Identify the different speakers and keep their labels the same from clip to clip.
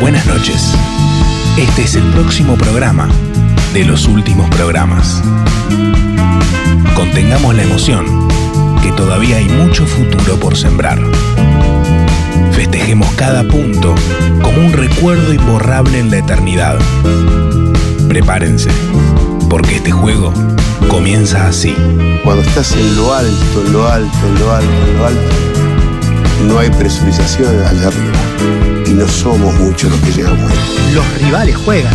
Speaker 1: Buenas noches. Este es el próximo programa de los últimos programas. Contengamos la emoción, que todavía hay mucho futuro por sembrar. Festejemos cada punto como un recuerdo imborrable en la eternidad. Prepárense, porque este juego comienza así.
Speaker 2: Cuando estás en lo alto, en lo alto, en lo alto, en lo alto, no hay presurización allá arriba. Y no somos muchos los que llegamos ahí.
Speaker 3: los rivales juegan.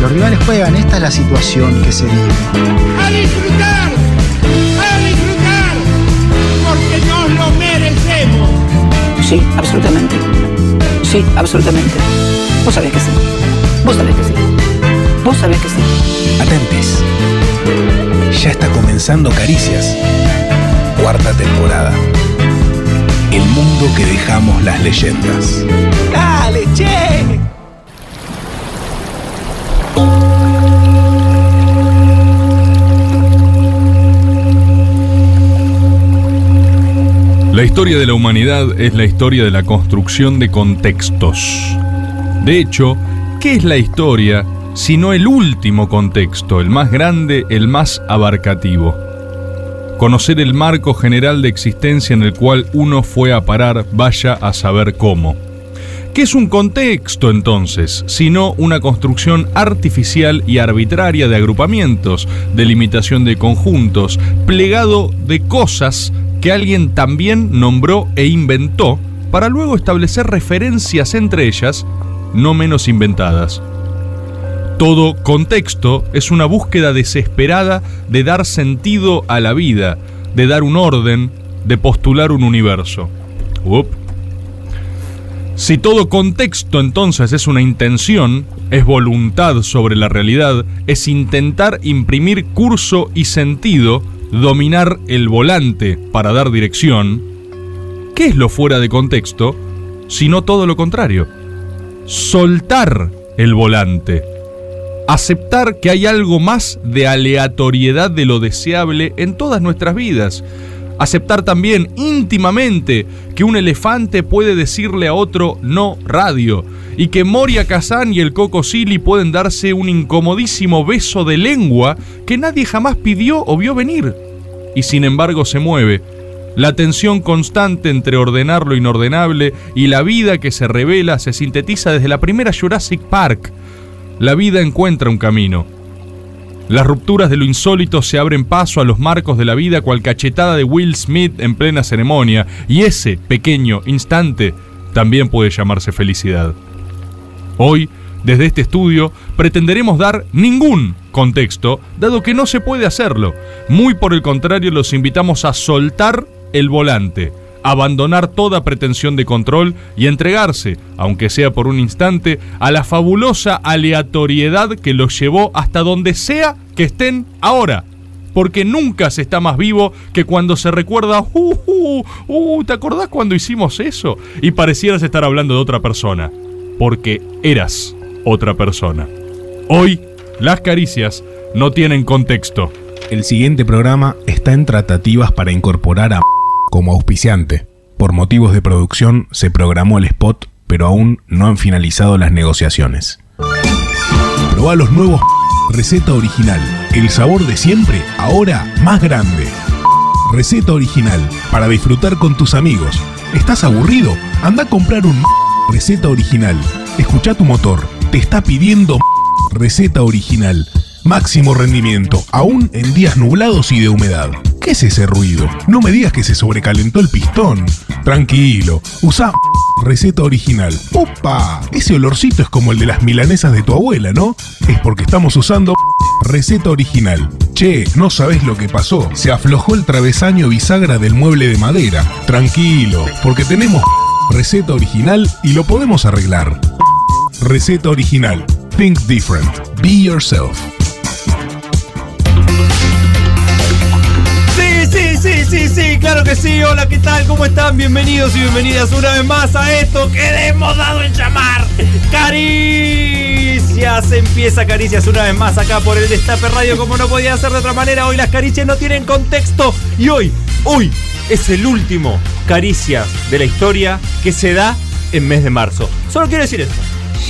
Speaker 3: Los rivales juegan, esta es la situación que se vive.
Speaker 4: a disfrutar, a disfrutar, porque nos lo merecemos.
Speaker 5: Pues Sí, absolutamente. Sí, absolutamente. Vos sabés que sí. Vos sabés que sí. Vos sabés que sí.
Speaker 1: Atentis. Ya está comenzando Caricias, cuarta temporada. El mundo que dejamos las leyendas.
Speaker 6: La historia de la humanidad es la historia de la construcción de contextos. De hecho, ¿qué es la historia sino el último contexto, el más grande, el más abarcativo? Conocer el marco general de existencia en el cual uno fue a parar, vaya a saber cómo. ¿Qué es un contexto entonces, sino una construcción artificial y arbitraria de agrupamientos, de limitación de conjuntos, plegado de cosas que alguien también nombró e inventó para luego establecer referencias entre ellas, no menos inventadas? Todo contexto es una búsqueda desesperada de dar sentido a la vida, de dar un orden, de postular un universo. Up. Si todo contexto entonces es una intención, es voluntad sobre la realidad, es intentar imprimir curso y sentido, dominar el volante para dar dirección, ¿qué es lo fuera de contexto? Sino todo lo contrario. Soltar el volante. Aceptar que hay algo más de aleatoriedad de lo deseable en todas nuestras vidas. Aceptar también íntimamente que un elefante puede decirle a otro no radio y que Moria Kazan y el Coco Silly pueden darse un incomodísimo beso de lengua que nadie jamás pidió o vio venir. Y sin embargo se mueve. La tensión constante entre ordenar lo inordenable y la vida que se revela se sintetiza desde la primera Jurassic Park. La vida encuentra un camino. Las rupturas de lo insólito se abren paso a los marcos de la vida cual cachetada de Will Smith en plena ceremonia, y ese pequeño instante también puede llamarse felicidad. Hoy, desde este estudio, pretenderemos dar ningún contexto, dado que no se puede hacerlo. Muy por el contrario, los invitamos a soltar el volante, abandonar toda pretensión de control y entregarse, aunque sea por un instante, a la fabulosa aleatoriedad que los llevó hasta donde sea que estén ahora. Porque nunca se está más vivo que cuando se recuerda, uh, uh, uh, ¿te acordás cuando hicimos eso? Y parecieras estar hablando de otra persona porque eras otra persona. Hoy, las caricias no tienen contexto.
Speaker 1: El siguiente programa está en tratativas para incorporar a como auspiciante. Por motivos de producción se programó el spot, pero aún no han finalizado las negociaciones. Proba los nuevos receta original. El sabor de siempre, ahora más grande. Receta original para disfrutar con tus amigos. ¿Estás aburrido? Anda a comprar un receta original. Escucha tu motor. Te está pidiendo receta original. Máximo rendimiento, aún en días nublados y de humedad. ¿Qué es ese ruido? No me digas que se sobrecalentó el pistón. Tranquilo, usa receta original. ¡Opa! Ese olorcito es como el de las milanesas de tu abuela, ¿no? Es porque estamos usando receta original. Che, no sabes lo que pasó. Se aflojó el travesaño bisagra del mueble de madera. Tranquilo, porque tenemos receta original y lo podemos arreglar. Receta original. Think different. Be yourself.
Speaker 7: Sí, sí, sí, sí, sí, claro que sí. Hola, ¿qué tal? ¿Cómo están? Bienvenidos y bienvenidas una vez más a esto que le hemos dado en llamar Caricias. Empieza Caricias una vez más acá por el Destape Radio, como no podía ser de otra manera. Hoy las caricias no tienen contexto y hoy, hoy es el último Caricias de la historia que se da en mes de marzo. Solo quiero decir esto.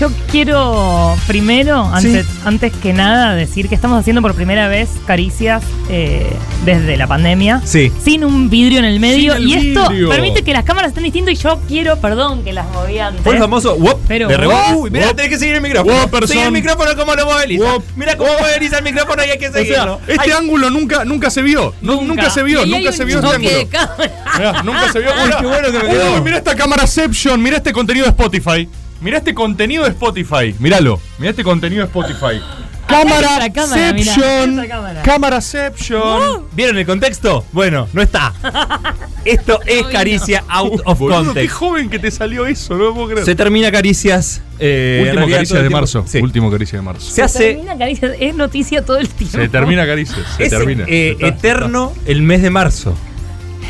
Speaker 8: Yo quiero primero, antes, antes que nada, decir que estamos haciendo por primera vez caricias eh, desde la pandemia.
Speaker 7: Sí.
Speaker 8: Sin un vidrio en el medio.
Speaker 6: Sin el
Speaker 8: y esto
Speaker 6: vidrio.
Speaker 8: permite que las cámaras estén distintas y yo quiero, perdón, que las moví antes.
Speaker 7: Fue el famoso wop
Speaker 8: Pero
Speaker 7: de rebote.
Speaker 8: wop,
Speaker 7: Uy, mira,
Speaker 6: wop.
Speaker 7: tenés que seguir el micrófono.
Speaker 6: Wop, person.
Speaker 7: Seguir el micrófono como lo moviliza.
Speaker 6: Wop.
Speaker 7: Mira cómo moviliza el micrófono y hay que
Speaker 6: O sea,
Speaker 7: seguirlo.
Speaker 6: este
Speaker 7: Ay,
Speaker 6: ángulo nunca, nunca se vio. No, Nunca, se vio,
Speaker 8: Y ahí
Speaker 6: nunca
Speaker 8: hay
Speaker 6: se
Speaker 8: un
Speaker 6: vio este
Speaker 8: choque de
Speaker 6: ángulo.
Speaker 8: cámaras.
Speaker 6: Mirá, nunca se vio.
Speaker 7: Uy, qué bueno que me quedó.
Speaker 6: Uy, mirá esta camaraception, mirá este contenido de Spotify. Mirá este contenido de Spotify. Míralo. Mirá este contenido de Spotify.
Speaker 8: Acá hay otra cámara, mirá, hay
Speaker 6: Camaraception.
Speaker 8: otra cámara.
Speaker 6: Camaraception.
Speaker 7: ¿Vieron el contexto? Bueno, no está. Esto es Caricia Out of
Speaker 6: Boludo, qué
Speaker 7: Context.
Speaker 6: joven que te salió eso, no lo puedo creer.
Speaker 7: Se termina Caricias. eh, en
Speaker 6: Último
Speaker 7: realidad todo
Speaker 6: caricias
Speaker 7: el
Speaker 6: de
Speaker 7: tiempo-
Speaker 6: marzo.
Speaker 7: Sí.
Speaker 6: Último caricias de marzo.
Speaker 7: Se hace
Speaker 8: Termina caricias, es noticia todo el tiempo.
Speaker 6: Se termina caricias. Se
Speaker 7: es,
Speaker 6: termina.
Speaker 7: eh,
Speaker 6: Ya está,
Speaker 7: eterno el mes de marzo.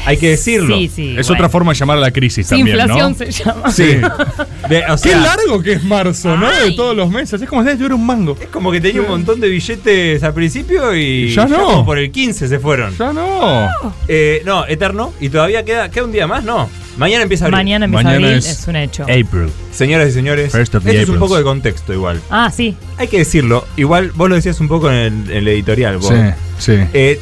Speaker 7: Hay que decirlo.
Speaker 8: Sí,
Speaker 6: ya
Speaker 8: sí.
Speaker 6: está. Es
Speaker 8: bueno.
Speaker 6: otra forma de llamar a la crisis
Speaker 8: Sí,
Speaker 6: también,
Speaker 8: inflación
Speaker 6: ¿no?
Speaker 8: se llama.
Speaker 6: Sí.
Speaker 7: De- o
Speaker 6: Qué
Speaker 7: sea,
Speaker 6: largo que es marzo, ¿no? De
Speaker 8: Ay.
Speaker 6: todos los meses. Es como si yo era un mango.
Speaker 7: Es como que tenía un montón de billetes al principio y
Speaker 6: Ya no.
Speaker 7: como por el 15 se fueron.
Speaker 6: Ya no.
Speaker 7: Eh, no, eterno. Y todavía queda, queda un día más, no. Mañana empieza abril.
Speaker 8: Mañana empieza
Speaker 6: Mañana
Speaker 8: abril,
Speaker 6: es-
Speaker 8: es, un hecho.
Speaker 6: April.
Speaker 7: Señoras y señores,
Speaker 6: First
Speaker 7: esto
Speaker 6: of the
Speaker 7: es un
Speaker 6: Aprils.
Speaker 7: poco de contexto igual.
Speaker 8: Ah, sí.
Speaker 7: Hay que decirlo, igual vos lo decías un poco en el, en el editorial, vos.
Speaker 6: Sí, sí.
Speaker 7: Eh,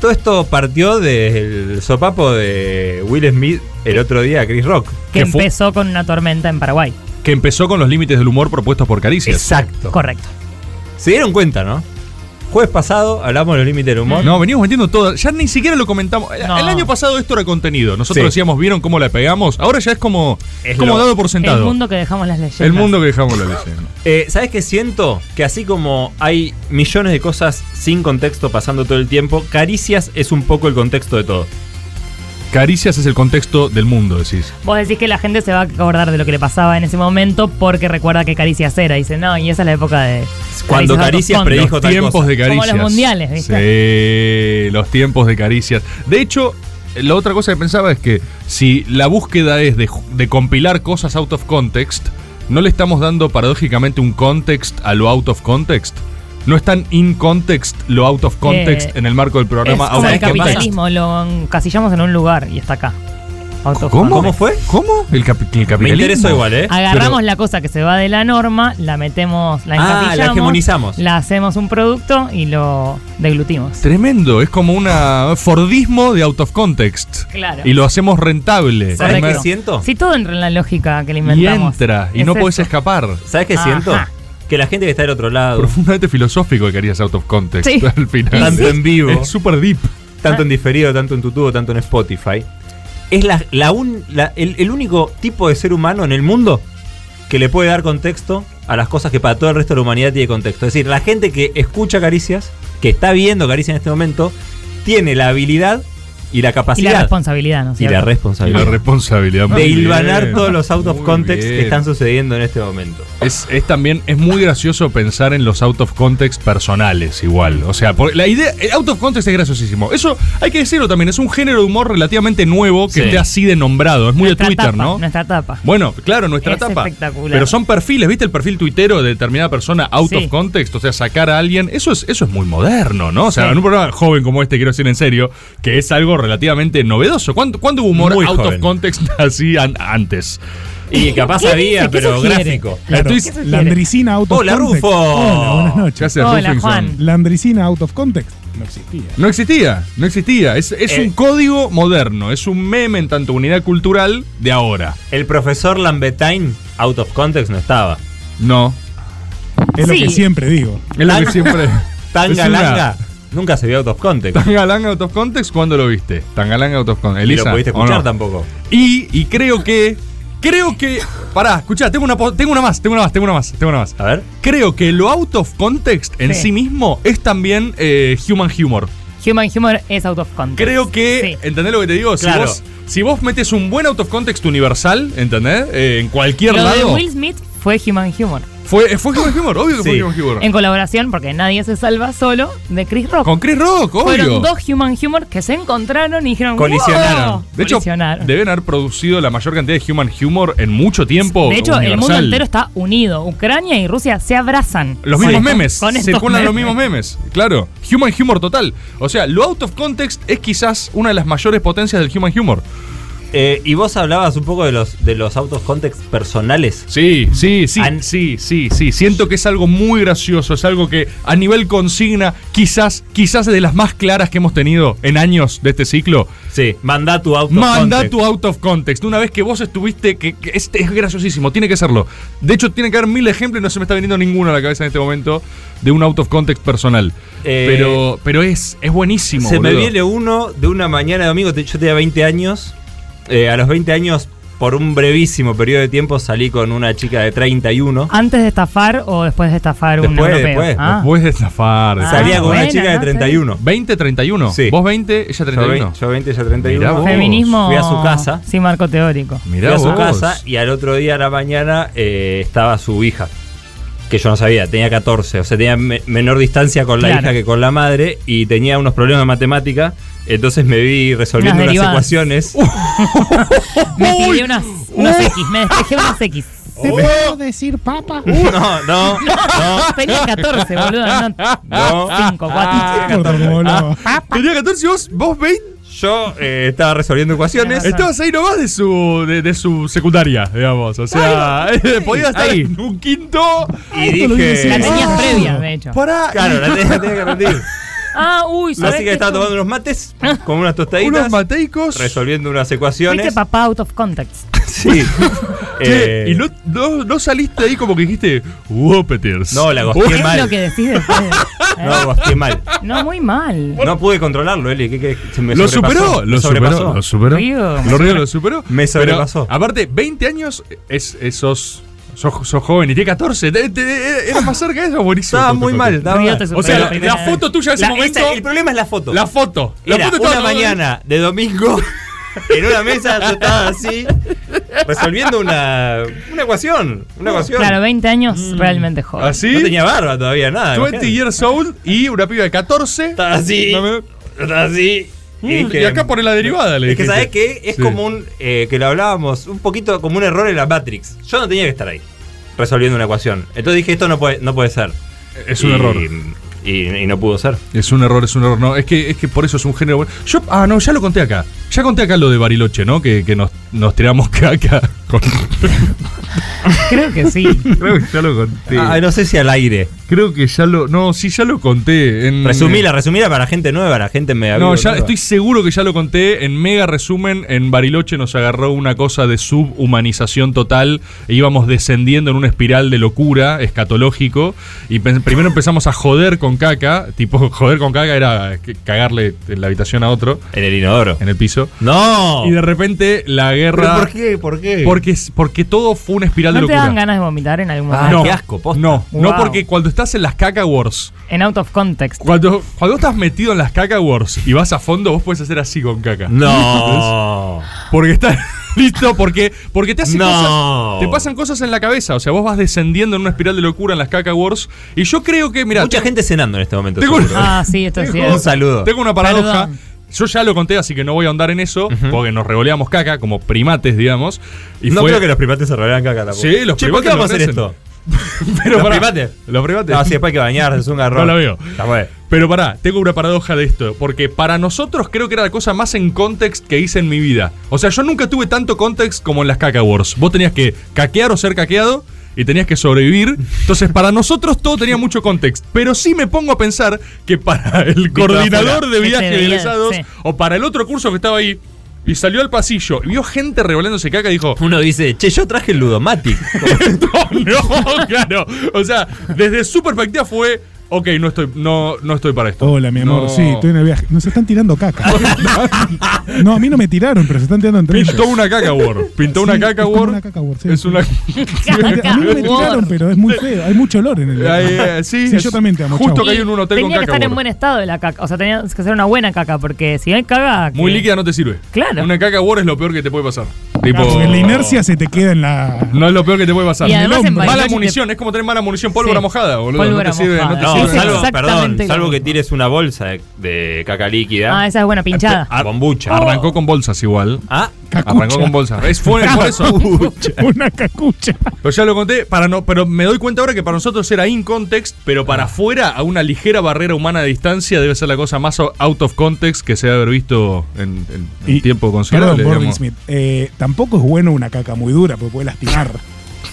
Speaker 7: todo esto partió del sopapo de Will Smith el otro día a Chris Rock.
Speaker 8: Que
Speaker 6: ¿Qué fue?
Speaker 8: empezó con una tormenta en Paraguay.
Speaker 6: Que empezó con los límites del humor propuestos por Caricias.
Speaker 7: Exacto.
Speaker 8: Correcto.
Speaker 7: Se dieron cuenta, ¿no? Jueves pasado hablamos de los límites del humor.
Speaker 6: No, venimos metiendo todo. Ya ni siquiera lo comentamos. El-
Speaker 8: No.
Speaker 6: El año pasado esto era contenido. Nosotros
Speaker 7: Sí.
Speaker 6: decíamos, ¿vieron cómo la pegamos? Ahora ya es como,
Speaker 7: Es
Speaker 6: como
Speaker 7: lo-
Speaker 6: dado por sentado.
Speaker 8: El mundo que dejamos las leyendas.
Speaker 6: El mundo que dejamos la leyenda.
Speaker 7: Eh, ¿Sabes qué siento? Que así como hay millones de cosas sin contexto pasando todo el tiempo, Caricias es un poco el contexto de todo.
Speaker 6: Caricias es el contexto del mundo, decís.
Speaker 8: Vos decís que la gente se va a acordar de lo que le pasaba en ese momento porque recuerda que Caricias era. Y dice, no, y esa es la época de.
Speaker 7: Cuando
Speaker 8: Out of
Speaker 7: Caricias
Speaker 8: Context.
Speaker 7: predijo- Dijo
Speaker 6: los
Speaker 7: tal
Speaker 6: tiempos
Speaker 7: cosa.
Speaker 6: de
Speaker 8: Como los
Speaker 6: caricias.
Speaker 8: mundiales,
Speaker 6: Sí, los tiempos de caricias. De hecho, la otra cosa que pensaba es que si la búsqueda es de, ju- de compilar cosas out of context, no le estamos dando paradójicamente un context a lo out of context. No es tan in context lo out of context
Speaker 8: Eh,
Speaker 6: en el marco del
Speaker 8: Es
Speaker 6: programa.
Speaker 8: como
Speaker 7: ahora
Speaker 8: el
Speaker 7: es que
Speaker 8: capitalismo, lo encasillamos en un lugar y está acá. Out of
Speaker 6: ¿Cómo?
Speaker 8: context.
Speaker 7: ¿Cómo fue?
Speaker 6: ¿Cómo? El, capi- el capitalismo.
Speaker 7: Me interesó igual, ¿eh?
Speaker 8: Agarramos la cosa que se va de la norma, la metemos, la
Speaker 7: Ah, la
Speaker 8: encasillamos.
Speaker 7: hegemonizamos.
Speaker 8: La hacemos un producto y lo deglutimos.
Speaker 6: Tremendo, es como un Fordismo de out of context.
Speaker 8: Claro.
Speaker 6: Y lo hacemos rentable.
Speaker 7: ¿Sabes qué
Speaker 8: Correcto.
Speaker 7: siento?
Speaker 8: Si todo entra en la lógica que le
Speaker 6: Y
Speaker 8: inventamos.
Speaker 6: entra, y
Speaker 8: Es
Speaker 6: no podés
Speaker 8: eso.
Speaker 6: escapar.
Speaker 7: ¿Sabes qué
Speaker 8: Ajá.
Speaker 7: siento? Que la gente que está del otro lado,
Speaker 6: Profundamente filosófico que harías out of context
Speaker 8: Sí. Ah.
Speaker 6: al final.
Speaker 7: Tanto en vivo.
Speaker 6: Es súper deep.
Speaker 7: tanto en diferido, tanto en tutubo, tanto en Spotify, es la, la un- la- el, el único tipo de ser humano en el mundo que le puede dar contexto a las cosas que para todo el resto de la humanidad tiene contexto. Es decir, la gente que escucha Caricias, que está viendo Caricias en este momento, tiene la habilidad y la
Speaker 8: Y la
Speaker 7: capacidad
Speaker 8: responsabilidad, ¿no es
Speaker 7: y la
Speaker 8: cierto?
Speaker 6: Y la
Speaker 7: responsabilidad
Speaker 6: responsabilidad. muy
Speaker 7: de hilvanar
Speaker 6: bien.
Speaker 7: todos los out of
Speaker 6: Muy
Speaker 7: context
Speaker 6: bien.
Speaker 7: que están sucediendo en este momento.
Speaker 6: Es, es también, es muy gracioso pensar en los out of context personales igual. O sea, por- la idea, el out of context es graciosísimo. Eso hay que decirlo también, es un género de humor relativamente nuevo que
Speaker 7: Sí.
Speaker 6: esté así de nombrado. Es muy
Speaker 8: Nuestra
Speaker 6: de Twitter,
Speaker 8: tapa,
Speaker 6: ¿no?
Speaker 8: Nuestra tapa.
Speaker 6: Bueno, claro, nuestra
Speaker 8: Es
Speaker 6: etapa.
Speaker 8: espectacular.
Speaker 6: Pero son perfiles, ¿viste? El perfil tuitero de determinada persona out
Speaker 8: Sí.
Speaker 6: of context, o sea, sacar a alguien, eso es, eso es muy moderno, ¿no? O sea,
Speaker 8: Sí.
Speaker 6: en un programa joven como este, quiero decir en serio, que es algo relativamente novedoso. ¿Cuándo, cuándo hubo humor
Speaker 7: Muy
Speaker 6: out
Speaker 7: joven.
Speaker 6: of context así an- antes?
Speaker 7: Y capaz
Speaker 8: ¿Qué había, dice? ¿Qué pero sugiere? gráfico.
Speaker 6: Claro.
Speaker 8: ¿Qué sugiere?
Speaker 9: Landricina out of
Speaker 7: Hola,
Speaker 9: context.
Speaker 7: Rufo.
Speaker 9: Hola, buenas noches.
Speaker 6: Ya se
Speaker 8: Hola,
Speaker 6: Ruffinson.
Speaker 8: Juan.
Speaker 9: Landricina out of context. No existía.
Speaker 6: No existía, no existía. Es, es
Speaker 7: Eh.
Speaker 6: un código moderno, es un meme en tanto unidad cultural de ahora.
Speaker 7: El profesor Lambetain, out of context, no estaba.
Speaker 6: No.
Speaker 9: Es
Speaker 8: Sí.
Speaker 9: lo que siempre digo.
Speaker 6: Es lo que
Speaker 7: Tan-
Speaker 6: siempre.
Speaker 7: Tanga
Speaker 6: es una-
Speaker 7: Langa nunca se vio out of context.
Speaker 6: Tangalanga Out of Context, ¿cuándo lo viste? Tangalanga Out of Context.
Speaker 7: Ni
Speaker 6: Elisa,
Speaker 7: lo pudiste
Speaker 6: ¿o
Speaker 7: escuchar
Speaker 6: no?
Speaker 7: tampoco.
Speaker 6: Y, y creo que. Creo que. Pará, escuchá, tengo una, po- tengo una más, tengo una más, tengo una más, tengo una más.
Speaker 7: A ver.
Speaker 6: Creo que lo out of context en sí,
Speaker 8: Sí.
Speaker 6: mismo es también eh, human humor.
Speaker 8: Human Humor es out of context.
Speaker 6: Creo que.
Speaker 8: Sí.
Speaker 6: ¿Entendés lo que te digo?
Speaker 7: Claro.
Speaker 6: Si, vos, si vos metes un buen out of context universal, ¿entendés? Eh, en cualquier
Speaker 8: Lo de
Speaker 6: lado.
Speaker 8: Will Smith fue Human Humor.
Speaker 6: Fue, fue human humor, obvio que
Speaker 7: Sí.
Speaker 6: fue human humor.
Speaker 8: En colaboración, porque nadie se salva solo, de Chris Rock.
Speaker 6: Con Chris Rock, obvio.
Speaker 8: Fueron dos Human Humor que se encontraron y dijeron.
Speaker 7: Colisionaron.
Speaker 8: "Wow".
Speaker 6: De hecho,
Speaker 8: Colisionaron.
Speaker 6: deben haber producido la mayor cantidad de human humor en mucho tiempo.
Speaker 8: De hecho, el mundo
Speaker 6: Oh, universal.
Speaker 8: entero está unido. Ucrania y Rusia se abrazan.
Speaker 6: Los
Speaker 8: Con
Speaker 6: mismos
Speaker 8: estos-
Speaker 6: memes.
Speaker 8: con estos
Speaker 6: Circulan los
Speaker 8: memes.
Speaker 6: mismos memes. Claro. Human humor total. O sea, lo out of context es quizás una de las mayores potencias del human humor.
Speaker 7: eh, y vos hablabas un poco de los, de los autos context personales.
Speaker 6: Sí, sí, sí,
Speaker 7: An-
Speaker 6: sí, sí, sí. Siento que es algo muy gracioso, es algo que a nivel consigna, quizás, quizás de las más claras que hemos tenido en años de este ciclo.
Speaker 7: Sí, mandá tu auto
Speaker 6: Manda
Speaker 7: context.
Speaker 6: tu out of context. Una vez que vos estuviste, que, que este es graciosísimo, tiene que serlo. De hecho, tiene que haber mil ejemplos y no se me está viniendo ninguno a la cabeza en este momento de un out of context personal.
Speaker 7: Eh,
Speaker 6: pero, pero es, es buenísimo.
Speaker 7: Se me
Speaker 6: boludo.
Speaker 7: viene uno de una mañana de domingo, te- yo tenía 20 años. eh, a los 20 años, por un brevísimo periodo de tiempo, salí con una chica de 31.
Speaker 8: ¿Antes de estafar o después de estafar un
Speaker 7: Después,
Speaker 8: europeo?
Speaker 7: después,
Speaker 8: Ah.
Speaker 6: Después de zafar.
Speaker 8: Ah,
Speaker 7: Salía con una
Speaker 8: buena,
Speaker 7: chica de
Speaker 8: no sé.
Speaker 7: 31.
Speaker 6: 20, 31.
Speaker 7: Sí.
Speaker 6: Vos 20, ella
Speaker 7: Yo
Speaker 6: 31.
Speaker 7: vein- Yo 20, ella
Speaker 6: Mirá
Speaker 7: 31.
Speaker 6: vos.
Speaker 8: Feminismo.
Speaker 7: Fui a su casa.
Speaker 8: Sí, marco teórico.
Speaker 6: Mirá
Speaker 7: Fui a su
Speaker 6: vos.
Speaker 7: casa y al otro día a la mañana eh, estaba su hija, que yo no sabía, tenía 14, o sea, tenía me- menor distancia con la
Speaker 8: Claro.
Speaker 7: hija que con la madre y tenía unos problemas de matemática, entonces me vi resolviendo
Speaker 8: Unas
Speaker 7: unas
Speaker 8: derivadas.
Speaker 7: ecuaciones.
Speaker 8: Me tiré unas, unas X, me despejé unas X.
Speaker 2: ¿Te puedo decir papa?
Speaker 7: No, no, no.
Speaker 8: Tenía 14, boludo, no 5,
Speaker 7: No.
Speaker 8: 4.
Speaker 6: Ah,
Speaker 8: Ah,
Speaker 6: Tenía 14 vos, vos 20.
Speaker 7: Yo eh, estaba resolviendo ecuaciones.
Speaker 8: Tenés razón.
Speaker 6: Estabas ahí nomás de su, de, de su secundaria, digamos. O sea,
Speaker 8: eh,
Speaker 6: podías estar
Speaker 7: Ahí.
Speaker 6: en un quinto.
Speaker 7: Y
Speaker 8: La
Speaker 7: dije.
Speaker 6: "Ah,
Speaker 8: tenías previa, de hecho.
Speaker 6: Para.
Speaker 7: Claro, la tenía, la tenía que rendir.
Speaker 8: Ah, uy, ¿sabés
Speaker 7: Así que
Speaker 8: qué?
Speaker 7: estaba tomando unos mates con unas
Speaker 6: unos
Speaker 7: tostaditas,
Speaker 6: mateicos.
Speaker 7: resolviendo unas
Speaker 8: Fuiste
Speaker 7: ecuaciones.
Speaker 8: papá out of context.
Speaker 7: Sí.
Speaker 6: Che,
Speaker 7: Eh,
Speaker 6: y no, no, no saliste ahí como que dijiste, Whoopeters.
Speaker 7: No, la
Speaker 8: ¿Qué
Speaker 7: gosteé
Speaker 8: es
Speaker 7: mal.
Speaker 8: lo que decís después? ¿Eh?
Speaker 7: No, gosteé mal.
Speaker 8: No, muy mal.
Speaker 7: No pude controlarlo, Eli. ¿qué, qué? Se me
Speaker 6: Lo
Speaker 7: sobrepasó,
Speaker 6: superó,
Speaker 7: me
Speaker 6: lo
Speaker 7: sobrepasó.
Speaker 6: superó, lo superó.
Speaker 8: Río.
Speaker 6: Lo río, lo superó.
Speaker 7: Me sobrepasó.
Speaker 6: Pero, aparte, 20 años es esos. Sos, sos joven y tiene 14. Te- te- era más cerca de eso, buenísimo.
Speaker 7: Estaba muy mal, estaba
Speaker 8: Río
Speaker 7: mal.
Speaker 8: te superó
Speaker 6: O sea,
Speaker 8: la
Speaker 6: la,
Speaker 8: primera
Speaker 6: la
Speaker 8: vez.
Speaker 6: foto tuya en ese
Speaker 7: La-
Speaker 6: momento.
Speaker 7: esa- el problema es la foto.
Speaker 6: la foto. La
Speaker 7: Era
Speaker 6: foto
Speaker 7: una
Speaker 6: estaba-
Speaker 7: mañana de domingo en una mesa yo estaba así resolviendo una, una ecuación. Una ecuación.
Speaker 8: Claro, 20 años realmente joven.
Speaker 6: Así.
Speaker 7: Mm. No tenía barba todavía, nada.
Speaker 6: 20
Speaker 7: imagínate.
Speaker 6: ¿Ah, years old y una piba de 14.
Speaker 7: Estaba así.
Speaker 6: Dame-
Speaker 7: Estaba así.
Speaker 6: Mm, y acá por la derivada le
Speaker 7: Es que
Speaker 6: dijiste.
Speaker 7: sabes que es
Speaker 6: Sí.
Speaker 7: como un. eh, que lo hablábamos, un poquito como un error en la Matrix. Yo no tenía que estar ahí resolviendo una ecuación. Entonces dije, esto no puede, no puede ser.
Speaker 6: Es un
Speaker 7: Y-
Speaker 6: error.
Speaker 7: Y, y no pudo ser.
Speaker 6: Es un error, es un error. No, es que, es que por eso es un género bueno. Yo, ah, no, ya lo conté acá. Ya conté acá lo de Bariloche, ¿no? Que, que nos, nos tiramos caca. con-
Speaker 8: Creo que sí.
Speaker 6: Creo que ya lo conté.
Speaker 7: Ay, Ah, no sé si al aire.
Speaker 6: Creo que ya lo. No, sí, ya lo conté. En,
Speaker 7: Resumila, resumila para la gente nueva, la gente me
Speaker 6: No, ya estoy seguro que ya lo conté. En mega resumen, en Bariloche nos agarró una cosa de subhumanización total. E íbamos descendiendo en una espiral de locura, escatológico. Y pe- primero empezamos a joder con caca. Tipo, joder con caca era que- cagarle en la habitación a otro,
Speaker 7: En el inodoro.
Speaker 6: en el piso.
Speaker 7: ¡No!
Speaker 6: Y de repente la
Speaker 7: ¿Pero
Speaker 6: guerra.
Speaker 7: ¿Por qué? ¿Por qué?
Speaker 6: Porque, es- porque todo fue una espiral de
Speaker 8: ¿No te
Speaker 6: locura.
Speaker 8: dan ganas de vomitar en algún
Speaker 7: Ah,
Speaker 8: momento?
Speaker 7: qué asco, posta.
Speaker 6: No, no
Speaker 8: Wow.
Speaker 6: porque cuando estás en las caca wars,
Speaker 8: En out of context.
Speaker 6: cuando, cuando estás metido en las caca wars y vas a fondo, vos puedes hacer así con caca.
Speaker 7: No.
Speaker 6: Porque estás listo, porque, porque te hacen
Speaker 7: No.
Speaker 6: cosas. Te pasan cosas en la cabeza. O sea, vos vas descendiendo en una espiral de locura en las caca wars. Y yo creo que, mira,
Speaker 7: Mucha gente cenando en este momento.
Speaker 6: Tengo-
Speaker 7: seguro.
Speaker 8: Ah, sí, esto es
Speaker 7: Un
Speaker 8: cierto.
Speaker 7: saludo.
Speaker 6: Tengo una paradoja.
Speaker 8: Perdón.
Speaker 6: Yo ya lo conté, así que no voy a ahondar en eso, porque nos revoleamos caca como primates, digamos. Y
Speaker 7: no
Speaker 6: fue-
Speaker 7: creo que los primates se rodean caca tampoco.
Speaker 6: Sí, los
Speaker 7: Che, ¿por
Speaker 6: primates
Speaker 7: qué vamos a
Speaker 6: lo
Speaker 7: hacer esto?
Speaker 6: Pero
Speaker 7: ¿Los
Speaker 6: pará,
Speaker 7: primates?
Speaker 6: Los primates.
Speaker 7: No, sí, después hay que bañarse, es un garrón.
Speaker 6: No la veo.
Speaker 7: Está bueno.
Speaker 6: Pero pará, tengo una paradoja de esto, porque para nosotros creo que era la cosa más en context que hice en mi vida. O sea, yo nunca tuve tanto context como en las caca wars. Vos tenías que caquear o ser caqueado y tenías que sobrevivir. Entonces, para nosotros todo tenía mucho context. Pero sí me pongo a pensar que para el coordinador
Speaker 8: afuera.
Speaker 6: de
Speaker 8: Este
Speaker 6: viaje de
Speaker 8: veía,
Speaker 6: egresados
Speaker 8: sí.
Speaker 6: o para el otro curso que estaba ahí y salió al pasillo y vio gente revolándose caca y dijo,
Speaker 7: Uno dice, che, yo traje el Ludomatic.
Speaker 6: no, claro. O sea, desde su perspectiva fue, ok, no estoy, no, no estoy para esto.
Speaker 1: Hola, mi amor.
Speaker 6: No.
Speaker 1: Sí, estoy en el viaje. Nos están tirando caca. no, a mí no me tiraron, pero se están tirando entre
Speaker 6: Pintó
Speaker 1: ellos.
Speaker 6: una caca Word. Pintó
Speaker 1: Sí,
Speaker 6: una
Speaker 1: es
Speaker 6: caca
Speaker 1: como
Speaker 6: Word.
Speaker 1: una caca Word, sí,
Speaker 6: es
Speaker 1: sí.
Speaker 6: una.
Speaker 1: A mí no me tiraron, pero es muy feo. Hay mucho olor en el
Speaker 6: Ay, eh, sí,
Speaker 1: Sí,
Speaker 6: es-
Speaker 1: yo también te amo,
Speaker 6: Justo
Speaker 1: chau.
Speaker 6: que hay en un hotel con
Speaker 8: Tenía que
Speaker 6: caca
Speaker 8: estar en
Speaker 6: Word.
Speaker 8: buen estado de la caca. O sea, tenía que ser una buena caca, porque si hay caca. que-
Speaker 6: Muy líquida no te sirve.
Speaker 8: Claro.
Speaker 6: Una caca Word es lo peor que te puede pasar. Tipo.
Speaker 1: Porque la inercia se te queda en la.
Speaker 6: No es lo peor que te puede pasar.
Speaker 8: Y además en Bariloche
Speaker 6: mala
Speaker 8: te-
Speaker 6: munición, es como tener mala munición, pólvora
Speaker 8: Sí.
Speaker 6: mojada, boludo.
Speaker 8: Pólvora
Speaker 6: no te sirve, no te
Speaker 8: mojada.
Speaker 7: No,
Speaker 8: Es
Speaker 6: sirve.
Speaker 7: salvo,
Speaker 8: exactamente
Speaker 7: perdón,
Speaker 8: como-
Speaker 7: salvo que tires una bolsa de, de caca líquida.
Speaker 8: Ah, esa es buena pinchada.
Speaker 7: Ar- Bombucha.
Speaker 6: Arrancó con bolsas igual.
Speaker 7: Ah,
Speaker 1: Cacucha.
Speaker 6: Arrancó con bolsa. Es, fue por eso.
Speaker 1: Una cacucha.
Speaker 6: Pero ya lo conté, para no, pero me doy cuenta ahora que para nosotros era in context, pero para
Speaker 7: Ah.
Speaker 6: afuera, a una ligera barrera humana de distancia, debe ser la cosa más o- out of context que se ha de haber visto en, en- en
Speaker 1: Y-
Speaker 6: tiempo considerable.
Speaker 1: Perdón, Borling
Speaker 6: digamos.
Speaker 1: Smith. eh, tampoco es bueno una caca muy dura, porque puede lastimar.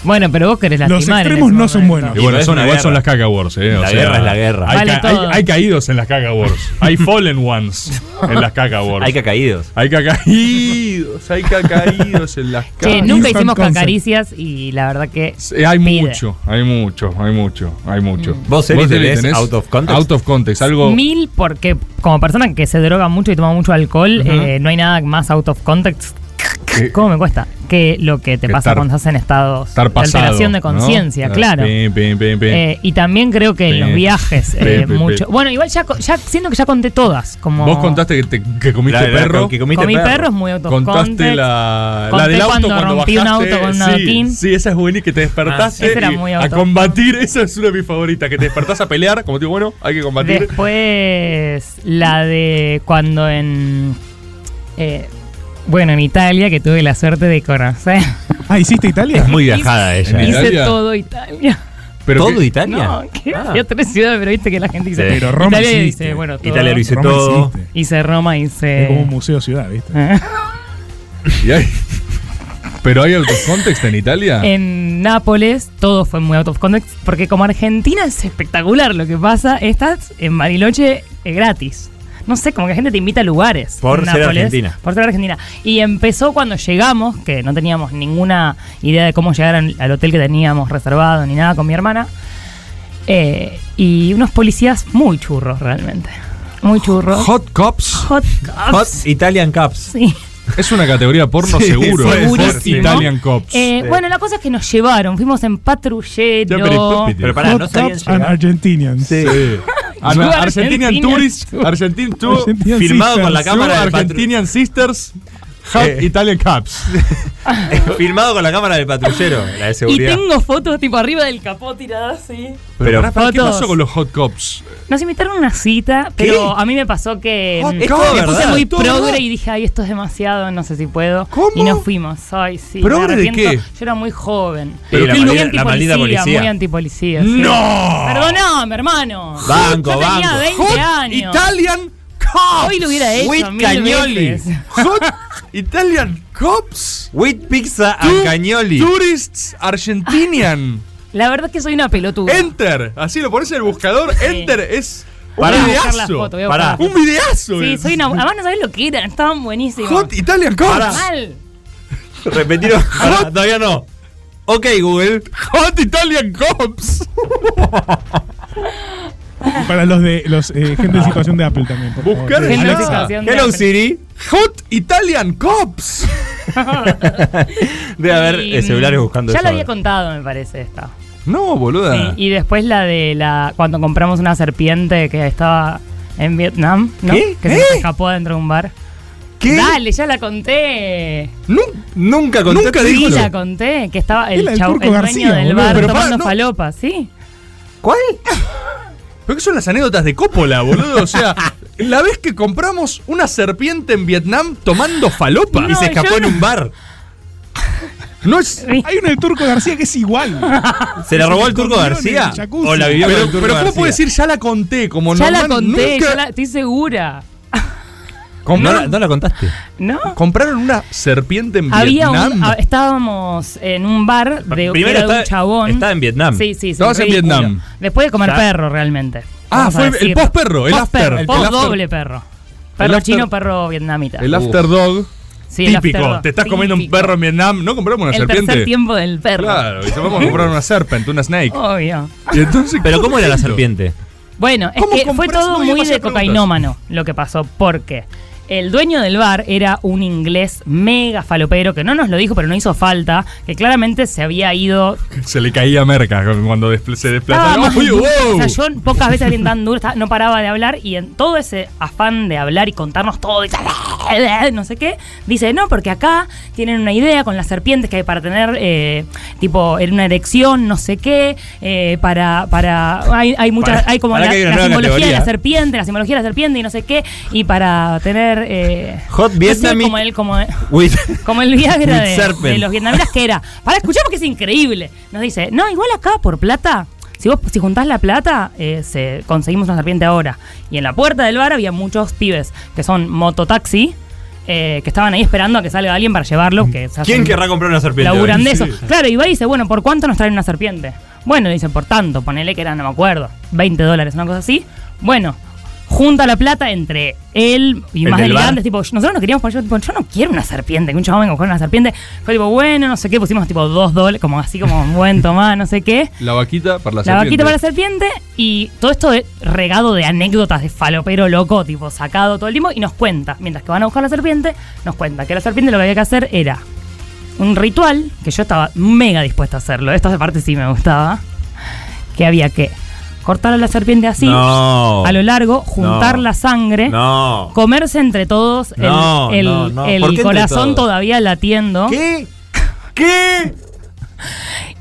Speaker 8: Bueno, pero vos querés
Speaker 1: Los
Speaker 8: lastimar. en
Speaker 1: extremos
Speaker 8: ese
Speaker 1: no son
Speaker 8: momento.
Speaker 6: Y
Speaker 1: buenos.
Speaker 6: bueno,
Speaker 7: no es
Speaker 6: son,
Speaker 7: una
Speaker 6: igual son
Speaker 7: guerra.
Speaker 6: las caca wars, eh, o
Speaker 7: La
Speaker 6: sea,
Speaker 7: guerra es la guerra.
Speaker 6: Hay,
Speaker 8: Vale
Speaker 6: ca- hay-
Speaker 8: todo.
Speaker 6: hay caídos en las caca wars. Hay fallen ones en las caca wars.
Speaker 7: Hay cacaídos.
Speaker 6: Hay cacaídos, hay cacaídos en las
Speaker 8: Che,
Speaker 6: caca.
Speaker 8: nunca
Speaker 1: Instant
Speaker 8: hicimos
Speaker 1: concept.
Speaker 8: cacaricias y la verdad que.
Speaker 6: Eh, hay
Speaker 8: pide. Mm.
Speaker 6: mucho, hay mucho, hay mucho, hay mucho.
Speaker 7: ¿Vos, Eli,
Speaker 6: Eli,
Speaker 7: tenés out of context?
Speaker 6: Out of context, algo...
Speaker 8: Mil, porque como persona que se droga mucho y toma mucho alcohol, eh, no hay nada más out of context.
Speaker 6: que-
Speaker 8: ¿Cómo me cuesta? Que lo que te
Speaker 6: Que
Speaker 8: pasa
Speaker 6: estar-
Speaker 8: cuando estás en estados
Speaker 6: estar pasado.
Speaker 8: de alteración de
Speaker 6: ¿no? Ah, Eh,
Speaker 8: conciencia, claro.
Speaker 6: Pim, pim, pim, pim.
Speaker 8: Eh, y también creo que en los
Speaker 6: Bien.
Speaker 8: viajes eh,
Speaker 6: Bien, bien,
Speaker 8: mucho.
Speaker 6: bien.
Speaker 8: Bueno, igual ya, co- ya siento que ya conté todas. Como
Speaker 6: Vos contaste que, te- que comiste
Speaker 7: La- la-
Speaker 6: perro.
Speaker 7: que comiste
Speaker 8: comí
Speaker 7: perro.
Speaker 8: perros muy out of
Speaker 6: Contaste
Speaker 8: context.
Speaker 6: la, la
Speaker 8: Conté
Speaker 6: del auto cuando,
Speaker 8: cuando rompí un
Speaker 6: bajaste.
Speaker 8: auto con un
Speaker 6: sí,
Speaker 8: adoquín.
Speaker 6: sí, esa es buena y que te despertaste
Speaker 8: Ah, esa era
Speaker 6: y
Speaker 8: muy
Speaker 6: a
Speaker 8: auto-
Speaker 6: combatir. Esa es una de mis favoritas. Que te despertás a pelear, como te digo, bueno, hay que combatir.
Speaker 8: Después la de cuando en. eh, bueno, en Italia, que tuve la suerte de conocer.
Speaker 1: Ah, ¿hiciste Italia?
Speaker 7: Es muy viajada
Speaker 6: En
Speaker 7: ella. ¿eh?
Speaker 6: Italia.
Speaker 8: Hice todo Italia.
Speaker 6: Pero
Speaker 7: ¿Todo
Speaker 6: que-
Speaker 7: Italia?
Speaker 8: No, que
Speaker 7: Ah.
Speaker 8: había tres ciudades, pero viste que la gente dice.
Speaker 7: Sí.
Speaker 1: Pero Roma
Speaker 8: Italia
Speaker 1: hiciste.
Speaker 8: dice, bueno, todo. Eh.
Speaker 7: Italia lo hice
Speaker 1: Roma
Speaker 7: todo.
Speaker 1: hiciste.
Speaker 8: Hice Roma, hice.
Speaker 1: Es como un museo ciudad, ¿viste?
Speaker 8: Eh.
Speaker 6: y hay- pero hay otros contextos en Italia.
Speaker 8: En Nápoles todo fue muy out of context porque como Argentina es espectacular lo que pasa, estás en Bariloche eh, gratis. No sé, como que la gente te invita a lugares.
Speaker 7: Por
Speaker 8: en
Speaker 7: ser argentina.
Speaker 8: Por ser Argentina. Y empezó cuando llegamos, que no teníamos ninguna idea de cómo llegar al, al hotel que teníamos reservado ni nada con mi hermana. Eh, y unos policías muy churros realmente. Muy churros.
Speaker 6: Hot Cops
Speaker 8: Hot
Speaker 7: Hot
Speaker 8: cops.
Speaker 7: Italian Cups.
Speaker 8: Sí.
Speaker 6: es una categoría porno
Speaker 7: Sí,
Speaker 6: seguro. ¿eh?
Speaker 7: puede
Speaker 6: Hot
Speaker 7: ser, sí.
Speaker 6: Italian Cops.
Speaker 8: Eh, Bueno, la cosa es que nos llevaron. Fuimos en patrullero.
Speaker 6: Ya, pero-
Speaker 7: Pero pará,
Speaker 1: Hot
Speaker 7: no sabían
Speaker 1: Tops and
Speaker 7: llegar.
Speaker 1: Argentinians.
Speaker 7: Sí. Ah,
Speaker 6: Ar-
Speaker 8: You are
Speaker 6: Ah, Argentinian
Speaker 8: Argentinian.
Speaker 6: Tourist, Argentinian Tour,
Speaker 1: Argentinian
Speaker 7: Firmado con la
Speaker 1: Sisters.
Speaker 7: cámara
Speaker 6: Tour
Speaker 7: del
Speaker 6: Argentinian Sisters, Hot
Speaker 7: Eh.
Speaker 6: Italian Cups.
Speaker 7: Filmado con la cámara del patrullero, la de
Speaker 8: Y
Speaker 7: seguridad.
Speaker 8: tengo fotos tipo arriba del capó tiradas así.
Speaker 6: Pero,
Speaker 7: Pero-
Speaker 6: pará, pará, ¿qué
Speaker 8: Fotos.
Speaker 6: pasó con los Hot Cops?
Speaker 8: Nos invitaron a una cita, pero a mí me pasó que
Speaker 6: Oh,
Speaker 7: Hot
Speaker 8: mm,
Speaker 7: cow,
Speaker 8: me puse
Speaker 7: ¿verdad?
Speaker 8: muy
Speaker 7: Todo
Speaker 8: progre
Speaker 7: verdad.
Speaker 8: y dije, ay, esto es demasiado, no sé si puedo.
Speaker 6: ¿Cómo?
Speaker 8: Y no fuimos. Ay, sí. me
Speaker 6: ¿Progre de
Speaker 8: arrepiento.
Speaker 6: qué?
Speaker 8: Yo era muy joven.
Speaker 7: Pero
Speaker 8: Muy
Speaker 7: la maldita- la maldita policía.
Speaker 8: Muy antipolicía. sí.
Speaker 6: ¡No!
Speaker 8: Perdoname, hermano.
Speaker 7: Banco,
Speaker 8: Yo tenía
Speaker 7: banco.
Speaker 8: 20
Speaker 6: Hot
Speaker 8: años.
Speaker 6: Italian Cops.
Speaker 8: Hoy lo hubiera hecho
Speaker 7: With
Speaker 8: mil
Speaker 7: Cagnoli.
Speaker 8: veces.
Speaker 6: Hot Italian Cops.
Speaker 7: With Pizza
Speaker 6: Tu-
Speaker 7: and Cagnoli.
Speaker 6: Tourists Argentinian.
Speaker 8: Ah, La verdad es que soy una pelotuda.
Speaker 6: Enter. Así lo pones en el buscador. Enter es un
Speaker 8: Voy a buscar las
Speaker 6: videazo.
Speaker 8: fotos, voy a
Speaker 7: Pará.
Speaker 8: buscar las
Speaker 6: Un videazo.
Speaker 8: Sí,
Speaker 6: es.
Speaker 8: soy una. Además, no sabés lo que eran, estaban buenísimos.
Speaker 6: Hot Italian Cops.
Speaker 8: Mal.
Speaker 7: Repetieron. Pará, Todavía no. Ok, Google.
Speaker 6: Hot Italian Cops.
Speaker 1: Y Para los de los eh, gente en situación de Apple también. por favor.
Speaker 6: Buscar
Speaker 1: Sí.
Speaker 8: Gente en
Speaker 6: Alexa.
Speaker 8: situación de-
Speaker 7: Ah. Hello Siri.
Speaker 6: Hot Italian Cops.
Speaker 7: Debe haber
Speaker 8: Y, mm,
Speaker 7: eh, celulares buscando
Speaker 8: Ya
Speaker 7: eso
Speaker 8: lo había
Speaker 7: ahora.
Speaker 8: contado, me parece, esta.
Speaker 6: No, boluda.
Speaker 8: Sí, y después la de la cuando compramos una serpiente que estaba en Vietnam, ¿no?
Speaker 7: ¿Qué?
Speaker 8: Que se
Speaker 6: ¿Eh?
Speaker 8: nos escapó dentro de un bar.
Speaker 7: ¿Qué?
Speaker 8: Dale, ya la conté.
Speaker 6: Nun-
Speaker 7: Nunca contaste.
Speaker 6: Nunca
Speaker 8: Sí,
Speaker 6: dijo.
Speaker 8: la conté, que estaba
Speaker 1: Es
Speaker 8: el,
Speaker 1: la del
Speaker 8: chau-
Speaker 1: Turco
Speaker 8: el
Speaker 1: García,
Speaker 8: dueño del
Speaker 1: boludo.
Speaker 8: bar
Speaker 6: Pero
Speaker 8: tomando
Speaker 6: pará, no.
Speaker 8: falopa, ¿sí?
Speaker 7: ¿Cuál?
Speaker 6: Pero que son las anécdotas de Coppola, boludo. O sea, la vez que compramos una serpiente en Vietnam tomando falopa.
Speaker 7: y
Speaker 8: No,
Speaker 7: se escapó
Speaker 8: yo
Speaker 7: en
Speaker 8: no-
Speaker 7: un bar.
Speaker 6: No es.
Speaker 8: Sí.
Speaker 1: Hay una del Turco García que es igual.
Speaker 7: ¿Se la robó el
Speaker 1: Se
Speaker 7: Turco
Speaker 1: escondieron en
Speaker 7: García?
Speaker 1: el jacuzzi.
Speaker 7: ¿O la vivió con
Speaker 6: Pero,
Speaker 7: el Turco
Speaker 6: pero ¿cómo
Speaker 7: García?
Speaker 6: puedo decir ya la conté? Como
Speaker 8: ya
Speaker 6: no,
Speaker 8: la
Speaker 6: man,
Speaker 8: conté,
Speaker 6: nunca-
Speaker 8: ya la- estoy segura.
Speaker 7: No
Speaker 6: compraron,
Speaker 7: la, no la contaste.
Speaker 8: ¿No?
Speaker 6: compraron una serpiente en
Speaker 8: Había
Speaker 6: Vietnam.
Speaker 8: un, ah, estábamos en un bar de,
Speaker 7: Primero
Speaker 8: era de
Speaker 7: está-
Speaker 8: un chabón.
Speaker 7: está en Vietnam.
Speaker 8: Sí, sí, sí.
Speaker 6: Estabas en
Speaker 8: ridículo.
Speaker 6: Vietnam.
Speaker 8: Después de comer
Speaker 7: Ya.
Speaker 8: perro, realmente.
Speaker 6: Ah,
Speaker 8: Vamos a
Speaker 6: fue el
Speaker 8: decirlo.
Speaker 6: post-perro, el
Speaker 8: Post
Speaker 6: after,
Speaker 8: perro,
Speaker 6: el
Speaker 8: post
Speaker 6: after.
Speaker 8: doble perro. Perro
Speaker 6: El after-
Speaker 8: chino, perro vietnamita.
Speaker 6: el after dog.
Speaker 8: Sí, el
Speaker 6: típico.
Speaker 8: after-
Speaker 6: Te estás comiendo un
Speaker 8: típico.
Speaker 6: perro en Vietnam. No compramos una
Speaker 8: El tercer
Speaker 6: serpiente.
Speaker 8: tiempo Oh. del perro.
Speaker 6: Claro, y vamos a comprar una serpiente, una snake.
Speaker 8: Obvio.
Speaker 6: Y entonces,
Speaker 7: Pero ¿cómo era la
Speaker 6: lindo.
Speaker 7: serpiente?
Speaker 8: Bueno, es
Speaker 6: ¿Cómo
Speaker 8: que fue
Speaker 6: compras? No,
Speaker 8: todo
Speaker 6: hay
Speaker 8: muy
Speaker 6: demasiadas
Speaker 8: de cocainómano lo que pasó, porque el dueño del bar era un inglés mega falopero que no nos lo dijo, pero no hizo falta, que claramente se había ido
Speaker 6: Se le caía merca cuando despl- se
Speaker 8: Estaba
Speaker 6: desplazaba.
Speaker 8: más
Speaker 6: Uy,
Speaker 8: duro.
Speaker 6: wow.
Speaker 8: Ah, O sea, yo pocas veces alguien tan duro estaba- no paraba de hablar y en todo ese afán de hablar y contarnos todo y tal, no sé qué, dice, no, porque acá tienen una idea con las serpientes que hay para tener, eh, tipo, en una erección, no sé qué, eh, para, para, hay, hay muchas,
Speaker 7: Para-
Speaker 8: hay como
Speaker 7: para
Speaker 8: la,
Speaker 7: que hay una
Speaker 8: la
Speaker 7: nueva
Speaker 8: simbología de la
Speaker 7: categoría.
Speaker 8: serpiente, la simbología de la serpiente y no sé qué, y para tener... eh,
Speaker 7: Hot
Speaker 8: no sé,
Speaker 7: Vietnamese-
Speaker 8: como el, como el-
Speaker 7: With-
Speaker 8: como el Viagra
Speaker 7: With
Speaker 8: de,
Speaker 7: serpent.
Speaker 8: de los vietnamitas que era. Para escuchar porque es increíble. Nos dice, no, igual acá por plata. Si vos si juntás la plata, eh, se- conseguimos una serpiente ahora. Y en la puerta del bar había muchos pibes que son mototaxi, eh, que estaban ahí esperando a que salga alguien para llevarlo. Que se
Speaker 7: ¿Quién
Speaker 8: hacen-
Speaker 7: querrá comprar una serpiente?
Speaker 8: Laburan
Speaker 7: hoy?
Speaker 8: de eso.
Speaker 7: Sí.
Speaker 8: Claro, y va y dice, bueno, ¿por cuánto nos traen una serpiente? Bueno, dice, por tanto, ponele que era, no me acuerdo, 20 dólares, una cosa así. Bueno, junta la plata entre él y
Speaker 7: ¿El
Speaker 8: más
Speaker 7: del bar?
Speaker 8: delirantes, tipo, nosotros nos queríamos poner, yo, tipo, yo no quiero una serpiente, que un chabón venga a coger una serpiente. Fue tipo, bueno, no sé qué, pusimos tipo dos dólares, como así como un buen tomá, no sé qué.
Speaker 6: La vaquita para la,
Speaker 8: La
Speaker 6: serpiente.
Speaker 8: vaquita para la serpiente y todo esto de regado de anécdotas de falopero loco, tipo sacado todo el tiempo, y nos cuenta, mientras que van a buscar la serpiente, nos cuenta que la serpiente lo que había que hacer era un ritual, que yo estaba mega dispuesta a hacerlo, esto de parte sí me gustaba, que había que cortar a la serpiente así,
Speaker 7: No.
Speaker 8: a lo largo, juntar
Speaker 7: No.
Speaker 8: la
Speaker 7: ¿Eh?
Speaker 8: sangre,
Speaker 7: No.
Speaker 8: comerse entre todos el,
Speaker 7: No,
Speaker 8: el-
Speaker 7: no, no.
Speaker 8: el
Speaker 7: ¿Por qué entre
Speaker 8: corazón
Speaker 7: todos?
Speaker 8: todavía latiendo.
Speaker 7: ¿Qué? ¿Qué?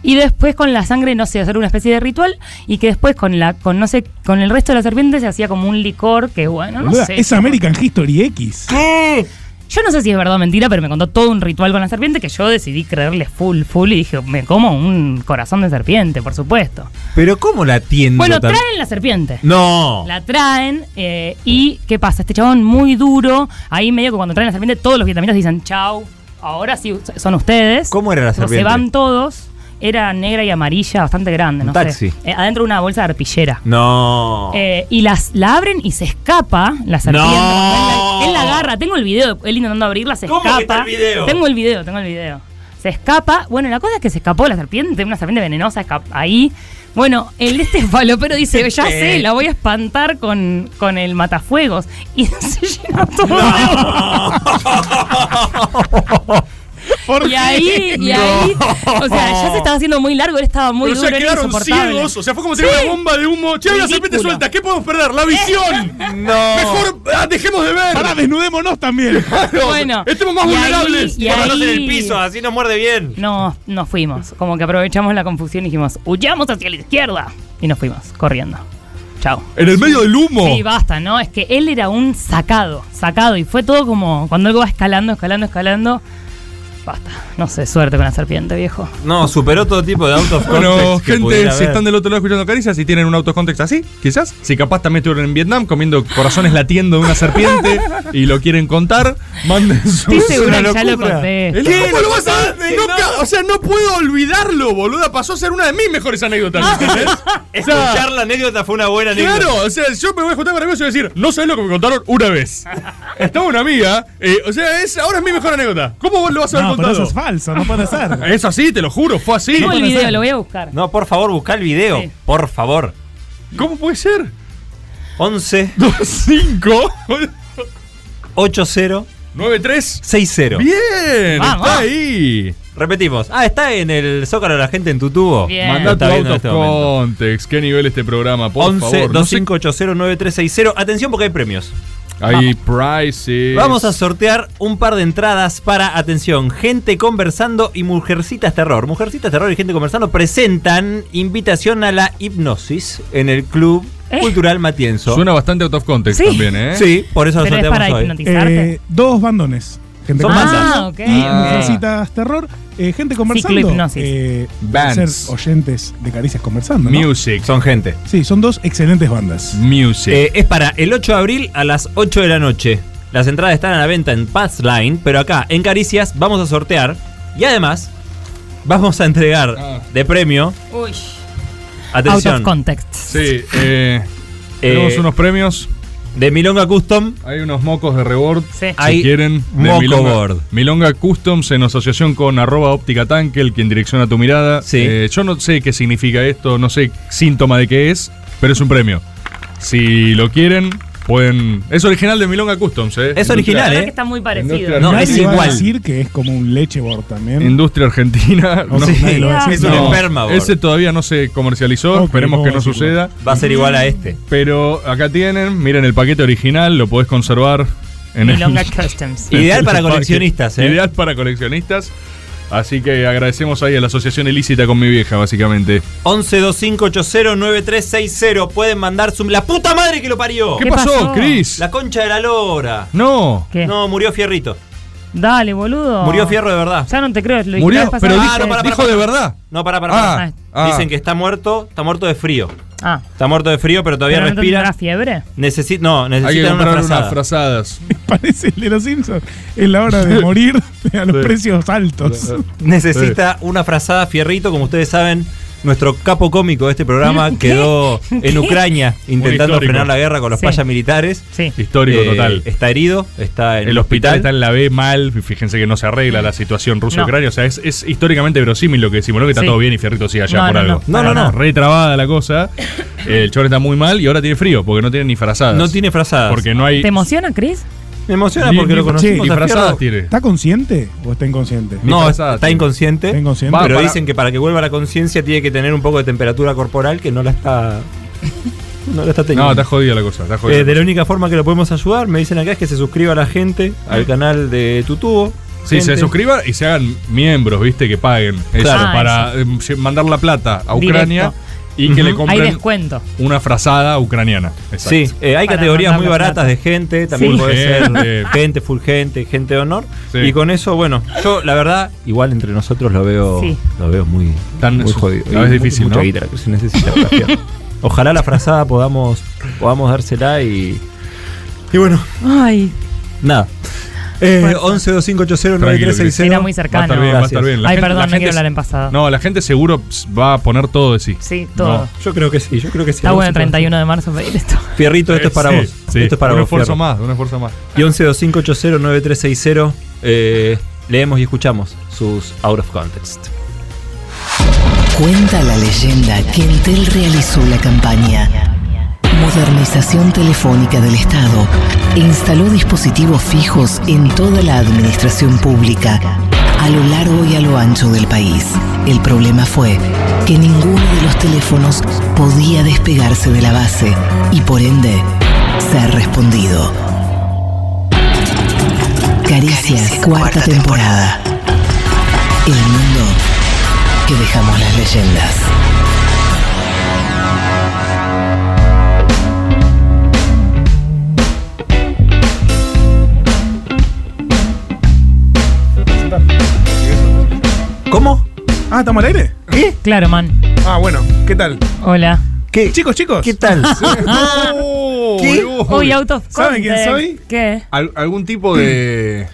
Speaker 8: Y después con la sangre, no sé, hacer una especie de ritual y que después con la con no sé, con el resto de la serpiente se hacía como un licor que bueno, no
Speaker 1: Boluda,
Speaker 8: sé.
Speaker 1: es American History X.
Speaker 7: ¿Qué?
Speaker 8: Yo no sé si es verdad o mentira, pero me contó todo un ritual con la serpiente que yo decidí creerle full full y dije, me como un corazón de serpiente, por supuesto.
Speaker 7: ¿Pero cómo la atiendo?
Speaker 8: Bueno,
Speaker 7: tan-
Speaker 8: traen la serpiente.
Speaker 7: Mm, No.
Speaker 8: La traen eh, y ¿qué pasa? Este chabón muy duro, ahí medio que cuando traen la serpiente todos los vietnamitas dicen chau, ahora sí son ustedes.
Speaker 7: ¿Cómo era la
Speaker 8: Pero
Speaker 7: serpiente?
Speaker 8: Se van todos, era negra y amarilla, bastante grande,
Speaker 7: Un
Speaker 8: no
Speaker 7: taxi.
Speaker 8: sé. Eh, adentro de una bolsa de arpillera.
Speaker 7: No.
Speaker 8: Eh, y las, la abren y se escapa la serpiente.
Speaker 7: No.
Speaker 8: Él, la, él la agarra, tengo el video, él intentando abrirla, se
Speaker 7: ¿Cómo que
Speaker 8: escapa.
Speaker 7: está el video?
Speaker 8: Tengo el video, tengo el video. Se escapa. Bueno, la cosa es que se escapó la serpiente, una serpiente venenosa escapa ahí. Bueno, el de este falopero dice, ya sé, la voy a espantar con, con el matafuegos. Y se llena todo de Y ahí, y ahí, o sea, ya se estaba haciendo muy largo, él estaba muy
Speaker 4: Pero o
Speaker 8: duro,
Speaker 4: sea,
Speaker 8: era
Speaker 4: quedaron
Speaker 8: insoportable.
Speaker 4: ciegos. O sea, fue como tirar una bomba de humo. Che, hay una serpiente
Speaker 8: Ridículo. Eh.
Speaker 4: suelta. ¿Qué podemos perder? ¡La visión!
Speaker 7: No.
Speaker 4: Mejor ah, dejemos de ver.
Speaker 1: Ahora desnudémonos también.
Speaker 8: Bueno,
Speaker 4: Estemos más
Speaker 8: y ahí-
Speaker 4: vulnerables.
Speaker 8: y
Speaker 7: Vámonos en
Speaker 8: ahí-
Speaker 7: el piso, así nos muerde bien.
Speaker 8: No, nos fuimos. Como que aprovechamos la confusión y dijimos, huyamos hacia la izquierda. Y nos fuimos, corriendo. Chao.
Speaker 4: En el medio del humo.
Speaker 8: Sí, basta, ¿no? Es que él era un sacado, sacado. Y fue todo como cuando algo va escalando, escalando, escalando. Basta. No sé, suerte con la serpiente, viejo.
Speaker 7: No, superó todo tipo de autos.
Speaker 6: Bueno, gente, si están del otro lado escuchando caricias y tienen un autocontext así, quizás, si capaz también estuvieron en Vietnam comiendo corazones latiendo de una serpiente y lo quieren contar, manden su...
Speaker 8: Estoy segura que ya lo conté.
Speaker 6: El-
Speaker 4: ¿Cómo lo vas a ver? No ca- O sea, no puedo olvidarlo, boluda. Pasó a ser una de mis mejores
Speaker 1: Ah.
Speaker 4: anécdotas. ¿entendés?
Speaker 7: Escuchar la anécdota fue una buena anécdota.
Speaker 4: Claro, o sea, yo me voy a juntar con amigos y voy a decir, no sabés lo que me contaron una vez. Estaba una amiga, eh, o sea, es, ahora es mi mejor anécdota. ¿Cómo vos lo vas a haber
Speaker 1: No, pero eso
Speaker 4: contado?
Speaker 1: es falso, no puede ser.
Speaker 4: Es así, te lo juro, fue así.
Speaker 8: Tengo el video,
Speaker 1: ser.
Speaker 8: lo voy a buscar.
Speaker 7: No, por favor, busca el video.
Speaker 8: Sí.
Speaker 7: Por favor.
Speaker 4: ¿Cómo puede ser?
Speaker 7: 11
Speaker 4: 2-5.
Speaker 7: 80
Speaker 4: 9-3.
Speaker 7: 60.
Speaker 4: Bien,
Speaker 8: Vamos.
Speaker 4: está ahí.
Speaker 7: Repetimos. Ah, está en el Zócalo la gente en tu tubo.
Speaker 8: Bien.
Speaker 7: Mandá
Speaker 8: Lo
Speaker 6: Manda tu
Speaker 7: está viendo en este momento.
Speaker 6: autocontext. ¿Qué nivel este programa? Por
Speaker 7: 11
Speaker 6: favor. No sé-
Speaker 7: 25809360. Atención porque hay premios.
Speaker 6: Hay prices.
Speaker 7: Vamos a sortear un par de entradas para, atención, Gente Conversando y Mujercitas Terror. Mujercitas Terror y Gente Conversando presentan invitación a la hipnosis en el Club
Speaker 8: Eh.
Speaker 7: Cultural Matienzo.
Speaker 6: Suena bastante out of context
Speaker 8: Sí.
Speaker 6: también, ¿eh?
Speaker 7: Sí, por eso lo
Speaker 8: Pero es
Speaker 7: sorteamos
Speaker 8: para
Speaker 7: hoy.
Speaker 8: hipnotizarte.
Speaker 1: Eh, dos bandones. Gente
Speaker 7: Son
Speaker 1: conversando
Speaker 8: bandas. Ah, ok.
Speaker 1: Y
Speaker 6: Ah.
Speaker 1: mujercitas terror. eh, gente conversando.
Speaker 8: hipnosis.
Speaker 1: eh,
Speaker 6: Bands.
Speaker 1: Ser oyentes de caricias conversando. ¿no?
Speaker 6: Music.
Speaker 7: Son gente.
Speaker 1: Sí, son dos excelentes bandas.
Speaker 6: Music.
Speaker 7: Eh, es para el 8 de abril a las 8 de la noche. Las entradas están a la venta en Passline, pero acá en Caricias vamos a sortear y además vamos a entregar
Speaker 6: Ah.
Speaker 7: de premio,
Speaker 8: Uy. Out
Speaker 7: atención,
Speaker 8: of context.
Speaker 6: sí, eh, tenemos
Speaker 7: eh,
Speaker 6: unos premios.
Speaker 7: de Milonga Custom,
Speaker 6: Hay unos mocos de rebord.
Speaker 8: Sí.
Speaker 7: Hay
Speaker 6: si quieren, de
Speaker 7: moco
Speaker 6: Milonga,
Speaker 7: board.
Speaker 6: Milonga Customs en asociación con arroba óptica tankel, quien direcciona tu mirada.
Speaker 7: Sí.
Speaker 6: Eh, yo no sé qué significa esto, no sé síntoma de qué es, pero es un premio. Si lo quieren, pueden. Es original de Milonga Customs, ¿eh?
Speaker 7: Es
Speaker 6: Industria-
Speaker 8: La
Speaker 7: original,
Speaker 8: verdad
Speaker 7: ¿eh?
Speaker 8: que está muy
Speaker 6: Industria
Speaker 8: parecido.
Speaker 7: No,
Speaker 1: Nadie
Speaker 7: es
Speaker 1: va a
Speaker 7: igual.
Speaker 1: decir que es como un lecheboard también.
Speaker 6: Industria Argentina.
Speaker 1: O sea, nadie lo va a decir.
Speaker 7: Es un
Speaker 1: No.
Speaker 7: esperma, bor.
Speaker 6: Ese todavía no se comercializó,
Speaker 1: Ok,
Speaker 6: esperemos que no
Speaker 1: vamos a decirlo.
Speaker 6: suceda.
Speaker 7: va a ser igual a este.
Speaker 6: Pero acá tienen, miren el paquete original, lo podés conservar en el-
Speaker 8: Milonga Customs.
Speaker 6: en el parque.
Speaker 4: Ideal
Speaker 7: ¿eh?
Speaker 6: Ideal para coleccionistas. Así que agradecemos ahí a la asociación ilícita con mi vieja, básicamente.
Speaker 7: 1125809360. Pueden mandar su. ¡La puta madre que lo parió!
Speaker 6: ¿Qué ¿Qué pasó, pasó? Cris?
Speaker 7: La concha de la lora.
Speaker 6: No.
Speaker 7: No, murió Fierrito.
Speaker 8: Dale, boludo.
Speaker 7: Murió Fierro de verdad.
Speaker 8: Ya no te creo, lo
Speaker 7: Murió,
Speaker 8: dijiste la vez
Speaker 7: pero
Speaker 8: pasada.
Speaker 7: dijo- Ah, no, pará, dijo pará, de pará. verdad. No, pará, pará.
Speaker 8: Ah,
Speaker 7: pará. Dicen que está muerto, está muerto de frío.
Speaker 8: Ah.
Speaker 7: Está muerto de frío, pero todavía
Speaker 8: ¿Pero no
Speaker 7: respira.
Speaker 8: tendrá fiebre?
Speaker 7: Necesi- no,
Speaker 6: Hay que
Speaker 7: necesitan una
Speaker 6: comprar unas
Speaker 7: frazada.
Speaker 6: frazadas.
Speaker 1: Parece el de los Simpsons. Es la hora de morir a los precios altos.
Speaker 7: Necesita una frazada Fierrito, como ustedes saben. Nuestro capo cómico de este programa quedó en
Speaker 6: ¿Qué?
Speaker 7: Ucrania
Speaker 6: Muy
Speaker 7: intentando
Speaker 6: histórico.
Speaker 7: frenar la guerra con los
Speaker 6: Sí.
Speaker 7: payas militares.
Speaker 6: Histórico
Speaker 7: Eh,
Speaker 6: total.
Speaker 7: Está herido, está en
Speaker 6: El hospital está en la B mal, fíjense que no se arregla la situación Rusia-Ucrania, o sea, es, es históricamente verosímil lo que decimos, no que está
Speaker 7: Sí.
Speaker 6: todo bien y Fierrito sigue allá
Speaker 7: No,
Speaker 6: por
Speaker 7: no,
Speaker 6: algo.
Speaker 7: no, no, no, no.
Speaker 6: Retrabada la cosa, el chorro está muy mal y ahora tiene frío, porque no tiene ni frazadas.
Speaker 7: No tiene frazadas.
Speaker 6: Porque no hay...
Speaker 8: ¿Te emociona, Cris?
Speaker 7: Me emociona
Speaker 6: Ni- porque ni- lo conocimos
Speaker 1: Che,
Speaker 6: a Fierro.
Speaker 1: ¿Está consciente o está inconsciente?
Speaker 7: No, está, inconsciente.
Speaker 1: inconsciente.
Speaker 7: pero
Speaker 1: Va, para-
Speaker 7: dicen que para que vuelva la conciencia tiene que tener un poco de temperatura corporal que no la está. No la está teniendo.
Speaker 6: No, está jodida la cosa, está jodida.
Speaker 7: Eh, de la única forma que lo podemos ayudar, me dicen acá, es que se suscriba la gente al canal de Tutubo.
Speaker 6: Sí, se suscriban y se hagan miembros, viste, que paguen eso,
Speaker 7: Claro. Ah,
Speaker 6: para eh, mandar la plata a Ucrania y que le
Speaker 8: Hay
Speaker 6: compren
Speaker 8: descuento.
Speaker 6: una frazada ucraniana. Exacto.
Speaker 7: Sí, eh, hay
Speaker 8: Para
Speaker 7: categorías muy
Speaker 8: mandar la
Speaker 7: baratas
Speaker 8: plata.
Speaker 7: de gente, también
Speaker 6: Full
Speaker 7: puede
Speaker 6: gente.
Speaker 7: ser Eh, gente, full gente, gente de honor.
Speaker 6: Sí.
Speaker 7: Y con eso, bueno, yo la verdad, igual entre nosotros lo veo,
Speaker 6: Sí.
Speaker 7: lo veo muy,
Speaker 6: Tan-
Speaker 7: muy jodido.
Speaker 6: no, es
Speaker 7: Y
Speaker 6: difícil,
Speaker 7: mucha
Speaker 6: ¿no?
Speaker 7: guita la que se necesita para fiar. Ojalá la frazada podamos, podamos dársela y. Y bueno,
Speaker 8: Ay.
Speaker 7: nada. Eh,
Speaker 8: Fuerza.
Speaker 7: 11 2580 9360.
Speaker 8: Era muy cercano.
Speaker 6: Va a estar bien, va a estar bien. La
Speaker 8: Ay,
Speaker 6: gente-
Speaker 8: perdón,
Speaker 6: la
Speaker 8: no
Speaker 6: gente
Speaker 8: quiero
Speaker 6: es-
Speaker 8: hablar en pasado.
Speaker 6: No, la gente seguro ps, va a poner todo de sí.
Speaker 8: Sí, todo.
Speaker 7: Yo creo que sí, yo creo que sí.
Speaker 8: Está bueno el 31 de marzo pedir esto.
Speaker 7: Fierrito, esto
Speaker 6: Eh,
Speaker 7: es para
Speaker 6: sí,
Speaker 7: vos.
Speaker 6: sí.
Speaker 7: Esto es para
Speaker 6: un
Speaker 7: vos.
Speaker 6: esfuerzo
Speaker 7: Fierro.
Speaker 6: más, un esfuerzo más.
Speaker 7: Y 1125809360 eh, leemos y escuchamos sus out of context.
Speaker 10: Cuenta la leyenda que Entel realizó la campaña Modernización Telefónica del Estado e instaló dispositivos fijos en toda la administración pública a lo largo y a lo ancho del país. El problema fue que ninguno de los teléfonos podía despegarse de la base y por ende ser respondido. Caricias, cuarta, temporada. El mundo que dejamos las leyendas.
Speaker 7: ¿Cómo?
Speaker 1: Ah, ¿estamos al aire?
Speaker 8: ¿Qué? Claro, man.
Speaker 1: Ah, bueno, ¿qué tal?
Speaker 8: Hola.
Speaker 7: ¿Qué?
Speaker 1: Chicos, chicos.
Speaker 7: ¿Qué tal?
Speaker 4: Ah.
Speaker 8: ¿Qué? Uy, out of
Speaker 1: ¿Saben quién
Speaker 8: context.
Speaker 1: soy?
Speaker 8: ¿Qué?
Speaker 6: Al- algún tipo de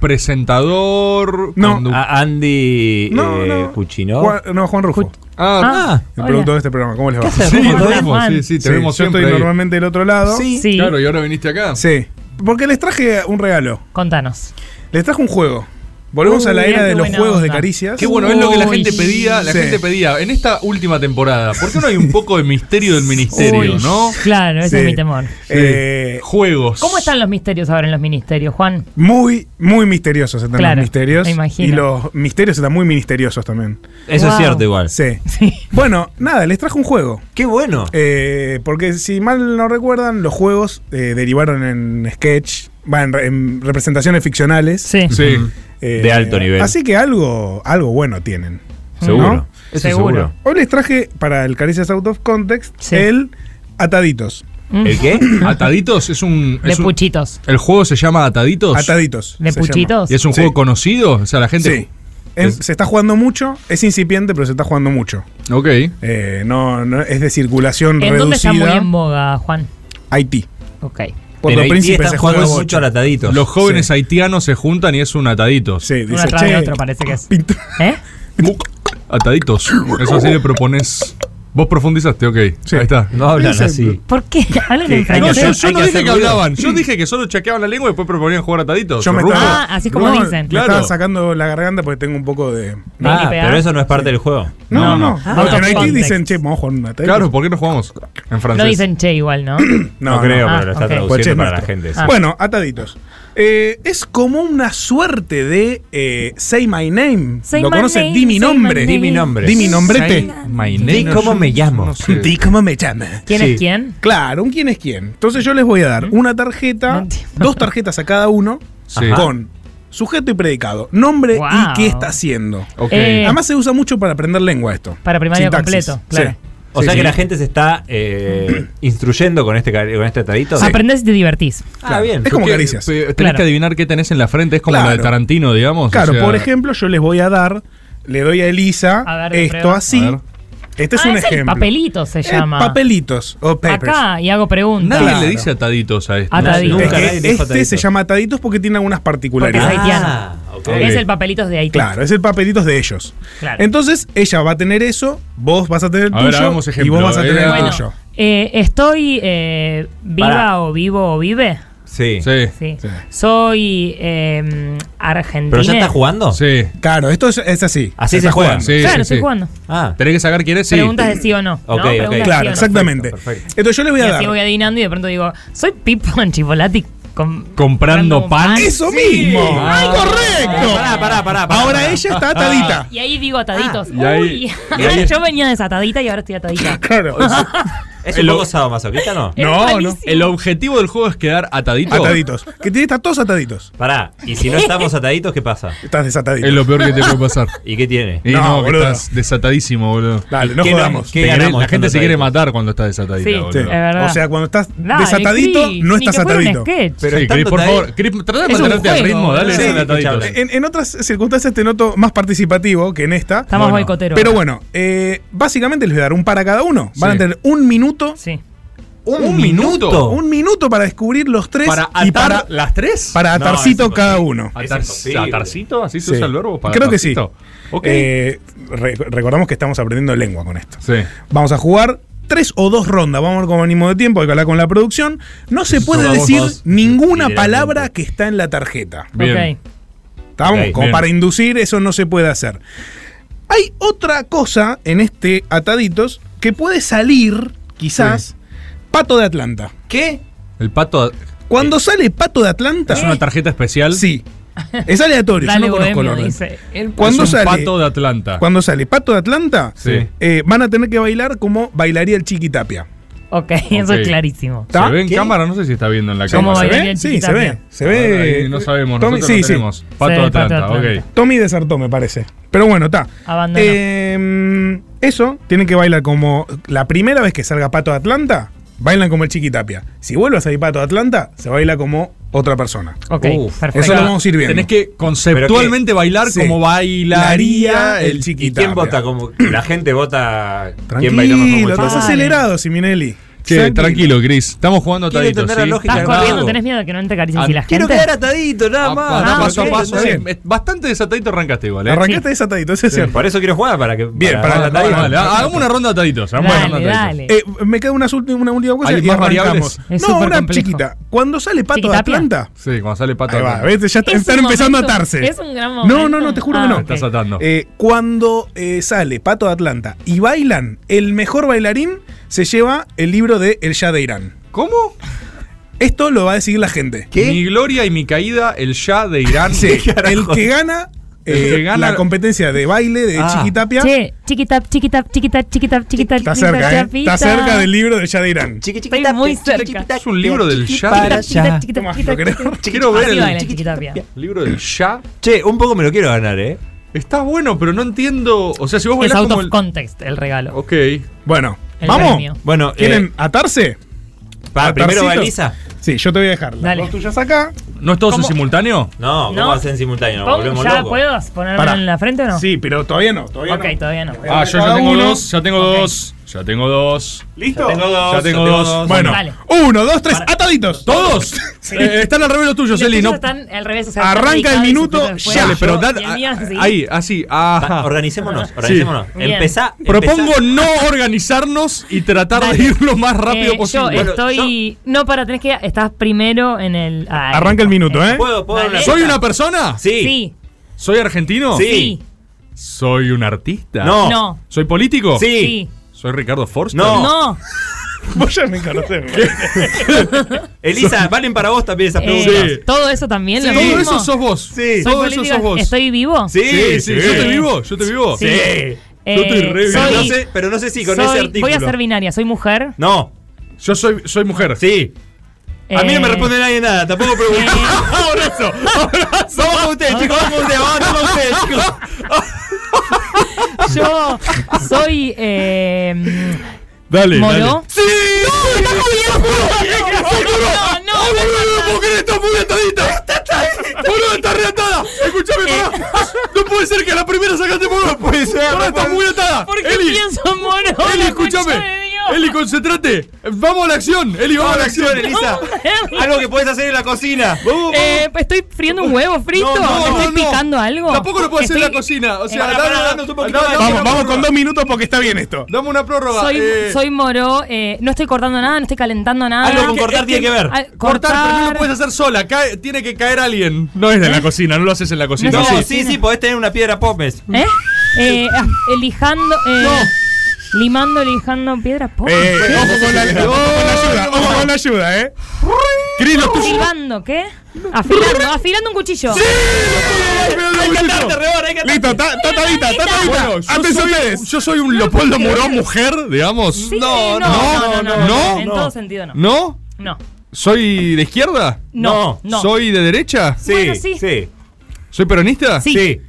Speaker 6: presentador. condu-
Speaker 7: A- Andy
Speaker 1: No,
Speaker 7: eh,
Speaker 1: no.
Speaker 7: Cuchino.
Speaker 1: Juan- no, Juan Rufo.
Speaker 6: Ah,
Speaker 1: el
Speaker 8: hola.
Speaker 1: productor de este programa. ¿Cómo les va?
Speaker 8: ¿Qué haces,
Speaker 6: Sí,
Speaker 8: Rufo?
Speaker 6: Rufo,
Speaker 8: Hola, Juan.
Speaker 6: sí, sí, te
Speaker 1: Sí,
Speaker 6: vemos
Speaker 1: yo
Speaker 6: siempre.
Speaker 1: estoy
Speaker 6: ahí.
Speaker 1: normalmente del otro lado.
Speaker 8: Sí. Sí.
Speaker 6: Claro, y ahora viniste acá.
Speaker 1: Sí. Porque les traje un regalo.
Speaker 8: Contanos.
Speaker 1: Les traje un juego. Volvemos
Speaker 8: Uy,
Speaker 1: a la
Speaker 8: mirá
Speaker 1: era
Speaker 8: qué
Speaker 1: de los
Speaker 8: buena
Speaker 1: juegos de
Speaker 8: onda.
Speaker 1: caricias.
Speaker 6: Qué bueno, es lo que la gente
Speaker 8: Uy.
Speaker 6: pedía, la
Speaker 1: Sí.
Speaker 6: gente pedía en esta última temporada. ¿Por qué no hay un poco de misterio del ministerio,
Speaker 8: Uy,
Speaker 6: no?
Speaker 8: Claro, ese
Speaker 1: Sí.
Speaker 8: es mi temor.
Speaker 1: Eh,
Speaker 6: Juegos.
Speaker 8: ¿Cómo están los misterios ahora en los ministerios, Juan?
Speaker 1: Muy, muy misteriosos están
Speaker 8: Claro,
Speaker 1: los misterios.
Speaker 8: me imagino.
Speaker 1: Y los misterios están muy misteriosos también.
Speaker 7: Eso es
Speaker 8: Wow.
Speaker 7: cierto igual.
Speaker 1: Sí.
Speaker 8: Sí.
Speaker 1: Bueno, nada, les traje un juego.
Speaker 7: Qué bueno.
Speaker 1: Eh, porque si mal no recuerdan, los juegos eh, derivaron en sketch, va, en, re- en representaciones ficcionales.
Speaker 8: Sí.
Speaker 6: Sí.
Speaker 1: Eh,
Speaker 7: De alto nivel.
Speaker 1: Así que algo, algo bueno tienen.
Speaker 7: Seguro.
Speaker 1: ¿No?
Speaker 7: Eso
Speaker 8: Seguro.
Speaker 1: Hoy les traje para el Caricias Out of Context
Speaker 8: Sí.
Speaker 1: el Ataditos.
Speaker 8: Mm.
Speaker 7: ¿El qué?
Speaker 6: Ataditos es un.
Speaker 8: De
Speaker 6: es un-
Speaker 8: puchitos.
Speaker 6: el juego se llama Ataditos.
Speaker 1: Ataditos.
Speaker 8: ¿De
Speaker 1: se llama.
Speaker 8: puchitos?
Speaker 6: Y es un
Speaker 1: Sí.
Speaker 6: juego conocido. O sea, la gente.
Speaker 1: Sí. Es- se está jugando mucho, es incipiente, pero se está jugando mucho.
Speaker 6: Ok.
Speaker 1: Eh, no, no- es de circulación
Speaker 8: ¿En dónde está
Speaker 1: reducida.
Speaker 8: muy en boga, Juan?
Speaker 1: Haití.
Speaker 8: Ok.
Speaker 1: Cuando
Speaker 7: Pero Haití
Speaker 1: príncipe
Speaker 7: están
Speaker 1: se juega
Speaker 7: jugando
Speaker 1: bocha.
Speaker 7: mucho al atadito.
Speaker 6: Los jóvenes haitianos se juntan y es un ataditos.
Speaker 1: Sí,
Speaker 8: Uno
Speaker 1: dice,
Speaker 8: atrás de
Speaker 1: "Che,
Speaker 8: otro parece que es.
Speaker 1: pinta-
Speaker 8: ¿Eh?
Speaker 6: Muc. Ataditos. Eso sí le propones. Vos profundizaste, ok.
Speaker 1: Sí.
Speaker 6: Ahí está.
Speaker 7: No hablan
Speaker 1: Ese-
Speaker 7: así.
Speaker 8: ¿Por qué? Hablan en
Speaker 7: Hay que
Speaker 6: No,
Speaker 7: hacer-
Speaker 6: yo,
Speaker 8: francés.
Speaker 6: yo
Speaker 7: hay
Speaker 6: no
Speaker 7: que
Speaker 6: dije que
Speaker 7: hacer ruido.
Speaker 6: hablaban. Yo dije que solo chequeaban la lengua y después proponían jugar ataditos.
Speaker 1: Yo me
Speaker 6: Rulo.
Speaker 1: estaba,
Speaker 8: Ah, así como
Speaker 1: No,
Speaker 8: dicen.
Speaker 1: Me
Speaker 6: Claro.
Speaker 1: estaba sacando la garganta porque tengo un poco de.
Speaker 8: Ven y
Speaker 7: Ah,
Speaker 8: pegá.
Speaker 7: pero eso no es parte del juego.
Speaker 1: No, no, no.
Speaker 8: Ah,
Speaker 1: Porque en
Speaker 8: out of
Speaker 1: Haití
Speaker 8: context.
Speaker 1: dicen, che, vamos a jugar un atadito.
Speaker 6: Claro, ¿por qué no jugamos en francés?
Speaker 8: No dicen che igual, ¿no?
Speaker 7: No, creo,
Speaker 8: Ah,
Speaker 7: pero lo está
Speaker 8: ok.
Speaker 7: traduciendo
Speaker 1: Pues, che,
Speaker 7: para la
Speaker 1: nuestro.
Speaker 7: gente.
Speaker 8: Ah.
Speaker 1: Bueno, ataditos. Eh, es como una suerte de eh, Say My Name.
Speaker 7: Say
Speaker 1: Lo
Speaker 7: my
Speaker 1: conoce,
Speaker 7: name,
Speaker 1: di mi
Speaker 7: say
Speaker 1: nombre.
Speaker 7: my Di mi name. nombre.
Speaker 1: Di mi nombrete.
Speaker 7: Say my name. Di cómo me llamo.
Speaker 1: Di cómo me llama.
Speaker 8: ¿Quién es quién?
Speaker 1: Claro, un quién es quién. Entonces yo les voy a dar una tarjeta, dos tarjetas a cada uno,
Speaker 9: Sí.
Speaker 1: con sujeto y predicado, nombre
Speaker 8: Wow.
Speaker 1: y qué está haciendo.
Speaker 7: Ok. Eh.
Speaker 1: Además se usa mucho para aprender lengua esto.
Speaker 8: Para primaria
Speaker 1: Sintaxis.
Speaker 8: completo, claro.
Speaker 1: Sí.
Speaker 7: O
Speaker 1: Sí,
Speaker 7: sea que
Speaker 1: sí.
Speaker 7: la gente se está eh, instruyendo con este, car- con este tratadito. de-
Speaker 8: Aprendés y te divertís.
Speaker 7: Ah, bien.
Speaker 1: Es como
Speaker 7: Porque-
Speaker 1: caricias.
Speaker 6: Pe- Tenés
Speaker 1: Claro.
Speaker 6: que adivinar qué tenés en la frente, es como
Speaker 1: Claro.
Speaker 6: la de Tarantino, digamos. o
Speaker 1: Claro,
Speaker 6: sea-
Speaker 1: por ejemplo, yo les voy a dar, le doy a Elisa
Speaker 8: ver, de
Speaker 1: esto
Speaker 8: prueba.
Speaker 1: así.
Speaker 8: A ver.
Speaker 1: Este es
Speaker 8: Ah,
Speaker 1: un
Speaker 8: es el
Speaker 1: ejemplo.
Speaker 8: papelito se
Speaker 1: Eh,
Speaker 8: llama.
Speaker 1: papelitos o papers.
Speaker 8: Acá y hago preguntas.
Speaker 6: Nadie le dice ataditos a esto.
Speaker 8: Ataditos.
Speaker 1: Es que este se llama ataditos porque tiene algunas
Speaker 8: Porque es
Speaker 1: particularidades.
Speaker 8: haitiano. Es
Speaker 1: Ok.
Speaker 8: el papelito de Haití.
Speaker 1: Claro, es el papelito de ellos.
Speaker 8: Claro.
Speaker 1: Entonces, ella va a tener eso, vos vas a tener el
Speaker 6: A ver,
Speaker 1: tuyo
Speaker 6: hagamos
Speaker 1: y
Speaker 6: ejemplo.
Speaker 1: vos vas a tener
Speaker 6: Era-
Speaker 1: el tuyo.
Speaker 8: Eh, estoy eh, viva
Speaker 6: Pará.
Speaker 8: o vivo o vive.
Speaker 7: Sí.
Speaker 8: Sí. Soy eh, argentino.
Speaker 7: jugando?
Speaker 6: Sí.
Speaker 1: Claro, esto es, es así.
Speaker 7: Así
Speaker 1: Estás
Speaker 7: se juega. Ah.
Speaker 1: jugando.
Speaker 7: Sí,
Speaker 8: Claro, estoy jugando.
Speaker 6: Tenés que sacar quién es. Sí.
Speaker 8: Preguntas de sí o no. ¿no?
Speaker 6: Ok, ok.
Speaker 8: Preguntas de sí
Speaker 1: Claro,
Speaker 8: o no.
Speaker 1: exactamente. Entonces yo les voy
Speaker 8: y
Speaker 1: a
Speaker 8: así
Speaker 1: dar.
Speaker 8: voy adivinando y de pronto digo, soy Pipo en Chipolati com-
Speaker 6: comprando pan.
Speaker 1: ¡Eso
Speaker 8: Sí.
Speaker 1: mismo!
Speaker 8: Ah.
Speaker 1: ¡Ay, correcto!
Speaker 8: Pará, pará, pará, pará,
Speaker 1: Ahora
Speaker 8: pará.
Speaker 1: ella está atadita.
Speaker 8: Y ahí digo ataditos.
Speaker 1: Ah, y ahí-
Speaker 8: Uy,
Speaker 1: y ahí-
Speaker 8: yo venía desatadita y ahora estoy atadita.
Speaker 1: Claro.
Speaker 7: ¿Es un poco sadomasoquista, no?
Speaker 8: Es No, no. malísimo.
Speaker 6: El objetivo del juego es quedar atadito.
Speaker 1: Ataditos. Que tiene está todos ataditos.
Speaker 7: Pará, y si no estamos ataditos, ¿qué pasa?
Speaker 1: Estás desatadito.
Speaker 6: Es lo peor que te puede pasar.
Speaker 7: ¿Y qué tiene?
Speaker 6: Y no, que estás desatadísimo, boludo.
Speaker 1: Dale, no
Speaker 6: ¿Qué
Speaker 1: jodamos.
Speaker 6: ¿Qué
Speaker 1: Te
Speaker 6: ganamos
Speaker 1: querés-
Speaker 6: la gente se quiere matar cuando está desatadita,
Speaker 1: Sí,
Speaker 6: boludo.
Speaker 1: sí, es verdad. O sea, cuando estás desatadito, no estás atadito.
Speaker 6: Pero sí, Cris, por favor, Cris, tratá de mantenerte al ritmo, dale,
Speaker 1: Sí,
Speaker 6: dale atadito.
Speaker 1: en, en otras circunstancias te noto más participativo que en esta.
Speaker 8: Estamos Bueno. boicoteros.
Speaker 1: Pero bueno, eh, básicamente les voy a dar un para cada uno. Van
Speaker 6: Sí.
Speaker 1: a tener un minuto.
Speaker 6: ¿Un minuto?
Speaker 1: Un minuto para descubrir los tres.
Speaker 6: ¿Para
Speaker 1: y
Speaker 6: atar
Speaker 1: para
Speaker 6: las tres?
Speaker 1: Para
Speaker 6: No,
Speaker 1: atarcito
Speaker 6: es imposible.
Speaker 1: cada uno.
Speaker 6: Atar- ¿Atarcito? ¿Así se
Speaker 1: Sí.
Speaker 6: usa el verbo? Para
Speaker 1: Creo que sí.
Speaker 6: atarcito. Ok.
Speaker 1: Eh, re- recordamos que estamos aprendiendo lengua con esto.
Speaker 6: Sí.
Speaker 1: Vamos a jugar tres o dos rondas. Vamos a ver cómo venimos de tiempo. Hay que hablar con la producción. No se
Speaker 6: Eso
Speaker 1: puede
Speaker 6: somos
Speaker 1: decir
Speaker 6: dos,
Speaker 1: ninguna
Speaker 6: literalmente.
Speaker 1: palabra que está en la tarjeta.
Speaker 6: Bien.
Speaker 1: ¿Estamos?
Speaker 6: Ok,
Speaker 1: Como
Speaker 6: bien.
Speaker 1: para inducir, eso no se puede hacer. Hay otra cosa en este Ataditos que puede salir, quizás, Pato de Atlanta.
Speaker 7: ¿Qué?
Speaker 6: El pato.
Speaker 1: Cuando sale Pato de Atlanta.
Speaker 6: ¿Es una tarjeta especial?
Speaker 1: Sí. Es aleatorio, yo
Speaker 8: Dale,
Speaker 1: no conozco el
Speaker 8: bohemio,
Speaker 1: orden.
Speaker 8: dice. El-
Speaker 1: ¿Cuándo
Speaker 6: es un
Speaker 1: sale?
Speaker 6: pato de Atlanta.
Speaker 1: Cuando sale Pato de Atlanta,
Speaker 6: Sí.
Speaker 1: eh, van a tener que bailar como bailaría el Chiquitapia.
Speaker 8: Ok, eso
Speaker 6: Ok.
Speaker 8: es clarísimo.
Speaker 6: ¿Se ve en cámara? No sé si está viendo en la
Speaker 1: ¿Cómo
Speaker 6: cámara.
Speaker 1: ¿Se ve? Sí, se ve. Se ve.
Speaker 6: Ahí no sabemos,
Speaker 1: Tommy-
Speaker 6: nosotros
Speaker 1: sí,
Speaker 6: no
Speaker 1: sí.
Speaker 6: tenemos. Pato
Speaker 8: Se
Speaker 6: de
Speaker 8: ve Pato
Speaker 6: Atlanta,
Speaker 8: de Atlanta.
Speaker 6: ok.
Speaker 1: Tommy desertó, me parece. Pero bueno, está.
Speaker 8: Abandono.
Speaker 1: Eh, eso, tienen que bailar como. La primera vez que salga Pato de Atlanta, bailan como el Chiquitapia. Si vuelve a salir Pato de Atlanta, se baila como otra persona.
Speaker 8: Ok,
Speaker 6: Uf,
Speaker 8: perfecto.
Speaker 1: Eso lo vamos a ir viendo.
Speaker 6: Tenés que conceptualmente bailar
Speaker 1: Sí.
Speaker 6: como bailaría
Speaker 1: Bailaría el
Speaker 6: el
Speaker 7: ¿Y
Speaker 1: Chiquitapia.
Speaker 7: quién vota? Como, la gente vota. ¿Quién baila más como
Speaker 1: Tranquilo, estás acelerado, Siminelli.
Speaker 6: Che, tranquilo, tranquilo, Gris. Estamos jugando
Speaker 1: Quiero
Speaker 6: ataditos.
Speaker 1: entender la
Speaker 6: ¿sí?
Speaker 1: lógica
Speaker 8: Estás corriendo, tenés miedo de que no te acaricien
Speaker 6: Ah,
Speaker 8: si la
Speaker 6: quiero
Speaker 8: gente.
Speaker 6: quedar
Speaker 7: atadito, nada
Speaker 6: Ah,
Speaker 7: Ah,
Speaker 6: paso a
Speaker 7: ok,
Speaker 6: paso.
Speaker 7: está
Speaker 6: sí.
Speaker 7: bien.
Speaker 6: Es Bastante desatadito arrancaste igual, ¿eh?
Speaker 1: Arrancaste desatadito, eso es cierto.
Speaker 7: Por eso quiero jugar, para que.
Speaker 1: Bien, para
Speaker 7: jugar
Speaker 1: la
Speaker 7: atadito.
Speaker 1: tabla.
Speaker 6: Dale, ha- hagamos una ronda de ataditos. hagamos una ronda de ataditos.
Speaker 1: Eh, me queda una, ulti- una última cosa
Speaker 6: ¿Hay
Speaker 1: y
Speaker 6: más
Speaker 1: arrancamos.
Speaker 6: variables? Es
Speaker 1: no,
Speaker 6: súper
Speaker 1: una
Speaker 6: complejo.
Speaker 1: chiquita. Cuando sale Pato de
Speaker 6: ¿Chiquitapia?
Speaker 1: Atlanta,
Speaker 6: Sí, cuando sale pato.
Speaker 1: Ahí va,
Speaker 6: atado.
Speaker 1: ¿ves? Ya está-
Speaker 6: Es un
Speaker 1: están empezando a
Speaker 8: momento,
Speaker 1: atarse.
Speaker 8: es un gran momento.
Speaker 1: No, no, no, te juro que
Speaker 8: Ah,
Speaker 1: no.
Speaker 8: ok. Estás
Speaker 6: atando.
Speaker 1: Eh, cuando eh, sale Pato de Atlanta y bailan, el mejor bailarín se lleva el libro de El Shah de Irán.
Speaker 6: ¿Cómo?
Speaker 1: Esto lo va a decidir la gente.
Speaker 6: Mi gloria y mi caída, el ya de Irán.
Speaker 1: Sí, el que gana.
Speaker 6: El
Speaker 1: eh,
Speaker 6: que gana-
Speaker 1: la competencia de baile de
Speaker 6: Ah.
Speaker 1: Chiquitapia
Speaker 8: Che, chiquita, chiquita, chiquita, chiquita, chiquita.
Speaker 1: está cerca, ¿eh?
Speaker 8: chapita.
Speaker 1: Está cerca del libro de Shah de Irán.
Speaker 8: Estoy muy cerca.
Speaker 6: Es un libro del ya.
Speaker 8: Chiquita,
Speaker 6: de-
Speaker 8: chiquita, chiquita, chiquita, chiquita.
Speaker 6: Quiero ver
Speaker 8: Así
Speaker 6: el
Speaker 8: baila Chiquitapia.
Speaker 6: libro del ya.
Speaker 7: Che, un poco me lo quiero ganar, ¿eh?
Speaker 6: Está bueno, pero no entiendo. O sea, si vos
Speaker 8: Es
Speaker 6: bailás
Speaker 8: out
Speaker 6: como
Speaker 8: of
Speaker 6: el.
Speaker 8: context el regalo.
Speaker 6: Ok.
Speaker 1: Bueno,
Speaker 8: El
Speaker 1: vamos.
Speaker 8: premio.
Speaker 7: Bueno,
Speaker 1: ¿Quieren
Speaker 7: eh,
Speaker 1: atarse?
Speaker 7: para, primero
Speaker 1: ¿Atarcitos?
Speaker 7: baliza.
Speaker 1: Sí, yo te voy a dejar. Las
Speaker 8: Dale.
Speaker 1: dos tuyas acá.
Speaker 6: ¿No es todos en simultáneo?
Speaker 7: No, ¿cómo
Speaker 8: No.
Speaker 7: hacen en simultáneo? Nos
Speaker 8: Pongo-
Speaker 7: volvemos
Speaker 8: ¿Ya pues,
Speaker 7: locos.
Speaker 8: puedo ponerme
Speaker 1: Pará.
Speaker 8: en la frente o no?
Speaker 1: Sí, pero todavía no. Todavía
Speaker 8: Ok, todavía no.
Speaker 6: Ah, yo ya
Speaker 1: Cada
Speaker 6: tengo
Speaker 1: uno.
Speaker 6: dos, ya tengo dos, ya tengo dos.
Speaker 1: no. ¿Listo?
Speaker 7: Ya tengo dos.
Speaker 6: Ya tengo
Speaker 7: ya
Speaker 6: dos.
Speaker 1: Bueno,
Speaker 8: Dale.
Speaker 1: uno, dos, tres, ataditos.
Speaker 6: ¿Todos? Eh, están al revés los tuyos,
Speaker 8: Los
Speaker 6: Eli.
Speaker 8: tuyos
Speaker 6: No.
Speaker 8: están al revés, o sea, están
Speaker 1: Arranca el
Speaker 8: dedicados y
Speaker 1: minuto
Speaker 8: sujetos después.
Speaker 1: ya.
Speaker 6: Dale, pero
Speaker 8: Yo-
Speaker 6: dan-
Speaker 8: y el mío
Speaker 7: ah,
Speaker 6: a-
Speaker 8: así.
Speaker 6: ahí, así.
Speaker 7: Pa-
Speaker 6: Ajá.
Speaker 7: Organicémonos, organicémonos.
Speaker 8: Bien.
Speaker 7: Empezá.
Speaker 6: Propongo
Speaker 7: empezá.
Speaker 6: no organizarnos y tratar de
Speaker 8: Dale.
Speaker 6: ir lo más rápido
Speaker 8: Eh, Yo
Speaker 6: posible.
Speaker 8: estoy. No, para, tenés que. Estás primero en el. ah,
Speaker 1: Arranca el minuto, ¿eh?
Speaker 7: ¿Puedo, puedo
Speaker 8: Dale.
Speaker 7: hablar?
Speaker 6: ¿Soy una persona?
Speaker 7: Sí.
Speaker 8: Sí.
Speaker 6: ¿Soy argentino?
Speaker 7: Sí.
Speaker 8: Sí.
Speaker 6: ¿Soy un artista?
Speaker 7: No.
Speaker 8: No.
Speaker 6: ¿Soy político?
Speaker 7: Sí.
Speaker 8: Sí.
Speaker 6: ¿Soy Ricardo Forster?
Speaker 7: No.
Speaker 8: No.
Speaker 1: Vos ya me conocés.
Speaker 7: Elisa, valen para vos también esas
Speaker 8: Eh,
Speaker 7: preguntas.
Speaker 8: ¿Todo eso también? lo
Speaker 7: Sí.
Speaker 8: mismo?
Speaker 7: Todo eso sos vos.
Speaker 8: ¿Soy
Speaker 7: Sí. Todo eso
Speaker 8: política?
Speaker 7: sos vos.
Speaker 8: ¿Estoy vivo?
Speaker 7: Sí, sí, yo te vivo, yo te vivo.
Speaker 8: Sí. Eh,
Speaker 7: Sí. Yo estoy re bien. Pero no sé- pero no sé si con ese
Speaker 8: soy-
Speaker 7: artículo.
Speaker 8: Voy a ser binaria, soy mujer.
Speaker 7: No. Yo soy, soy mujer. Sí. A mí no me
Speaker 8: Eh.
Speaker 7: responde nadie nada, tampoco pregunto. ¡Abrazo! ¡Abrazo! Vamos con ustedes, chicos, vamos con ustedes, vamos con ustedes, chicos.
Speaker 8: Yo soy. Eh,
Speaker 4: Dale,
Speaker 8: ¿Moro?
Speaker 4: ¡Sí! ¡No! ¡Está
Speaker 8: ¡No, no!
Speaker 4: no puedo creer! ¡Está muy atadita! ¡Boludo, está reatada! ¡Escuchame, pará! ¡No puede ser que a la primera sacaste por No puede ser. ¡Pará, está muy atada!
Speaker 8: ¿Por qué pienso en Moro?
Speaker 4: ¡Eli,
Speaker 8: La
Speaker 4: escúchame!
Speaker 8: concha de Dios.
Speaker 4: ¡Eli, concentrate! ¡Vamos a la acción! ¡Eli, vamos a la acción!
Speaker 7: Elisa. Algo que podés hacer en la cocina.
Speaker 8: Eh, estoy friendo un huevo frito.
Speaker 4: no,
Speaker 8: ¿Estoy
Speaker 4: no.
Speaker 8: picando algo?
Speaker 4: Tampoco lo puedo hacer en la
Speaker 8: Estoy-
Speaker 4: cocina. O sea,
Speaker 8: Eh,
Speaker 4: dame-
Speaker 8: pará,
Speaker 4: dame un poquito
Speaker 1: Vamos,
Speaker 4: más.
Speaker 1: vamos con dos minutos porque está bien esto.
Speaker 4: Dame una prórroga.
Speaker 8: Soy,
Speaker 4: eh.
Speaker 8: soy moro, eh, no estoy cortando nada, no estoy calentando nada. Eh,
Speaker 4: Algo con cortar tiene que ver.
Speaker 8: Al- cortar,
Speaker 4: cortar,
Speaker 8: ¿Eh?
Speaker 4: pero no lo puedes hacer sola. cae- tiene que caer alguien. No es de la cocina, no lo haces en la
Speaker 7: No, sí, sí, podés tener una piedra pómez.
Speaker 8: ¿Eh? Eh, ah, elijando. eh, Limando, lijando piedras. po-
Speaker 1: Eh, ojo con la, ojo con la ayuda, ojo con la ayuda, eh. Cris, lo tuyo.
Speaker 8: Silbando, ¿qué? Afilando, afilando un cuchillo.
Speaker 4: Listo, ta- tatadita, tatadita.
Speaker 1: Bueno, yo
Speaker 4: Antes
Speaker 1: soy-
Speaker 4: ustedes. Yo soy un Leopoldo Morón mujer, digamos.
Speaker 8: Sí, no, no, no, no, no, en todo sentido no.
Speaker 4: ¿No?
Speaker 8: No.
Speaker 4: ¿Soy de izquierda?
Speaker 8: No, No. no.
Speaker 4: ¿Soy de derecha?
Speaker 8: Sí, Bueno, sí.
Speaker 4: ¿Soy peronista?
Speaker 8: Sí. Sí.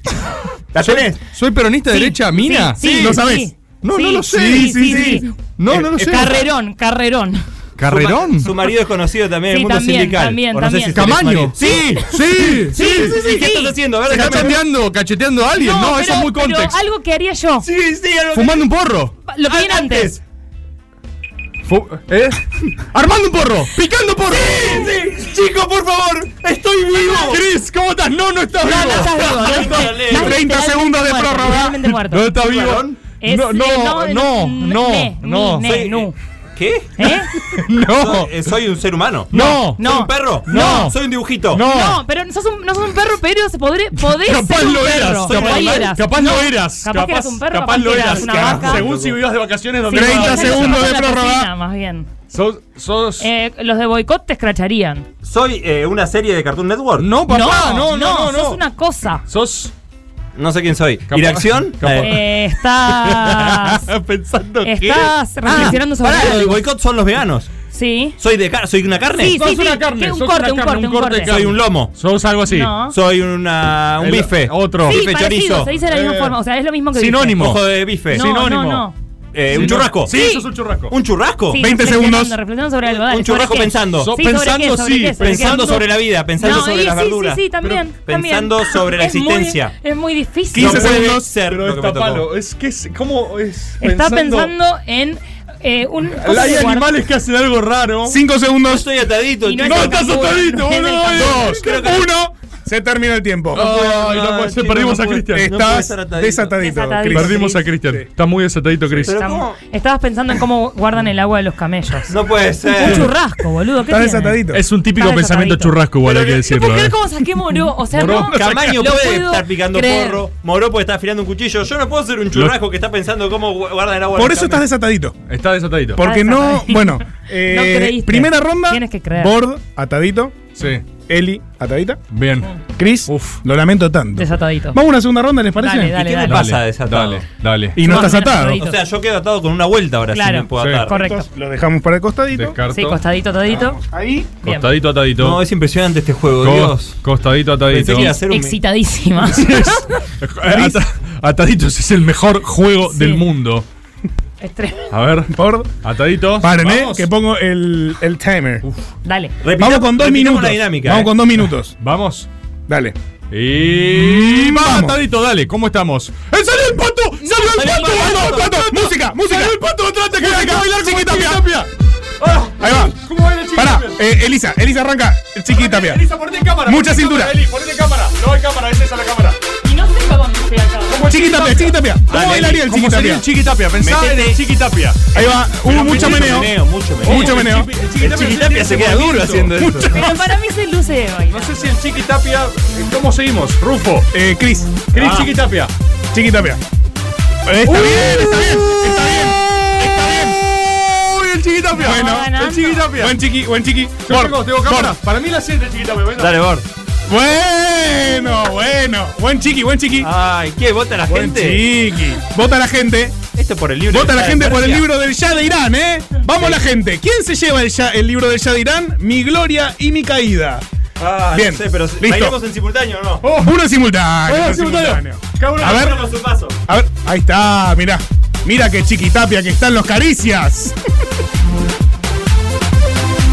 Speaker 4: ¿La tenés? ¿Soy peronista de
Speaker 8: Sí,
Speaker 4: derecha,
Speaker 8: sí,
Speaker 4: mina?
Speaker 8: sí, sí,
Speaker 4: ¿No sabés?
Speaker 8: sí.
Speaker 4: No, no
Speaker 8: Sí,
Speaker 4: lo sé.
Speaker 8: sí, sí, sí.
Speaker 4: No, no lo
Speaker 8: Eh,
Speaker 4: sé.
Speaker 8: Carrerón, carrerón.
Speaker 4: ¿Carrerón?
Speaker 7: Su marido es conocido también en el
Speaker 8: Sí,
Speaker 7: mundo
Speaker 8: también,
Speaker 7: sindical.
Speaker 8: también,
Speaker 7: O no sé
Speaker 8: también.
Speaker 7: si es el
Speaker 4: ¿Camaño?
Speaker 7: exmarido.
Speaker 4: Sí, sí, sí, sí, sí,
Speaker 7: ¿Qué
Speaker 4: sí.
Speaker 7: estás haciendo? A ver,
Speaker 4: ¿Se está
Speaker 7: déjame-
Speaker 4: chateando, cacheteando a alguien? No, eso
Speaker 8: pero-
Speaker 4: es muy
Speaker 8: pero
Speaker 4: context.
Speaker 8: algo que haría yo.
Speaker 7: Sí, sí, algo
Speaker 4: ¿Fumando un porro?
Speaker 8: Lo que viene antes.
Speaker 4: Fu- ¿Eh? ¡Armando un porro! ¡Picando porro!
Speaker 7: Sí, sí. Chicos, por favor, estoy vivo.
Speaker 4: Cris, ¿cómo estás? No, no estás
Speaker 8: No,
Speaker 4: vivo.
Speaker 8: no estás vivo, no estás- estás
Speaker 4: 30
Speaker 8: literalmente
Speaker 4: segundos de
Speaker 8: muerto,
Speaker 4: prórroga.
Speaker 8: literalmente muerto.
Speaker 4: No estás vivo.
Speaker 8: Varón. Es-
Speaker 4: No, no,
Speaker 8: eh,
Speaker 4: no, no,
Speaker 8: ne,
Speaker 4: no.
Speaker 8: ni, ne, nu.
Speaker 7: ¿Qué?
Speaker 8: ¿Eh?
Speaker 4: No.
Speaker 7: Soy, eh, soy un ser humano.
Speaker 4: No.
Speaker 7: ¿Soy un perro?
Speaker 4: No.
Speaker 7: Soy un dibujito.
Speaker 8: No, pero sos un- no sos un perro, pero se podré, podés
Speaker 4: Capaz
Speaker 8: ser un
Speaker 4: lo eras,
Speaker 8: perro.
Speaker 4: capaz-
Speaker 8: Ahí eras.
Speaker 4: capaz
Speaker 8: No,
Speaker 4: lo eras,
Speaker 8: Capaz, que eras un perro, capaz,
Speaker 4: capaz lo
Speaker 8: que eras
Speaker 4: eras,
Speaker 8: una
Speaker 4: capaz.
Speaker 8: vaca.
Speaker 4: Según si vivías de vacaciones donde
Speaker 8: Sí,
Speaker 4: no-
Speaker 8: no,
Speaker 4: 30
Speaker 8: no, no,
Speaker 4: segundos
Speaker 8: no,
Speaker 4: de
Speaker 8: la
Speaker 4: prórroga.
Speaker 8: cocina, más bien.
Speaker 4: Sos, sos
Speaker 8: Eh, los de boicot te escracharían.
Speaker 7: ¿Soy eh, una serie de Cartoon Network?
Speaker 4: No, Oh, papá, no, no, no, no.
Speaker 8: sos una cosa.
Speaker 4: Sos
Speaker 7: No sé quién soy. ¿Y de acción? Eh,
Speaker 8: Eh, estás.
Speaker 4: Ah, pensando Ah, que
Speaker 8: Estás reflexionando sobre
Speaker 7: pará, el
Speaker 8: algo.
Speaker 7: boicot son los veganos.
Speaker 8: Sí.
Speaker 7: ¿Soy de car- soy una carne?
Speaker 8: Sí,
Speaker 4: sos
Speaker 8: sí,
Speaker 4: una
Speaker 8: sí,
Speaker 4: carne,
Speaker 8: que un
Speaker 4: sos
Speaker 8: corte,
Speaker 4: una
Speaker 8: un
Speaker 4: carne,
Speaker 8: corte, un corte.
Speaker 7: Soy un lomo.
Speaker 4: sos algo así.
Speaker 8: No.
Speaker 7: Soy una, un
Speaker 4: El-
Speaker 7: bife.
Speaker 4: Otro.
Speaker 8: Sí,
Speaker 7: Bife,
Speaker 8: parecido,
Speaker 7: chorizo.
Speaker 8: se dice de la misma
Speaker 4: Eh,
Speaker 8: forma. O sea, es lo mismo que.
Speaker 4: sinónimo.
Speaker 7: Ojo de bife.
Speaker 8: Dice. No,
Speaker 4: Sinónimo.
Speaker 8: No, no.
Speaker 7: Eh, un
Speaker 4: Sí, no.
Speaker 7: churrasco.
Speaker 4: Sí, sos un churrasco.
Speaker 7: ¿Un churrasco?
Speaker 8: Sí,
Speaker 4: 20
Speaker 8: reflexionando,
Speaker 4: segundos.
Speaker 8: Reflexionando sobre algo. dale, ¿sobre
Speaker 7: un churrasco
Speaker 8: qué?
Speaker 7: pensando.
Speaker 4: So-
Speaker 8: Sí, sobre
Speaker 4: pensando,
Speaker 8: qué, sobre
Speaker 4: sí,
Speaker 8: qué, sobre qué.
Speaker 7: Pensando sobre la vida, pensando
Speaker 8: No,
Speaker 7: sobre
Speaker 8: y
Speaker 7: las
Speaker 8: sí,
Speaker 7: verduras.
Speaker 8: Sí, sí, también.
Speaker 7: Pero
Speaker 8: también.
Speaker 7: Pensando sobre la
Speaker 8: Es muy-
Speaker 7: existencia.
Speaker 8: es muy difícil.
Speaker 4: 15
Speaker 7: No puede
Speaker 4: segundos.
Speaker 7: ser
Speaker 4: pero
Speaker 7: lo que me
Speaker 4: está
Speaker 7: tocó.
Speaker 4: palo. Es que es. ¿Cómo es?
Speaker 8: Está pensando en eh, un. cosas
Speaker 4: Hay
Speaker 8: que guarda-
Speaker 4: animales que hacen algo raro.
Speaker 1: 5
Speaker 7: No
Speaker 1: segundos.
Speaker 7: estoy atadito,
Speaker 8: Y no
Speaker 7: chicos.
Speaker 8: es
Speaker 1: No
Speaker 8: el
Speaker 1: estás
Speaker 8: canguro,
Speaker 1: atadito,
Speaker 8: no es el
Speaker 1: boludo.
Speaker 8: canguro.
Speaker 1: Dos, uno. Se terminó el tiempo.
Speaker 4: Ay, no,
Speaker 7: no,
Speaker 4: puede ser,
Speaker 7: chicos,
Speaker 4: perdimos
Speaker 7: no
Speaker 4: a
Speaker 7: puede-
Speaker 4: Cristian.
Speaker 7: no puede
Speaker 1: Estás
Speaker 7: estar atadito.
Speaker 1: desatadito.
Speaker 8: Desatadito.
Speaker 1: Cris.
Speaker 4: Perdimos a Cristian. Está muy desatadito, Chris.
Speaker 7: Pero
Speaker 8: Estam-
Speaker 7: ¿cómo?
Speaker 8: Estabas pensando en cómo guardan el agua de los camellos.
Speaker 7: No puede
Speaker 8: Un
Speaker 7: ser.
Speaker 8: churrasco, boludo. ¿qué
Speaker 1: Estás
Speaker 8: tiene?
Speaker 1: desatadito.
Speaker 4: Es un típico
Speaker 8: Está
Speaker 4: pensamiento
Speaker 8: desatadito.
Speaker 4: churrasco, igual hay que
Speaker 8: No
Speaker 4: decirlo.
Speaker 8: puedo creer
Speaker 4: eh.
Speaker 8: cómo saqué Moro. O sea,
Speaker 4: Moró.
Speaker 8: no.
Speaker 7: Camaño
Speaker 8: lo
Speaker 7: puede
Speaker 8: puedo
Speaker 7: estar picando
Speaker 8: creer.
Speaker 7: porro. Moró puede estar afilando un cuchillo. Yo no puedo ser un churrasco que está pensando cómo gu- guarda el agua.
Speaker 1: Por
Speaker 7: en el
Speaker 1: eso estás
Speaker 7: camión.
Speaker 1: desatadito.
Speaker 4: Está desatadito.
Speaker 1: Porque no.
Speaker 8: desatadito.
Speaker 1: Bueno,
Speaker 8: No
Speaker 1: eh,
Speaker 8: creíste.
Speaker 1: primera ronda.
Speaker 8: Tienes que creer.
Speaker 1: Bord, atadito.
Speaker 4: Sí.
Speaker 1: Eli, atadita.
Speaker 4: Bien.
Speaker 1: Chris,
Speaker 4: Uf.
Speaker 1: lo lamento tanto.
Speaker 8: Desatadito.
Speaker 1: Vamos a una segunda ronda, ¿les parece?
Speaker 8: Dale, dale,
Speaker 7: ¿Qué me
Speaker 8: dale.
Speaker 7: pasa desatado?
Speaker 4: Dale, dale.
Speaker 1: Y no
Speaker 8: Más
Speaker 1: estás
Speaker 8: o menos
Speaker 1: atado.
Speaker 8: atadito.
Speaker 7: O sea, yo quedo atado con una vuelta ahora
Speaker 8: Claro.
Speaker 7: si me puedo
Speaker 4: Sí.
Speaker 7: atar.
Speaker 8: Correcto.
Speaker 1: Lo dejamos para el costadito.
Speaker 4: Descarto.
Speaker 8: Sí, costadito, atadito.
Speaker 1: Ahí.
Speaker 8: Bien.
Speaker 4: Costadito atadito.
Speaker 7: No, es impresionante este juego,
Speaker 4: Co-
Speaker 7: Dios.
Speaker 4: Costadito
Speaker 7: Pensé
Speaker 4: atadito.
Speaker 7: que iba a ser un.
Speaker 8: Excitadísima.
Speaker 4: Eh, Ata- Ataditos es el mejor juego
Speaker 8: Sí.
Speaker 4: del mundo.
Speaker 8: Es tremendo.
Speaker 4: A ver,
Speaker 1: Bord.
Speaker 4: ataditos.
Speaker 1: Paren, eh,
Speaker 4: Vamos.
Speaker 1: que pongo el, el timer.
Speaker 8: Dale.
Speaker 1: Vamos con dos
Speaker 7: repitamos
Speaker 1: minutos.
Speaker 7: la dinámica,
Speaker 1: Vamos
Speaker 7: eh.
Speaker 1: con dos minutos.
Speaker 4: Vamos.
Speaker 1: Dale.
Speaker 4: Y
Speaker 1: Mm,
Speaker 4: vamos,
Speaker 1: vamos.
Speaker 4: Tadito, dale, ¿cómo estamos? ¡Eh, ¡Salió el pato! ¡Salió el pato! ¡Vamos, pato! ¡Música! ¡Música! ¡Salió el pato! ¡Trate que venga a bailar como Oh. Chiquitapia!
Speaker 1: Ahí va.
Speaker 4: ¿Cómo baila
Speaker 1: Pará, eh, Elisa, Elisa arranca. Chiquita, mira.
Speaker 4: Elisa, ponete en cámara.
Speaker 1: Mucha
Speaker 4: ponete en
Speaker 1: cintura.
Speaker 4: cámara, Eli, ponete en cámara. No hay cámara, es esa la cámara.
Speaker 8: Y no sé cómo estoy acá.
Speaker 1: Chiquita, pia, chiquita, pia. ¿Cómo
Speaker 7: Dale,
Speaker 1: bailaría el
Speaker 4: ¿Cómo
Speaker 1: chiquita,
Speaker 4: sería
Speaker 1: pia?
Speaker 4: el Chiquitapia? Pensá en el Chiquitapia.
Speaker 1: Ahí va. Hubo mucho meneo.
Speaker 7: Mucho meneo.
Speaker 1: Mucho meneo.
Speaker 4: El
Speaker 7: El Chiquitapia se queda duro haciendo esto.
Speaker 8: Pero para mí se luce de hoy.
Speaker 4: No sé si el Chiquitapia. ¿Cómo seguimos? Rufo.
Speaker 1: Eh, Cris.
Speaker 4: Cris Chiquitapia.
Speaker 1: Chiquita, pia.
Speaker 7: Uh.
Speaker 1: Eh, Está bien, está bien, está bien. Está bien.
Speaker 4: ¡Uy, el Chiquitapia!
Speaker 8: ganando.
Speaker 4: El Chiquitapia.
Speaker 1: Buen chiqui, buen chiqui.
Speaker 4: Yo
Speaker 1: Bor,
Speaker 4: tengo, tengo
Speaker 1: Bor.
Speaker 4: cámara. Para mí la 7, Chiquitapia. venga.
Speaker 7: Dale, Bor.
Speaker 1: Bueno, bueno. Buen chiqui, buen chiqui.
Speaker 7: Ay, ¿qué? ¿Vota la
Speaker 1: Buen
Speaker 7: gente?
Speaker 1: chiqui. Vota la gente.
Speaker 7: Esto por el libro.
Speaker 1: Vota
Speaker 7: de
Speaker 1: la gente por el
Speaker 7: Persia.
Speaker 1: libro del Shah de Irán, ¿eh? Vamos la gente. ¿Quién se lleva el, Shah- el libro del Shah de Irán? Mi gloria y mi caída.
Speaker 7: Ah,
Speaker 1: Bien,
Speaker 7: no sé, pero
Speaker 1: listo.
Speaker 7: ¿bailamos en simultáneo o no?
Speaker 1: Uno en simultáneo.
Speaker 4: Bueno,
Speaker 1: uno en
Speaker 4: simultáneo.
Speaker 1: simultáneo.
Speaker 4: Cada uno
Speaker 1: A ver.
Speaker 4: con su paso.
Speaker 1: A ver, ahí está, mirá. Mira qué chiquitapia que están los caricias.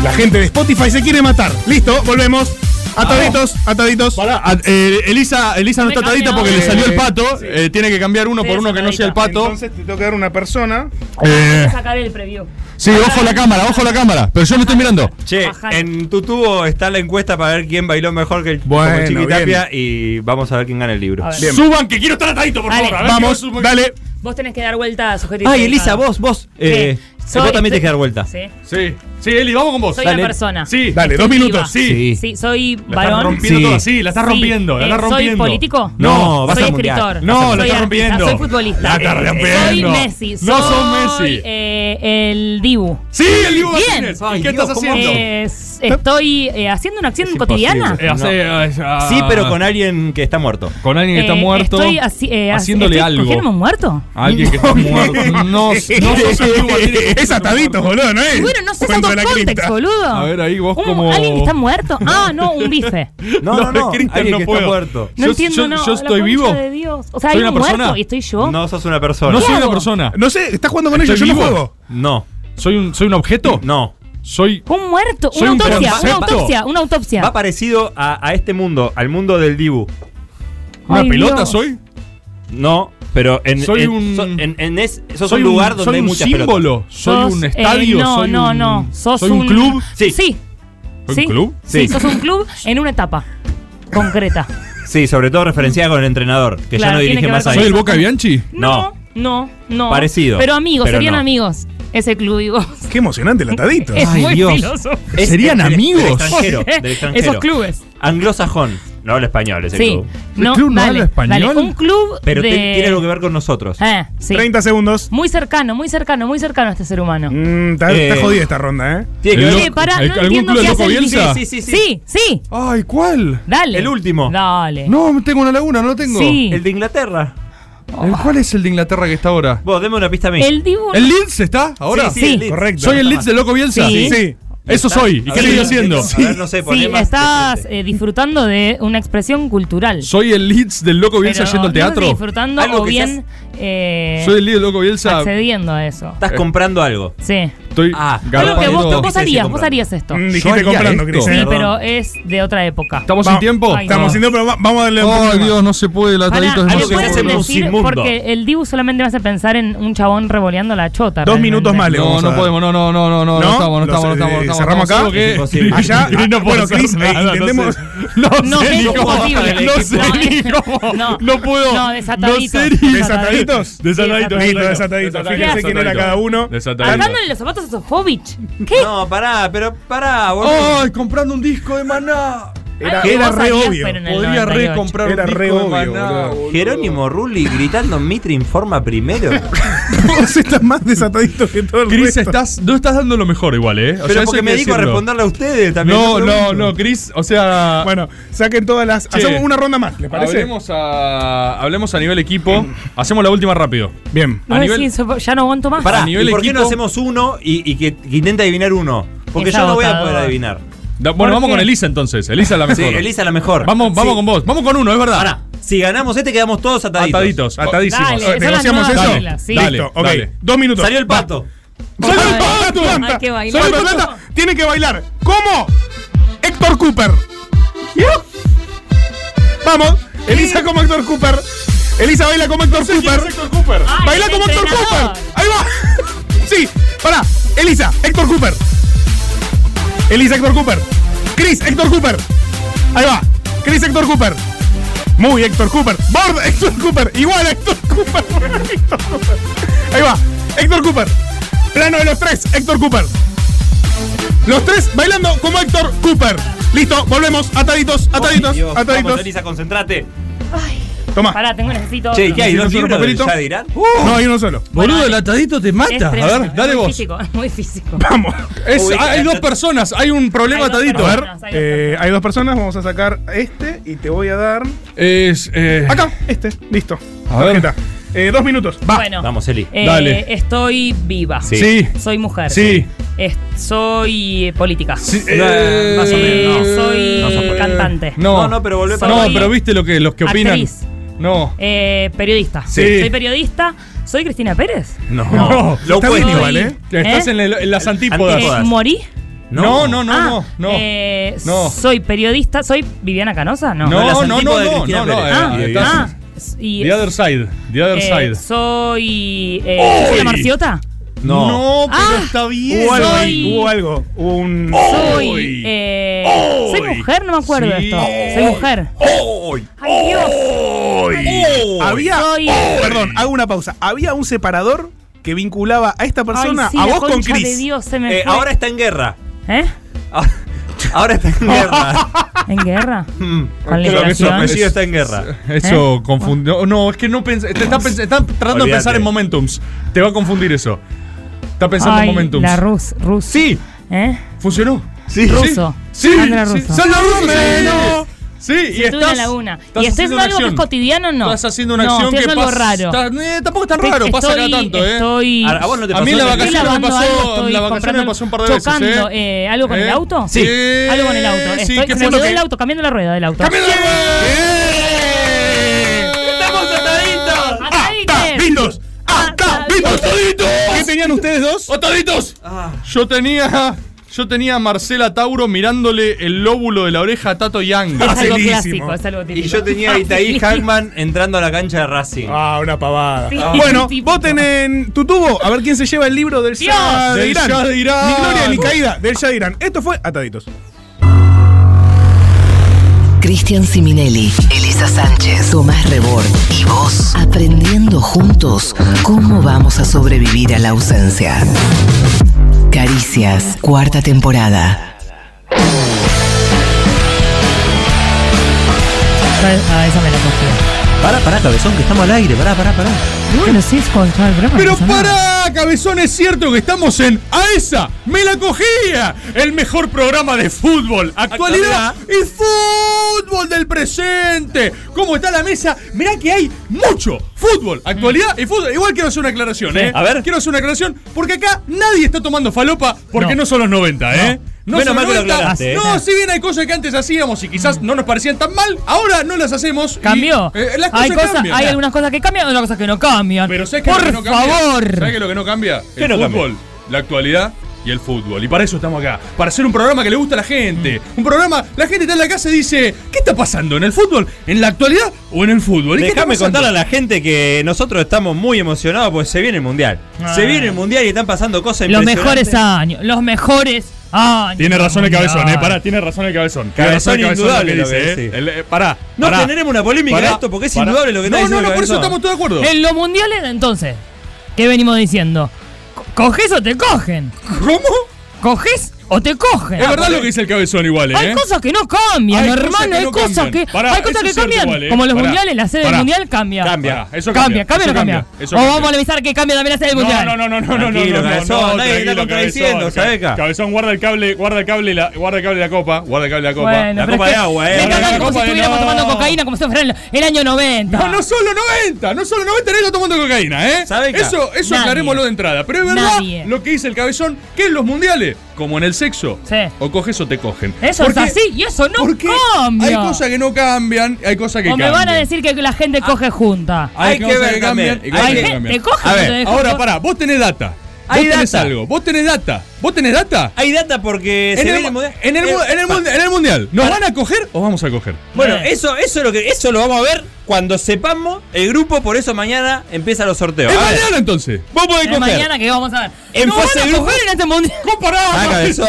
Speaker 1: La gente de Spotify se quiere matar. Listo, volvemos. Ataditos, ataditos.
Speaker 4: Pará, a- eh, Elisa, Elisa no
Speaker 8: Me
Speaker 4: está
Speaker 8: cambio.
Speaker 4: tadita porque le
Speaker 1: Eh,
Speaker 4: salió el pato. Eh, tiene que cambiar uno
Speaker 8: Sí,
Speaker 4: por uno que no sea el pato.
Speaker 1: Entonces te tengo que dar una persona.
Speaker 4: Eh,
Speaker 8: Sacar el preview.
Speaker 4: sí, ojo la cámara, ojo la cámara. Pero yo no estoy mirando.
Speaker 7: Che,
Speaker 8: Bajale.
Speaker 7: en tu tubo está la encuesta para ver quién bailó mejor que el
Speaker 1: Bueno,
Speaker 7: como Chiquitapia y vamos a ver quién gana el libro.
Speaker 8: A ver.
Speaker 4: Suban que quiero estar atadito, por
Speaker 8: Dale.
Speaker 4: favor. a ver,
Speaker 1: Vamos,
Speaker 4: quiero subir.
Speaker 1: dale.
Speaker 8: Vos tenés que dar vuelta a subjetivo.
Speaker 7: Ay, Elisa, vos, vos. Eh,
Speaker 8: Soy-
Speaker 7: vos también tenés que dar vuelta.
Speaker 8: Sí.
Speaker 4: Sí, sí, Eli, vamos con vos.
Speaker 8: Soy
Speaker 7: Dale.
Speaker 8: una persona.
Speaker 4: Sí,
Speaker 1: Dale, dos
Speaker 8: Efectiva.
Speaker 1: minutos. Sí.
Speaker 7: Sí.
Speaker 8: Sí, soy
Speaker 4: La estás
Speaker 8: varón.
Speaker 4: rompiendo
Speaker 7: Sí.
Speaker 4: toda, sí, la estás
Speaker 8: Sí.
Speaker 4: rompiendo, la
Speaker 8: Eh,
Speaker 4: estás rompiendo.
Speaker 8: ¿Soy político?
Speaker 7: No, vas
Speaker 8: soy
Speaker 7: al mundial.
Speaker 8: escritor.
Speaker 4: No,
Speaker 8: soy
Speaker 4: la estás
Speaker 8: artista,
Speaker 4: rompiendo.
Speaker 8: Soy futbolista. Eh,
Speaker 4: La estás
Speaker 8: Soy
Speaker 4: rompiendo.
Speaker 8: Messi.
Speaker 4: No
Speaker 8: soy,
Speaker 4: sos Messi.
Speaker 8: eh, el Dibu.
Speaker 4: Sí, el Dibu
Speaker 8: Bien.
Speaker 4: Martínez.
Speaker 7: Ay,
Speaker 4: ¿Y qué
Speaker 7: Dios,
Speaker 4: estás
Speaker 7: ¿cómo
Speaker 4: haciendo?
Speaker 8: Eh, s- estoy eh, haciendo una acción
Speaker 7: Es
Speaker 8: cotidiana.
Speaker 7: imposible.
Speaker 4: Eh, hace- ah,
Speaker 7: Sí, pero con alguien que está muerto.
Speaker 6: Con alguien que está
Speaker 8: Eh,
Speaker 6: muerto.
Speaker 8: Estoy así, eh,
Speaker 6: haciéndole
Speaker 8: estoy
Speaker 6: algo.
Speaker 8: cogiendo un muerto?
Speaker 6: A Alguien que está muerto. No, no sos el Dibu Martínez.
Speaker 1: es ataditos, boludo, ¿no es?
Speaker 8: Bueno, no sé tanto
Speaker 1: Cuento de la
Speaker 8: context,
Speaker 1: cripta.
Speaker 8: boludo.
Speaker 6: A ver, ahí vos
Speaker 8: Un-
Speaker 6: como-
Speaker 8: Uh, Alguien que está muerto. Ah, no, un bife.
Speaker 7: No, no, no.
Speaker 4: Cristian,
Speaker 7: alguien
Speaker 4: no
Speaker 7: que
Speaker 4: puedo.
Speaker 7: está muerto.
Speaker 8: No
Speaker 6: Yo-
Speaker 8: entiendo,
Speaker 6: yo-
Speaker 8: no.
Speaker 6: yo
Speaker 8: la
Speaker 6: estoy
Speaker 8: concha
Speaker 6: vivo.
Speaker 8: de Dios. O sea,
Speaker 6: ¿Soy
Speaker 8: hay
Speaker 6: una
Speaker 8: un muerto
Speaker 6: persona?
Speaker 8: y estoy yo.
Speaker 7: No sos una persona.
Speaker 6: No soy una
Speaker 8: hago?
Speaker 6: persona.
Speaker 1: No sé, estás jugando con
Speaker 6: ¿Estoy
Speaker 1: ellos, yo no
Speaker 6: vivo?
Speaker 1: juego.
Speaker 7: No.
Speaker 6: ¿Soy un, soy un objeto?
Speaker 7: No.
Speaker 6: Soy.
Speaker 8: Un muerto.
Speaker 6: Soy
Speaker 8: Una
Speaker 6: un
Speaker 8: autopsia, una
Speaker 6: concepto.
Speaker 8: autopsia, una autopsia.
Speaker 7: Va parecido a, a este mundo, al mundo del Dibu.
Speaker 6: ¿Una
Speaker 8: Ay,
Speaker 6: pelota
Speaker 8: Dios.
Speaker 6: soy?
Speaker 7: No, pero en.
Speaker 6: Soy
Speaker 7: en-
Speaker 6: un-
Speaker 7: so- en- en es- sos
Speaker 6: soy
Speaker 7: un lugar donde
Speaker 6: soy
Speaker 7: hay
Speaker 6: un
Speaker 7: muchas pelotas.
Speaker 6: símbolo. Soy
Speaker 8: Sos,
Speaker 6: un
Speaker 8: eh,
Speaker 6: estadio.
Speaker 8: no,
Speaker 6: soy
Speaker 8: no,
Speaker 6: un-
Speaker 8: no. Sos
Speaker 6: soy un, club.
Speaker 7: Sí.
Speaker 8: Sí.
Speaker 6: ¿Soy un
Speaker 8: Sí.
Speaker 6: club?
Speaker 8: Sí.
Speaker 7: Sí.
Speaker 8: sos un club en una etapa concreta.
Speaker 7: Sí, sobre todo referenciada con el entrenador, que ya
Speaker 8: Claro,
Speaker 7: no dirige
Speaker 8: tiene que
Speaker 7: más
Speaker 8: ver
Speaker 7: ahí.
Speaker 8: con
Speaker 6: ¿Soy el Boca Bianchi?
Speaker 7: No.
Speaker 8: No, no.
Speaker 7: Parecido,
Speaker 8: Pero amigos,
Speaker 7: pero
Speaker 8: serían
Speaker 7: no.
Speaker 8: amigos. Ese club, digo.
Speaker 1: Qué emocionante el atadito.
Speaker 8: Es
Speaker 7: Ay,
Speaker 8: muy
Speaker 7: Dios.
Speaker 8: filósofo.
Speaker 7: Es
Speaker 6: ¿Serían
Speaker 7: del- del
Speaker 6: amigos?
Speaker 7: extranjero, del extranjero.
Speaker 8: Esos clubes.
Speaker 7: Anglosajón. No habla español ese
Speaker 8: Sí.
Speaker 7: club.
Speaker 8: No,
Speaker 6: club no
Speaker 8: dale,
Speaker 6: habla español?
Speaker 8: dale. Un club
Speaker 7: Pero
Speaker 8: de...
Speaker 7: te- tiene algo que ver con nosotros.
Speaker 8: Eh, sí.
Speaker 1: 30 segundos.
Speaker 8: Muy cercano, muy cercano, muy cercano a este ser humano.
Speaker 1: Mm, está, está
Speaker 7: Eh.
Speaker 1: jodida esta ronda, ¿eh?
Speaker 7: Tiene que
Speaker 6: El
Speaker 7: ver-
Speaker 8: Sí,
Speaker 6: loco-
Speaker 8: pará,
Speaker 6: ¿Al-
Speaker 8: no
Speaker 6: ¿Algún
Speaker 8: entiendo
Speaker 6: club de
Speaker 8: qué
Speaker 6: Loco
Speaker 8: hace el
Speaker 6: Bielsa?
Speaker 7: Sí, sí, sí.
Speaker 8: Sí, sí.
Speaker 4: Ay, ¿cuál?
Speaker 8: Dale.
Speaker 7: El último.
Speaker 8: Dale.
Speaker 4: No, tengo una laguna, no lo tengo.
Speaker 8: Sí.
Speaker 7: El de Inglaterra.
Speaker 4: ¿El- ¿Cuál es el de Inglaterra que está ahora?
Speaker 7: Vos, deme una pista a mí.
Speaker 8: El Dibu.
Speaker 4: ¿El Leeds está ahora?
Speaker 7: Sí,
Speaker 8: Sí.
Speaker 7: el Leeds.
Speaker 1: Correcto.
Speaker 4: ¿Soy el Leeds de Loco Bielsa?
Speaker 8: Sí.
Speaker 1: Sí.
Speaker 4: Eso
Speaker 7: ¿Está?
Speaker 4: soy. ¿Y
Speaker 7: A
Speaker 4: qué
Speaker 7: ver,
Speaker 4: le estoy
Speaker 7: no sé,
Speaker 4: haciendo?
Speaker 7: A ver, no sé, poné
Speaker 8: Sí,
Speaker 7: más
Speaker 8: estás
Speaker 7: presente.
Speaker 8: eh, disfrutando de una expresión cultural.
Speaker 4: ¿Soy el Leeds del Loco Bielsa
Speaker 8: Pero
Speaker 4: yendo al
Speaker 8: no sé si
Speaker 4: teatro?
Speaker 8: disfrutando
Speaker 7: Algo
Speaker 8: o
Speaker 7: que
Speaker 8: bien eh,
Speaker 4: ¿Soy el Leeds del Loco Bielsa? Eh,
Speaker 8: accediendo a eso.
Speaker 7: Estás comprando algo.
Speaker 8: Sí.
Speaker 4: Estoy
Speaker 7: Ah,
Speaker 8: Algo que
Speaker 4: galopando.
Speaker 8: vos, vos
Speaker 7: Sí, sí,
Speaker 8: harías,
Speaker 7: comprando.
Speaker 8: vos harías esto.
Speaker 1: Mm,
Speaker 8: Sí,
Speaker 4: Yo
Speaker 1: dijiste
Speaker 4: haría
Speaker 1: comprando,
Speaker 4: esto.
Speaker 1: Cris. ¿eh?
Speaker 4: Sí,
Speaker 1: Vamos-
Speaker 8: pero es de otra época.
Speaker 4: ¿Estamos sin tiempo?
Speaker 8: Ay,
Speaker 1: Estamos
Speaker 8: no.
Speaker 1: sin tiempo, pero va- vamos a darle un
Speaker 4: Ay,
Speaker 1: poquito más.
Speaker 4: Dios, no se puede el
Speaker 8: Pará,
Speaker 4: atadito. es
Speaker 8: ¿me
Speaker 7: no sé
Speaker 4: demasiado
Speaker 8: puedes
Speaker 7: cómo
Speaker 4: bueno.
Speaker 7: hacemos
Speaker 8: decir?
Speaker 7: inmundo.
Speaker 8: Porque el Dibu solamente me hace pensar en un chabón revoleando la chota.
Speaker 1: Dos
Speaker 8: realmente.
Speaker 1: minutos más, le vamos
Speaker 4: No,
Speaker 1: a
Speaker 4: no
Speaker 1: dar.
Speaker 4: podemos, no, no, no, no, no,
Speaker 1: ¿No?
Speaker 4: no estamos, no
Speaker 1: Los,
Speaker 4: estamos, no estamos,
Speaker 1: eh,
Speaker 4: no estamos.
Speaker 1: cerramos acá.
Speaker 4: ¿Solo qué?
Speaker 7: Es imposible.
Speaker 1: Allá,
Speaker 4: Y no
Speaker 1: ah,
Speaker 4: puedo
Speaker 1: bueno,
Speaker 4: hacer
Speaker 1: Cris, eh,
Speaker 4: nada, no
Speaker 1: intentemos-
Speaker 4: sé. No
Speaker 8: No,
Speaker 4: sé
Speaker 8: es
Speaker 4: ni cómo,
Speaker 8: imposible.
Speaker 4: no sé
Speaker 8: No,
Speaker 4: ni
Speaker 8: es-
Speaker 4: cómo,
Speaker 8: no.
Speaker 4: no puedo.
Speaker 8: No, desataditos,
Speaker 4: No sé ni-
Speaker 1: desataditos.
Speaker 4: Desataditos.
Speaker 1: Listo,
Speaker 4: desataditos.
Speaker 1: desataditos.
Speaker 8: Desataditos.
Speaker 1: Fíjense quién era
Speaker 6: Desataditos.
Speaker 1: cada uno.
Speaker 6: Desatadito.
Speaker 8: Andándole los zapatos a Sofovich. ¿Qué?
Speaker 7: No, pará, pero pará, boludo.
Speaker 4: Ay, comprando un disco de Maná.
Speaker 1: Era,
Speaker 8: Algo
Speaker 1: era
Speaker 8: Ah, vos
Speaker 1: re
Speaker 8: harías,
Speaker 1: obvio.
Speaker 8: pero en el
Speaker 4: Podría
Speaker 8: 98.
Speaker 4: recomprar un
Speaker 1: Era
Speaker 4: disco
Speaker 1: re
Speaker 4: de
Speaker 1: obvio,
Speaker 4: Maná.
Speaker 1: boludo.
Speaker 4: boludo.
Speaker 7: Jerónimo Rulli gritando Mitre informa primero.
Speaker 1: Vos estás más desatadito que todo el
Speaker 4: Cris,
Speaker 1: resto.
Speaker 4: estás, no estás dando lo mejor igual, ¿eh? O sea,
Speaker 7: Pero
Speaker 4: eso
Speaker 7: porque
Speaker 4: hay
Speaker 7: me
Speaker 4: que
Speaker 7: dedico a
Speaker 4: decirlo.
Speaker 7: responderle a ustedes también.
Speaker 4: No,
Speaker 7: sé
Speaker 4: no,
Speaker 7: lo
Speaker 4: no, Cris, o sea.
Speaker 1: Bueno, saquen todas las.
Speaker 4: Che.
Speaker 1: Hacemos una ronda más, ¿le parece?
Speaker 4: Hablemos a, hablemos a nivel equipo. Hacemos la última rápido.
Speaker 1: Bien.
Speaker 8: No,
Speaker 4: A nivel-
Speaker 8: sí, Sofo- ya no aguanto más.
Speaker 7: Pará,
Speaker 4: A nivel
Speaker 7: ¿y ¿por qué no
Speaker 4: equipo-
Speaker 7: hacemos uno y, y que, que intente adivinar uno? Porque
Speaker 8: Es
Speaker 7: yo no voy a
Speaker 8: agotador.
Speaker 7: poder adivinar.
Speaker 4: Da-
Speaker 8: ¿Por
Speaker 4: bueno, vamos
Speaker 8: qué?
Speaker 4: con Elisa entonces. Elisa la
Speaker 7: Sí,
Speaker 4: mejor.
Speaker 7: Elisa la mejor.
Speaker 4: Vamos, vamos
Speaker 7: Sí.
Speaker 4: con vos. Vamos con uno, es verdad.
Speaker 7: Pará, si ganamos este quedamos todos ataditos. Oh,
Speaker 4: Ataditos, atadísimos. Eh,
Speaker 8: Dale, esas son las
Speaker 1: ¿Negociamos
Speaker 8: nuevas
Speaker 1: eso?
Speaker 8: reglas, sí.
Speaker 4: Dale,
Speaker 1: Listo, ok.
Speaker 4: dale.
Speaker 1: Dos minutos.
Speaker 7: Salió el pato.
Speaker 1: ¡Salió el
Speaker 8: Ay,
Speaker 1: pato!
Speaker 8: eh. hay que bailar.
Speaker 1: ¡Salió el pato! Tiene que bailar. ¿Cómo? Héctor Cooper. ¿Yo? Vamos. Elisa como Héctor Cooper. Elisa baila como Héctor Cooper.
Speaker 8: Ay,
Speaker 1: Baila
Speaker 8: el
Speaker 1: como Héctor
Speaker 8: entrenador.
Speaker 1: Cooper. Ahí va. Sí, pará. Elisa, Héctor Cooper. Elisa, Héctor Cooper. Chris, Héctor Cooper. Ahí va. Chris, Héctor Cooper. Muy Héctor Cooper. Bord, Héctor Cooper. Igual a Héctor Cooper. Héctor Cooper. Ahí va. Héctor Cooper. Plano de los tres. Héctor Cooper. Los tres bailando como Héctor Cooper. Listo, volvemos. Ataditos, ataditos,
Speaker 7: Dios,
Speaker 1: ataditos.
Speaker 7: Vamos, Elisa, concentrate.
Speaker 1: Toma.
Speaker 8: Pará, tengo necesito.
Speaker 1: Che,
Speaker 8: otro.
Speaker 1: ¿qué hay, dos
Speaker 8: Necesito otro
Speaker 1: libros
Speaker 8: papelito?
Speaker 1: de Shah de Irán? No, hay uno solo.
Speaker 8: Bueno, dale. Este
Speaker 6: Boludo, el Uh. atadito te
Speaker 8: Es
Speaker 6: mata. A
Speaker 8: tremendo,
Speaker 6: ver, dale
Speaker 8: es muy
Speaker 6: vos.
Speaker 8: Físico, es muy físico.
Speaker 1: Vamos.
Speaker 6: Es- hay dos personas, hay un problema atadito.
Speaker 1: A ver, eh, hay dos personas, vamos a sacar este y te voy a dar.
Speaker 6: Es. eh,
Speaker 1: Acá, este, listo.
Speaker 6: A ver.
Speaker 1: Tarjeta. Eh, dos minutos, va.
Speaker 8: Bueno. Vamos,
Speaker 7: Eli.
Speaker 8: Eh,
Speaker 6: Dale.
Speaker 8: Estoy viva.
Speaker 6: Sí. Sí.
Speaker 8: Soy mujer.
Speaker 6: Sí.
Speaker 8: Es- soy eh, política.
Speaker 6: eh,
Speaker 8: Más o menos.
Speaker 6: no.
Speaker 8: Soy
Speaker 6: No sos política.
Speaker 8: cantante.
Speaker 6: No,
Speaker 7: No, no, pero volvé
Speaker 8: para
Speaker 6: No,
Speaker 8: arriba.
Speaker 6: pero viste lo que, los que opinan.
Speaker 8: Actriz.
Speaker 6: No.
Speaker 8: Eh, periodista.
Speaker 6: Sí.
Speaker 8: Soy periodista. Soy Cristina Pérez.
Speaker 7: No.
Speaker 6: No,
Speaker 7: Lo
Speaker 6: está
Speaker 7: opuesto.
Speaker 6: bien igual, ¿eh?
Speaker 8: ¿Eh?
Speaker 6: Estás en, el- en las antípodas.
Speaker 8: Eh, ¿Morí?
Speaker 6: No, no, no,
Speaker 8: Ah,
Speaker 6: no, no.
Speaker 8: eh,
Speaker 6: No.
Speaker 8: Soy periodista. ¿Soy Viviana Canosa? No.
Speaker 6: No, no, no, no, no, no, eh,
Speaker 8: Ah,
Speaker 6: estás-
Speaker 8: ah, y-
Speaker 6: The other side, the other
Speaker 8: eh,
Speaker 6: side.
Speaker 8: Soy. Eh,
Speaker 6: ¡Uy!
Speaker 8: ¿Cecilia Marciota?
Speaker 6: No, pero
Speaker 8: Ah,
Speaker 6: está bien.
Speaker 1: Hubo algo, ahí,
Speaker 8: Soy-
Speaker 1: hubo algo. Hubo un.
Speaker 8: Soy. eh, soy mujer, no me acuerdo de esto. Soy mujer. ¡Ay, Dios!
Speaker 1: Había.
Speaker 8: Soy-
Speaker 1: Perdón, hago una pausa. Había un separador que vinculaba a esta persona
Speaker 8: Ay, sí,
Speaker 1: a
Speaker 8: la
Speaker 1: vos con
Speaker 8: concha de
Speaker 1: Chris.
Speaker 8: Dios, se me
Speaker 7: Eh,
Speaker 8: fue.
Speaker 7: ahora está en guerra.
Speaker 8: ¿Eh?
Speaker 7: Ahora, ahora está en guerra.
Speaker 8: ¿En guerra? ¿Con la
Speaker 6: Creo que eso
Speaker 8: inflación?
Speaker 6: me-
Speaker 7: Messi está en guerra.
Speaker 6: Eso confundió. No, es que no pensé. Está, pens- está tratando de
Speaker 7: Olvídate.
Speaker 6: pensar en momentums. Te va a confundir eso. Está pensando
Speaker 8: Ay,
Speaker 6: en momentums.
Speaker 8: La Rus, Rus.
Speaker 6: Sí,
Speaker 8: ¿Eh?
Speaker 6: funcionó. Sí,
Speaker 8: Ruso.
Speaker 6: Sí,
Speaker 8: Sandra
Speaker 6: sí,
Speaker 8: Russo.
Speaker 6: Sandra Russo, Sí, sí, y
Speaker 8: Estuve en
Speaker 6: estás.
Speaker 8: la laguna.
Speaker 6: estás
Speaker 8: ¿Y estoy
Speaker 6: haciendo
Speaker 8: haciendo
Speaker 6: una
Speaker 8: algo que es
Speaker 6: acción.
Speaker 8: cotidiano no?
Speaker 6: Estás haciendo una
Speaker 8: no,
Speaker 6: acción
Speaker 8: estoy
Speaker 6: que
Speaker 8: haciendo
Speaker 6: pasa.
Speaker 8: algo raro.
Speaker 6: está- eh, tampoco es tan
Speaker 8: Te-
Speaker 6: raro, pasa cada
Speaker 8: estoy-
Speaker 6: tanto, ¿eh?
Speaker 8: Estoy...
Speaker 7: A- a vos no te
Speaker 6: A mí
Speaker 7: pasó
Speaker 6: en la
Speaker 7: eso?
Speaker 8: Estoy
Speaker 6: vacación me
Speaker 8: lavando
Speaker 6: pasó,
Speaker 8: algo, estoy
Speaker 6: en la vacación me
Speaker 8: comprando-
Speaker 6: pasó un par de
Speaker 8: chocando,
Speaker 6: veces,
Speaker 8: eh, ¿Algo con
Speaker 6: ¿Eh?
Speaker 8: el auto?
Speaker 6: Sí.
Speaker 8: Algo con el auto.
Speaker 6: Sí,
Speaker 8: Estoy,
Speaker 6: ¿qué
Speaker 8: se
Speaker 6: fue
Speaker 8: me
Speaker 6: lo
Speaker 8: quedó
Speaker 6: que-
Speaker 8: el auto, cambiando la rueda del auto.
Speaker 6: ¡Camila!
Speaker 7: ¡Estamos ataditos!
Speaker 8: ¡Ataditos!
Speaker 6: ¡Ataditos!
Speaker 1: ¿Qué tenían ustedes dos?
Speaker 6: ¡Otaditos!
Speaker 7: Ah.
Speaker 6: Yo tenía. Yo tenía a Marcela Tauro mirándole el lóbulo de la oreja a Tato Yang.
Speaker 8: Es algo
Speaker 1: Facilísimo.
Speaker 8: clásico, es algo típico.
Speaker 7: Y yo tenía a Itaí Hackman entrando a la cancha de Racing.
Speaker 1: Ah, una pavada.
Speaker 8: Sí,
Speaker 1: Ah.
Speaker 8: es
Speaker 1: Bueno,
Speaker 8: un típico.
Speaker 1: voten en tu tubo a ver quién se lleva el libro del Shah de
Speaker 6: Del
Speaker 1: Irán.
Speaker 6: Shah de Irán.
Speaker 1: Ni gloria ni caída del Shah de Irán. Esto fue Ataditos.
Speaker 10: Cristian Siminelli, Elisa Sánchez, Tomás Rebord y vos, aprendiendo juntos cómo vamos a sobrevivir a la ausencia. Caricias, cuarta temporada.
Speaker 8: Ah, esa me la cogí.
Speaker 7: Pará, pará, cabezón, que estamos al aire. Pará, pará, pará.
Speaker 8: Pero sí es con todo el programa.
Speaker 6: Pero
Speaker 8: no pasa nada.
Speaker 6: para cabezón, es cierto que estamos en A esa, me la cogía, el mejor programa de fútbol, actualidad y fútbol del presente. ¿Cómo está la mesa? Mirá que hay mucho fútbol, actualidad y fútbol. Igual quiero hacer una aclaración, ¿eh?
Speaker 7: Mm. A ver.
Speaker 6: Quiero hacer una aclaración porque acá nadie está tomando falopa porque no,
Speaker 8: No.
Speaker 6: son los 90, ¿eh? No
Speaker 7: Menos
Speaker 6: son
Speaker 7: mal que lo
Speaker 6: 90.
Speaker 7: aclaraste, ¿eh?
Speaker 6: No, si bien hay cosas que antes hacíamos y quizás no nos parecían tan mal, ahora no las hacemos. y,
Speaker 8: Mm. Cambió.
Speaker 6: eh, las
Speaker 8: hay,
Speaker 6: cosas
Speaker 8: cosas,
Speaker 6: cambian.
Speaker 8: hay algunas cosas que cambian, otras cosas que no cambian.
Speaker 6: Pero ¿sabes qué es
Speaker 8: Por
Speaker 6: lo que no cambia?
Speaker 8: favor.
Speaker 6: ¿Sabes qué es lo que no cambia?
Speaker 7: ¿Qué
Speaker 6: el
Speaker 7: no cambia?
Speaker 6: fútbol, la actualidad y el fútbol. Y para eso estamos acá. Para hacer un programa que le gusta a la gente.
Speaker 7: Mm.
Speaker 6: Un programa, la gente está en la casa y dice, ¿qué está pasando? ¿En el fútbol? ¿En la actualidad o en el fútbol? ¿Y qué está
Speaker 7: Déjame
Speaker 6: pasando?
Speaker 7: contar a la gente que nosotros estamos muy emocionados porque se viene el mundial.
Speaker 8: Ah.
Speaker 7: Se viene el mundial y están pasando cosas
Speaker 8: Los
Speaker 7: impresionantes.
Speaker 8: mejores años. Los mejores años.
Speaker 6: Tiene razón el cabezón, eh.
Speaker 8: Mundial.
Speaker 6: Pará, tiene razón el cabezón.
Speaker 7: Cabezón
Speaker 6: Tiene razón el
Speaker 7: indudable
Speaker 6: lo que
Speaker 7: lo que
Speaker 6: dice, eh.
Speaker 7: dice.
Speaker 6: El, eh, pará.
Speaker 7: No
Speaker 6: pará.
Speaker 7: generemos una polémica
Speaker 6: Pará,
Speaker 7: de esto porque es
Speaker 6: pará.
Speaker 7: indudable lo que está
Speaker 6: No, no,
Speaker 7: diciendo
Speaker 6: no, por eso
Speaker 7: Cabezón.
Speaker 6: estamos todos de acuerdo.
Speaker 8: En los mundiales, entonces, ¿qué venimos diciendo? Co- ¿Coges o te cogen?
Speaker 6: ¿Cómo?
Speaker 8: ¿Coges o te cogen?
Speaker 6: Es verdad lo que dice el cabezón igual, eh.
Speaker 8: Hay cosas que no cambian,
Speaker 6: Hay cosas
Speaker 8: hermano.
Speaker 6: que
Speaker 8: hay
Speaker 6: no
Speaker 8: cosas
Speaker 6: cambian.
Speaker 8: que.
Speaker 6: Pará,
Speaker 8: hay cosas
Speaker 6: eso
Speaker 8: que
Speaker 6: es cierto
Speaker 8: cambian.
Speaker 6: igual, eh.
Speaker 8: Como los
Speaker 6: Pará.
Speaker 8: mundiales, la sede
Speaker 6: Pará.
Speaker 8: del mundial cambia.
Speaker 6: Cambia, eso
Speaker 8: Cambia, cambia o
Speaker 6: eso
Speaker 8: no cambia.
Speaker 6: eso
Speaker 8: O vamos a analizar que cambia también la sede del mundial.
Speaker 6: No, no, no, no, no, no, no,
Speaker 7: Tranquilo,
Speaker 6: no, no, no,
Speaker 7: Cabezón, nadie está
Speaker 6: tranquilo,
Speaker 7: contradiciendo,
Speaker 6: Cabezón,
Speaker 7: ¿sabés acá?
Speaker 6: Cabezón, guarda el cable, guarda el cable, y la, guarda el cable de la copa, guarda el cable de la copa.
Speaker 8: Bueno,
Speaker 7: La
Speaker 8: pero
Speaker 7: copa
Speaker 8: es
Speaker 7: de
Speaker 8: que
Speaker 7: agua, eh.
Speaker 8: me
Speaker 7: Ahora
Speaker 8: cagan
Speaker 6: la
Speaker 8: como si
Speaker 6: copa de-
Speaker 8: estuviéramos
Speaker 6: no.
Speaker 8: tomando cocaína, como si fuera el, el año 90.
Speaker 6: No, no solo 90, no solo 90, nadie está tomando cocaína, ¿eh?
Speaker 7: ¿Saben qué?
Speaker 6: Eso, eso
Speaker 8: Nadie.
Speaker 6: aclarémoslo de entrada. Pero es verdad
Speaker 8: Nadie.
Speaker 6: lo que dice el cabezón, que en los mundiales, como en el sexo,
Speaker 8: Sí.
Speaker 6: o coges o te cogen.
Speaker 8: Eso
Speaker 6: Porque-
Speaker 8: es así y eso no
Speaker 6: porque
Speaker 8: cambia.
Speaker 6: Hay cosas que no cambian, hay cosas que
Speaker 8: o me
Speaker 6: cambian. Ah,
Speaker 8: van a decir que la gente coge junta.
Speaker 7: Hay que
Speaker 6: cosas
Speaker 7: ver
Speaker 6: cambian
Speaker 7: también,
Speaker 6: y
Speaker 7: hay
Speaker 6: cosas
Speaker 8: Hay
Speaker 6: que
Speaker 8: gente
Speaker 6: cambian.
Speaker 8: que coge
Speaker 7: A
Speaker 8: junta,
Speaker 7: ver,
Speaker 8: deja-
Speaker 6: Ahora, pará, vos tenés data.
Speaker 7: Hay
Speaker 6: vos tenés
Speaker 7: data.
Speaker 6: algo. Vos tenés data. ¿Vos tenés data?
Speaker 7: Hay data porque se
Speaker 6: En el,
Speaker 7: viene el mundial.
Speaker 6: en el
Speaker 7: Eh,
Speaker 6: mu- en el mun- en el mundial, ¿nos van a coger o vamos a coger?
Speaker 7: Bueno,
Speaker 8: Eh.
Speaker 7: eso, eso es lo que, eso lo vamos a ver cuando sepamos el grupo, por eso mañana empiezan los sorteos.
Speaker 6: Es
Speaker 7: A ver,
Speaker 6: mañana entonces.
Speaker 7: vos podés
Speaker 8: Es
Speaker 7: coger.
Speaker 8: mañana que vamos a ver.
Speaker 7: En
Speaker 8: no
Speaker 7: fase
Speaker 8: van a
Speaker 7: de grupo-
Speaker 8: coger en este mundial.
Speaker 6: Comparado,
Speaker 7: Ah, cabezón,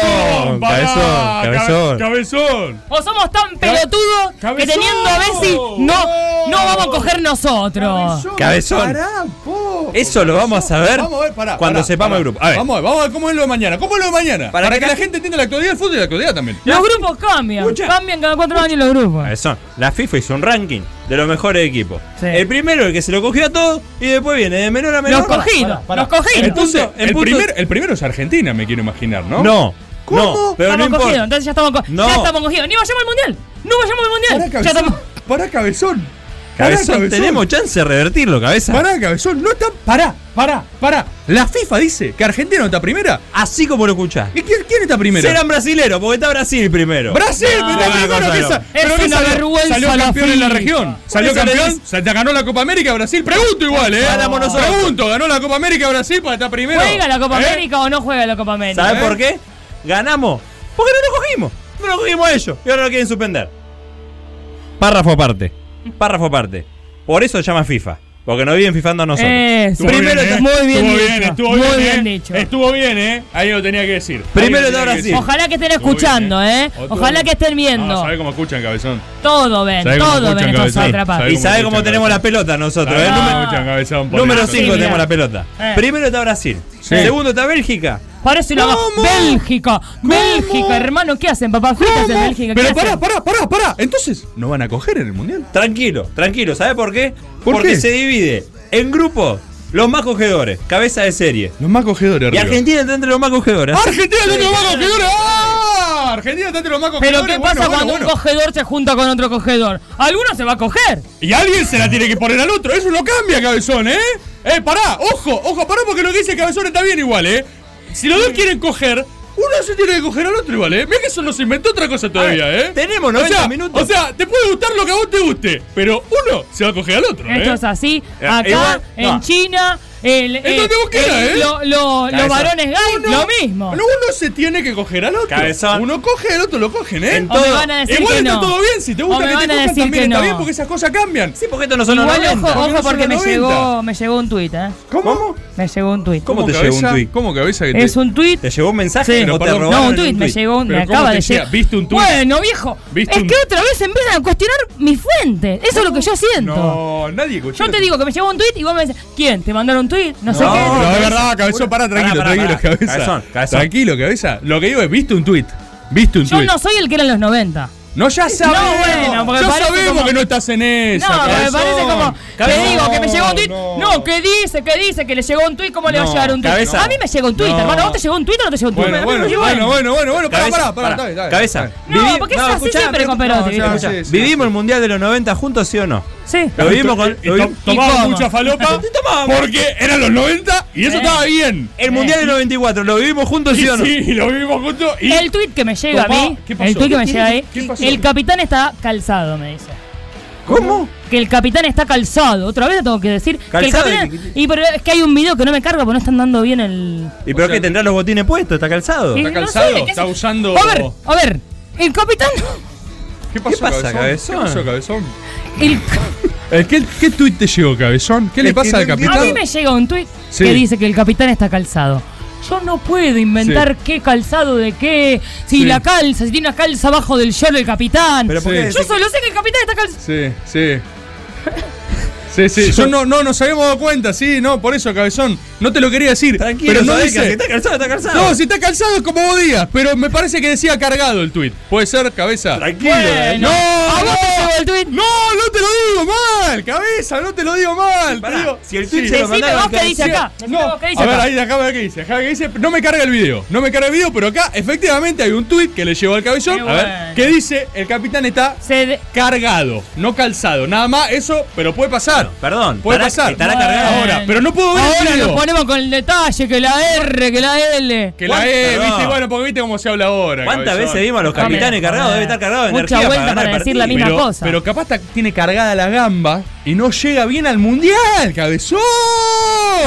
Speaker 7: cabezón, cabezón.
Speaker 6: cabezón.
Speaker 8: O somos tan pelotudos que
Speaker 6: cabezón.
Speaker 8: teniendo a Messi no, no vamos a coger nosotros.
Speaker 7: Cabezón.
Speaker 6: Pará, po.
Speaker 7: Eso lo vamos a saber
Speaker 6: Vamos a ver, pará,
Speaker 7: cuando
Speaker 6: pará,
Speaker 7: sepamos
Speaker 6: pará.
Speaker 7: el grupo. A ver.
Speaker 6: Vamos a ver, vamos a ver cómo es lo de mañana.
Speaker 4: ¿Cómo es lo de mañana? Para, que, la gente entienda la actualidad del fútbol y la actualidad también.
Speaker 8: Los grupos cambian. Cambian cada cuatro años los grupos.
Speaker 7: Son- la FIFA hizo un ranking de los mejores equipos. El primero, el que se lo cogió a todos, y después viene de menor a menor.
Speaker 8: Los cogidos,
Speaker 7: Pará, pará,
Speaker 8: los
Speaker 7: pará.
Speaker 8: cogidos.
Speaker 7: En punto-
Speaker 4: Entonces,
Speaker 7: en
Speaker 4: el,
Speaker 7: punto-
Speaker 4: primer- el primero es Argentina, me quiero imaginar, ¿no?
Speaker 7: No. ¿Cómo?
Speaker 4: No, pero no
Speaker 8: estamos
Speaker 4: importa.
Speaker 8: cogidos, entonces ya estamos, co-
Speaker 4: No.
Speaker 8: ya estamos cogidos. Ni vayamos al mundial. No vayamos al mundial.
Speaker 4: Pará,
Speaker 8: ya
Speaker 4: cabezón.
Speaker 8: estamos.
Speaker 4: Pará, cabezón.
Speaker 7: Cabezón, tenemos chance de revertirlo, cabeza.
Speaker 4: Pará, cabezón. No está. Pará, pará, pará. La FIFA dice que Argentina no está primera.
Speaker 7: Así como lo escuchás.
Speaker 4: ¿Y quién, quién está primero?
Speaker 7: Serán brasileros, porque está Brasil primero.
Speaker 4: Brasil, pero está
Speaker 7: no,
Speaker 4: primero Eh.
Speaker 7: no,
Speaker 4: que
Speaker 7: no.
Speaker 4: sa-
Speaker 7: Es
Speaker 4: pero que
Speaker 8: una
Speaker 4: salió-
Speaker 8: vergüenza
Speaker 4: Salió
Speaker 8: la
Speaker 4: campeón en la
Speaker 8: FIFA.
Speaker 4: región. Salió
Speaker 7: eso le
Speaker 4: campeón. sa- Ganó la Copa América Brasil. Pregunto igual, ¿eh?
Speaker 7: Ganamos nosotros.
Speaker 4: Pregunto, ganó la Copa América Brasil para estar primero.
Speaker 8: ¿Juega la Copa
Speaker 4: ¿Eh?
Speaker 8: América o no juega la Copa América?
Speaker 7: ¿Sabes por qué? Ganamos. Porque no nos cogimos. No nos cogimos a ellos. Y ahora lo quieren suspender. Párrafo aparte. Párrafo aparte. Por eso se llama FIFA. Porque nos viven fifando a nosotros.
Speaker 8: Eso.
Speaker 7: Primero
Speaker 4: ¿eh?
Speaker 7: está-
Speaker 8: muy bien
Speaker 4: estuvo
Speaker 8: dicho.
Speaker 4: bien, estuvo
Speaker 8: muy
Speaker 4: bien,
Speaker 8: bien
Speaker 4: ¿eh?
Speaker 8: dicho.
Speaker 4: Estuvo bien, ¿eh? Ahí lo tenía que decir.
Speaker 7: Primero
Speaker 4: Ahí lo
Speaker 7: está
Speaker 4: tenía que
Speaker 7: Brasil.
Speaker 4: decir.
Speaker 8: Ojalá que estén
Speaker 4: Estuvo
Speaker 8: escuchando,
Speaker 4: bien,
Speaker 8: ¿eh?
Speaker 4: Estuvo
Speaker 8: Ojalá
Speaker 4: bien.
Speaker 8: que estén
Speaker 4: No,
Speaker 8: viendo.
Speaker 4: sabe cómo escuchan, cabezón.
Speaker 8: todo ven,
Speaker 4: ¿Sabe cómo
Speaker 8: todo
Speaker 4: escuchan,
Speaker 8: ven estos
Speaker 4: cabezón?
Speaker 8: atrapados.
Speaker 4: ¿Sabe
Speaker 7: Y sabés
Speaker 4: cómo
Speaker 7: cómo
Speaker 4: escuchan,
Speaker 7: tenemos
Speaker 4: cabezón?
Speaker 7: la pelota nosotros,
Speaker 4: Sabe
Speaker 7: ¿eh?
Speaker 4: cómo
Speaker 7: Número-
Speaker 4: escuchan, cabezón, por
Speaker 7: Número
Speaker 4: eso.
Speaker 7: 5
Speaker 8: Sí,
Speaker 7: tenemos
Speaker 8: mirá.
Speaker 7: la pelota.
Speaker 8: Eh.
Speaker 7: Primero está Brasil.
Speaker 4: Sí.
Speaker 7: Segundo está Bélgica.
Speaker 8: Parece una
Speaker 4: ¿Cómo?
Speaker 8: Bélgica, Bélgica, hermano, ¿qué hacen, papá? Fritas en Bélgica. ¿qué
Speaker 4: Pero
Speaker 8: hacen?
Speaker 4: pará, pará, pará, pará. Entonces, ¿no van a coger en el mundial?
Speaker 7: Tranquilo, tranquilo. ¿Sabes por qué?
Speaker 4: ¿Por
Speaker 7: Porque
Speaker 4: qué?
Speaker 7: se divide en grupos los más cogedores, cabeza de serie.
Speaker 4: Los más cogedores,
Speaker 7: Y
Speaker 4: Río.
Speaker 7: Argentina está entre los más cogedores.
Speaker 4: Argentina está entre los más cogedores. ¡Ah! Argentina está entre los más cogedores.
Speaker 8: Pero ¿qué
Speaker 4: Bueno,
Speaker 8: pasa
Speaker 4: bueno,
Speaker 8: cuando
Speaker 4: bueno.
Speaker 8: un cogedor se junta con otro cogedor? Alguno se va a coger.
Speaker 4: Y alguien se la tiene que poner al otro. Eso no cambia, cabezón, ¿eh? Eh, pará, ojo, ojo, pará porque lo que dice cabezón está bien igual, ¿eh? Si los dos quieren coger, uno se tiene que coger al otro igual, ¿eh? Mira que eso nos inventó otra cosa todavía,
Speaker 8: Ah,
Speaker 7: ver,
Speaker 4: ¿eh?
Speaker 7: tenemos
Speaker 4: O
Speaker 7: 90
Speaker 4: sea,
Speaker 7: minutos.
Speaker 4: O sea, te puede gustar lo que a vos te guste, pero uno se va a coger al otro, ¿eh?
Speaker 8: Esto es así.
Speaker 7: Eh,
Speaker 8: Acá,
Speaker 7: igual, no.
Speaker 8: en China, el,
Speaker 4: Es donde vos quieras, ¿eh?
Speaker 8: lo- lo-
Speaker 7: Cabeza.
Speaker 8: los varones gay,
Speaker 4: Uno-
Speaker 8: lo mismo.
Speaker 4: No, uno se tiene que coger al otro.
Speaker 7: Cabezón.
Speaker 4: Uno coge, el otro lo cogen, ¿eh?
Speaker 7: En
Speaker 8: O me
Speaker 7: todo.
Speaker 8: van a decir
Speaker 4: Igual
Speaker 8: que
Speaker 4: está
Speaker 8: no.
Speaker 4: todo bien, si te
Speaker 8: O
Speaker 4: gusta
Speaker 8: me
Speaker 4: que
Speaker 8: van
Speaker 4: te
Speaker 8: a
Speaker 4: cojan
Speaker 8: decir
Speaker 4: también
Speaker 8: que
Speaker 4: está
Speaker 8: no.
Speaker 4: bien porque esas cosas cambian.
Speaker 7: Sí, porque esto no son los
Speaker 8: Igual,
Speaker 7: 90.
Speaker 8: ojo,
Speaker 4: porque no
Speaker 8: ojo,
Speaker 4: son
Speaker 8: porque me
Speaker 4: los 90.
Speaker 8: llegó, me llegó un tuit, ¿eh?
Speaker 4: ¿Cómo?
Speaker 8: Me llegó un tuit.
Speaker 7: ¿Cómo te llegó un tuit?
Speaker 4: ¿Cómo cabeza que
Speaker 8: Es un tuit.
Speaker 7: ¿Te llegó un mensaje
Speaker 8: Sí.
Speaker 7: o te
Speaker 4: perdón,
Speaker 7: robaron
Speaker 8: No, un
Speaker 7: en
Speaker 8: tuit, me llegó un,
Speaker 4: ¿Pero
Speaker 8: me
Speaker 4: cómo
Speaker 8: acaba
Speaker 4: te
Speaker 8: de
Speaker 4: llega?
Speaker 8: llegar.
Speaker 4: ¿Viste un tuit?
Speaker 8: Bueno, viejo,
Speaker 4: ¿Viste
Speaker 8: es
Speaker 4: un-
Speaker 8: que otra vez empiezan a cuestionar mi fuente. Eso es lo que yo siento.
Speaker 4: No, nadie escuchó.
Speaker 8: Yo te digo que me llegó un tuit y vos me decís, ¿quién? ¿Te mandaron un tuit? No, sé
Speaker 7: No,
Speaker 8: qué.
Speaker 4: No,
Speaker 7: cabeza,
Speaker 4: es verdad, cabezón, pará, tranquilo,
Speaker 7: Pará, pará,
Speaker 4: tranquilo,
Speaker 7: pará.
Speaker 4: cabeza.
Speaker 7: Cabezón, cabezón.
Speaker 4: Tranquilo, cabeza. Lo que digo es, viste un tuit. Viste un
Speaker 8: Yo
Speaker 4: tuit.
Speaker 8: no soy el que era en los 90.
Speaker 4: No, ya sabemos.
Speaker 8: bueno, porque
Speaker 4: ya
Speaker 8: parece
Speaker 4: sabemos
Speaker 8: como-
Speaker 4: que no estás en
Speaker 8: No,
Speaker 4: esa.
Speaker 8: me
Speaker 4: cabezón.
Speaker 8: parece como.
Speaker 7: Cabezón,
Speaker 8: Te digo que me llegó un tuit.
Speaker 4: no.
Speaker 8: No, que dice, que dice, que le llegó un tuit. ¿Cómo le va a
Speaker 7: No,
Speaker 8: llegar un tuit?
Speaker 7: cabeza.
Speaker 8: A mí me llegó un tuit,
Speaker 4: No.
Speaker 8: hermano. ¿Vos te llegó un tuit o no te llegó un tuit?
Speaker 4: Bueno,
Speaker 8: A mí
Speaker 4: bueno,
Speaker 8: me llegó
Speaker 4: bueno,
Speaker 8: un-
Speaker 4: bueno, bueno, bueno, pará,
Speaker 7: Cabeza,
Speaker 4: pará, pará,
Speaker 7: pará,
Speaker 4: está bien, está bien.
Speaker 7: cabeza.
Speaker 8: No, porque es así
Speaker 7: escuchá,
Speaker 8: siempre con Perotti.
Speaker 4: no,
Speaker 8: viejo.
Speaker 4: ya, sí, sí.
Speaker 7: ¿Vivimos el mundial de los 90 juntos, sí o no?
Speaker 8: Sí.
Speaker 7: Lo vimos con.
Speaker 4: Y
Speaker 7: lo
Speaker 4: to-
Speaker 7: vimos-
Speaker 4: Tomaba
Speaker 8: cómo?
Speaker 4: mucha falopa
Speaker 7: Tomaba.
Speaker 4: porque eran los 90 y eso
Speaker 8: Eh.
Speaker 4: estaba bien.
Speaker 7: El mundial del 94, ¿lo vivimos juntos, sí
Speaker 4: Y
Speaker 7: o no?
Speaker 4: sí, lo vivimos juntos y
Speaker 8: El tuit que me llega a
Speaker 4: Tomá,
Speaker 8: mí.
Speaker 4: ¿qué pasó?
Speaker 8: El tuit que me
Speaker 4: ¿Qué-
Speaker 8: llega ahí.
Speaker 4: qué pasó?
Speaker 8: El capitán está calzado, me dice.
Speaker 7: ¿Cómo?
Speaker 8: Que el capitán está calzado. Otra vez tengo que decir.
Speaker 7: Calzado,
Speaker 8: que el capitán.
Speaker 7: y-
Speaker 8: Y pero es que hay un video que no me carga porque no están dando bien el.
Speaker 7: ¿Y pero qué? ¿Tendrá los botines puestos? ¿Está calzado?
Speaker 8: Y
Speaker 7: ¿Qué
Speaker 8: no sé,
Speaker 4: calzado,
Speaker 8: ¿qué es?
Speaker 4: está usando-
Speaker 8: A ver, a ver. El capitán.
Speaker 4: ¿Qué pasó, cabezón?
Speaker 7: pasa,
Speaker 4: ¿Qué
Speaker 7: cabezón?
Speaker 4: pasó, cabezón?
Speaker 8: El
Speaker 4: Eh, ¿Qué, qué tuit te llegó, cabezón? ¿Qué le
Speaker 7: Es que
Speaker 4: pasa
Speaker 7: no
Speaker 4: al capitán?
Speaker 8: A mí me llega un tuit
Speaker 4: Sí.
Speaker 8: que dice que el capitán está calzado. Yo no puedo inventar qué calzado de qué, si
Speaker 4: Sí.
Speaker 8: la calza, si tiene una calza abajo del short del capitán.
Speaker 7: ¿Pero por
Speaker 4: Sí.
Speaker 7: qué?
Speaker 8: Yo solo sé que el capitán está calzado.
Speaker 4: Sí, sí. Sí, sí. Yo no, no nos habíamos dado cuenta, sí, no, por eso, cabezón. No te lo quería decir.
Speaker 7: Tranquilo,
Speaker 4: pero no
Speaker 7: sabés que
Speaker 4: dice.
Speaker 7: está calzado, está calzado.
Speaker 4: No, si está calzado es como vos digas, pero me parece que decía cargado el tuit. Puede ser, cabeza.
Speaker 7: Tranquilo. eh.
Speaker 4: No,
Speaker 8: ¿A vos te llegó el tuit?
Speaker 4: No, no te lo digo mal, cabeza, no te lo digo mal.
Speaker 7: Pará,
Speaker 4: te digo-
Speaker 7: si el tuit
Speaker 4: Sí.
Speaker 7: se
Speaker 8: Decime
Speaker 7: lo mandaron
Speaker 8: vos
Speaker 7: al
Speaker 8: qué dice
Speaker 7: cabeceo.
Speaker 8: acá. Decime
Speaker 4: No,
Speaker 8: vos qué dice
Speaker 4: a ver,
Speaker 8: acá.
Speaker 4: ahí acá ver qué dice, acá ver qué dice, no me carga el video, no me carga el video, pero acá efectivamente hay un tuit que le llegó al cabezón,
Speaker 8: Qué
Speaker 4: a ver,
Speaker 8: bueno.
Speaker 4: que dice, el capitán está
Speaker 8: Se de-
Speaker 4: cargado, no calzado, nada más eso, pero puede pasar.
Speaker 7: Perdón.
Speaker 4: Puede pasar.
Speaker 7: estará- Estará
Speaker 8: Bueno.
Speaker 7: cargado ahora.
Speaker 4: Ahora, pero no puedo ver el
Speaker 8: Ahora
Speaker 4: video.
Speaker 8: nos ponemos con el detalle, que la R, que la L.
Speaker 4: Que la
Speaker 7: ¿Cuánta-
Speaker 4: E, viste,
Speaker 7: no.
Speaker 4: bueno, porque viste cómo se habla ahora.
Speaker 7: ¿Cuántas
Speaker 4: cabezón.
Speaker 7: veces vimos a los
Speaker 8: Déjame,
Speaker 7: capitanes cargados?
Speaker 8: déjame.
Speaker 7: Debe estar cargado de
Speaker 8: Mucha
Speaker 7: energía
Speaker 8: vuelta
Speaker 7: ganar
Speaker 8: para
Speaker 7: el
Speaker 8: decir
Speaker 7: partido.
Speaker 8: la misma
Speaker 4: pero,
Speaker 8: cosa.
Speaker 4: Pero capaz ta- tiene cargada la gamba y no llega bien al mundial, cabezón.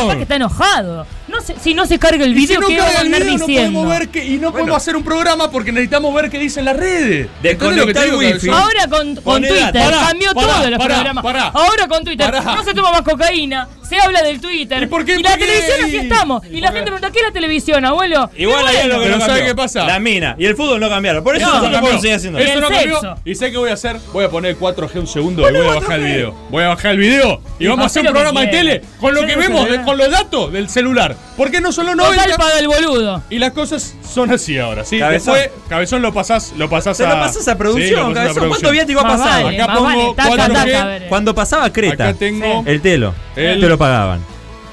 Speaker 8: Capaz que está enojado. No sé, si no se carga el
Speaker 4: Y si
Speaker 8: video,
Speaker 4: no
Speaker 8: ¿qué va a
Speaker 4: carga el
Speaker 8: andar
Speaker 4: video, no
Speaker 8: diciendo?
Speaker 4: podemos ver que, y no podemos hacer un programa porque necesicamos ver qué dicen las redes. Entonces lo que te
Speaker 7: Desconectá el
Speaker 4: digo,
Speaker 7: wifi.
Speaker 4: cabezón,
Speaker 8: Ahora con, con
Speaker 7: Poné
Speaker 8: Twitter,
Speaker 7: data.
Speaker 4: Pará,
Speaker 8: cambió
Speaker 4: pará,
Speaker 8: todo los
Speaker 4: pará,
Speaker 8: programas.
Speaker 4: pará.
Speaker 8: Ahora con Twitter,
Speaker 4: Pará.
Speaker 8: no se toma más cocaína, se habla del Twitter. ¿Y, la
Speaker 4: por qué?
Speaker 8: televisión así estamos. Y la gente pregunta, ¿qué es la televisión, abuelo?
Speaker 7: Igual ahí es lo que
Speaker 4: Pero
Speaker 7: no
Speaker 4: ¿sabe
Speaker 7: cambió.
Speaker 4: qué pasa?
Speaker 7: La mina y el fútbol no cambiaron. Por eso
Speaker 4: No,
Speaker 7: nosotros
Speaker 4: no
Speaker 7: podemos seguir
Speaker 4: cambió.
Speaker 7: haciendo.
Speaker 4: Eso no
Speaker 8: el
Speaker 4: cambió.
Speaker 8: sexo.
Speaker 4: ¿Y sé qué voy a hacer? Voy a poner 4G un segundo y voy a bajar el video. Voy a bajar el video y vamos a
Speaker 8: Hacé
Speaker 4: hacer un
Speaker 8: lo que
Speaker 4: programa de
Speaker 8: quieras.
Speaker 4: tele con lo
Speaker 8: Yo
Speaker 4: que
Speaker 8: no sé
Speaker 4: vemos,
Speaker 8: nada.
Speaker 4: de- con los datos del celular. Porque no son los
Speaker 8: Total
Speaker 4: 90.
Speaker 8: paga el boludo.
Speaker 4: Y las cosas son así ahora, ¿sí?
Speaker 7: Cabezón.
Speaker 4: Después, cabezón lo pasás, lo pasás
Speaker 7: Se
Speaker 4: a.
Speaker 7: lo pasás a
Speaker 4: Sí, lo
Speaker 7: producción,
Speaker 4: pasás a
Speaker 7: cabezón. ¿Cuánto
Speaker 4: producción.
Speaker 7: viático ha
Speaker 8: Más
Speaker 7: pasado?
Speaker 8: vale,
Speaker 4: Acá
Speaker 8: más vale.
Speaker 4: pongo
Speaker 8: Taca,
Speaker 4: 4G.
Speaker 8: taca, veré.
Speaker 7: Cuando pasaba Creta,
Speaker 4: Acá tengo.
Speaker 7: el telo,
Speaker 4: El-
Speaker 7: te lo pagaban.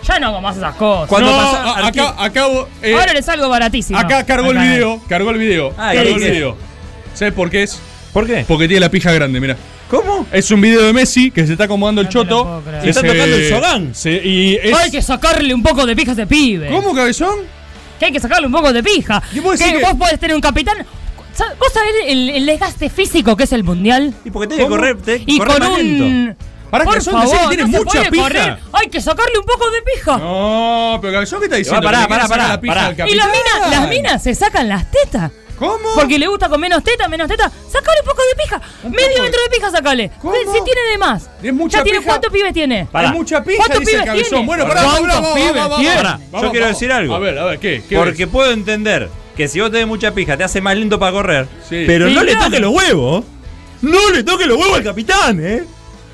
Speaker 8: Ya no hago más esas cosas.
Speaker 7: Cuando
Speaker 4: no,
Speaker 7: pasás
Speaker 4: a-
Speaker 7: arqui-
Speaker 4: acá, acá, eh,
Speaker 8: Ahora les salgo baratísimo.
Speaker 4: acá cargó el
Speaker 8: Acá. Ah,
Speaker 4: video. Cargó el video.
Speaker 7: Ay,
Speaker 4: cargó el
Speaker 7: ¿qué?
Speaker 4: video. ¿Sabes por qué es?
Speaker 7: ¿Por qué?
Speaker 4: Porque tiene la pija grande, mira.
Speaker 7: ¿Cómo?
Speaker 4: Es un video de Messi que se está acomodando el
Speaker 8: No te lo puedo
Speaker 4: choto.
Speaker 8: creer.
Speaker 4: que
Speaker 7: Está tocando el Shogun.
Speaker 4: se- y es-
Speaker 8: Hay que sacarle un poco de pija a ese pibe.
Speaker 4: ¿Cómo, cabezón?
Speaker 8: Que hay que sacarle un poco de pija.
Speaker 4: Y vos decís
Speaker 8: que
Speaker 4: que-
Speaker 8: vos podés tener un capitán. ¿Sab- ¿Vos sabés el, el desgaste físico que es el mundial?
Speaker 7: Y porque tenés que
Speaker 4: ¿Cómo?
Speaker 7: correr, tenés que
Speaker 8: Y
Speaker 7: correr
Speaker 8: con
Speaker 7: más lento.
Speaker 8: un.
Speaker 4: Pará,
Speaker 8: Por
Speaker 4: Cabezón, decís
Speaker 8: favor,
Speaker 4: que tiene
Speaker 8: no se
Speaker 4: mucha
Speaker 8: puede
Speaker 4: pija.
Speaker 8: correr. Hay que sacarle un poco de pija.
Speaker 4: No, pero cabezón, ¿qué está diciendo?
Speaker 7: pará,
Speaker 4: Que le
Speaker 7: pará,
Speaker 4: quiere sacar
Speaker 7: pará,
Speaker 4: la pija
Speaker 7: pará.
Speaker 4: al
Speaker 8: Y las
Speaker 4: capitán.
Speaker 8: minas, las minas se sacan las tetas.
Speaker 4: ¿Cómo?
Speaker 8: Porque le gusta con menos teta, menos teta. Sacale un poco de pija. Medio metro de pija sacale. Eh,
Speaker 4: ¿Cómo?
Speaker 8: Si tiene de más.
Speaker 4: Es mucha
Speaker 8: ya tiene
Speaker 4: pija.
Speaker 8: cuántos pibes tiene.
Speaker 7: Pará.
Speaker 4: Hay mucha pija,
Speaker 8: ¿Cuántos
Speaker 4: dice
Speaker 8: pibes
Speaker 4: cabezón.
Speaker 8: tiene?
Speaker 4: Bueno, pará,
Speaker 8: ¿Cuántos
Speaker 4: pará, vamos,
Speaker 8: pibes
Speaker 4: vamos, vamos,
Speaker 8: tiene?
Speaker 4: pará.
Speaker 7: Yo
Speaker 4: Vamos,
Speaker 7: quiero
Speaker 4: vamos.
Speaker 7: decir algo.
Speaker 4: A ver, a ver, ¿qué? ¿Qué
Speaker 7: Porque puedo entender que si vos tenés mucha pija te hace más lento para correr,
Speaker 4: Sí.
Speaker 7: pero
Speaker 8: Sí,
Speaker 7: no le
Speaker 8: claro.
Speaker 7: toques los huevos. No le toques los huevos al capitán, ¿eh?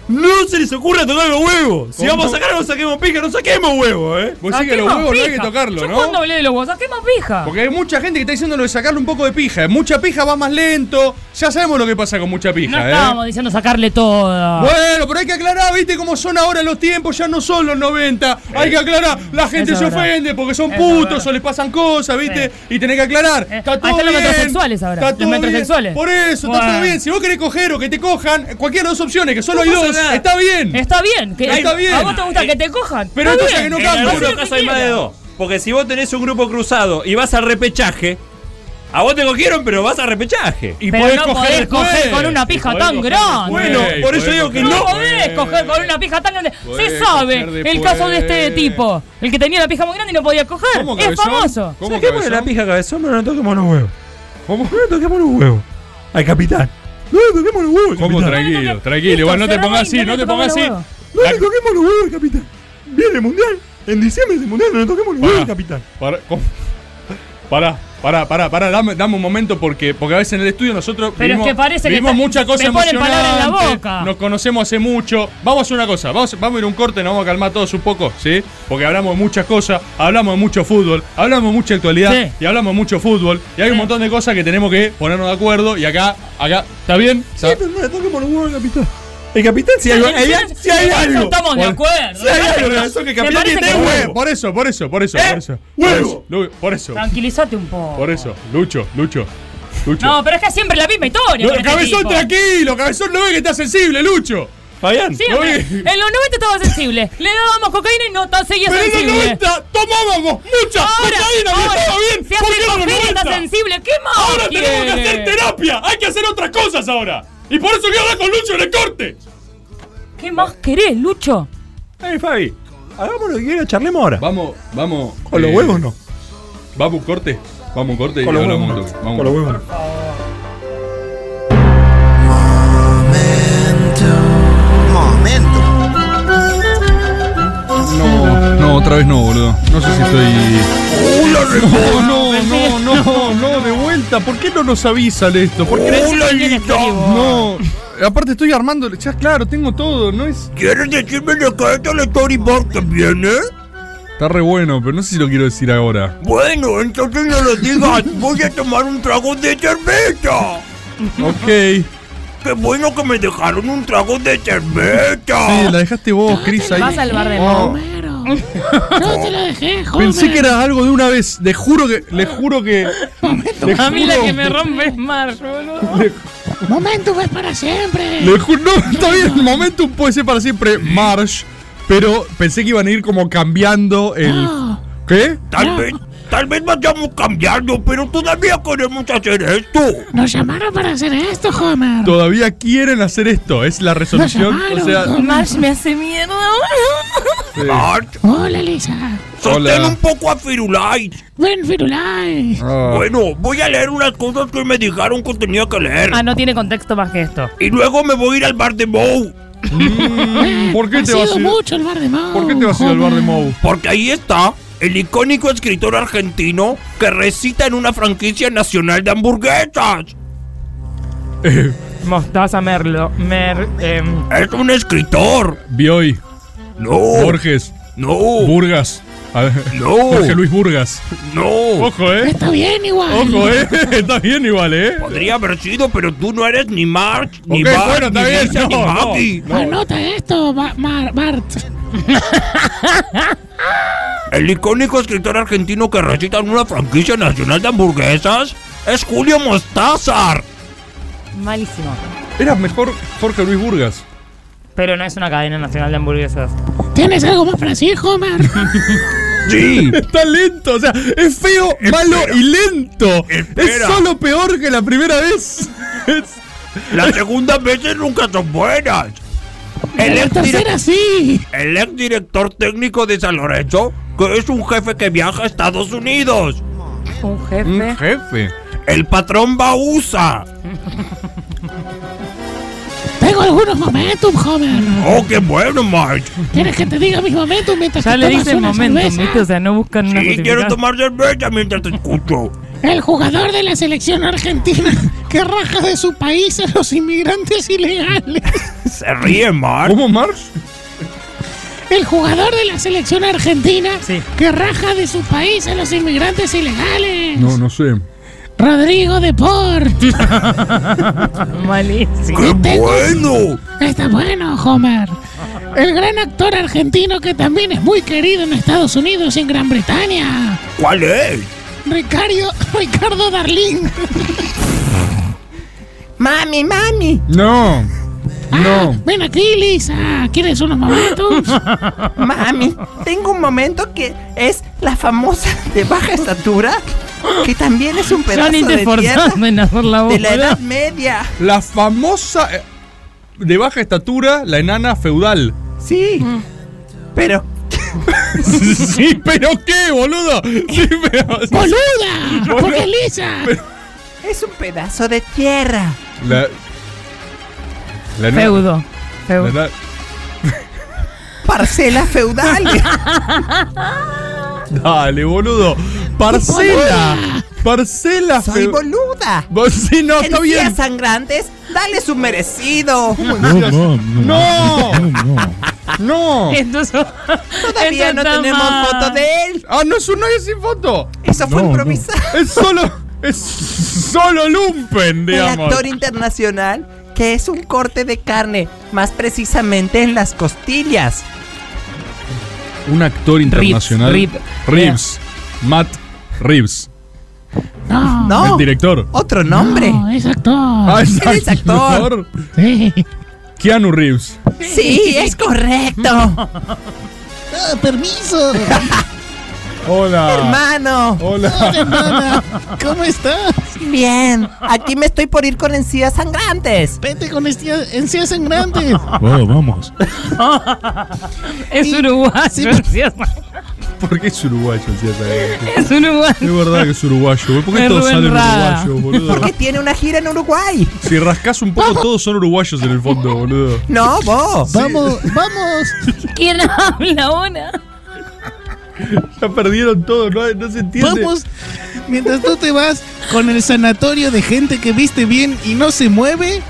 Speaker 7: No se les ocurra tocar los huevos. Si
Speaker 4: ¿Cómo?
Speaker 7: vamos a sacar, no saquemos pija, no saquemos huevos, ¿eh?
Speaker 4: Vos decís que los
Speaker 8: Saquemos
Speaker 4: huevos no hay que
Speaker 8: pija.
Speaker 4: tocarlo,
Speaker 8: Yo
Speaker 4: ¿no?
Speaker 8: cuando hablé de los huevos, saquemos pija.
Speaker 4: Porque hay mucha gente que está diciendo lo de sacarle un poco de pija. Mucha pija va más lento. Ya sabemos lo que pasa con mucha pija,
Speaker 8: no
Speaker 4: ¿eh?
Speaker 8: estábamos diciendo sacarle toda.
Speaker 4: Bueno, pero hay que aclarar, ¿viste cómo son ahora los tiempos? Ya no son los 90. Hay que aclarar, la gente
Speaker 8: Eso
Speaker 4: se
Speaker 8: es verdad.
Speaker 4: ofende porque son
Speaker 8: Eso es
Speaker 4: putos
Speaker 8: verdad.
Speaker 4: o les pasan cosas, ¿viste?
Speaker 8: Sí.
Speaker 4: Y tenés que aclarar.
Speaker 8: Eh,
Speaker 4: Está
Speaker 8: ahí
Speaker 4: todo
Speaker 8: están los
Speaker 4: bien.
Speaker 8: metrosexuales ahora,
Speaker 4: Está
Speaker 8: los
Speaker 4: todo bien.
Speaker 8: metrosexuales.
Speaker 4: Por eso, está todo
Speaker 8: Bueno.
Speaker 4: bien. Si vos querés coger o que te cojan, cualquiera de las opciones, que solo
Speaker 7: No
Speaker 4: hay
Speaker 7: pasa
Speaker 4: dos,
Speaker 7: nada.
Speaker 4: está bien.
Speaker 8: Está bien. Que
Speaker 4: Está bien.
Speaker 8: A vos te gusta que te cojan.
Speaker 4: Pero
Speaker 8: Está
Speaker 4: entonces
Speaker 8: bien.
Speaker 4: que no
Speaker 7: En
Speaker 4: cambie.
Speaker 8: Hacé
Speaker 7: algunos
Speaker 8: lo que
Speaker 7: casos hay más de
Speaker 8: quieras.
Speaker 7: dos. Porque si vos tenés un grupo cruzado y vas al repechaje, a vos te cogieron, pero vas al repechaje.
Speaker 4: Y
Speaker 8: Pero
Speaker 4: podés
Speaker 8: no
Speaker 4: coger
Speaker 8: podés coger
Speaker 4: después.
Speaker 8: con una
Speaker 4: Y
Speaker 8: pija
Speaker 4: podés
Speaker 8: tan
Speaker 4: coger
Speaker 8: grande.
Speaker 4: después.
Speaker 7: Bueno, por
Speaker 4: Podés
Speaker 7: eso digo que
Speaker 4: coger
Speaker 8: No
Speaker 7: No.
Speaker 8: podés coger con una pija tan grande.
Speaker 4: Podés
Speaker 8: Se sabe
Speaker 4: coger
Speaker 8: el
Speaker 4: después.
Speaker 8: caso de este tipo. El que tenía la pija muy grande y no podía coger.
Speaker 4: ¿Cómo,
Speaker 8: Es
Speaker 4: cabezón?
Speaker 8: famoso.
Speaker 4: ¿Cómo,
Speaker 7: Saquémosle
Speaker 4: cabezón?
Speaker 7: la pija cabezón, pero no toquemos los huevos. ¿Cómo? No le toquemos los huevos. Al capitán. No le toquemos los huevos. al
Speaker 4: ¿Cómo?
Speaker 7: capitán.
Speaker 4: Tranquilo,
Speaker 8: Listo,
Speaker 4: tranquilo. Igual no te
Speaker 8: cerrame
Speaker 4: pongas
Speaker 8: y
Speaker 4: así, no
Speaker 8: dale,
Speaker 4: te pongas
Speaker 8: tocame
Speaker 4: así.
Speaker 8: los huevos.
Speaker 7: No le toquemos los huevos al capitán. Viene el mundial. En diciembre es el mundial. No le toquemos los huevos al capitán.
Speaker 4: Pará, ¿cómo? pará, pará, pará, pará, dame, dame un momento porque, porque a veces en el estudio nosotros
Speaker 8: Pero es que parece que
Speaker 4: vivimos
Speaker 8: está-
Speaker 4: muchas cosas
Speaker 8: me ponen
Speaker 4: emocionantes,
Speaker 8: palabras en la boca.
Speaker 4: nos conocemos hace mucho. Vamos a hacer una cosa, vamos, vamos a ir a un corte, nos vamos a calmar todos un poco, ¿sí? Porque hablamos de muchas cosas, hablamos de mucho fútbol, hablamos de mucha actualidad
Speaker 8: Sí.
Speaker 4: y hablamos de mucho fútbol. Y hay un
Speaker 8: Sí.
Speaker 4: montón de cosas que tenemos que ponernos de acuerdo y acá, acá, ¿está bien?
Speaker 6: Ah.
Speaker 7: Sí, pero no le toquemos los huevos al capitán. El capitán, si hay,
Speaker 4: eh,
Speaker 7: hay-
Speaker 8: Nosotros
Speaker 7: si hay algo.
Speaker 8: Estamos de
Speaker 4: Bueno.
Speaker 8: acuerdo.
Speaker 7: Si hay algo, cabezón, que el capitán
Speaker 8: parece
Speaker 7: tiene
Speaker 8: que-
Speaker 7: huevos.
Speaker 4: Por eso, por eso, por eso,
Speaker 7: ¿Eh?
Speaker 4: por eso.
Speaker 7: Huevo.
Speaker 4: Lu- Por eso,
Speaker 8: Tranquilízate un poco.
Speaker 4: por eso. Lucho, Lucho, Lucho.
Speaker 8: No, pero es que siempre la misma historia.
Speaker 4: Lu-
Speaker 8: con este
Speaker 4: cabezón,
Speaker 8: tipo.
Speaker 4: tranquilo, cabezón, no ve que está sensible, Lucho.
Speaker 7: Fabián.
Speaker 8: Siempre.
Speaker 4: Oye.
Speaker 8: En los 90 estaba sensible. Le dábamos cocaína y no tan seguía
Speaker 4: Pero en los
Speaker 8: sensible.
Speaker 4: 90 tomábamos mucha
Speaker 8: Ahora,
Speaker 4: cocaína,
Speaker 8: ahora,
Speaker 4: que estaba bien.
Speaker 8: se
Speaker 4: ¿Por qué
Speaker 8: hace
Speaker 4: en los
Speaker 8: coger y está
Speaker 4: 90?
Speaker 8: sensible. ¿Qué más?
Speaker 4: Ahora tenemos que
Speaker 8: quiere?
Speaker 4: hacer terapia, hay que hacer otras cosas ahora. Y por eso quiero hablar con Lucho en el corte.
Speaker 8: ¿Qué más querés, Lucho?
Speaker 7: Ey, Fabi. Hagamos lo que quiera, charlemos ahora.
Speaker 4: Vamos, vamos. eh,
Speaker 7: Con
Speaker 11: Eh,
Speaker 7: los huevos no.
Speaker 4: Vamos un corte. Vamos un corte
Speaker 7: Con los huevos no. Con los huevos no.
Speaker 11: Momento.
Speaker 4: No, no, otra vez no, boludo. No sé si estoy. No, no, no, no, no, de vuelta. ¿Por qué no nos avisan esto? ¿Por qué
Speaker 8: Pensé que tienes que ir, vos.
Speaker 4: no? Aparte estoy armando, ya claro, tengo todo, no es.
Speaker 11: ¿Quieres decirme lo que es el storyboard que viene?
Speaker 4: Está re bueno, pero no sé si lo quiero decir ahora.
Speaker 11: Bueno, entonces no lo digas. Voy a tomar un trago de cerveza.
Speaker 4: Ok. Sí,
Speaker 11: Qué bueno que me dejaron un trago de cerveza.
Speaker 4: la dejaste vos, Chris, ahí.
Speaker 8: Vas al bar de
Speaker 4: Oh,
Speaker 12: No te la dejé, joder.
Speaker 4: Pensé que era algo de una vez. Le juro que. Le juro que. le
Speaker 8: A mí la
Speaker 4: juro-
Speaker 8: que me rompe es Marge, boludo.
Speaker 12: Momento
Speaker 13: pues,
Speaker 12: es para siempre.
Speaker 4: Le ju- no, está bien, Momentum puede ser para siempre Marsh, pero pensé que iban a ir como cambiando el.
Speaker 8: Ah.
Speaker 12: No.
Speaker 4: ¿Qué?
Speaker 11: Tal vez, tal vez vayamos cambiando, pero todavía queremos hacer esto.
Speaker 12: Nos llamaron para hacer esto, Homer.
Speaker 4: Todavía quieren hacer esto, es la resolución.
Speaker 12: llamaron,
Speaker 4: O sea,
Speaker 12: ¿no?
Speaker 8: Marge me hace mierda, boludo.
Speaker 11: March,
Speaker 12: Hola, Elisa.
Speaker 11: sostén
Speaker 4: Hola.
Speaker 11: un poco a Firulais.
Speaker 12: Ven, Firulais.
Speaker 4: ah,
Speaker 11: Bueno, voy a leer unas cosas que me dijeron que tenía que leer.
Speaker 8: Ah, no tiene contexto más que esto.
Speaker 11: Y luego me voy a ir al bar de Moe.
Speaker 14: ¿Por qué
Speaker 13: Ha
Speaker 14: te vas a
Speaker 13: sido
Speaker 14: ir?
Speaker 13: mucho el bar de Mau.
Speaker 14: ¿Por qué te vas a ir al bar de Mou?
Speaker 15: Porque ahí está el icónico escritor argentino que recita en una franquicia nacional de hamburguesas.
Speaker 8: Mostaza Merlo. Mer, em,
Speaker 15: Es un escritor.
Speaker 4: Bioy.
Speaker 15: No.
Speaker 4: Borges.
Speaker 15: No.
Speaker 4: Burgas. A ver,
Speaker 15: No.
Speaker 4: Jorge Luis Burgas.
Speaker 15: No.
Speaker 4: Ojo, eh.
Speaker 13: Está bien igual.
Speaker 4: Ojo, eh. Está bien igual, eh.
Speaker 15: Podría haber sido, pero tú no eres ni March, ni
Speaker 4: Ok,
Speaker 15: Bart,
Speaker 4: bueno, está
Speaker 15: ni
Speaker 4: bien,
Speaker 15: Lisa,
Speaker 4: no,
Speaker 15: ni
Speaker 4: no,
Speaker 15: Maggie.
Speaker 13: Anota esto, Ba- Mar- Bart.
Speaker 15: El icónico escritor argentino que recita en una franquicia nacional de hamburguesas es Julio Mostázar.
Speaker 8: malísimo.
Speaker 4: Era mejor Jorge Luis Burgas.
Speaker 8: Pero no es una cadena nacional de hamburguesas.
Speaker 13: ¿Tienes algo más para decir, Homer?
Speaker 15: Sí.
Speaker 14: Está lento, o sea, es feo, malo y lento. Es
Speaker 15: Espera.
Speaker 14: solo peor que la primera vez. Es-
Speaker 15: Las segundas veces nunca son buenas. El ex, direc- el ex director técnico de San Lorenzo, que es un jefe que viaja a Estados Unidos.
Speaker 8: Un jefe.
Speaker 4: Mm. jefe.
Speaker 15: El patrón Bausa.
Speaker 13: Tengo algunos momentum, Homer.
Speaker 15: Oh, qué bueno, March.
Speaker 13: ¿Quieres que te diga mis momentum mientras
Speaker 8: Ya
Speaker 13: te
Speaker 8: le
Speaker 13: tomas
Speaker 8: dicen
Speaker 13: una
Speaker 8: momentum,
Speaker 13: cerveza?
Speaker 8: ¿viste? O sea, no buscan una
Speaker 15: Sí, quiero
Speaker 8: justificación.
Speaker 15: tomar cerveza mientras te escucho.
Speaker 13: El jugador de la selección argentina que raja de su país a los inmigrantes ilegales.
Speaker 15: Se ríe, March.
Speaker 14: ¿Cómo, March?
Speaker 13: El jugador de la selección argentina
Speaker 8: Sí.
Speaker 13: que raja de su país a los inmigrantes ilegales.
Speaker 4: No, no sé.
Speaker 13: Rodrigo Deport. Este
Speaker 8: Malísimo.
Speaker 15: ¡Qué bueno!
Speaker 13: Está bueno, Homer. El gran actor argentino que también es muy querido en Estados Unidos y en Gran Bretaña.
Speaker 15: ¿Cuál es?
Speaker 13: Ricardo, Ricardo Darling. mami, mami.
Speaker 14: No.
Speaker 16: Ah,
Speaker 13: No. ven aquí, Lisa. ¿Quieres unos momentos?
Speaker 16: Mami, tengo un momento que es la famosa de baja estatura, que también es un pedazo
Speaker 8: Johnny te
Speaker 16: de tierra
Speaker 8: forzando en hacer la voz.
Speaker 16: de la
Speaker 8: boludo.
Speaker 16: Edad Media.
Speaker 4: La famosa. eh, De baja estatura, la enana feudal.
Speaker 16: Sí, pero
Speaker 4: sí, pero qué, boludo. Sí, pero.
Speaker 13: ¡Boluda! Porque es Lisa.
Speaker 16: es un pedazo de tierra.
Speaker 4: La. La enana-
Speaker 8: Feudo.
Speaker 4: la
Speaker 8: Feudo.
Speaker 4: enana-
Speaker 16: Parcela feudal.
Speaker 4: Dale, boludo. Parcela. Parcela
Speaker 16: Soy
Speaker 4: feu-
Speaker 16: boluda.
Speaker 4: Vos- Sí, no, está
Speaker 16: Encías
Speaker 4: bien.
Speaker 16: sangrantes, dale su merecido.
Speaker 4: No, no.
Speaker 8: Entonces,
Speaker 16: Todavía
Speaker 8: Eso
Speaker 16: no
Speaker 8: está
Speaker 16: tenemos
Speaker 8: mal.
Speaker 16: foto de él.
Speaker 4: Ah, no es un novio sin foto.
Speaker 16: Eso fue improvisado.
Speaker 4: Es solo. Es solo lumpen,
Speaker 16: El
Speaker 4: digamos.
Speaker 16: actor internacional que es un corte de carne, más precisamente en las costillas.
Speaker 4: Un actor internacional.
Speaker 8: Reeves,
Speaker 4: Reeves. Matt Reeves.
Speaker 13: No.
Speaker 16: No,
Speaker 4: El director.
Speaker 16: otro nombre.
Speaker 13: No, es actor.
Speaker 4: Ah,
Speaker 16: Él es actor.
Speaker 13: Sí.
Speaker 4: Keanu Reeves.
Speaker 16: Sí, es correcto.
Speaker 1: Ah, permiso.
Speaker 4: Hola.
Speaker 16: Hermano,
Speaker 4: Hola.
Speaker 1: Hola, Ah, hermana. ¿Cómo estás?
Speaker 16: bien. Aquí me estoy por ir con encías sangrantes.
Speaker 1: Vete con estia- encías sangrantes.
Speaker 6: Oh, vamos.
Speaker 8: es uruguayo.
Speaker 4: ¿Por qué es uruguayo? decía esa-
Speaker 8: es uruguayo.
Speaker 4: Es verdad que es uruguayo. ¿eh? ¿Por qué
Speaker 8: Es
Speaker 4: todos
Speaker 8: Rubén
Speaker 4: salen
Speaker 8: Rada.
Speaker 4: uruguayos, boludo?
Speaker 16: Porque tiene una gira en Uruguay.
Speaker 4: Si rascas un poco, todos son uruguayos en el fondo, boludo.
Speaker 16: No, vos.
Speaker 1: Vamos, vamos.
Speaker 8: ¿Quién habla ahora?
Speaker 4: Ya perdieron todo, no, no se entiende.
Speaker 1: Vamos. Mientras tú te vas con el sanatorio de gente que viste bien y no se mueve.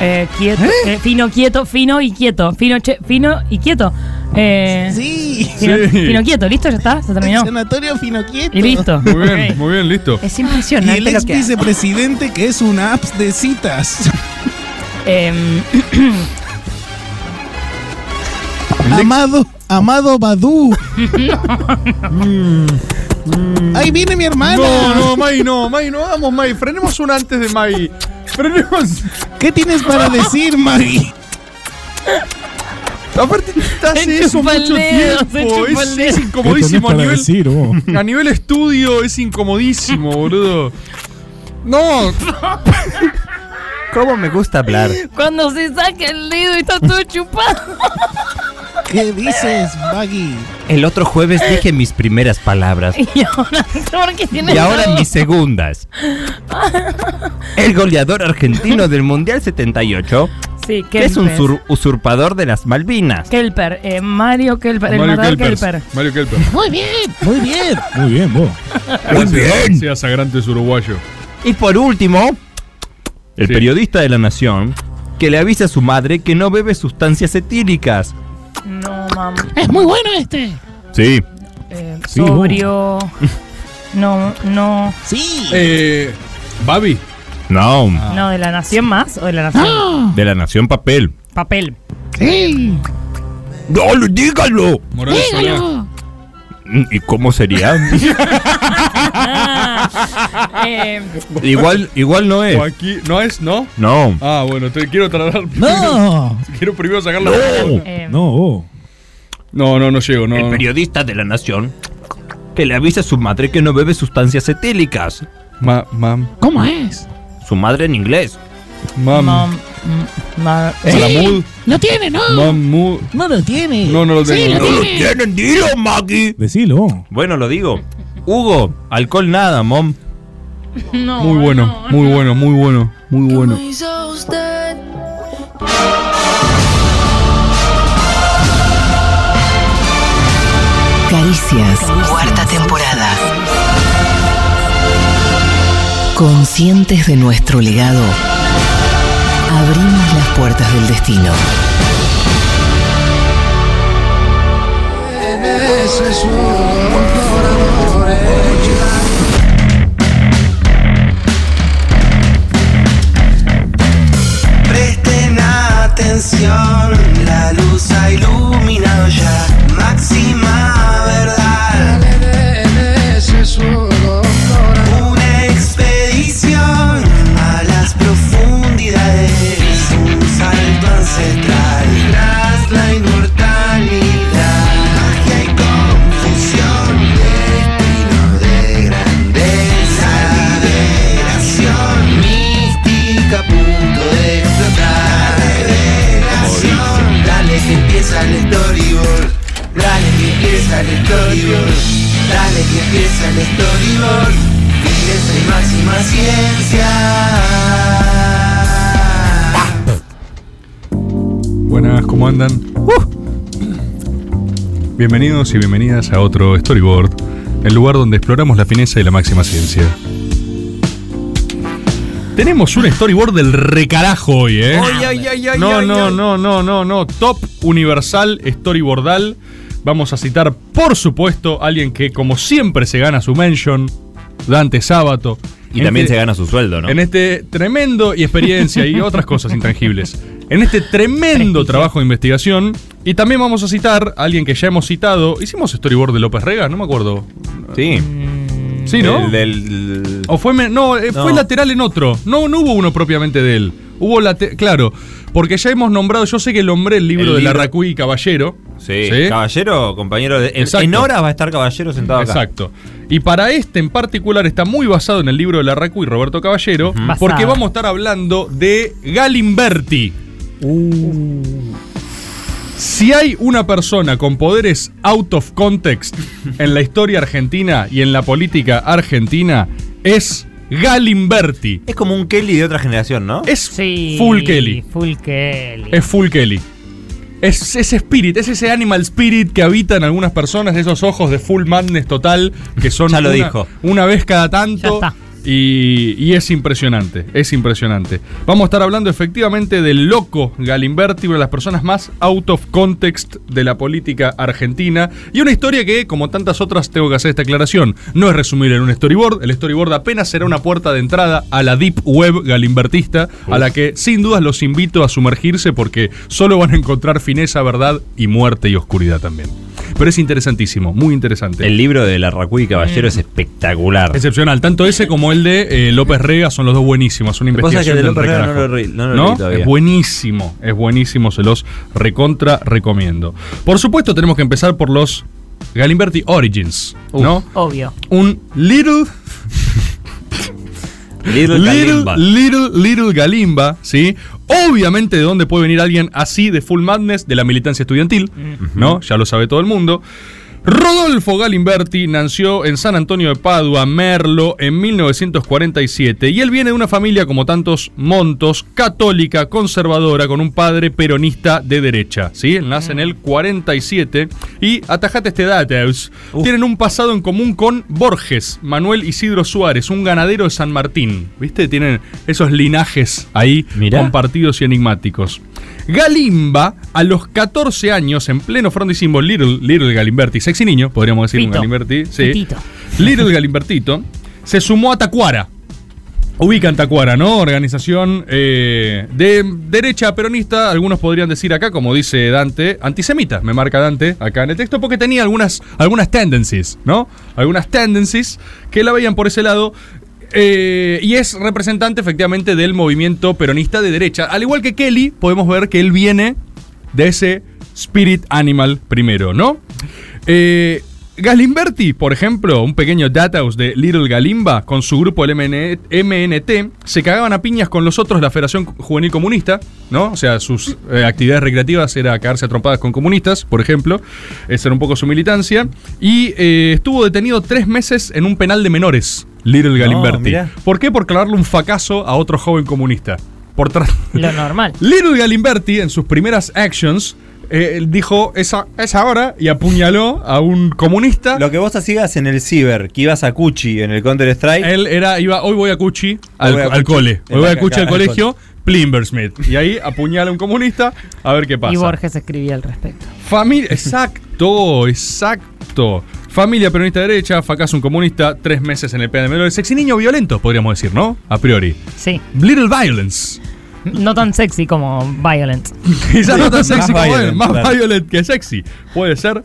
Speaker 8: Eh, quieto. eh, fino, quieto, fino y quieto. Fino, che- fino y quieto. Eh,
Speaker 1: Sí.
Speaker 8: fino,
Speaker 4: Sí.
Speaker 8: fino, quieto. ¿Listo? ¿Ya está? ¿Se terminó?
Speaker 1: El sanatorio finoquieto.
Speaker 8: Y listo.
Speaker 4: Muy bien,
Speaker 8: Ok.
Speaker 4: muy bien, listo.
Speaker 16: Es
Speaker 1: Y el
Speaker 16: impresionante lo
Speaker 1: ex
Speaker 16: que hace.
Speaker 1: vicepresidente que es un apps de citas.
Speaker 8: Em,
Speaker 1: Amado, amado Badú. Ahí viene mi hermana.
Speaker 4: Mm, No, no, May, no, May, no hagamos May. Frenemos una antes de May. Frenemos.
Speaker 1: ¿Qué tienes para decir, Maggie?
Speaker 4: Aparte, te
Speaker 8: Se
Speaker 4: hace eso
Speaker 8: chupa el
Speaker 4: mucho
Speaker 8: dedo, se
Speaker 4: tiempo.
Speaker 8: chupa
Speaker 4: Es,
Speaker 8: el dedo.
Speaker 4: es incomodísimo a
Speaker 6: para
Speaker 4: nivel,
Speaker 6: decir, vos?
Speaker 4: a nivel estudio, es incomodísimo, boludo. No,
Speaker 15: ¿Cómo me gusta hablar?
Speaker 8: cuando se saca el dedo y está todo chupado.
Speaker 1: ¿Qué dices, Maggie?
Speaker 15: El otro jueves dije mis primeras palabras
Speaker 8: Y ahora, ¿por qué tiene
Speaker 15: y ahora
Speaker 8: todo?
Speaker 15: mis segundas. El goleador argentino del Mundial 78
Speaker 8: Sí,
Speaker 7: que es un
Speaker 8: Kempes.
Speaker 7: sur- usurpador de las Malvinas.
Speaker 8: Kelper, eh, Mario Kelper, el matador Kelper.
Speaker 6: Mario Kelper.
Speaker 12: Muy bien.
Speaker 6: Muy bien.
Speaker 9: Muy bien, vos.
Speaker 6: Muy bien. Sea sagrantes uruguayo.
Speaker 7: Y por último, el periodista de la Nación que le avisa a su madre que no bebe sustancias etíricas.
Speaker 8: No, mam.
Speaker 12: Es muy bueno este.
Speaker 7: Sí.
Speaker 8: Eh,
Speaker 7: Sí, vos.
Speaker 8: sobrio. No, no.
Speaker 12: Sí.
Speaker 6: Eh, Babi.
Speaker 7: No.
Speaker 8: No, de la nación más o de la nación.
Speaker 7: De la Nación Papel.
Speaker 8: Papel.
Speaker 12: Ah. Sí.
Speaker 5: ¡Dale, dígalo!
Speaker 12: Dígalo.
Speaker 7: ¿Y cómo sería?
Speaker 8: Eh,
Speaker 7: igual, igual no es.
Speaker 6: Joaquín, ¿no es, no?
Speaker 7: No.
Speaker 6: Ah, bueno, te quiero tratar.
Speaker 7: No.
Speaker 6: quiero primero sacar la.
Speaker 5: No.
Speaker 12: Eh,
Speaker 9: No.
Speaker 6: No, no, no llego, no.
Speaker 7: El periodista de la Nación que le avisa a su madre que no bebe sustancias etílicas.
Speaker 6: Ma, mam.
Speaker 12: ¿Cómo es?
Speaker 7: Su madre en inglés.
Speaker 6: Mam.
Speaker 8: mm, ma-
Speaker 6: Salamud.
Speaker 12: No tiene, no.
Speaker 6: Mamud.
Speaker 12: No lo tiene.
Speaker 6: No, no lo
Speaker 12: Sí,
Speaker 6: tengo.
Speaker 12: lo tiene.
Speaker 7: tienen, dilo, Maggie.
Speaker 9: Decilo.
Speaker 7: Bueno, lo digo. Hugo, alcohol nada, Ah, mom.
Speaker 8: No,
Speaker 6: muy bueno, muy bueno, muy bueno, muy bueno.
Speaker 10: Caricias. Cuarta temporada. Conscientes de nuestro legado, abrimos las puertas del destino.
Speaker 16: Presten atención, la luz ha iluminado ya máxima verdad. Una expedición a las profundidades, un salto ancestral tras la inmortalidad. Magia y confusión, destino de grandeza, liberación mística, punto de explotar. Revelación, dale que empieza el storyboard, dale que empieza el storyboard, dale que empieza el storyboard. Fineza y máxima ciencia.
Speaker 6: Buenas, ¿cómo andan?
Speaker 7: Uh.
Speaker 6: Bienvenidos y bienvenidas a otro Storyboard, el lugar donde exploramos la fineza y la máxima ciencia. Tenemos un storyboard del recarajo hoy, ¿eh?
Speaker 7: Ay, ay, ay, ay,
Speaker 6: no,
Speaker 7: ay,
Speaker 6: no,
Speaker 7: ay.
Speaker 6: no, no, no, no. Top universal storyboardal. Vamos a citar, por supuesto, a alguien que, como siempre, se gana su mention, Dante Sábato. este
Speaker 7: Y también se gana su sueldo, ¿no?
Speaker 6: En este tremendo, y experiencia y otras cosas intangibles. En este tremendo trabajo de investigación. Y también vamos a citar a alguien que ya hemos citado. ¿Hicimos storyboard de López Rega? No me acuerdo.
Speaker 7: Sí.
Speaker 6: Sí, ¿no?
Speaker 7: El del-
Speaker 6: O fue, me- no, eh, fue
Speaker 7: No.
Speaker 6: lateral en otro. No, no hubo uno propiamente de él. Hubo late- claro, porque ya hemos nombrado, yo sé que nombré el libro
Speaker 7: El
Speaker 6: de
Speaker 7: libro-
Speaker 6: Larracuy y Caballero.
Speaker 7: Sí. Caballero, compañero. de- en,
Speaker 6: Exacto.
Speaker 7: en horas va a estar Caballero sentado acá.
Speaker 6: Exacto. Y para este en particular está muy basado en el libro de Larracuy y Roberto Caballero, porque
Speaker 7: Basado.
Speaker 6: vamos a estar hablando de Galimberti.
Speaker 7: Uh.
Speaker 6: Si hay una persona con poderes out of context en la historia argentina y en la política argentina, es Galimberti.
Speaker 7: Es como un Kelly de otra generación, ¿no?
Speaker 6: Es
Speaker 8: Sí,
Speaker 6: full Kelly.
Speaker 8: Full Kelly.
Speaker 6: Es full Kelly. Es ese spirit, es ese animal spirit que habita en algunas personas, esos ojos de full madness total que son
Speaker 7: Ya lo
Speaker 6: una,
Speaker 7: dijo.
Speaker 6: una vez cada tanto. Y, y es impresionante, es impresionante. Vamos a estar hablando efectivamente del loco Galimberti, una de las personas más out of context de la política argentina. Y una historia que, como tantas otras, tengo que hacer esta aclaración. No es resumir en un storyboard. El storyboard apenas será una puerta de entrada a la deep web galimbertista, a la que sin dudas los invito a sumergirse porque solo van a encontrar fineza, verdad y muerte y oscuridad también. Pero es interesantísimo, muy interesante. Mm.
Speaker 7: El libro de Larracuy y Caballero es espectacular.
Speaker 6: Excepcional, tanto ese como el de eh, López Rega son los dos buenísimos. Una
Speaker 7: Lo que pasa
Speaker 6: investigación
Speaker 7: es que
Speaker 6: del
Speaker 7: el de López Rega
Speaker 6: recarajo.
Speaker 7: no lo re- no lo leí todavía.
Speaker 6: Es buenísimo, es buenísimo, se los recontra recomiendo. Por supuesto, tenemos que empezar por los Galimberti Origins, ¿no?
Speaker 8: Obvio.
Speaker 6: Un little
Speaker 7: Little Galimba.
Speaker 6: Little, little Galimba, ¿sí? Obviamente, ¿de dónde puede venir alguien así de Full Madness? De la militancia estudiantil, ¿no? Ya lo sabe todo el mundo. Rodolfo Galimberti nació en San Antonio de Padua, Merlo, en 1947 y él viene de una familia como tantos montos, católica, conservadora, con un padre peronista de derecha. ¿sí? Él nace en el 47 y atajate este dateus. Tienen un pasado en común con Borges, Manuel Isidro Suárez, un ganadero de San Martín. ¿Viste? Tienen esos linajes ahí compartidos y enigmáticos. Galimba, a los 14 años, en pleno frondicismo, Little, Little Galimberti, sexy niño, podríamos decir un
Speaker 8: Fito.
Speaker 6: Galimberti. Sí.
Speaker 8: Pitito.
Speaker 6: Little Galimbertito, se sumó a Tacuara. Ubican Tacuara, ¿no? Organización eh, de derecha peronista, algunos podrían decir acá, como dice Dante, antisemita, me marca Dante acá en el texto, porque tenía algunas, algunas tendencies, ¿no? Algunas tendencies que la veían por ese lado. eh, y es representante efectivamente del movimiento peronista de derecha. Al igual que Kelly, podemos ver que él viene de ese Spirit Animal primero, ¿no? Eh, Galimberti, por ejemplo, un pequeño dataus de Little Galimba con su grupo el MN MNT, se cagaban a piñas con los otros de la Federación Juvenil Comunista, ¿no? O sea, sus eh, actividades recreativas era cagarse a trompadas con comunistas, por ejemplo. Esa era un poco su militancia. Y eh, estuvo detenido tres meses en un penal de menores, Little Galimberti.
Speaker 7: mirá.
Speaker 6: ¿Por qué? Por clavarle un fracaso a otro joven comunista. Por tra-
Speaker 8: Lo normal.
Speaker 6: Little Galimberti, en sus primeras actions, eh, dijo esa, esa hora y apuñaló a un comunista.
Speaker 7: Lo que vos hacías en el ciber, que ibas a Cuchi en el Counter Strike.
Speaker 6: Él era, iba, hoy voy a Cuchi
Speaker 7: Hoy
Speaker 6: al,
Speaker 7: voy a
Speaker 6: al
Speaker 7: Cuchi.
Speaker 6: cole.
Speaker 7: En
Speaker 6: Hoy voy
Speaker 7: la
Speaker 6: a Cuchi
Speaker 7: caca-
Speaker 6: al
Speaker 7: al
Speaker 6: colegio, Plimbersmith. Y ahí apuñala a un comunista a ver qué pasa.
Speaker 8: Y Borges escribía al respecto.
Speaker 6: Familia. Exacto, exacto. Familia peronista derecha, fracaso un comunista, tres meses en el penal de menores. Sexy niño violento, podríamos decir, ¿no? A priori.
Speaker 8: Sí.
Speaker 6: Little Violence.
Speaker 8: No tan sexy como Violent.
Speaker 6: Quizás no tan sexy como
Speaker 8: violent,
Speaker 6: él, más
Speaker 8: claro.
Speaker 6: violent que sexy. Puede ser.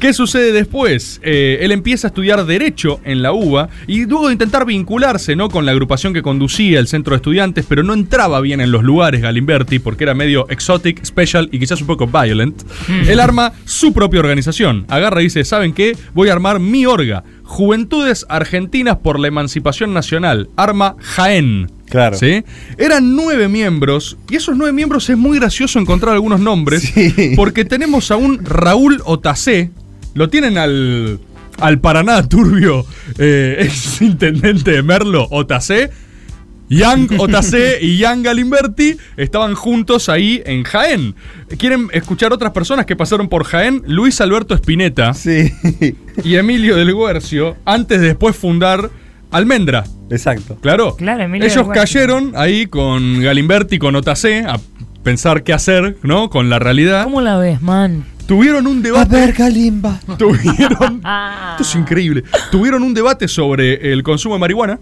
Speaker 6: ¿Qué sucede después? Eh, él empieza a estudiar Derecho en la UBA y luego de intentar vincularse ¿no? con la agrupación que conducía el centro de estudiantes, pero no entraba bien en los lugares Galimberti porque era medio exotic, special y quizás un poco violent.
Speaker 8: Mm.
Speaker 6: Él arma su propia organización. Agarra y dice: ¿Saben qué? Voy a armar mi orga. Juventudes Argentinas por la Emancipación Nacional. Arma Jaén.
Speaker 7: Claro.
Speaker 6: ¿Sí? Eran nueve miembros, y esos nueve miembros es muy gracioso encontrar algunos nombres, porque tenemos a un Raúl Otacé, lo tienen al, al Paraná Turbio, eh, ex intendente de Merlo, Otacé. Yang Otacé y Yang Galimberti estaban juntos ahí en Jaén. ¿Quieren escuchar otras personas que pasaron por Jaén? Luis Alberto Espineta y Emilio del Guercio, antes de después fundar Almendra.
Speaker 7: Exacto.
Speaker 6: Claro.
Speaker 8: Claro, Emilio del
Speaker 6: Ellos
Speaker 8: Guercio.
Speaker 6: cayeron ahí con Galimberti, con Otacé, a pensar qué hacer, ¿no? Con la realidad.
Speaker 8: ¿Cómo la ves, man?
Speaker 6: Tuvieron un debate.
Speaker 7: Galimba.
Speaker 6: Tuvieron. Esto es increíble. Tuvieron un debate sobre el consumo de marihuana.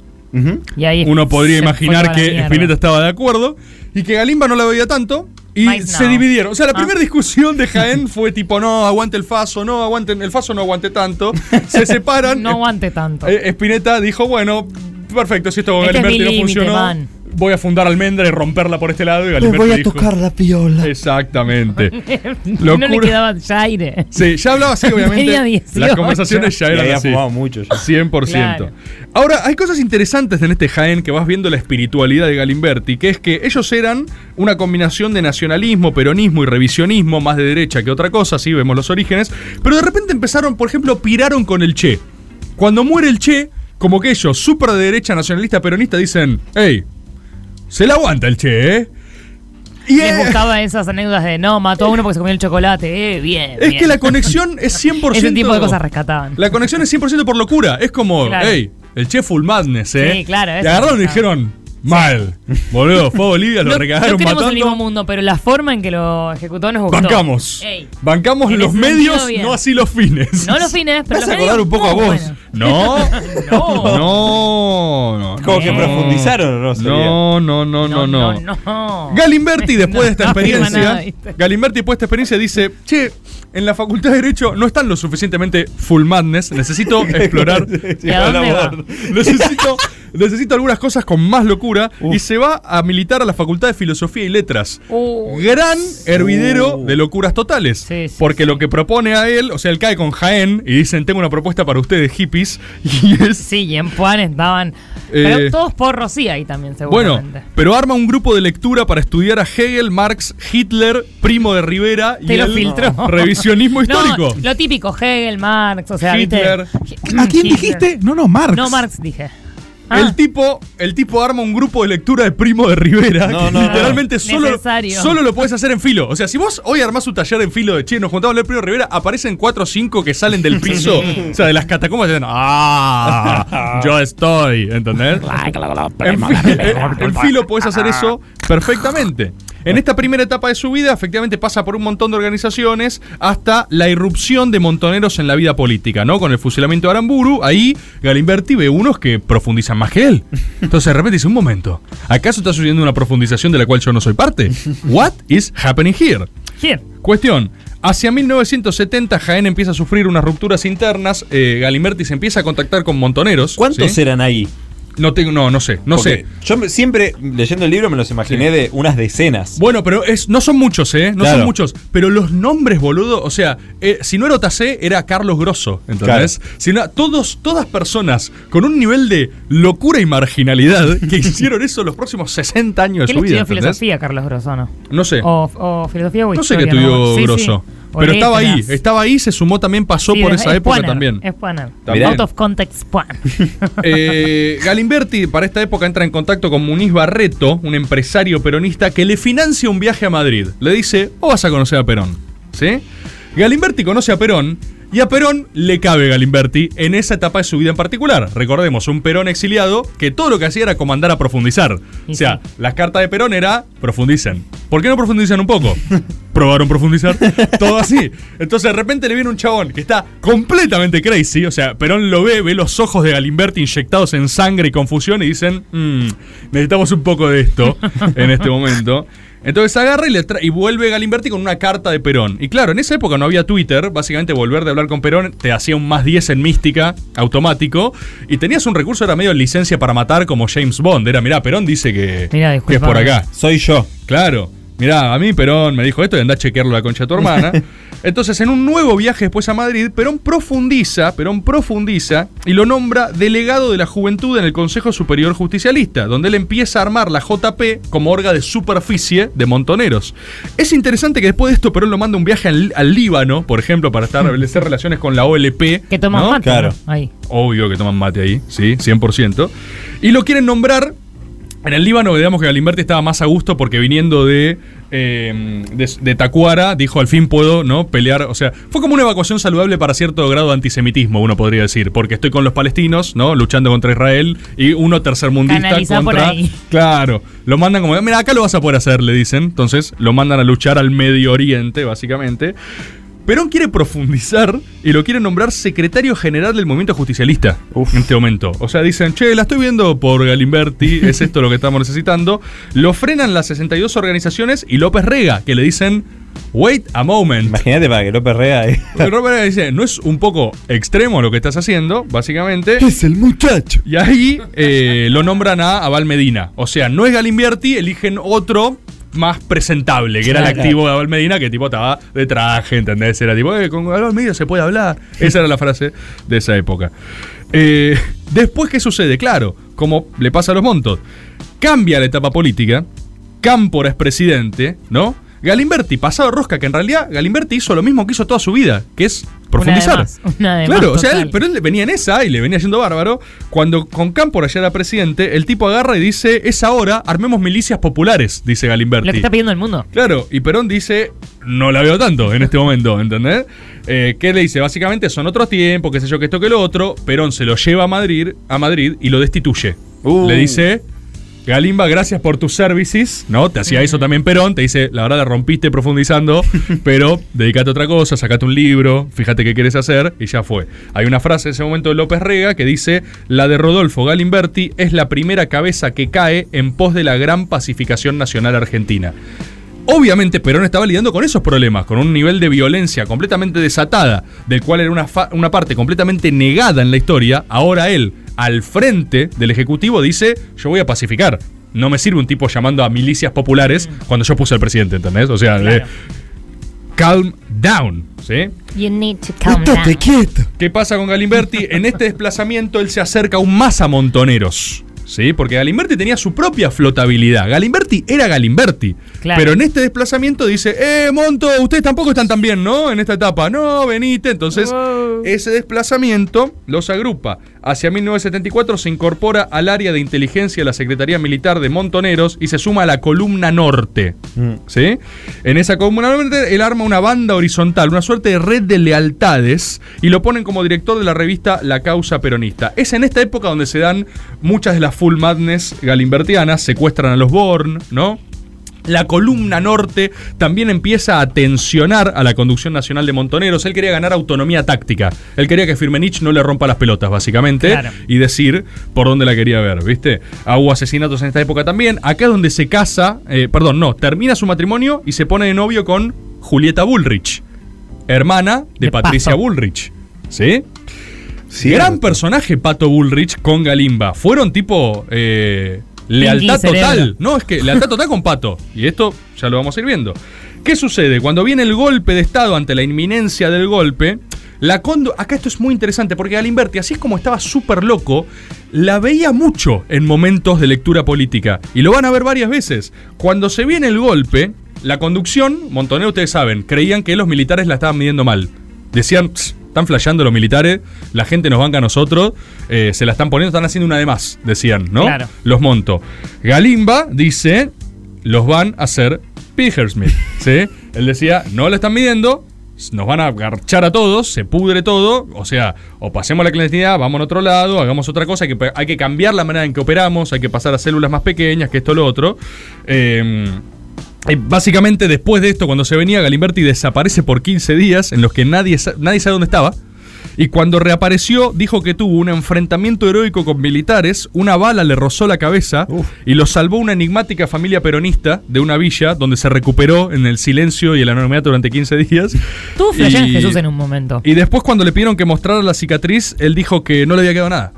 Speaker 8: Y ahí
Speaker 6: Uno podría
Speaker 8: se
Speaker 6: imaginar
Speaker 8: fue toda la
Speaker 6: que
Speaker 8: mierda.
Speaker 6: Spinetta estaba de acuerdo y que Galimba no la veía tanto. Y
Speaker 8: Más
Speaker 6: se
Speaker 8: no.
Speaker 6: dividieron. O sea, la
Speaker 8: Ah.
Speaker 6: primera discusión de Jaén fue tipo, no, aguante el Faso, no, aguante el Faso no aguante tanto. Se separan.
Speaker 8: No aguante tanto.
Speaker 6: Eh, Spinetta dijo, bueno, perfecto, si esto con
Speaker 8: Este es
Speaker 6: Galimberti
Speaker 8: mi
Speaker 6: no
Speaker 8: límite,
Speaker 6: funcionó,
Speaker 8: man.
Speaker 6: voy a fundar Almendra y romperla por este lado. Y Galimberti dijo-
Speaker 7: la piola.
Speaker 6: Exactamente.
Speaker 8: no le
Speaker 6: eh, Locura.
Speaker 8: quedaba ya aire.
Speaker 6: Sí, ya hablaba así,
Speaker 8: Tenía
Speaker 6: obviamente.
Speaker 8: 18.
Speaker 6: Las conversaciones ya
Speaker 7: Y
Speaker 6: eran
Speaker 7: había
Speaker 6: así.
Speaker 7: fumado mucho ya.
Speaker 6: 100%.
Speaker 8: Claro.
Speaker 6: Ahora, hay cosas interesantes en este Jaén que vas viendo la espiritualidad de Galimberti, que es que ellos eran una combinación de nacionalismo, peronismo y revisionismo, más de derecha que otra cosa, sí, vemos los orígenes, pero de repente empezaron, por ejemplo, piraron con el Che. Cuando muere el Che, como que ellos, súper de derecha, nacionalista, peronista, dicen, hey, se la aguanta el Che, ¿eh?
Speaker 8: Les gustaba esas anécdotas de no, mató a uno porque se comió el chocolate. Eh, bien.
Speaker 6: Es
Speaker 8: bien.
Speaker 6: que la conexión es 100%.
Speaker 8: Ese tipo de cosas rescataban.
Speaker 6: La conexión es 100% por locura. Es como,
Speaker 8: Claro.
Speaker 6: hey, el chef full madness, ¿eh?
Speaker 8: Sí, claro,
Speaker 6: Le
Speaker 8: eso
Speaker 6: agarraron y
Speaker 8: está.
Speaker 6: dijeron, mal. Boludo, fue a Bolivia, lo
Speaker 8: No- no
Speaker 6: recagaron
Speaker 8: queremos el mismo
Speaker 6: matando.
Speaker 8: mundo, pero la forma en que lo ejecutó nos gustó.
Speaker 6: Bancamos.
Speaker 8: Ey,
Speaker 6: Bancamos
Speaker 8: En
Speaker 6: los
Speaker 8: ese
Speaker 6: medios,
Speaker 8: sentido, bien.
Speaker 6: no así los fines.
Speaker 8: no los fines, pero
Speaker 6: vas
Speaker 8: los
Speaker 6: a acordar
Speaker 8: medios,
Speaker 6: un poco a
Speaker 8: muy
Speaker 6: vos.
Speaker 8: bueno. Oh.
Speaker 6: No, no, no.
Speaker 7: Como que profundizaron,
Speaker 6: no,
Speaker 7: ¿no? Sería.
Speaker 6: no, no, no, no, no.
Speaker 8: No.
Speaker 6: Galimberti, después de esta
Speaker 8: No, no afirma
Speaker 6: experiencia,
Speaker 8: nada, ¿viste?
Speaker 6: Galimberti, después de esta experiencia, dice: Che, en la Facultad de Derecho no están lo suficientemente full madness. Necesito explorar.
Speaker 8: ¿Y a dónde va?
Speaker 6: necesito, necesito algunas cosas con más locura. Y se va a militar a la Facultad de Filosofía y Letras.
Speaker 8: Uh,
Speaker 6: Gran hervidero
Speaker 8: Oh.
Speaker 6: de locuras totales. porque lo que propone a él, o sea, él cae con Jaén y dicen: Tengo una propuesta para ustedes, hippies. Greenpeace y es
Speaker 8: Sí, y en Puan estaban.
Speaker 6: Eh.
Speaker 8: Pero todos porros sí ahí también,
Speaker 6: Bueno,
Speaker 8: seguramente.
Speaker 6: pero arma un grupo de lectura para estudiar a Hegel, Marx, Hitler, Primo de Rivera y
Speaker 8: Te lo
Speaker 6: el
Speaker 8: filtró.
Speaker 6: revisionismo
Speaker 8: No,
Speaker 6: histórico.
Speaker 8: lo típico, Hegel, Marx, o sea, ¿viste?
Speaker 6: Hitler.
Speaker 8: Hitler.
Speaker 6: No, no, Marx.
Speaker 8: No, Marx dije. Ah.
Speaker 6: El tipo, el tipo arma un grupo de lectura de Primo de Rivera.
Speaker 4: No,
Speaker 6: que
Speaker 4: no, no.
Speaker 6: literalmente solo,
Speaker 8: Necesario.
Speaker 6: solo lo puedes hacer en filo. O sea, si vos hoy armás un taller en filo de che, nos juntamos a leer Primo de Rivera, aparecen cuatro o cinco que salen del piso, o sea, de las catacumbas y dicen, ¡ah! Yo estoy, ¿entendés? en, fi- en filo podés hacer eso perfectamente. En esta primera etapa de su vida, efectivamente pasa por un montón de organizaciones hasta la irrupción de montoneros en la vida política, ¿no? Con el fusilamiento de Aramburu, ahí Galimberti ve unos que profundizan más que él. Entonces de repente dice, un momento, ¿acaso está sucediendo una profundización de la cual yo no soy parte? What is happening here?
Speaker 8: ¿Quién?
Speaker 6: Cuestión. Hacia 1970 Jaén empieza a sufrir unas rupturas internas, eh, Galimberti se empieza a contactar con montoneros.
Speaker 7: ¿Cuántos eran ahí?
Speaker 6: No tengo, no, no sé, no
Speaker 7: Porque
Speaker 6: sé.
Speaker 7: Yo me- siempre leyendo el libro me los imaginé de unas decenas.
Speaker 6: Bueno, pero es, no son muchos, ¿eh? No
Speaker 7: Claro.
Speaker 6: son muchos. Pero los nombres, boludo, o sea, eh, si no era Otacé, era Carlos Grosso, ¿entendés? Si no, todos, todas personas con un nivel de locura y marginalidad que hicieron eso los próximos 60 años de
Speaker 8: ¿Quién
Speaker 6: su
Speaker 8: estudió
Speaker 6: vida, ¿entendés?
Speaker 8: filosofía, Oh, Carlos Grosso, no?
Speaker 6: No sé.
Speaker 8: O, o filosofía o
Speaker 6: no sé qué
Speaker 8: historia,
Speaker 6: estudió
Speaker 8: Sí, sí.
Speaker 6: Grosso.
Speaker 8: O
Speaker 6: Pero estaba ahí,
Speaker 8: letras.
Speaker 6: estaba ahí, se sumó también, pasó
Speaker 8: Sí,
Speaker 6: por
Speaker 8: es-
Speaker 6: esa
Speaker 8: es
Speaker 6: época
Speaker 8: Puaner,
Speaker 6: también.
Speaker 8: Es Puaner.
Speaker 6: También.
Speaker 8: Out of context Puaner.
Speaker 6: Eh, Galimberti para esta época entra en contacto con Muniz Barreto, un empresario peronista que le financia un viaje a Madrid. Le dice, o vas a conocer a Perón. ¿Sí? Galimberti conoce a Perón y a Perón le cabe Galimberti en esa etapa de su vida en particular. Recordemos, un Perón exiliado que todo lo que hacía era comandar a profundizar. O sea, las cartas de Perón era profundicen. ¿Por qué no profundizan un poco? Probaron profundizar. Todo así. Entonces de repente le viene un chabón que está completamente crazy. O sea, Perón lo ve, ve los ojos de Galimberti inyectados en sangre y confusión y dicen, "Mm, necesitamos un poco de esto en este momento. Entonces agarra y, le tra- y vuelve Galimberti con una carta de Perón. Y claro, en esa época no había Twitter. Básicamente volver de hablar con Perón te hacía un más 10 en mística automático. Y tenías un recurso, era medio licencia para matar como James Bond. Era, mirá, Perón dice que,
Speaker 8: Mirá,
Speaker 6: que es por
Speaker 8: disculpame.
Speaker 6: acá. Soy yo. Claro. Mirá, a mí Perón me dijo esto y andá a chequearlo la concha de tu hermana. Entonces, en un nuevo viaje después a Madrid, Perón profundiza, Perón profundiza y lo nombra delegado de la juventud en el Consejo Superior Justicialista, donde él empieza a armar la JP como orga de superficie de montoneros. Es interesante que después de esto Perón lo manda un viaje al, al Líbano, por ejemplo, para establecer relaciones con la OLP.
Speaker 8: Que toman
Speaker 6: ¿no?
Speaker 8: mate. ¿no? Ahí.
Speaker 6: Obvio que toman mate ahí, sí, 100%. Y lo quieren nombrar. En el Líbano, digamos que Galimberti estaba más a gusto porque viniendo de, eh, de, de Tacuara, dijo al fin puedo ¿no? pelear. O sea, fue como una evacuación saludable para cierto grado de antisemitismo, uno podría decir, porque estoy con los palestinos, ¿no? Luchando contra Israel y uno tercermundista
Speaker 8: Canalizá por
Speaker 6: contra.
Speaker 8: ahí.
Speaker 6: Claro, lo mandan como, mira, acá lo vas a poder hacer, le dicen. Entonces lo mandan a luchar al Medio Oriente, básicamente. Perón quiere profundizar y lo quiere nombrar secretario general del movimiento justicialista en este momento. O sea, dicen, che, la estoy viendo por Galimberti, es esto lo que estamos necesitando. Lo frenan las 62 organizaciones y López Rega, que le dicen, wait a moment. Imagínate para que López Rega... López Rega dice, no es un poco extremo lo que estás haciendo, básicamente. Es el muchacho. Y ahí eh, lo nombran a Abal Medina. O sea, no es Galimberti, eligen otro más presentable, que era el
Speaker 4: Claro.
Speaker 6: activo de Abel Medina, que tipo estaba de traje, ¿entendés? Era tipo, eh, con Abel Medina se puede hablar. Esa era la frase de esa época. Eh, después, ¿qué sucede? Claro, como le pasa a los montos, cambia la etapa política, Cámpora es presidente, ¿no? Galimberti, pasado rosca, que en realidad Galimberti hizo lo mismo que hizo toda su vida, que es profundizar.
Speaker 8: Una de más. Una de
Speaker 6: Claro,
Speaker 8: más,
Speaker 6: o sea,
Speaker 8: total.
Speaker 6: él- pero él le venía en esa y le venía yendo bárbaro. Cuando con Cámpora ya era presidente, el tipo agarra y dice, es ahora, armemos milicias populares, dice Galimberti.
Speaker 8: Lo que está pidiendo el mundo.
Speaker 6: Claro, y Perón dice, no la veo tanto en este momento, ¿entendés? Eh, ¿Qué le dice? Básicamente son otros tiempos, qué sé yo, que esto, que lo otro. Perón se lo lleva a Madrid, a Madrid y lo destituye. Le dice, Galimba, gracias por tus services, ¿no? Te hacía eso también Perón, te dice, la verdad la rompiste profundizando, pero dedicate a otra cosa, sacate un libro, fíjate qué quieres hacer, y ya fue. Hay una frase en ese momento de López Rega que dice, la de Rodolfo Galimberti es la primera cabeza que cae en pos de la gran pacificación nacional argentina. Obviamente Perón estaba lidiando con esos problemas, con un nivel de violencia completamente desatada, del cual era una, fa- una parte completamente negada en la historia. Ahora él, al frente del Ejecutivo, dice, yo voy a pacificar.
Speaker 8: Mm.
Speaker 6: No me sirve un tipo llamando a milicias populares cuando yo puse al presidente, ¿entendés? O sea, eh, Calm Down. ¿Sí?
Speaker 8: You need to calm
Speaker 6: Estate
Speaker 8: down.
Speaker 6: ¿Qué pasa con Galimberti? En este desplazamiento él se acerca aún más a Montoneros. ¿Sí? Porque Galimberti tenía su propia flotabilidad. Galimberti era Galimberti.
Speaker 8: Claro.
Speaker 6: Pero en este desplazamiento dice, eh, Monto, ustedes tampoco están tan bien, ¿no? En esta etapa. No, venite. Entonces, ese desplazamiento los agrupa. Hacia 1974 se incorpora al área de inteligencia de la Secretaría Militar de Montoneros y se suma a la columna norte. ¿sí? En esa comuna él arma una banda horizontal, una suerte de red de lealtades, y lo ponen como director de la revista La Causa Peronista. Es en esta época donde se dan muchas de las full madness galimbertianas, secuestran a los Born, ¿no? La columna norte también empieza a tensionar a la conducción nacional de Montoneros. Él quería ganar autonomía táctica. Él quería que Firmenich no le rompa las pelotas, básicamente,
Speaker 17: Claro.
Speaker 6: y decir por dónde la quería ver, ¿viste? Ah, Hubo asesinatos en esta época también. Acá es donde se casa, eh, perdón, no, termina su matrimonio y se pone de novio con Julieta Bullrich, hermana de,
Speaker 17: De
Speaker 6: Patricia
Speaker 17: Pato.
Speaker 6: Bullrich. ¿Sí? Gran personaje Pato Bullrich con Galimba. Fueron tipo eh, lealtad
Speaker 17: Pinky
Speaker 6: total.
Speaker 17: cerebro.
Speaker 6: No, es que lealtad total con Pato. Y esto ya lo vamos a ir viendo. ¿Qué sucede? Cuando viene el golpe de Estado ante la inminencia del golpe, la condo... Acá esto es muy interesante porque Galimberti, así es como estaba súper loco, la veía mucho en momentos de lectura política. Y lo van a ver varias veces. Cuando se viene el golpe, la conducción, Montonero ustedes saben, creían que los militares la estaban midiendo mal. Decían, "Ps, están flasheando los militares, la gente nos banca a nosotros, eh, se la están poniendo, están haciendo una de más, decían, ¿no?
Speaker 17: Claro.
Speaker 6: Los monto. Galimba dice, los van a hacer Pijersmith, ¿sí? Él decía, no la están midiendo, nos van a agarchar a todos, se pudre todo, o sea, o pasemos la clandestinidad, vamos a otro lado, hagamos otra cosa, hay que, hay que cambiar la manera en que operamos, hay que pasar a células más pequeñas, que esto, lo otro. Eh, y Básicamente, después de esto, cuando se venía, Galimberti desaparece por 15 días en los que nadie, sa- nadie sabe dónde estaba. Y cuando reapareció, dijo que tuvo un enfrentamiento heroico con militares, una bala le rozó la cabeza y lo salvó una enigmática familia peronista de una villa donde se recuperó en el silencio y el anonimato durante 15 días.
Speaker 8: Tuvo flash en
Speaker 6: Y-
Speaker 8: Jesús en un momento.
Speaker 6: y después cuando le pidieron que mostrara la cicatriz, él dijo que no le había quedado nada.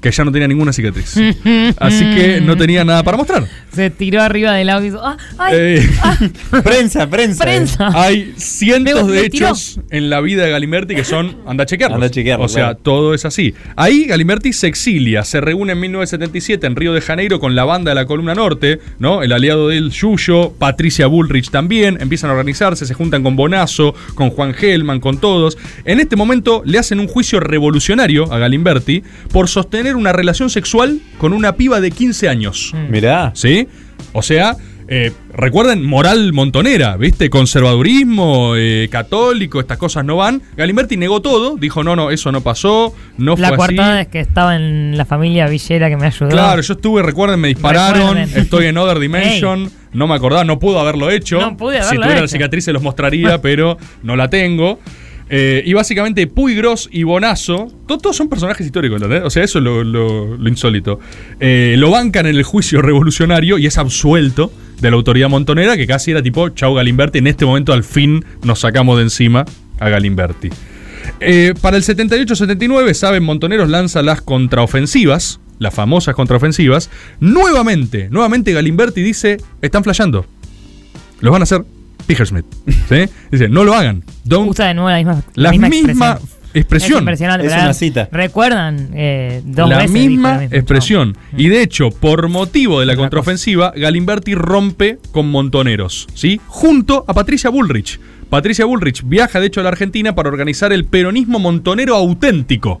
Speaker 6: Que ya no tenía ninguna cicatriz.
Speaker 8: Mm.
Speaker 6: Así que no tenía nada para mostrar.
Speaker 8: Se tiró arriba del agua y hizo. ¡Ah! Mm. ¡Ay! ah".
Speaker 6: Eh,
Speaker 7: prensa, prensa.
Speaker 8: Prensa.
Speaker 6: Hay cientos
Speaker 8: Me-
Speaker 6: de
Speaker 8: me tiró.
Speaker 6: hechos en la vida de Galimerti que son anda a chequearlos.
Speaker 7: Anda a chequearlos,
Speaker 6: O sea,
Speaker 7: claro.
Speaker 6: todo es así. Ahí Galimerti se exilia, se reúne en 1977 en Río de Janeiro con la banda de la Columna Norte, ¿no? El aliado del Yuyo, Patricia Bullrich también, empiezan a organizarse, se juntan con Bonazo, con Juan Gelman, con todos. En este momento le hacen un juicio revolucionario a Galimberti por sostener una relación sexual con una piba de 15 años.
Speaker 7: Mirá.
Speaker 6: ¿Sí? O sea, eh, recuerden, moral montonera, ¿viste? Conservadurismo, eh, católico, estas cosas no van. Galimberti negó todo, dijo, no, no, eso no pasó, no
Speaker 8: la
Speaker 6: fue así.
Speaker 8: cuartada es que estaba en la familia Villera que me ayudó.
Speaker 6: Claro, yo estuve, recuerden, me dispararon,
Speaker 8: Recuerden.
Speaker 6: estoy en Other Dimension, no me acordaba, no pudo haberlo hecho.
Speaker 8: No pude
Speaker 6: Si
Speaker 8: haberlo
Speaker 6: tuviera la
Speaker 8: hecho.
Speaker 6: cicatriz se los mostraría, pero no la tengo. Eh, y básicamente Puy Gross y Bonazo, to- todos son personajes históricos, ¿entendés? O sea, eso es lo, lo- lo insólito. Eh, lo bancan en el juicio revolucionario y es absuelto de la autoridad montonera, que casi era tipo, chau Galimberti, en este momento al fin nos sacamos de encima a Galimberti. Eh, para el 78-79, saben, Montoneros lanza las contraofensivas, las famosas contraofensivas. Nuevamente, nuevamente Galimberti dice, están flasheando. Los van a hacer Pijersmith. ¿Sí? Dice, no lo hagan. Don't
Speaker 8: Usa de nuevo la misma,
Speaker 6: la misma, expresión.
Speaker 8: Es impresionante, ¿verdad? ¿Recuerdan? Eh, dos
Speaker 6: la
Speaker 8: veces dijo
Speaker 6: misma
Speaker 8: lo mismo.
Speaker 6: expresión. Y de hecho, por motivo de la contraofensiva, Galimberti rompe con Montoneros, ¿sí? Junto a Patricia Bullrich. Patricia Bullrich viaja, de hecho, a la Argentina para organizar el peronismo montonero auténtico.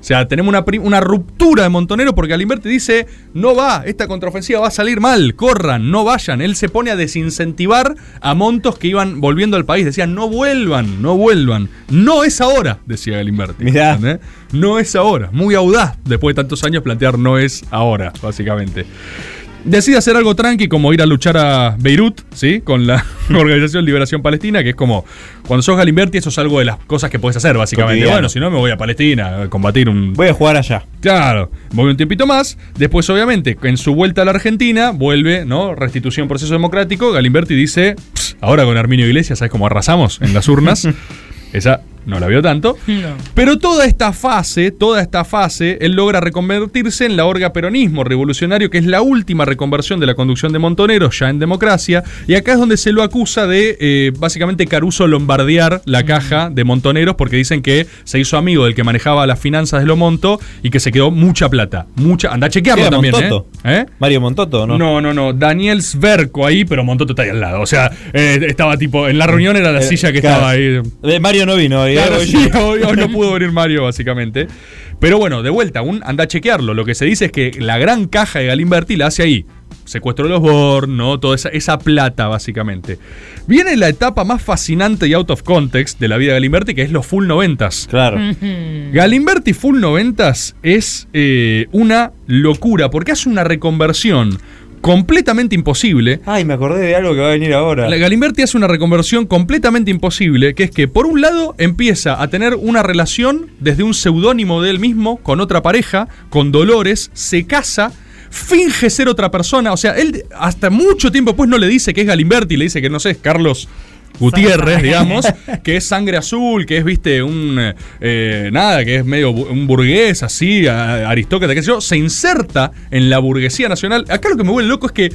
Speaker 6: O sea, tenemos una, pri- una ruptura de Montonero porque Alimberti dice, no va, esta contraofensiva va a salir mal, corran, no vayan. Él se pone a desincentivar a montos que iban volviendo al país. Decían, no vuelvan, no vuelvan. No es ahora, decía Galimberti. ¿entendés? No es ahora. Muy audaz después de tantos años plantear no es ahora, básicamente. Decide hacer algo tranqui como ir a luchar a Beirut, ¿sí? Con la Organización Liberación Palestina, que es como, cuando sos Galimberti, eso es algo de las cosas que podés hacer, básicamente.
Speaker 7: Cotidiano.
Speaker 6: Bueno, si no, me voy a Palestina a combatir un...
Speaker 7: Voy a jugar allá.
Speaker 6: Claro, voy un tiempito más. Después, obviamente, en su vuelta a la Argentina, vuelve, ¿no? Restitución, proceso democrático. Galimberti dice, "Pss, ahora con Arminio Iglesias, ¿sabes cómo arrasamos en las urnas? Esa no la vio tanto. Pero toda esta fase, toda esta fase, él logra reconvertirse en la orga peronismo revolucionario, que es la última reconversión de la conducción de Montonero, ya en democracia. Y acá es donde se lo acusa de, eh, básicamente, Caruso lombardear la caja de Montoneros, porque dicen que se hizo amigo del que manejaba las finanzas de lo Monto y que se quedó mucha plata. Mucha. Anda a chequearlo
Speaker 17: Era
Speaker 6: también,
Speaker 17: Montoto.
Speaker 6: ¿eh? ¿Eh?
Speaker 17: Mario Montoto, ¿no?
Speaker 6: No, no, no. Daniel Sverco ahí, pero Montoto está ahí al lado. O sea, eh, estaba tipo. En la reunión era la
Speaker 17: Eh,
Speaker 6: silla que
Speaker 17: claro.
Speaker 6: estaba ahí.
Speaker 17: Eh, Mario no vino. hoy,
Speaker 6: Claro,
Speaker 17: eh, hoy
Speaker 6: sí, hoy, hoy no pudo venir Mario, básicamente. Pero bueno, de vuelta, un anda a chequearlo. Lo que se dice es que la gran caja de Galimberti la hace ahí. Secuestro de los Born, ¿no? Toda esa, esa plata, básicamente. Viene la etapa más fascinante y out of context de la vida de Galimberti, que es los full noventas.
Speaker 17: Claro.
Speaker 4: Mm.
Speaker 6: Galimberti Full 90 es eh, una locura porque hace una reconversión completamente imposible.
Speaker 17: Ay, me acordé de algo que va a venir ahora.
Speaker 6: Galimberti hace una reconversión completamente imposible, que es que por un lado empieza a tener una relación desde un seudónimo de él mismo con otra pareja, con Dolores, se casa, finge ser otra persona, o sea, él hasta mucho tiempo después no le dice que es Galimberti, le dice que no sé, es Carlos Gutiérrez, digamos, que es sangre azul, que es, viste, un. eh, nada, que es medio bu- un burgués así, a- aristócrata, qué sé yo, se inserta en la burguesía nacional. Acá lo que me vuelve loco es que.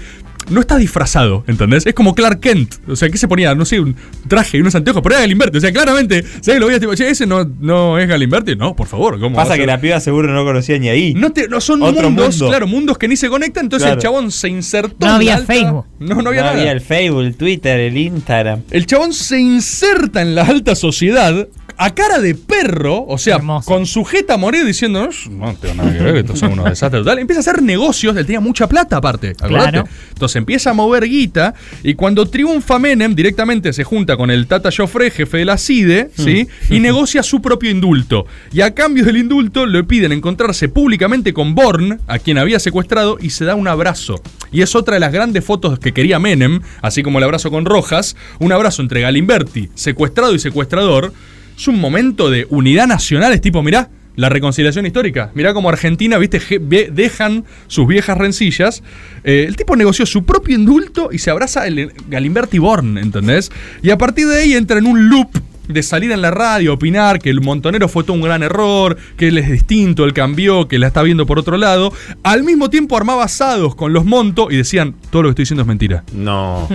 Speaker 6: No está disfrazado, ¿entendés? Es como Clark Kent. O sea, que se ponía, no sé, un traje y unos anteojos, pero era Galimberti. O sea, claramente, ¿sabes? Lo veías tipo, che, ese no, no es Galimberti. No, por favor, ¿cómo? va a
Speaker 17: Pasa que
Speaker 6: ser?
Speaker 17: la piba seguro no conocía ni ahí.
Speaker 6: No, te- no son
Speaker 17: Otro
Speaker 6: mundos,
Speaker 17: mundo.
Speaker 6: claro, mundos que ni se conectan. Entonces
Speaker 17: Claro.
Speaker 6: el chabón se insertó.
Speaker 17: No
Speaker 6: en la
Speaker 17: había
Speaker 6: alta-
Speaker 17: Facebook.
Speaker 6: No, no había
Speaker 17: No
Speaker 6: nada.
Speaker 17: había el Facebook, el Twitter, el Instagram.
Speaker 6: El chabón se inserta en la alta sociedad a cara de perro, o sea, con sujeta moreno diciendo, no, no tengo nada que ver, estos son unos desastres total. Empieza a hacer negocios, él tenía mucha plata aparte, acordate.
Speaker 8: Claro.
Speaker 6: Entonces empieza a mover guita y cuando triunfa Menem, directamente se junta con el Tata Joffre, jefe de la CIDE, E, ¿sí? y negocia su propio indulto. Y a cambio del indulto le piden encontrarse públicamente con Born, a quien había secuestrado, y se da un abrazo. Y es otra de las grandes fotos que quería Menem, así como el abrazo con Rojas, un abrazo entre Galimberti, secuestrado y secuestrador. Es un momento de unidad nacional, es tipo, mirá, la reconciliación histórica. Mirá cómo Argentina, viste, je- ve- dejan sus viejas rencillas. Eh, el tipo negoció su propio indulto y se abraza el Galimberti Born, ¿entendés? Y a partir de ahí entra en un loop de salir en la radio, opinar que el montonero fue todo un gran error, que él es distinto, él cambió, que la está viendo por otro lado. Al mismo tiempo armaba asados con los montos y decían, todo lo que estoy diciendo es mentira. No.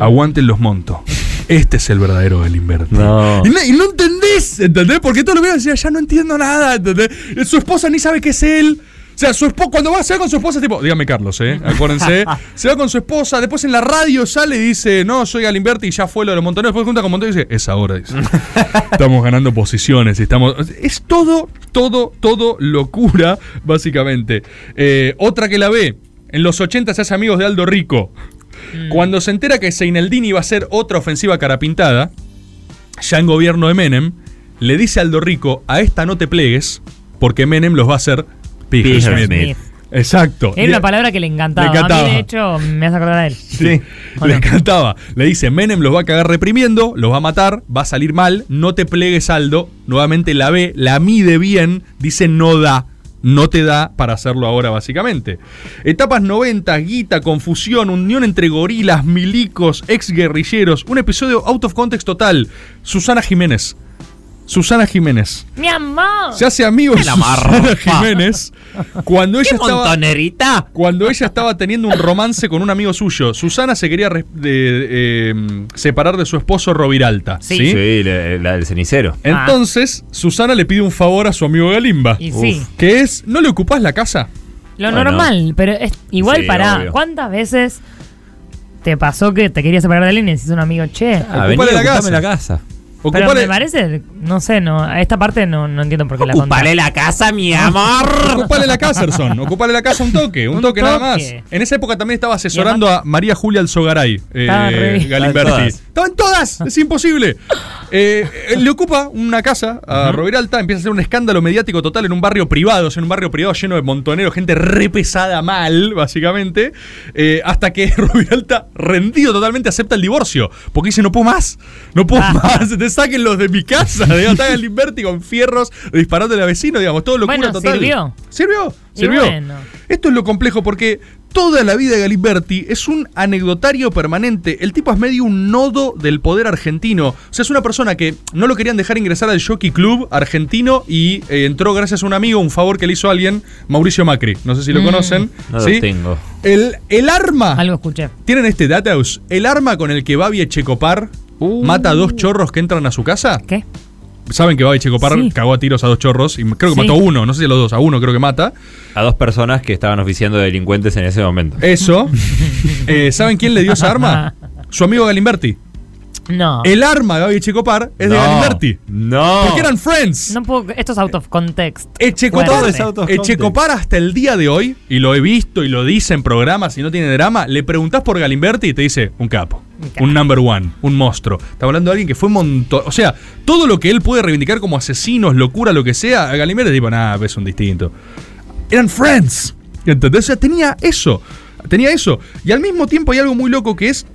Speaker 6: Aguanten los montos. Este es el verdadero Galimberti. No. Y, no- y no entendés, ¿entendés? Porque todo lo que decía, ya no entiendo nada, ¿entendés? Eh, Su esposa ni sabe qué es él. O sea, su esposa, cuando va, se va con su esposa, tipo, dígame Carlos, ¿eh? Acuérdense. se va con su esposa, después en la radio sale y dice, no, soy Galimberti y ya fue lo de los montoneros. Después junta con Montonero y dice, es ahora, dice. estamos ganando posiciones, estamos... Es todo, todo, todo locura, básicamente. Eh, otra que la ve, en los 80 se hace amigos de Aldo Rico. Cuando se entera que Seineldini iba a hacer otra ofensiva carapintada, ya en gobierno de Menem, le dice a Aldo Rico, a esta no te plegues, porque Menem los va a hacer Pijes
Speaker 8: Pijes
Speaker 6: Smith.
Speaker 8: Smith.
Speaker 6: Exacto.
Speaker 8: Era una palabra que le encantaba.
Speaker 6: Le
Speaker 8: A
Speaker 6: encantaba.
Speaker 8: mí, de hecho, me hace acordar a él.
Speaker 6: Sí, le encantaba. Le dice, Menem los va a cagar reprimiendo, los va a matar, va a salir mal, no te plegues Aldo. Nuevamente la ve, la mide bien, dice no da. No te da para hacerlo ahora, básicamente. Etapas 90, guita, confusión, unión entre gorilas, milicos, exguerrilleros. Un episodio out of context total. Susana Jiménez. Susana Jiménez.
Speaker 8: ¡Mi amor!
Speaker 6: Se hace amigo de
Speaker 8: Me la amarro,
Speaker 6: Susana
Speaker 8: pa.
Speaker 6: Jiménez cuando ella
Speaker 8: ¡Qué
Speaker 6: estaba
Speaker 8: montonerita!
Speaker 6: cuando ella estaba teniendo un romance con un amigo suyo. Susana se quería res- de- eh, separar de su esposo Robiralta. Sí.
Speaker 7: la, la del cenicero.
Speaker 6: Entonces, Susana le pide un favor a su amigo Galimba.
Speaker 8: Ah. Y sí.
Speaker 6: Uf. Que es, ¿no le ocupás la casa?
Speaker 8: Lo
Speaker 6: Bueno.
Speaker 8: normal, pero es igual
Speaker 6: Sí,
Speaker 8: para.
Speaker 6: obvio.
Speaker 8: ¿Cuántas veces te pasó que te querías separar de alguien y decís a un amigo, che?
Speaker 6: Ah, vení, Ocupale la ocupame casa. la casa.
Speaker 8: Pero
Speaker 6: Ocupale-
Speaker 8: me parece, no sé, no, a esta parte no, no entiendo por qué la conté.
Speaker 6: Ocupale la casa, mi amor. Ah, Ocupale la casa, Erson. Ocupale la casa un toque, un,
Speaker 8: Un
Speaker 6: toque, nada más.
Speaker 8: toque.
Speaker 6: En esa época también estaba asesorando a María Julia Alzogaray,
Speaker 8: Estaba re
Speaker 6: eh,
Speaker 8: bien. Estaba en
Speaker 6: Galimberti.
Speaker 8: todas.
Speaker 6: Estaba en todas, es imposible. Eh, eh, le ocupa una casa a Roberalta, empieza a hacer un escándalo mediático total en un barrio privado, o sea, en un barrio privado lleno de montoneros, gente re pesada mal, básicamente, eh, hasta que Roberalta, rendido totalmente, acepta el divorcio, porque dice, no puedo más, no puedo
Speaker 8: Ah.
Speaker 6: más, te saquen los de mi casa, de está Galimberti con fierros, disparando a la vecino, digamos, todo locura
Speaker 8: Bueno,
Speaker 6: total.
Speaker 8: sirvió.
Speaker 6: Sirvió,
Speaker 8: Y
Speaker 6: sirvió.
Speaker 8: bueno.
Speaker 6: Esto es lo complejo porque toda la vida de Galiberti es un anecdotario permanente. El tipo es medio un nodo del poder argentino. O sea, es una persona que no lo querían dejar ingresar al Jockey Club argentino y eh, entró gracias a un amigo, un favor que le hizo alguien, Mauricio Macri. No sé si lo
Speaker 4: Mm.
Speaker 6: conocen.
Speaker 7: No
Speaker 6: ¿sí?
Speaker 7: lo tengo.
Speaker 6: El, el arma. Algo escuché. ¿Tienen este Dataus? El arma con el que Babi Echecopar mata a dos chorros que entran a su casa.
Speaker 8: Uh. ¿Qué?
Speaker 6: Saben que Babi Echecopar
Speaker 8: Sí.
Speaker 6: cagó a tiros a dos chorros y creo
Speaker 8: Sí.
Speaker 6: que mató a uno, no sé si a los dos, a uno creo que mata.
Speaker 7: A dos personas que estaban oficiando de delincuentes en ese momento.
Speaker 6: Eso. Eh, ¿Saben quién le dio esa arma? Su amigo Galimberti.
Speaker 8: No.
Speaker 6: El arma de Babi Echecopar es de
Speaker 8: No.
Speaker 6: Galimberti.
Speaker 7: No.
Speaker 6: Porque eran friends.
Speaker 8: No puedo, esto es out of context.
Speaker 6: Echecopar,
Speaker 8: Fuerte.
Speaker 6: Echecopar Eh, hasta el día de hoy, y lo he visto y lo dice en programas y no tiene drama, le preguntás por Galimberti y te dice, un capo, un number one, un monstruo. Está hablando de alguien que fue un montón. O sea, todo lo que él puede reivindicar como asesinos, locura, lo que sea, a Galimberti tipo, nada, es un distinto. Eran friends. ¿Entendés? O sea, tenía eso. Tenía eso. Y al mismo tiempo hay algo muy loco que es.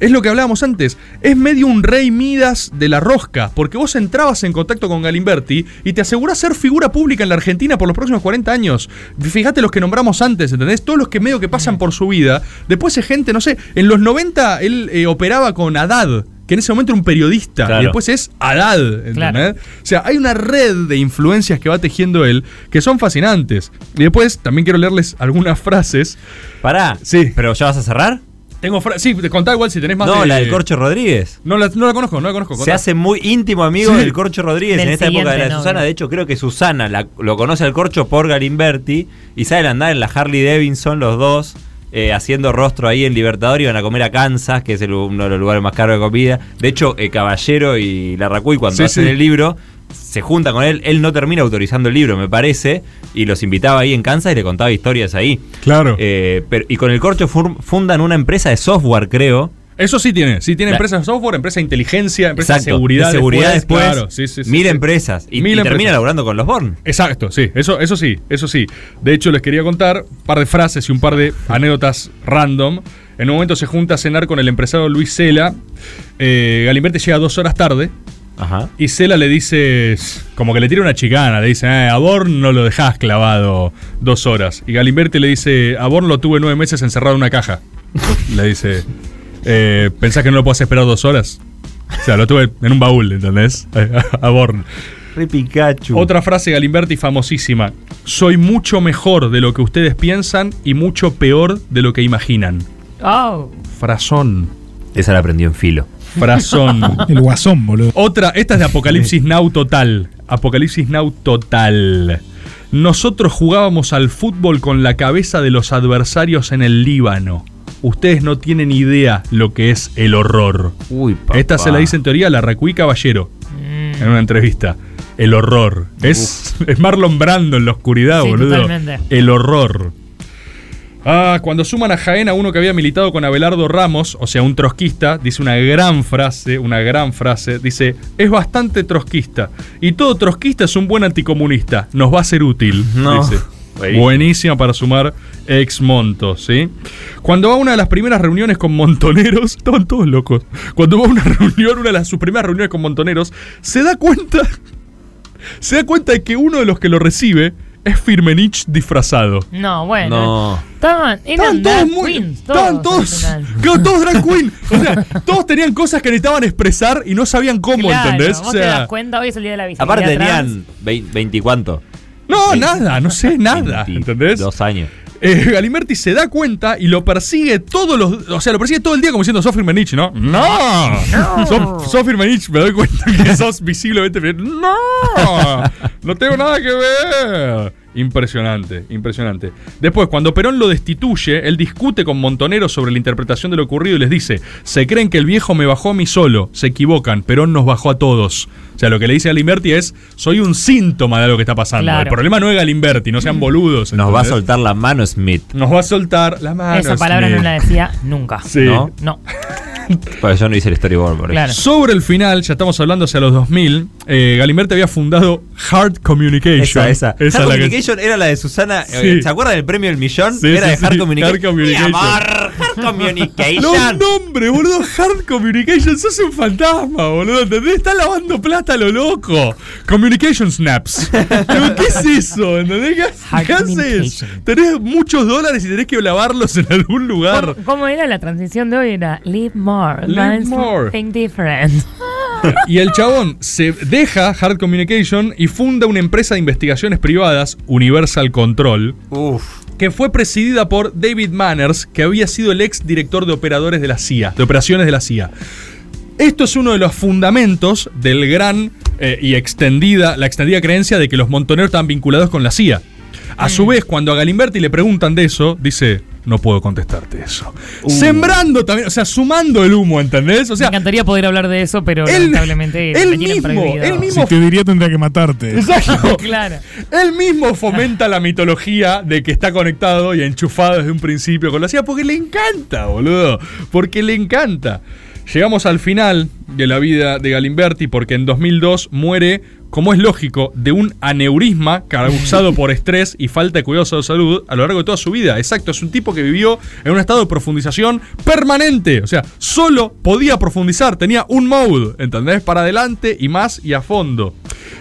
Speaker 6: Es lo que hablábamos antes. Es medio un rey Midas de la rosca. Porque vos entrabas en contacto con Galimberti y te asegurás ser figura pública en la Argentina por los próximos 40 años. Fíjate los que nombramos antes, ¿entendés? Todos los que medio que pasan por su vida. Después es gente, no sé. En los 90 él eh, operaba con Haddad, que en ese momento era un periodista.
Speaker 7: Claro.
Speaker 6: Y después es Haddad, ¿entendés?
Speaker 7: Claro.
Speaker 6: O sea, hay una red de influencias que va tejiendo él que son fascinantes. Y después también quiero leerles algunas frases.
Speaker 7: Pará.
Speaker 6: Sí.
Speaker 7: ¿Pero ya vas a cerrar?
Speaker 6: Tengo frases. Sí, te contá igual si tenés más
Speaker 7: no,
Speaker 6: de-
Speaker 7: la del Corcho Rodríguez.
Speaker 6: No la, no la conozco, no la conozco.
Speaker 7: Se
Speaker 6: contá.
Speaker 7: hace muy íntimo amigo
Speaker 6: Sí.
Speaker 7: del Corcho Rodríguez
Speaker 6: Del
Speaker 7: en esta época de la
Speaker 6: siguiente
Speaker 7: de Susana.
Speaker 6: novio.
Speaker 7: De hecho, creo que Susana la- lo conoce al Corcho por Galimberti y salen a andar en la Harley Davidson los dos. eh, haciendo rostro ahí en Libertador iban a comer a Kansas, que es el- uno de los lugares más caros de comida. De hecho, eh, Caballero y Larracuy, cuando
Speaker 6: Sí,
Speaker 7: hacen
Speaker 6: sí.
Speaker 7: el libro, se junta con él. Él no termina autorizando el libro, me parece, y los invitaba ahí en Kansas y le contaba historias ahí. Eh,
Speaker 6: Claro.
Speaker 7: y con el Corcho fur- fundan una empresa de software, creo.
Speaker 6: Eso sí tiene, sí tiene
Speaker 7: La-
Speaker 6: empresa de software, empresa de inteligencia, empresa
Speaker 7: Exacto,
Speaker 6: de seguridad.
Speaker 7: de seguridad después,
Speaker 6: Claro, sí, sí, sí,
Speaker 7: mil
Speaker 6: sí.
Speaker 7: empresas, y- y termina laburando con los Born.
Speaker 6: Exacto, sí, eso, eso sí, eso sí. De hecho, les quería contar un par de frases y un par de anécdotas random. En un momento se junta a cenar con el empresario Luis Cela. Eh, Galimberti llega dos horas tarde. Y Cela le dice, como que le tira una chicana, le dice, "Eh, a Born no lo dejás clavado dos horas. Y Galimberti le dice, a Born lo tuve nueve meses encerrado en una caja. Le dice, eh, ¿pensás que no lo podés esperar dos horas? O sea, lo tuve en un baúl, ¿entendés? A Born.
Speaker 7: Re Pikachu.
Speaker 6: Otra frase de Galimberti famosísima. Soy mucho mejor de lo que ustedes piensan y mucho peor de lo que imaginan.
Speaker 8: Oh.
Speaker 6: Frazón.
Speaker 7: Esa la aprendió en filo.
Speaker 6: Frazón.
Speaker 1: El guasón, boludo.
Speaker 6: Otra, esta es de Apocalipsis Now Total. Apocalipsis Now Total. Nosotros jugábamos al fútbol con la cabeza de los adversarios en el Líbano. Ustedes no tienen idea lo que es el horror.
Speaker 7: Uy,
Speaker 6: Esta se la dice en teoría la Racuí Caballero en una entrevista. El horror. Es, es Marlon Brando en la oscuridad,
Speaker 8: Sí,
Speaker 6: boludo.
Speaker 8: totalmente.
Speaker 6: El horror. Ah, cuando suman a Jaén a uno que había militado con Abelardo Ramos, o sea, un trotskista, dice una gran frase, una gran frase, dice, es bastante trotskista. Y todo trotskista es un buen anticomunista, nos va a ser útil,
Speaker 7: No.
Speaker 6: dice.
Speaker 7: Buenísimo.
Speaker 6: Buenísima para sumar ex montos, ¿sí? Cuando va a una de las primeras reuniones con montoneros, estaban todos locos. Cuando va a una reunión, una de las, sus primeras reuniones con montoneros, se da cuenta se da cuenta de que uno de los que lo recibe es Firmenich disfrazado.
Speaker 8: No, bueno. Estaban, eran
Speaker 6: Estaban todos
Speaker 8: drag
Speaker 6: muy-
Speaker 8: queens,
Speaker 6: estaban
Speaker 8: todos al final.
Speaker 6: Claro, todos drag queen. O sea, todos tenían cosas que necesitaban expresar y no sabían cómo,
Speaker 8: Claro,
Speaker 6: ¿entendés? O
Speaker 8: vos te das
Speaker 6: sea,
Speaker 8: cuenta, hoy es el día de la visibilidad
Speaker 7: Aparte
Speaker 8: trans.
Speaker 7: tenían vein- veinticuánto.
Speaker 6: no, nada, no sé nada. ¿Entendés?
Speaker 7: Dos años.
Speaker 6: Eh, Galimerti se da cuenta y lo persigue todos los. O sea, lo persigue todo el día como diciendo sos Firmenich, ¿no? ¡No!
Speaker 7: No.
Speaker 6: Sos, sos Firmenich, me doy cuenta que sos visiblemente Firmenich. ¡No! No tengo nada que ver. Impresionante, impresionante. Después, cuando Perón lo destituye, él discute con Montonero sobre la interpretación de lo ocurrido y les dice: Se creen que el viejo me bajó a mí solo, se equivocan, Perón nos bajó a todos. O sea, lo que le dice Galimberti es: Soy un síntoma de lo que está pasando.
Speaker 8: Claro. Mm.
Speaker 6: El problema no es Galimberti, no sean boludos.
Speaker 7: Nos va a
Speaker 6: ¿entendés?
Speaker 7: soltar la mano Smith.
Speaker 6: Nos va a soltar la mano.
Speaker 8: Esa palabra
Speaker 6: Smith.
Speaker 8: no la decía nunca.
Speaker 6: Sí.
Speaker 8: No.
Speaker 7: Para yo no hice el storyboard, por eso.
Speaker 6: Sobre el final, ya estamos hablando hacia los 2000, eh, Galimberti había fundado Hard Communication.
Speaker 7: Esa, esa.
Speaker 6: es
Speaker 7: Hard
Speaker 6: la que-
Speaker 7: Communication era la de Susana.
Speaker 6: Sí.
Speaker 7: eh, ¿Se acuerdan del premio del millón?
Speaker 6: Sí,
Speaker 7: era
Speaker 6: sí,
Speaker 7: de
Speaker 6: sí,
Speaker 7: Hard
Speaker 6: Hard
Speaker 7: Communication.
Speaker 6: Communication.
Speaker 7: Mi amor, Hard Communication.
Speaker 6: Los nombres, boludo. Hard Communication. Sos un fantasma, boludo. ¿Entendés? Está lavando plata a lo loco. Communication Snaps. Digo, ¿Qué es eso? ¿Entendés? ¿Qué,
Speaker 8: Hard
Speaker 6: qué haces?
Speaker 8: Communication.
Speaker 6: Tenés muchos dólares y tenés que lavarlos en algún lugar.
Speaker 8: ¿Cómo era la transición de hoy? Era Live More,
Speaker 6: Live
Speaker 8: learn
Speaker 6: more.
Speaker 8: something different.
Speaker 6: Y el chabón se deja Hard Communication y funda una empresa de investigaciones privadas, Universal Control, que fue presidida por David Manners, que había sido el ex director de operadores de la CIA, de operaciones de la CIA. Esto es uno de los fundamentos del gran eh, y extendida, la extendida creencia de que los montoneros estaban vinculados con la CIA. A su vez, cuando a Galimberti le preguntan de eso, dice, no puedo contestarte eso.
Speaker 8: Uh.
Speaker 4: Uh.
Speaker 6: Sembrando también, o sea, sumando el humo, ¿entendés? O sea,
Speaker 8: Me encantaría poder hablar de eso, pero
Speaker 6: Él-
Speaker 8: lamentablemente
Speaker 6: él
Speaker 8: lo tienen
Speaker 6: mismo,
Speaker 8: prohibido.
Speaker 6: él mismo
Speaker 1: Si te diría tendría que matarte.
Speaker 6: Exacto.
Speaker 8: claro.
Speaker 6: Él mismo fomenta la mitología de que está conectado y enchufado desde un principio con la CIA porque le encanta, boludo. Porque le encanta. Llegamos al final de la vida de Galimberti porque en 2002 muere, como es lógico, de un aneurisma causado por estrés y falta de cuidados de salud a lo largo de toda su vida. Exacto, es un tipo que vivió en un estado de profundización permanente. O sea, solo podía profundizar, tenía un mode, ¿entendés? Para adelante y más y a fondo.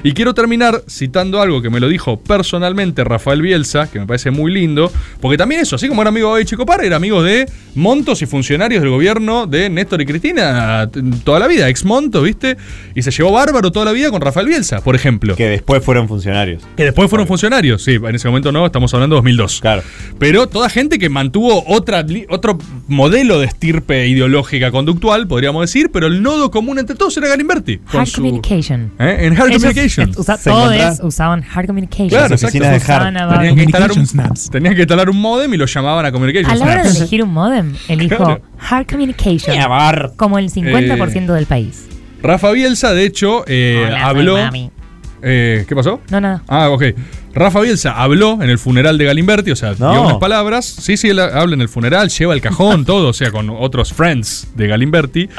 Speaker 6: Y quiero terminar citando algo que me lo dijo personalmente Rafael Bielsa, que me parece muy lindo, porque también eso, así como era amigo de Chico Parra, era amigo de montos y funcionarios del gobierno de Néstor y Cristina t- toda la vida, ex monto, ¿viste? Y se llevó bárbaro toda la vida con Rafael Bielsa, por ejemplo.
Speaker 4: Que después fueron funcionarios.
Speaker 6: Que después fueron funcionarios, sí, en ese momento no, estamos hablando de 2002. Claro. Pero toda gente que mantuvo otra, li- otro modelo de estirpe ideológica conductual, podríamos decir, pero el nodo común entre todos era Galimberti. con
Speaker 8: Hard
Speaker 6: su-
Speaker 8: Communication.
Speaker 6: ¿Eh? En Hard
Speaker 8: Ellos,
Speaker 6: Communication.
Speaker 8: eh, usa-
Speaker 6: Se
Speaker 8: todos
Speaker 6: encontrá-
Speaker 8: usaban Hard Communication.
Speaker 6: Claro, exacto.
Speaker 8: Usaban a-
Speaker 6: Tenían que, instalar un, tenían que instalar un modem y lo llamaban a Communication
Speaker 8: A la hora de
Speaker 6: Snaps.
Speaker 8: elegir un modem, elijo
Speaker 6: Claro. Eh,
Speaker 8: Hard Communication.
Speaker 6: Mi amor.
Speaker 8: Como el 50% del país.
Speaker 6: Rafa Bielsa, de hecho, eh,
Speaker 8: Hola, soy
Speaker 6: habló.
Speaker 8: mami.
Speaker 6: Eh, ¿Qué pasó?
Speaker 8: No, nada.
Speaker 6: Ah, ok. Rafa Bielsa habló en el funeral de Galimberti, o sea, dio unas palabras. Sí, sí, él habla en el funeral, lleva el cajón, todo, o sea, con otros friends de Galimberti.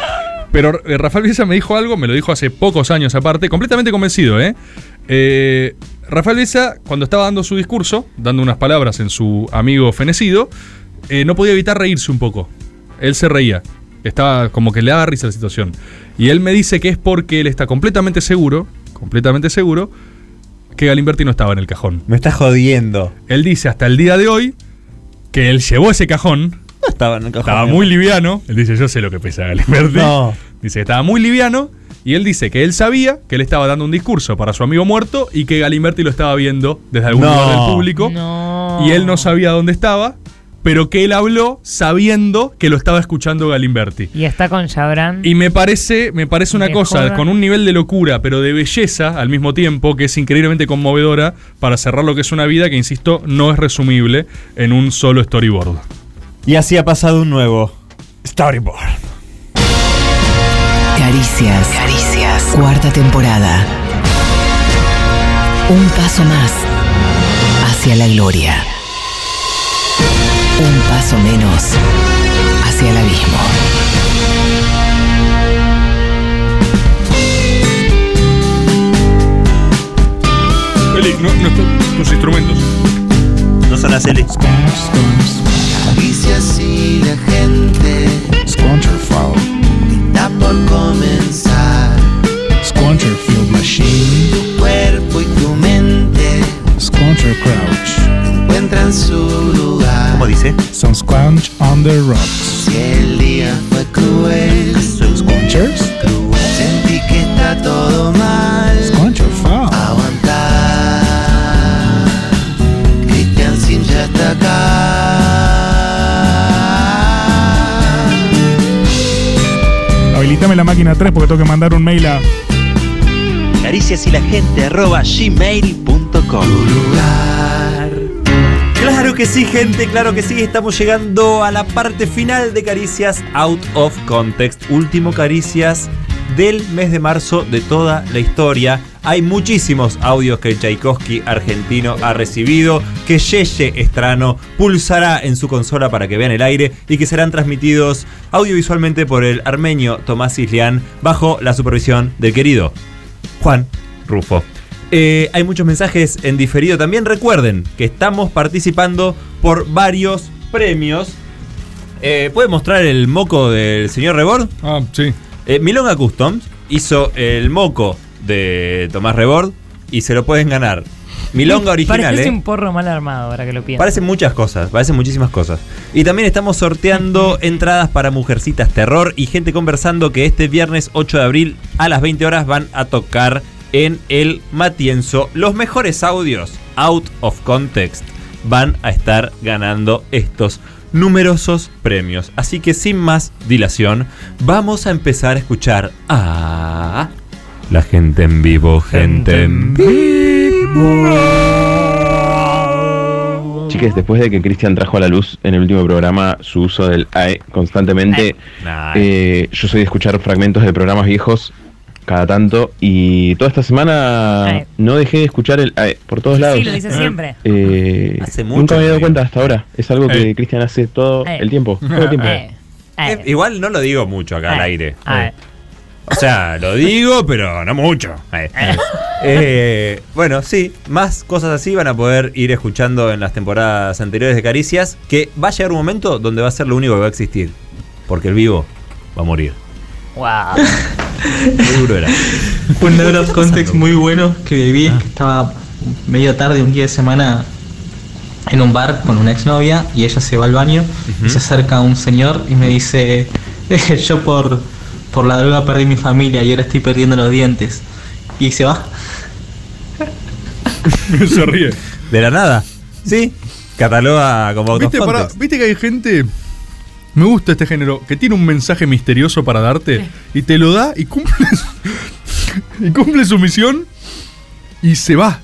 Speaker 6: Pero eh, Rafa Bielsa me dijo algo, me lo dijo hace pocos años aparte, completamente convencido, ¿eh? Eh, Rafael Bielsa, cuando estaba dando su discurso, dando unas palabras en su amigo fenecido, eh, no podía evitar reírse un poco. Él se reía. Estaba como que le daba risa la situación. Y él me dice que es porque él está completamente seguro, completamente seguro, que Galimberti no estaba en el cajón.
Speaker 4: Me estás jodiendo.
Speaker 6: Él dice hasta el día de hoy que él llevó ese cajón.
Speaker 4: Estaba en el cajón.
Speaker 6: Estaba muy liviano. Él dice, yo sé lo que pesa Galimberti. Dice que estaba muy liviano. Y él dice que él sabía que él estaba dando un discurso para su amigo muerto y que Galimberti lo estaba viendo desde algún
Speaker 4: No.
Speaker 6: lugar del público. Y él no sabía dónde estaba, pero que él habló sabiendo que lo estaba escuchando Galimberti.
Speaker 8: Y está con Jabran.
Speaker 6: Y me parece, me parece una
Speaker 8: Me
Speaker 6: cosa,
Speaker 8: joda.
Speaker 6: con un nivel de locura, pero de belleza al mismo tiempo, que es increíblemente conmovedora para cerrar lo que es una vida que, insisto, no es resumible en un solo storyboard.
Speaker 4: Y así ha pasado un nuevo storyboard.
Speaker 10: Caricias. Caricias. Cuarta temporada. Un paso más hacia la gloria. Un paso menos hacia el abismo.
Speaker 6: Eli, no, no, tu- tus instrumentos.
Speaker 4: No son las Eli.
Speaker 16: Dice así la gente. Squancherfall. Está por comenzar. Squancherfield Machine. Tu cuerpo y tu mente. Squancher Crouch. Encuentran su lugar.
Speaker 4: ¿Cómo dice?
Speaker 16: Son Squanch on the Rocks. Si el día fue cruel. Squanchers. Cruel. Sentí que está todo mal. Squancherfall. Aguantar. Cristian Sin ya está acá.
Speaker 1: Habilitame la máquina 3 porque tengo que mandar un mail a.
Speaker 18: Caricias y la gente arroba gmail.com.
Speaker 7: Claro que sí, gente, claro que sí. Estamos llegando a la parte final de Caricias Out of Context. Último Caricias del mes de marzo de toda la historia. Hay muchísimos audios que el Tchaikovsky argentino ha recibido, que Yeye Estrano pulsará en su consola para que vean el aire y que serán transmitidos audiovisualmente por el armenio Tomás Islián bajo la supervisión del querido Juan Rufo. Eh, hay muchos mensajes en diferido también. Recuerden que estamos participando por varios premios. Eh, ¿Puede mostrar el moco del señor Rebord? Eh,
Speaker 19: Ah, sí.
Speaker 7: Milonga Customs hizo el moco de Tomás Rebord y se lo pueden ganar. Milonga original,
Speaker 8: Parece
Speaker 7: ¿eh?
Speaker 8: un porro mal armado ahora que lo pienso.
Speaker 7: Parecen muchas cosas, parecen muchísimas cosas. Y también estamos sorteando entradas para Mujercitas Terror y gente conversando que este viernes 8 de abril a las 20 horas van a tocar en el Matienzo. Los mejores audios, out of context, van a estar ganando estos numerosos premios. Así que sin más dilación, vamos a empezar a escuchar a... La gente en vivo, gente en
Speaker 2: Chiques, después de que Cristian trajo a la luz en el último programa su uso del AE constantemente,
Speaker 7: Nah.
Speaker 2: eh, yo soy de escuchar fragmentos de programas viejos cada tanto y toda esta semana
Speaker 8: AE.
Speaker 2: no dejé de escuchar el AE por todos lados.
Speaker 8: Sí, lo dice siempre.
Speaker 2: Eh,
Speaker 7: mucho
Speaker 2: nunca me había
Speaker 7: que
Speaker 2: dado cuenta hasta ahora. Es algo que
Speaker 7: Eh.
Speaker 2: Cristian hace todo
Speaker 7: Eh.
Speaker 2: el tiempo. Todo el tiempo.
Speaker 7: Eh. Eh, igual no lo digo mucho acá al aire.
Speaker 8: Ah, eh.
Speaker 7: O sea, lo digo, pero no mucho. Eh, eh. Eh, bueno, sí, más cosas así van a poder ir escuchando en las temporadas anteriores de Caricias, que va a llegar un momento donde va a ser lo único que va a existir. Porque el vivo va a morir.
Speaker 8: Wow.
Speaker 7: Muy duro era.
Speaker 20: Un out of context muy bueno que viví, que estaba medio tarde un día de semana en un bar con una exnovia y ella se va al baño y se acerca un señor y me dice, "Eh, yo por, por la droga perdí mi familia y ahora estoy perdiendo los dientes. Y se va.
Speaker 7: Se ríe. De la nada. Sí, cataloga como
Speaker 6: ¿Viste,
Speaker 7: autocontext.
Speaker 6: pará, ¿Viste que hay gente... Me gusta este género, que tiene un mensaje misterioso para darte y te lo da y cumple su, y cumple su misión y se va.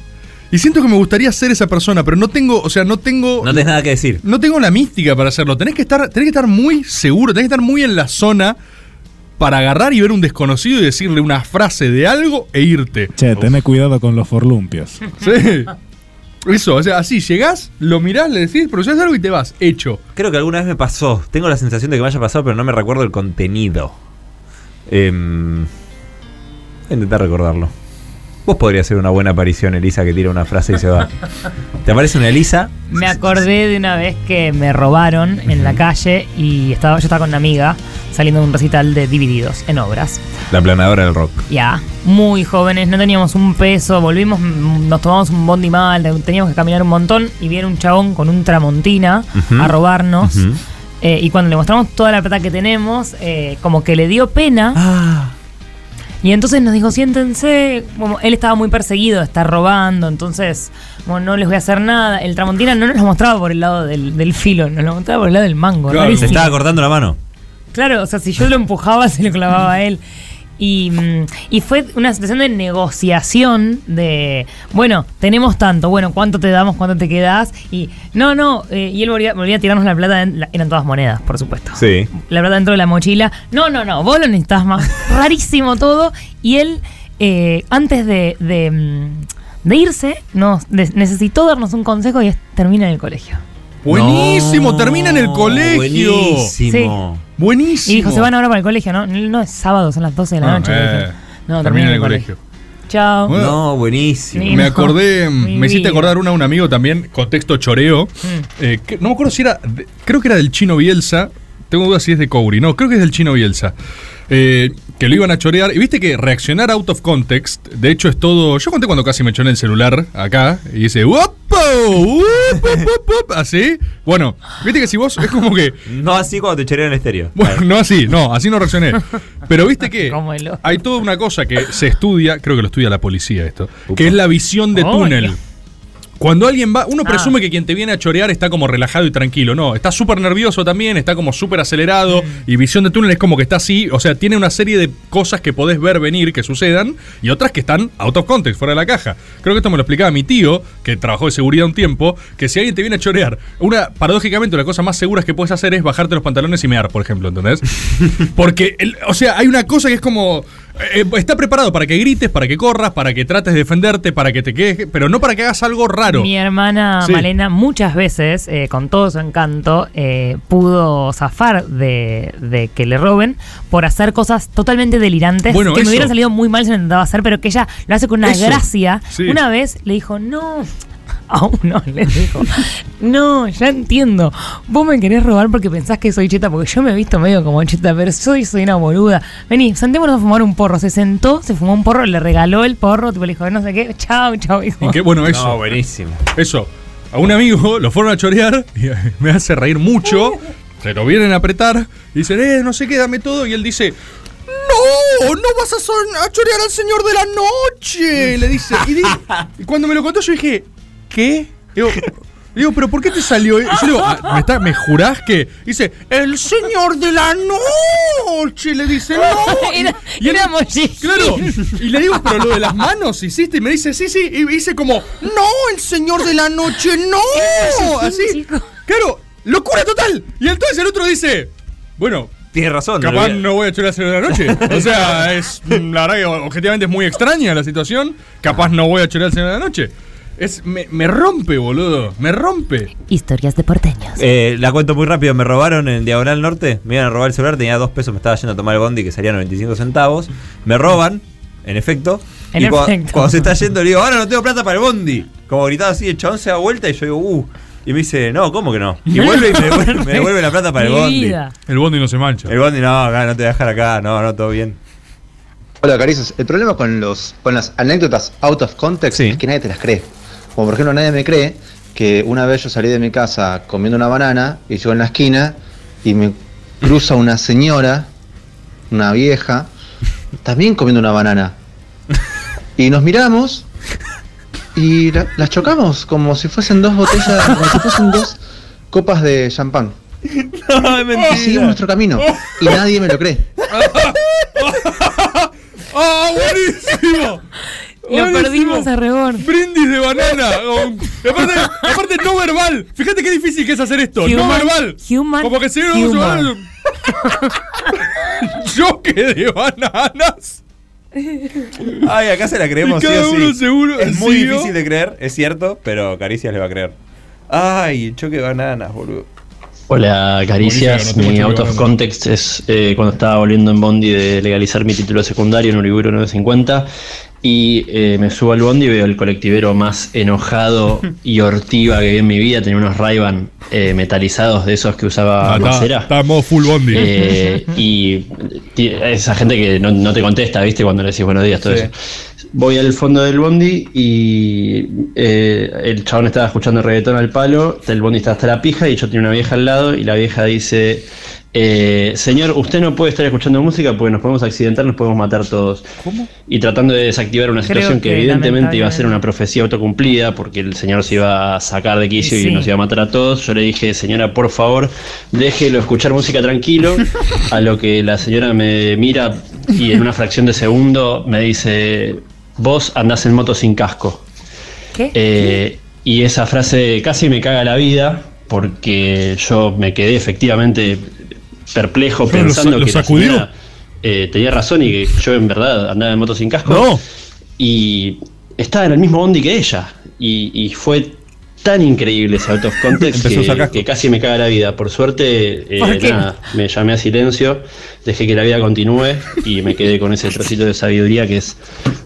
Speaker 6: Y siento que me gustaría ser esa persona, pero no tengo, o sea, no tengo...
Speaker 7: No tenés nada que decir.
Speaker 6: No tengo la mística para hacerlo. Tenés que estar, tenés que estar muy seguro, tenés que estar muy en la zona para agarrar y ver un desconocido y decirle una frase de algo e irte.
Speaker 1: Che, tené cuidado con los forlumpios.
Speaker 6: Sí. Eso, o sea, así llegás, lo mirás, le decís, pero algo y te vas, hecho.
Speaker 7: Creo que alguna vez me pasó. Oh, Tengo la sensación de que me haya pasado, pero no me recuerdo el contenido. Em, voy a intentar recordarlo. Vos podrías ser una buena aparición, Elisa, que tira una frase y se va. ¿Te aparece una Elisa?
Speaker 8: Me acordé de una vez que me robaron en la calle y estaba, yo estaba con una amiga saliendo de un recital de Divididos en obras.
Speaker 7: La planadora del rock.
Speaker 8: Ya, muy jóvenes, no teníamos un peso, volvimos, mm, nos tomamos un bondi mal, teníamos que caminar un montón y viene un chabón con un tramontina
Speaker 4: Ujú.
Speaker 8: a robarnos.
Speaker 4: Ujú.
Speaker 8: Eh, y cuando le mostramos toda la plata que tenemos, eh, como que le dio pena. Y entonces nos dijo, siéntense, como él estaba muy perseguido, está robando, entonces como no les voy a hacer nada. El Tramontina no nos lo mostraba por el lado del, del filo, nos lo mostraba por el lado del mango.
Speaker 7: Se
Speaker 8: rarísimo.
Speaker 7: estaba cortando la mano.
Speaker 8: Claro, o sea, si yo lo empujaba, se lo clavaba a él. Y, mm, y fue una situación de negociación de, bueno, tenemos tanto, bueno, ¿cuánto te damos, cuánto te quedás? Y no, no, eh, y él volvía, volvía a tirarnos la plata, en la- eran todas monedas, por supuesto.
Speaker 7: Sí.
Speaker 8: La plata dentro de la mochila. No, no, no, vos lo necesitas más. Rarísimo todo. Y él, eh, antes de, de, mm, de irse, nos de- necesitó darnos un consejo y es, termina en el colegio.
Speaker 6: Buenísimo, termina en el colegio.
Speaker 8: buenísimo.
Speaker 6: Buenísimo.
Speaker 8: Y dijo, se van ahora para el colegio, ¿no? No es sábado, son las 12 de la
Speaker 6: Ah,
Speaker 8: noche.
Speaker 6: eh,
Speaker 8: Le dijeron. No,
Speaker 6: termina en el colegio.
Speaker 8: Chao.
Speaker 6: Bueno.
Speaker 7: No, buenísimo.
Speaker 6: Me acordé, mm,
Speaker 8: Mi
Speaker 6: me hiciste
Speaker 8: vida.
Speaker 6: acordar una a un amigo también, contexto choreo.
Speaker 8: Mm.
Speaker 6: eh, que- no me acuerdo si era, de- creo que era del chino Bielsa. Tengo dudas si es de Couri. No, creo que es del chino Bielsa. Eh, que lo iban a chorear. Y viste que reaccionar out of context, de hecho es todo. Yo conté cuando casi me echó en el celular acá y dice, ¡Wopo! ¡Wop, wop, wop, wop", Así. Bueno, viste que si vos es como que.
Speaker 7: No así cuando te chorean el estéreo.
Speaker 6: Bueno, no así, no, así no reaccioné. Pero viste que
Speaker 8: Como el otro.
Speaker 6: hay toda una cosa que se estudia, creo que lo estudia la policía esto, que es la visión de
Speaker 8: Oy.
Speaker 6: túnel. Cuando alguien va, uno
Speaker 8: Ah.
Speaker 6: presume que quien te viene a chorear está como relajado y tranquilo. No, está súper nervioso también, está como súper acelerado. Y visión de túnel es como que está así. O sea, tiene una serie de cosas que podés ver venir que sucedan y otras que están out of context, fuera de la caja. Creo que esto me lo explicaba mi tío, que trabajó de seguridad un tiempo, que si alguien te viene a chorear, una, paradójicamente, la cosa más segura que puedes hacer es bajarte los pantalones y mear, por ejemplo, ¿entendés? Porque, el- o sea, hay una cosa que es como.
Speaker 4: eh, está preparado para que grites, para que corras, para que trates de defenderte, para que te quedes, pero no para que hagas algo raro.
Speaker 8: Mi hermana
Speaker 4: Sí.
Speaker 8: Malena muchas veces, eh, con todo su encanto, eh, pudo zafar de, de que le roben por hacer cosas totalmente delirantes
Speaker 4: Bueno,
Speaker 8: que
Speaker 4: eso.
Speaker 8: me hubieran salido muy mal si lo intentaba hacer, pero que ella lo hace con una
Speaker 4: Eso.
Speaker 8: gracia.
Speaker 4: Sí.
Speaker 8: Una vez le dijo, no. A uno le dijo, no, ya entiendo. Vos me querés robar porque pensás que soy cheta, porque yo me he visto medio como cheta, pero soy, soy una boluda. Vení, sentémonos a fumar un porro. Se sentó, se fumó un porro, le regaló el porro, tipo, le dijo, no sé qué, chao, chao, hijo.
Speaker 4: Y qué bueno eso. buenísimo. Eso. A un amigo lo fueron a chorear y eh, me hace reír mucho. Se lo vienen a apretar y dicen, eh, no sé qué, dame todo. Y él dice,
Speaker 1: No, no vas a, son- a chorear al señor de la noche, le dice. Y, di- y cuando me lo contó yo dije,
Speaker 4: ¿qué? Digo, digo, ¿pero por qué te salió? eso?" Yo digo, "Ah, ¿me, está- me jurás que? Dice, el señor de la noche, le dice, no.
Speaker 1: Era-
Speaker 4: él-
Speaker 1: era
Speaker 4: Claro. Y le digo, pero lo de las manos hiciste. Y me dice, sí, sí. Y hice como,
Speaker 1: no, el señor de la noche, no. Así.
Speaker 4: Claro, locura total. Y entonces el otro dice, bueno.
Speaker 7: Tienes razón. no lo
Speaker 4: Capaz
Speaker 7: vi-
Speaker 4: no voy a chorear al señor de la noche. O sea, es, mm, la verdad que objetivamente es muy extraña la situación. Capaz no voy a chorear al señor de la noche. Es, me, me rompe, boludo. Me rompe.
Speaker 8: Historias de porteños.
Speaker 7: Eh, la cuento muy rápido, me robaron en Diagonal Norte, me iban a robar el celular, tenía dos pesos, me estaba yendo a tomar el bondi que salía 95 centavos, me roban, en efecto,
Speaker 8: En
Speaker 7: y cua-
Speaker 8: efecto.
Speaker 7: Cuando, se está yendo le digo, ahora no tengo plata para el bondi, como gritaba así, el chabón se da vuelta y yo digo, uh, y me dice, no, ¿cómo que no? Y vuelve y me devuelve, me devuelve la plata para el
Speaker 8: Mi
Speaker 7: bondi.
Speaker 8: vida.
Speaker 4: El bondi no se mancha.
Speaker 7: El bondi no, acá Ah, no te voy a dejar acá, no, no, todo bien.
Speaker 3: Hola, Carizos. El problema con, los, con las anécdotas out of context es que nadie te las cree. Como por ejemplo, nadie me cree que una vez yo salí de mi casa comiendo una banana y yo en la esquina y me cruza una señora, una vieja, también comiendo una banana. Y nos miramos y la- las chocamos como si fuesen dos botellas, como si fuesen dos copas de champán.
Speaker 7: No, es
Speaker 15: Eh.
Speaker 3: Y seguimos nuestro camino y nadie me lo cree.
Speaker 4: ¡Ah, buenísimo!
Speaker 8: Lo perdimos a rebord.
Speaker 4: Brindis de banana. con- y aparte, aparte no verbal. Fíjate qué difícil que es hacer esto. no
Speaker 8: Human-
Speaker 4: verbal.
Speaker 8: human
Speaker 4: Como que se vieron
Speaker 8: humor.
Speaker 4: Choque de bananas.
Speaker 7: Ay, acá se la creemos,
Speaker 4: Y cada
Speaker 7: sí o sí.
Speaker 4: uno seguro.
Speaker 7: Es muy
Speaker 4: sí, ¿no?
Speaker 7: difícil de creer, es cierto, pero Caricias le va a creer. Ay, el choque de bananas, boludo.
Speaker 21: Hola,
Speaker 7: Buenísimo,
Speaker 21: Caricias.
Speaker 7: no tengo este
Speaker 21: mi
Speaker 7: choque
Speaker 21: out of
Speaker 7: bananas.
Speaker 21: context es eh, cuando estaba volviendo en Bondi de legalizar mi título secundario en Uriburu 950 y eh, me subo al Bondi y veo el colectivero más enojado y hortiva que vi en mi vida. Tenía unos ray metalizados de esos que usaba
Speaker 4: Ah, está,
Speaker 21: Macera.
Speaker 4: está en modo full bondi.
Speaker 21: Eh, y ti- esa gente que no, no te contesta, ¿viste? Cuando le decís buenos días, todo
Speaker 4: Sí.
Speaker 21: eso. Voy al fondo del bondi y eh, el chabón estaba escuchando reggaetón al palo, el bondi está hasta la pija y yo tenía una vieja al lado y la vieja dice, eh, señor, usted no puede estar escuchando música porque nos podemos accidentar, nos podemos matar todos. Y tratando de desactivar una
Speaker 22: Creo
Speaker 21: situación que,
Speaker 22: que
Speaker 21: evidentemente iba a
Speaker 22: lamentablemente-
Speaker 21: ser una profecía autocumplida porque el señor se iba a sacar de quicio
Speaker 22: Sí.
Speaker 21: y nos iba a matar a todos. Yo le dije, señora, por favor, déjelo escuchar música tranquilo. A lo que la señora me mira y en una fracción de segundo me dice, vos andás en moto sin casco.
Speaker 8: ¿Qué?
Speaker 21: Eh, y esa frase casi me caga la vida porque yo me quedé efectivamente perplejo
Speaker 4: Pero lo
Speaker 21: pensando
Speaker 4: sa- lo
Speaker 21: que la
Speaker 4: sacudió.
Speaker 21: señora, eh, tenía razón y que yo en verdad andaba en moto sin casco. Y estaba en el mismo bondi que ella. Y, y fue tan increíble ese out of context
Speaker 22: Empezó a usar
Speaker 21: que,
Speaker 22: casco.
Speaker 21: que casi me caga la vida. Por suerte, eh,
Speaker 22: ¿Por qué?
Speaker 21: nada, me llamé a silencio, dejé que la vida continúe y me quedé con ese trocito de sabiduría que es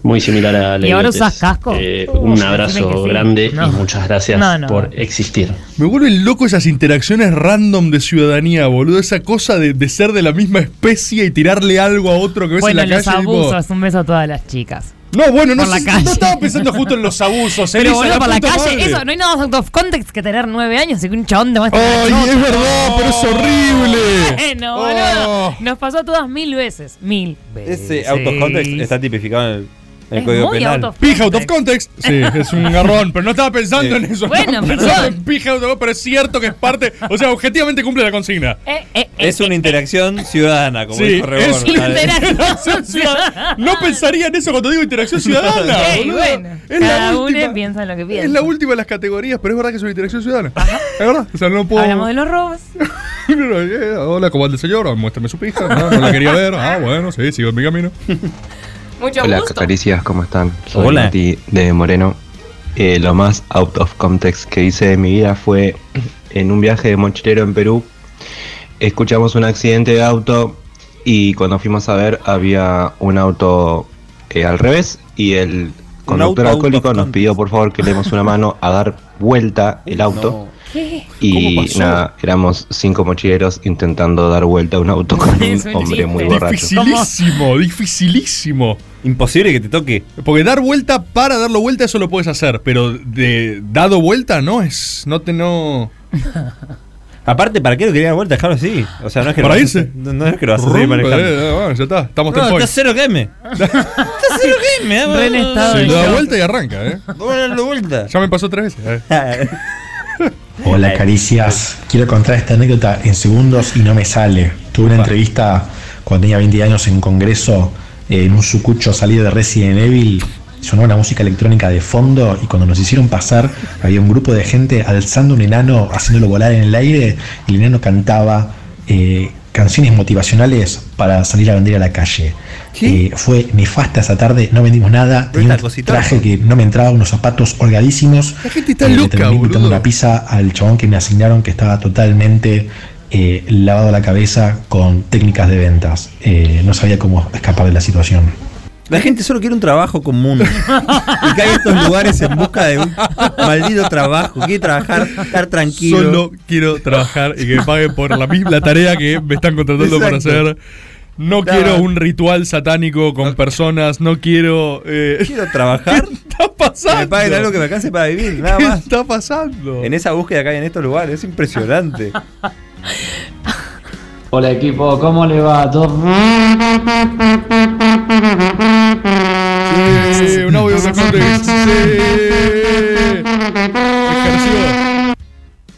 Speaker 21: muy similar a la
Speaker 8: ¿Y ahora
Speaker 21: idiotez.
Speaker 8: usas casco?
Speaker 21: Eh, un
Speaker 8: decime
Speaker 21: abrazo
Speaker 8: que sí.
Speaker 21: grande
Speaker 8: No.
Speaker 21: y muchas gracias
Speaker 8: No, no.
Speaker 21: por existir.
Speaker 4: Me vuelven loco esas interacciones random de ciudadanía, boludo. Esa cosa de, de ser de la misma especie y tirarle algo a otro que ves
Speaker 8: Bueno,
Speaker 4: en la
Speaker 8: los
Speaker 4: calle. tipo,
Speaker 8: abusos. Un beso a todas las chicas.
Speaker 4: no, bueno, no,
Speaker 8: Por la
Speaker 4: sé-
Speaker 8: calle.
Speaker 4: no estaba pensando justo en los abusos.
Speaker 8: Pero
Speaker 4: Elisa,
Speaker 8: boludo, por la
Speaker 4: puta
Speaker 8: calle,
Speaker 4: madre.
Speaker 8: eso, no hay nada más out of context que tener nueve años y que un chabón te muestre.
Speaker 4: Ay,
Speaker 8: una
Speaker 4: es
Speaker 8: chota.
Speaker 4: verdad, pero es horrible.
Speaker 8: Bueno,
Speaker 4: Oh.
Speaker 8: boludo. Nos pasó a todas mil veces. Mil veces.
Speaker 7: Ese out of context está tipificado en el, en el
Speaker 8: Es
Speaker 7: código
Speaker 8: muy
Speaker 7: penal.
Speaker 8: out of
Speaker 4: Pija out of context. Sí, es un garrón, pero no estaba pensando
Speaker 7: Sí.
Speaker 4: en eso.
Speaker 7: Bueno,
Speaker 4: estaba
Speaker 7: perdón.
Speaker 4: pensando en pija out of context, pero es cierto que es parte. O sea, objetivamente cumple la consigna.
Speaker 8: eh,
Speaker 7: Es una interacción ciudadana, como
Speaker 4: Sí,
Speaker 7: dijo Rebord.
Speaker 4: es una interacción ciudadana. No pensaría en eso cuando digo interacción ciudadana.
Speaker 8: Ey,
Speaker 4: boludo.
Speaker 8: bueno,
Speaker 4: es
Speaker 8: cada
Speaker 4: la
Speaker 8: uno
Speaker 4: última.
Speaker 8: piensa en lo que piensa.
Speaker 4: Es la última de las categorías, pero es verdad que es una interacción ciudadana. Es verdad. O sea, no puedo.
Speaker 8: Hablamos de los robos.
Speaker 4: Pero, eh, Hola, ¿cómo anda el señor? Ah, Muéstrame su pija. Ah, No, la quería ver. Ah, bueno, sí, sigo en mi camino.
Speaker 23: Mucho
Speaker 24: Hola,
Speaker 23: gusto.
Speaker 24: caricias, ¿cómo están? Soy
Speaker 23: Hola.
Speaker 24: Mati de Moreno. Eh, lo más out of context que hice de mi vida fue en un viaje de mochilero en Perú. Escuchamos un accidente de auto y cuando fuimos a ver había un auto eh, al revés y el conductor
Speaker 10: auto out
Speaker 24: alcohólico nos pidió por favor que le demos una mano a dar vuelta el auto.
Speaker 23: ¿Qué?
Speaker 24: Y nada, éramos cinco mochileros intentando dar vuelta a un auto con un
Speaker 23: Es un
Speaker 24: hombre muy
Speaker 23: chiste.
Speaker 24: borracho.
Speaker 6: Dificilísimo, dificilísimo.
Speaker 4: Imposible que te toque.
Speaker 6: Porque dar vuelta para darlo vuelta, eso lo puedes hacer. Pero de dado vuelta, no es. No te no.
Speaker 7: Aparte, ¿para qué lo quería dar vuelta? Dejarlo así. O sea, no es que
Speaker 6: ¿Para
Speaker 7: lo
Speaker 6: irse?
Speaker 7: No, no es que lo vas a seguir
Speaker 6: Rumba,
Speaker 7: manejando.
Speaker 6: eh, eh, bueno, ya está. Estamos
Speaker 7: no,
Speaker 6: ten point.
Speaker 7: está cero game.
Speaker 6: Está
Speaker 7: cero game, eh,
Speaker 6: Re en
Speaker 7: bueno,
Speaker 6: estado Se de lo da shock. vuelta y
Speaker 4: arranca,
Speaker 6: eh.
Speaker 7: Vamos a darle vuelta.
Speaker 6: Ya me pasó tres veces. eh.
Speaker 25: Hola caricias, quiero contar esta anécdota en segundos y no me sale. Tuve una entrevista cuando tenía 20 años en Congreso, eh, en un sucucho salido de Resident Evil, sonó una música electrónica de fondo y cuando nos hicieron pasar había un grupo de gente alzando un enano, haciéndolo volar en el aire y el enano cantaba eh, canciones motivacionales para salir a vender a la calle. Eh, fue nefasta esa tarde, no vendimos nada, tenía un traje que no me entraba, unos zapatos holgadísimos.
Speaker 6: La gente está
Speaker 25: Eh, le
Speaker 6: loca,
Speaker 25: terminé invitando
Speaker 6: boludo.
Speaker 25: una pizza al chabón que me asignaron que estaba totalmente eh, lavado la cabeza con técnicas de ventas. Eh, no sabía cómo escapar de la situación.
Speaker 7: La gente solo quiere un trabajo común. y cae a estos lugares en busca de un maldito trabajo. Quiere trabajar, estar tranquilo.
Speaker 6: Solo quiero trabajar y que me paguen por la misma tarea que me están contratando para
Speaker 7: Exacto.
Speaker 6: hacer. No quiero un ritual satánico con personas, no quiero. eh,
Speaker 7: Quiero trabajar.
Speaker 6: está pasando?
Speaker 7: Que me paguen algo que me alcance para vivir, nada
Speaker 6: ¿Qué
Speaker 7: más.
Speaker 6: está pasando?
Speaker 7: En esa búsqueda que hay en estos lugares, es impresionante.
Speaker 26: Hola equipo, ¿cómo le va a todos?
Speaker 6: Sí, Eh, un audio de Context.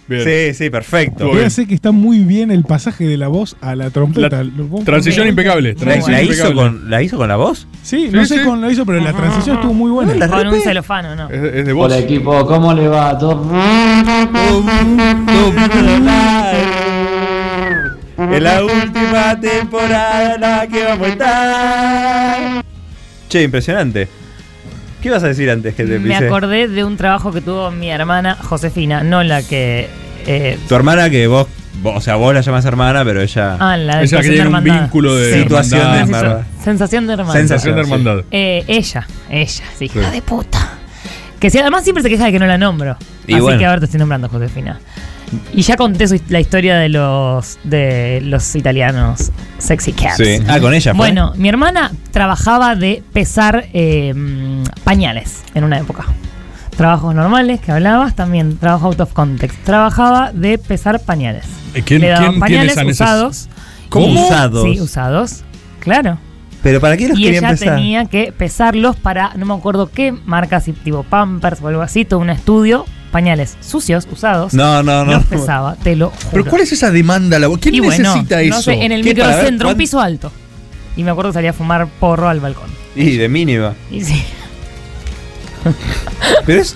Speaker 7: Sí, sí, perfecto.
Speaker 1: Voy a decir que está muy bien el pasaje de la voz a la trompeta. Lo- vos-
Speaker 6: transición impecable,
Speaker 7: ¿La- ¿La,
Speaker 6: transición
Speaker 7: hizo
Speaker 6: impecable.
Speaker 7: con, ¿La hizo con la voz?
Speaker 1: Sí, no sé cómo lo hizo, pero la transición estuvo muy buena.
Speaker 8: Con un celofano, ¿no?
Speaker 6: de
Speaker 26: Hola equipo, ¿cómo le va a todos?
Speaker 7: Es la última temporada en la que vamos a estar. Che, impresionante. ¿Qué ibas a decir antes que te
Speaker 8: Me
Speaker 7: pise?
Speaker 8: acordé de un trabajo que tuvo mi hermana Josefina, no la que. eh,
Speaker 7: Tu hermana que vos, vos- o sea, vos la llamás hermana, pero ella...
Speaker 8: Ah, la de Ella que situación tiene de un hermandad. vínculo de
Speaker 7: situación de
Speaker 8: hermandad.
Speaker 7: hermandad.
Speaker 8: sensación de hermandad.
Speaker 7: Sensación de hermandad.
Speaker 8: Eh, ella, ella, sí, hija
Speaker 7: Sí.
Speaker 8: de puta. Que si, además siempre se queja de que no la nombro.
Speaker 7: Y
Speaker 8: así
Speaker 7: bueno.
Speaker 8: que ahora te estoy nombrando, Josefina. Y ya conté su- la historia de los de los italianos sexy cats.
Speaker 7: Sí. Ah, con ella fue.
Speaker 8: Bueno, mi hermana trabajaba de pesar eh, mm, pañales en una época. Trabajos normales que hablabas, también trabajo out of context. Trabajaba de pesar pañales.
Speaker 6: Eh, ¿quién-
Speaker 8: Le daban
Speaker 6: quién-
Speaker 8: pañales
Speaker 6: quiénes han esos-
Speaker 8: usados.
Speaker 7: ¿Cómo?
Speaker 8: Y-
Speaker 7: ¿Usados?
Speaker 8: Sí, usados. Claro.
Speaker 7: ¿Pero para qué los
Speaker 8: Y
Speaker 7: quería
Speaker 8: ella
Speaker 7: empezar?
Speaker 8: tenía que pesarlos para, no me acuerdo qué marca, si tipo Pampers o algo así, todo un estudio, pañales sucios, usados.
Speaker 6: No, no, no.
Speaker 8: Los pesaba, te lo juro.
Speaker 6: Pero ¿cuál es esa demanda? la voz? ¿Quién
Speaker 8: Y bueno,
Speaker 6: necesita eso?
Speaker 8: No sé, en el
Speaker 6: ¿Qué, para ver
Speaker 8: microcentro, un
Speaker 6: cuán-
Speaker 8: piso alto. Y me acuerdo que salía a fumar porro al balcón.
Speaker 7: Y de mínima.
Speaker 8: Y sí.
Speaker 7: Pero es...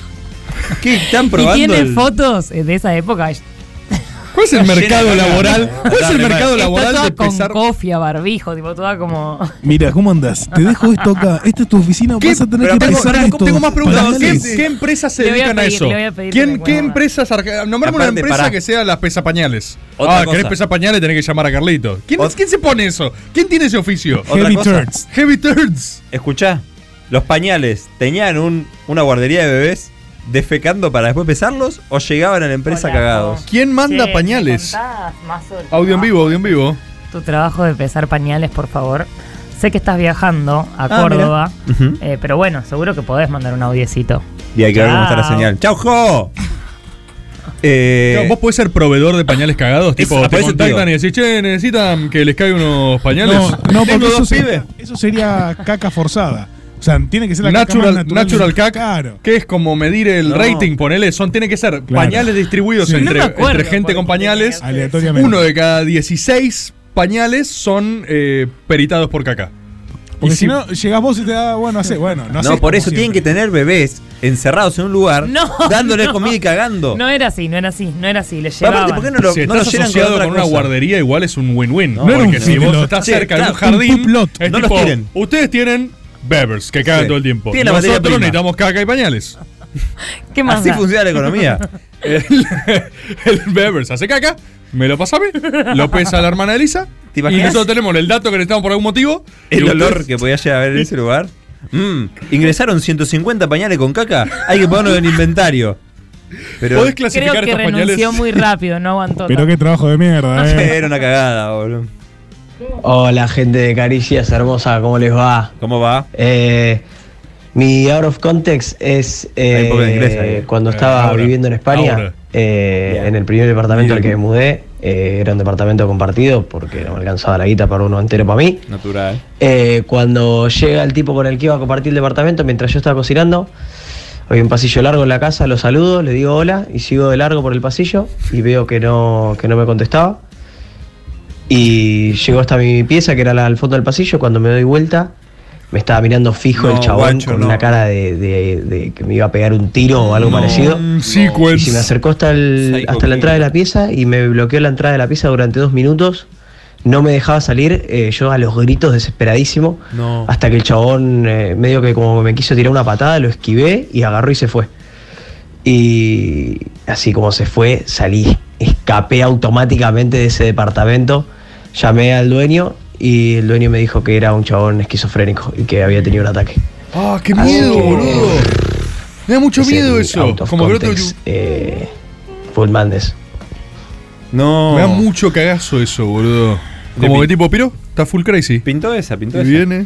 Speaker 7: ¿Qué están
Speaker 8: Y
Speaker 7: probando?
Speaker 8: tiene
Speaker 7: el-
Speaker 8: fotos eh, de esa época.
Speaker 6: ¿Cuál es el
Speaker 7: Llena
Speaker 6: mercado
Speaker 7: de-
Speaker 6: laboral? ¿Cuál es
Speaker 7: Dale,
Speaker 6: el
Speaker 7: dale.
Speaker 6: mercado
Speaker 8: Está
Speaker 6: laboral
Speaker 8: toda
Speaker 6: de
Speaker 8: con
Speaker 6: pesar?
Speaker 8: cofia, barbijo, tipo toda como...
Speaker 1: Mira, ¿cómo andás? Te dejo esto acá. Esta es tu oficina, vas a tener
Speaker 6: Pero
Speaker 1: que
Speaker 6: tengo-
Speaker 1: pesar
Speaker 6: tengo-
Speaker 1: esto.
Speaker 6: tengo más preguntas.
Speaker 1: Para-
Speaker 6: ¿Qué,
Speaker 1: dale.
Speaker 6: qué empresas se
Speaker 1: Le voy a
Speaker 6: dedican a
Speaker 1: pedir,
Speaker 6: eso?
Speaker 1: le voy a pedir que
Speaker 6: ¿Quién,
Speaker 1: me
Speaker 6: ¿qué
Speaker 1: cuente.
Speaker 6: empresas? arca- Nombrame una
Speaker 1: Aparte,
Speaker 6: empresa
Speaker 1: pará.
Speaker 6: que sea las pesapañales.
Speaker 1: Otra
Speaker 6: ah, ¿querés
Speaker 1: cosa.
Speaker 6: pesapañales? Tenés que llamar a Carlito. ¿Quién, es- ¿Quién se pone eso? ¿Quién tiene ese oficio?
Speaker 7: Otra Heavy cosa. turds.
Speaker 6: Heavy Turds.
Speaker 7: Escuchá, los pañales, ¿tenían un, una guardería de bebés defecando para después pesarlos o llegaban a la empresa cagados?
Speaker 6: ¿Quién manda
Speaker 8: Che,
Speaker 6: pañales?
Speaker 8: Audio
Speaker 6: en vivo, audio en vivo.
Speaker 8: Tu trabajo de pesar pañales, por favor. Sé que estás viajando a
Speaker 7: Ah,
Speaker 8: Córdoba,
Speaker 7: mirá. Ujú.
Speaker 8: eh, pero bueno, seguro que podés mandar un audiecito.
Speaker 7: Y hay que ver cómo está la
Speaker 8: Chao.
Speaker 7: señal. ¡Chau, Jo! Eh,
Speaker 6: ¿Vos podés ser proveedor de pañales cagados? Tipo,
Speaker 7: por
Speaker 6: te
Speaker 7: eso te
Speaker 6: contactan y decís, che, necesitan que les caigan unos pañales.
Speaker 1: No, no, porque
Speaker 6: Tengo
Speaker 1: eso,
Speaker 6: dos
Speaker 1: se-
Speaker 6: pibes.
Speaker 1: eso sería caca forzada. O sea, tiene que ser la caca
Speaker 6: Natural,
Speaker 1: más natural.
Speaker 6: natural cack, que es como medir el
Speaker 1: No.
Speaker 6: rating, ponele, son, tiene que ser pañales distribuidos
Speaker 1: Sí. No
Speaker 6: entre,
Speaker 1: me acuerdo,
Speaker 6: entre gente con pañales.
Speaker 1: Aleatoriamente.
Speaker 6: Uno de cada 16 pañales son eh, peritados por caca.
Speaker 1: Porque
Speaker 6: Y
Speaker 1: si, no, llegás vos y te da, bueno, hace, bueno, no
Speaker 7: No,
Speaker 1: haces
Speaker 7: por
Speaker 1: como
Speaker 7: eso tienen
Speaker 1: siempre.
Speaker 7: que tener bebés encerrados en un lugar,
Speaker 8: No,
Speaker 7: dándoles
Speaker 8: no.
Speaker 7: comida y cagando.
Speaker 8: No era así, no era así, no era así. Le
Speaker 7: Pero
Speaker 1: Ah,
Speaker 7: aparte,
Speaker 8: llevaban.
Speaker 7: ¿por qué no lo-
Speaker 6: si
Speaker 7: no
Speaker 6: estás
Speaker 7: llenan con
Speaker 6: asociado
Speaker 7: otra
Speaker 6: con, una
Speaker 7: cosa.
Speaker 6: guardería, igual es un win-win.
Speaker 7: No, no era
Speaker 6: porque
Speaker 7: un
Speaker 6: si vos
Speaker 7: complot.
Speaker 6: estás
Speaker 7: Sí,
Speaker 6: cerca de un
Speaker 7: claro,
Speaker 6: jardín,
Speaker 7: un complot.
Speaker 6: es
Speaker 7: No los
Speaker 6: tipo,
Speaker 7: quieren.
Speaker 6: ustedes tienen
Speaker 4: Bebers, que cagan
Speaker 8: Sí.
Speaker 4: todo el tiempo.
Speaker 8: Tiene la materia
Speaker 4: Nosotros
Speaker 8: prima.
Speaker 4: necesitamos caca y pañales.
Speaker 8: ¿Qué más
Speaker 4: Así
Speaker 8: da?
Speaker 4: funciona la economía. El, el Bevers hace caca, me lo pasa a mí, lo pesa la hermana de Elisa. Y
Speaker 7: imaginas?
Speaker 4: nosotros tenemos el dato que necesitamos por algún motivo.
Speaker 7: El
Speaker 4: y
Speaker 7: olor
Speaker 4: ustedes-
Speaker 7: que podía llegar a haber en ese lugar. Mm, ingresaron 150 pañales con caca. Hay que ponerlo en inventario. Pero
Speaker 4: ¿Podés
Speaker 8: Creo que renunció muy rápido, no aguantó.
Speaker 13: Pero qué trabajo de mierda, eh.
Speaker 7: Era una cagada, boludo.
Speaker 11: Hola gente de Caricias Hermosa, ¿cómo les va?
Speaker 7: ¿Cómo va?
Speaker 11: Eh, mi out of context es eh,
Speaker 7: Hay un poco de inglés ahí.
Speaker 11: cuando
Speaker 7: Eh,
Speaker 11: estaba
Speaker 7: ahora,
Speaker 11: viviendo en España,
Speaker 7: ahora.
Speaker 11: eh, en el primer departamento al que me mudé, eh, era un departamento compartido porque no me alcanzaba la guita para uno entero para mí.
Speaker 7: Natural.
Speaker 11: Eh, cuando llega el tipo con el que iba a compartir el departamento, mientras yo estaba cocinando, había un pasillo largo en la casa, lo saludo, le digo hola y sigo de largo por el pasillo y veo que no, que no me contestaba. Y llegó hasta mi pieza, que era la, al fondo del pasillo, cuando me doy vuelta, me estaba mirando fijo
Speaker 4: No,
Speaker 11: el chabón
Speaker 4: guacho,
Speaker 11: con
Speaker 4: no.
Speaker 11: una cara de, de- de que me iba a pegar un tiro o algo
Speaker 4: No,
Speaker 11: parecido.
Speaker 6: Mm,
Speaker 4: un
Speaker 11: Y
Speaker 4: sequence.
Speaker 11: se me acercó hasta, el- hasta la entrada de la pieza y me bloqueó la entrada de la pieza durante dos minutos. No me dejaba salir, eh, yo a los gritos desesperadísimo,
Speaker 7: No.
Speaker 11: hasta que el chabón eh, medio que como me quiso tirar una patada, lo esquivé y agarró y se fue. Y así como se fue, salí, escapé automáticamente de ese departamento, llamé al dueño y el dueño me dijo que era un chabón esquizofrénico y que había tenido un ataque.
Speaker 4: ¡Ah, qué
Speaker 11: Así
Speaker 4: miedo,
Speaker 11: que-
Speaker 4: boludo! Me da mucho
Speaker 11: Ese es
Speaker 4: miedo
Speaker 11: mi
Speaker 4: eso.
Speaker 11: out of
Speaker 4: Como que no
Speaker 11: context, eh, Full Mandes.
Speaker 7: No.
Speaker 4: Me da mucho cagazo eso, boludo.
Speaker 7: De
Speaker 4: Como
Speaker 7: pi-
Speaker 4: que tipo, piro, está full crazy.
Speaker 7: Pintó esa, pintó
Speaker 4: y
Speaker 7: esa.
Speaker 4: viene.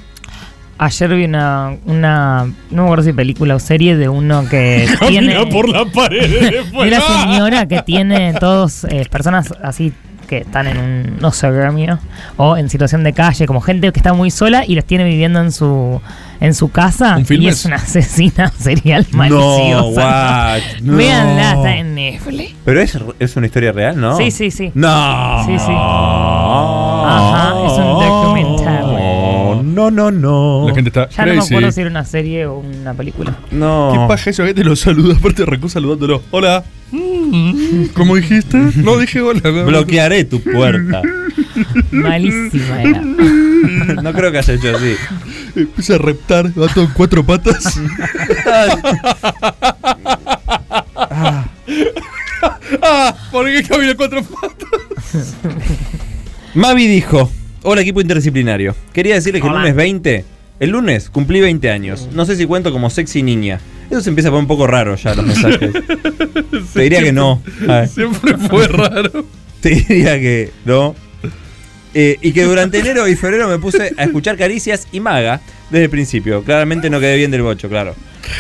Speaker 8: Ayer vi una, una. No me acuerdo si película o serie de uno que tiene.
Speaker 4: la pared
Speaker 8: de una
Speaker 4: Ah.
Speaker 8: señora que tiene todos eh, personas así que están en un no sé gremio o en situación de calle como gente que está muy sola y los tiene viviendo en su en su casa
Speaker 4: ¿Un
Speaker 8: y
Speaker 4: filmes?
Speaker 8: es una asesina serial maliciosa
Speaker 7: guach, no.
Speaker 8: Véanla, está en Netflix.
Speaker 7: Pero es, es una historia real, ¿no?
Speaker 8: Sí, sí, sí.
Speaker 7: No.
Speaker 8: Sí, sí. Ajá, es
Speaker 4: Oh.
Speaker 8: un documental.
Speaker 7: No, no, no.
Speaker 4: La gente está
Speaker 8: Ya no me
Speaker 4: crazy.
Speaker 8: acuerdo si era una serie o una película.
Speaker 4: ¿Qué paja eso? Que te lo saluda, aparte Recú saludándolo. Hola.
Speaker 7: Mm.
Speaker 4: ¿Cómo dijiste? No dije hola. no.
Speaker 7: Bloquearé tu puerta.
Speaker 8: Malísima era.
Speaker 7: No creo que haya hecho así.
Speaker 4: Empieza a reptar, gato en cuatro patas.
Speaker 1: Ah, ¿por qué camino cuatro patas?
Speaker 7: Mavi dijo: Hola, equipo interdisciplinario. Quería decirles que el
Speaker 1: Hola.
Speaker 7: lunes 20, el lunes cumplí 20 años. No sé si cuento como sexy niña. Eso se empieza a poner un poco raro ya los mensajes. Te diría que no. A ver.
Speaker 4: Siempre fue raro.
Speaker 7: Te diría que no. Eh, y que durante enero y febrero me puse a escuchar caricias y maga desde el principio. Claramente no quedé bien del bocho, claro.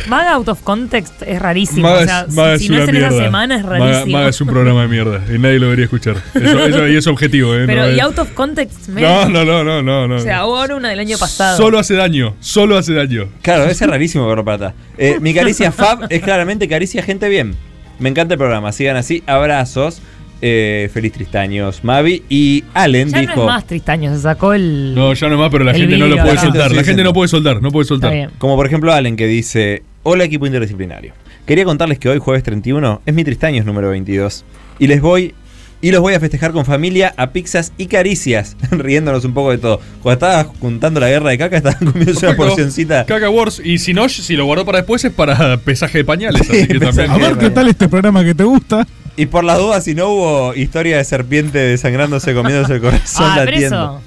Speaker 8: Maga Out of Context es rarísimo.
Speaker 4: Maga
Speaker 8: o sea,
Speaker 4: es-
Speaker 8: si-
Speaker 4: Maga
Speaker 8: si
Speaker 4: es
Speaker 8: no
Speaker 4: una
Speaker 8: es en esa
Speaker 4: mierda.
Speaker 8: semana es
Speaker 4: Maga-
Speaker 8: rarísimo.
Speaker 4: Maga es un programa de mierda y nadie lo debería escuchar. Eso, eso- y es objetivo, ¿eh?
Speaker 8: Pero
Speaker 4: no,
Speaker 8: y
Speaker 4: es-
Speaker 8: Out of Context, men.
Speaker 4: no, no, no, no, no, no.
Speaker 8: O sea, ahora una del año pasado.
Speaker 4: Solo hace daño, solo hace daño.
Speaker 7: Claro, debe ser rarísimo verlo pata. Eh, mi caricia Fab es claramente caricia gente bien. Me encanta el programa, sigan así. Abrazos. Eh, feliz Tristaños, Mavi. Y Allen
Speaker 8: ya
Speaker 7: dijo.
Speaker 8: no es más Tristaño, se sacó el.
Speaker 4: No, ya no más, pero la
Speaker 8: El
Speaker 4: gente no lo
Speaker 8: vidrio,
Speaker 4: puede
Speaker 8: la
Speaker 4: soltar.
Speaker 8: gente
Speaker 4: La
Speaker 8: sí,
Speaker 4: gente
Speaker 8: sí.
Speaker 4: no puede soltar, no puede soltar.
Speaker 8: Está bien.
Speaker 7: Como por ejemplo Allen que dice, hola equipo interdisciplinario. Quería contarles que hoy jueves 31 es mi Tristaños número 22. Y les voy... Y los voy a festejar con familia a pizzas y caricias, riéndonos un poco de todo. Cuando estaba juntando la guerra de caca, estaban comiendo una
Speaker 4: Perfecto.
Speaker 7: porcioncita.
Speaker 4: Caca Wars. Y si no, si lo guardó para después es para pesaje de pañales. Así que también.
Speaker 13: A ver qué tal este programa que te gusta.
Speaker 7: Y por las dudas, si no hubo historia de serpiente desangrándose, comiéndose el corazón,
Speaker 8: Ah,
Speaker 7: la
Speaker 8: pero
Speaker 7: atiendo.
Speaker 8: eso.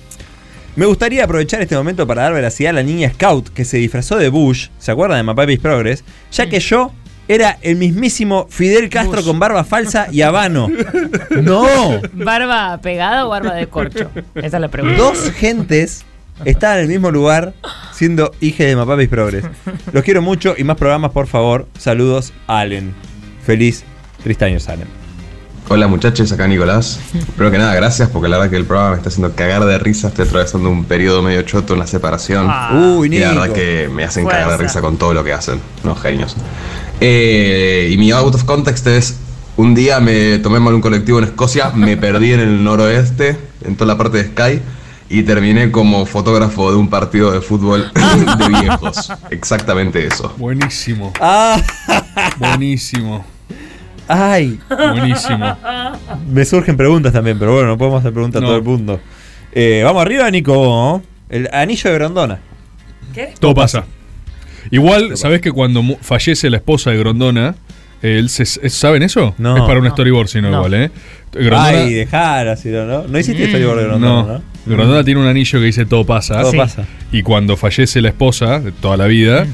Speaker 7: Me gustaría aprovechar este momento para dar veracidad a la niña Scout que se disfrazó de Bush, ¿se acuerdan de Mapapis Progress? Ya que yo era el mismísimo Fidel Castro con barba falsa y habano. ¡No!
Speaker 8: ¿Barba pegada o barba de corcho? Esa es la pregunta.
Speaker 7: Dos gentes estaban en el mismo lugar siendo hija de Mapapis Progress. Los quiero mucho y más programas, por favor. Saludos, Allen. Feliz Tristaños, Allen.
Speaker 2: Hola muchachos, acá Nicolás. Primero que nada, gracias porque la verdad que el programa me está haciendo cagar de risa. Estoy atravesando un periodo medio choto en la separación. Ah. Uy, y la Nico. verdad que me hacen cagar Fuerza. de risa con todo lo que hacen. Unos genios. Eh, y mi out of context es: un día me tomé mal un colectivo en Escocia, me perdí en el noroeste, en toda la parte de Sky, y terminé como fotógrafo de un partido de fútbol de viejos. Exactamente eso.
Speaker 4: Buenísimo.
Speaker 7: Ah.
Speaker 4: Buenísimo.
Speaker 7: Ay.
Speaker 4: Buenísimo.
Speaker 7: Me surgen preguntas también, pero bueno, no podemos hacer preguntas a
Speaker 4: No.
Speaker 7: todo el mundo. Eh, vamos arriba, Nico. ¿no? El anillo de Grondona.
Speaker 8: ¿Qué?
Speaker 6: Todo pasa. Igual, ¿sabés que cuando mu- fallece la esposa de Grondona, él se- es- ¿saben eso?
Speaker 7: No.
Speaker 6: Es para un
Speaker 7: No.
Speaker 6: storyboard, si no,
Speaker 7: No.
Speaker 6: igual, ¿eh? Mm,
Speaker 7: Ay, dejar así, ¿no? No hiciste storyboard de Grondona, ¿no?
Speaker 6: Grondona tiene un anillo que dice todo pasa.
Speaker 7: Todo Sí. pasa.
Speaker 6: Y cuando fallece la esposa de toda la vida,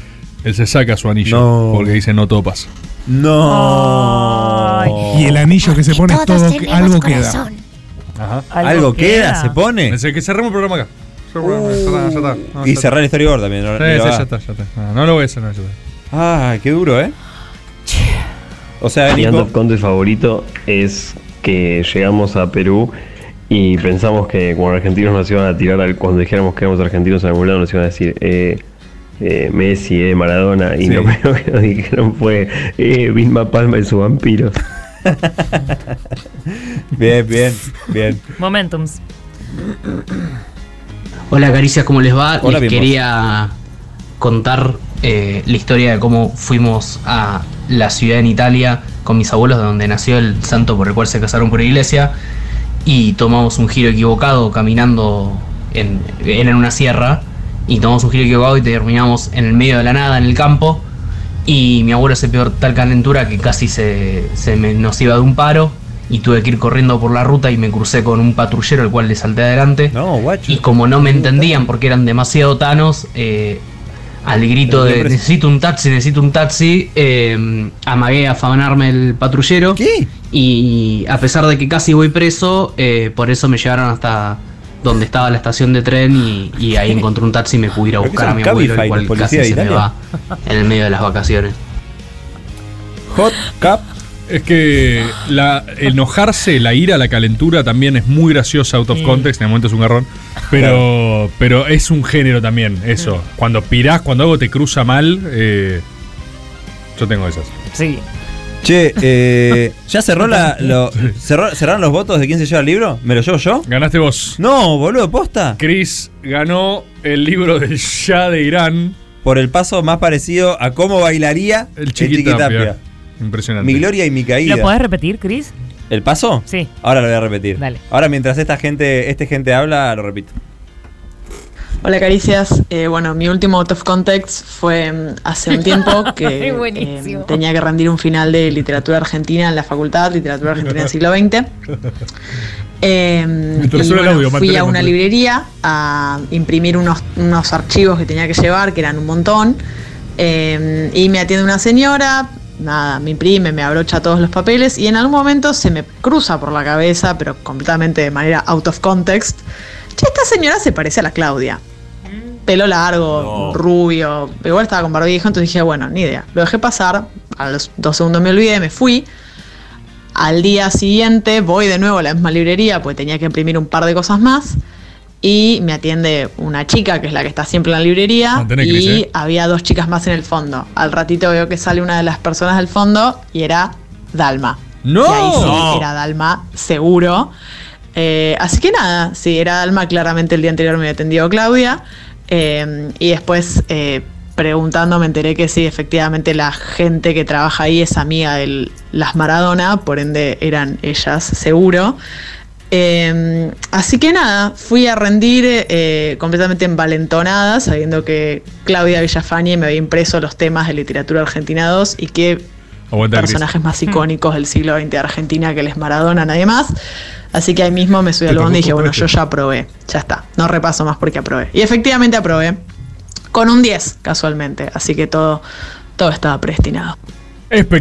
Speaker 6: él se saca su anillo. Porque dice no todo pasa.
Speaker 7: No.
Speaker 13: Y el anillo que se pone es todo, que- algo queda.
Speaker 7: ¿Algo, queda? ¿Se pone? Uh.
Speaker 6: Pensé que cerremos el programa acá. Ya está, ya está. No,
Speaker 7: y
Speaker 6: ya está.
Speaker 7: cerrar el storyboard también. ¿no?
Speaker 6: Sí,
Speaker 7: Ni lo
Speaker 6: sí,
Speaker 7: va.
Speaker 6: ya está, ya está. No, no lo voy a hacer, no, ya está.
Speaker 7: Ah, qué duro, ¿eh? O sea,
Speaker 9: mi
Speaker 7: Nico-
Speaker 9: out of context favorito es que llegamos a Perú y pensamos que cuando argentinos nos iban a tirar, al, cuando dijéramos que éramos argentinos en algún lado, nos iban a decir, eh, eh, Messi, eh, Maradona, y lo primero que nos dijeron fue, eh, Vilma Palma y su vampiro.
Speaker 7: bien, bien, bien.
Speaker 8: Momentums.
Speaker 12: Hola Caricias, ¿cómo les va?
Speaker 7: Hola,
Speaker 12: les
Speaker 7: Bimbo.
Speaker 12: quería contar eh, la historia de cómo fuimos a la ciudad en Italia con mis abuelos, de donde nació el santo por el cual se casaron por iglesia, y tomamos un giro equivocado caminando en, era en una sierra, y tomamos un giro equivocado y terminamos en el medio de la nada, en el campo, y mi abuelo se pegó tal calentura que casi se, se me- nos iba de un paro. Y tuve que ir corriendo por la ruta y me crucé con un patrullero, el cual le salté adelante. Y como no me entendían porque eran demasiado tanos, eh, al grito de necesito un taxi, necesito un taxi, eh, amagué a afanarme el patrullero. Y a pesar de que casi voy preso, eh, por eso me llevaron hasta donde estaba la estación de tren y, y ahí encontré un taxi y me pude ir a
Speaker 7: ¿Pero qué
Speaker 12: buscar a
Speaker 7: son
Speaker 12: mi abuelo,
Speaker 7: Cabify,
Speaker 12: el cual
Speaker 7: los policías
Speaker 12: casi
Speaker 7: de
Speaker 12: se me
Speaker 7: Italia?
Speaker 12: va en el medio de las vacaciones.
Speaker 7: Hot Cup.
Speaker 6: Es que la, enojarse, la ira, la calentura también es muy graciosa out of
Speaker 7: Mm.
Speaker 6: context. En el momento es un garrón. Pero, pero es un género también, eso. Cuando pirás, cuando algo te cruza mal, eh, yo tengo esas.
Speaker 8: Sí.
Speaker 7: Che, eh, ¿ya cerró la, lo- cerró- cerraron los votos de quién se lleva el libro? ¿Me lo llevo yo?
Speaker 6: Ganaste vos.
Speaker 7: No, boludo, posta.
Speaker 6: Chris ganó el libro del Shah de Irán.
Speaker 7: Por el paso más parecido a cómo bailaría
Speaker 6: El Chiquitapia.
Speaker 7: Chiquitapia.
Speaker 6: Impresionante.
Speaker 7: Mi gloria y mi caída.
Speaker 8: ¿Lo podés repetir, Chris?
Speaker 7: ¿El paso?
Speaker 8: Sí.
Speaker 7: Ahora lo voy a repetir.
Speaker 8: Dale.
Speaker 7: Ahora mientras esta gente, este gente habla, lo repito.
Speaker 5: Hola Caricias, Eh, bueno, mi último out of context fue mm, hace un tiempo que
Speaker 20: Es buenísimo.
Speaker 5: eh, tenía que rendir un final de literatura argentina en la facultad, literatura argentina del siglo XX. Eh,
Speaker 20: Me
Speaker 5: y
Speaker 20: trazó el
Speaker 5: bueno,
Speaker 20: audio,
Speaker 5: fui a
Speaker 20: mantenemos,
Speaker 5: una
Speaker 20: ¿no?
Speaker 5: librería a imprimir unos, unos archivos que tenía que llevar, que eran un montón, Eh, y me atiende una señora, nada, me imprime, me abrocha todos los papeles, y en algún momento se me cruza por la cabeza, pero completamente de manera out of context, che, esta señora se parece a la Claudia. Pelo largo, rubio, igual estaba con barbijo, entonces dije, bueno, ni idea. Lo dejé pasar, a los dos segundos me olvidé, me fui. Al día siguiente voy de nuevo a la misma librería, pues tenía que imprimir un par de cosas más. Y me atiende una chica, que es la que está siempre en la librería.
Speaker 6: Mantené,
Speaker 5: y
Speaker 6: Cris, ¿eh?
Speaker 5: había dos chicas más en el fondo. Al ratito veo que sale una de las personas del fondo y era Dalma.
Speaker 6: ¡No!
Speaker 5: Y ahí sí,
Speaker 6: No.
Speaker 5: era Dalma, seguro. Eh, así que nada, sí, era Dalma, claramente el día anterior me había atendido Claudia. Eh, y después eh, preguntando me enteré que sí, efectivamente la gente que trabaja ahí es amiga de las Maradona, por ende eran ellas seguro. Eh, así que nada, fui a rendir eh, completamente envalentonada, sabiendo que Claudia Villafañe me había impreso los temas de literatura argentina 2 y que
Speaker 6: Aguanta, Cris.
Speaker 5: personajes más icónicos del siglo XX de Argentina que les Maradona, nadie más. Así que ahí mismo me subí
Speaker 6: Te
Speaker 5: al bondi y
Speaker 6: tocó
Speaker 5: dije,
Speaker 6: tu
Speaker 5: bueno, yo
Speaker 6: puesto.
Speaker 5: ya aprobé, ya está, no repaso más porque aprobé. Y efectivamente aprobé, con un 10 casualmente, así que todo, todo estaba predestinado.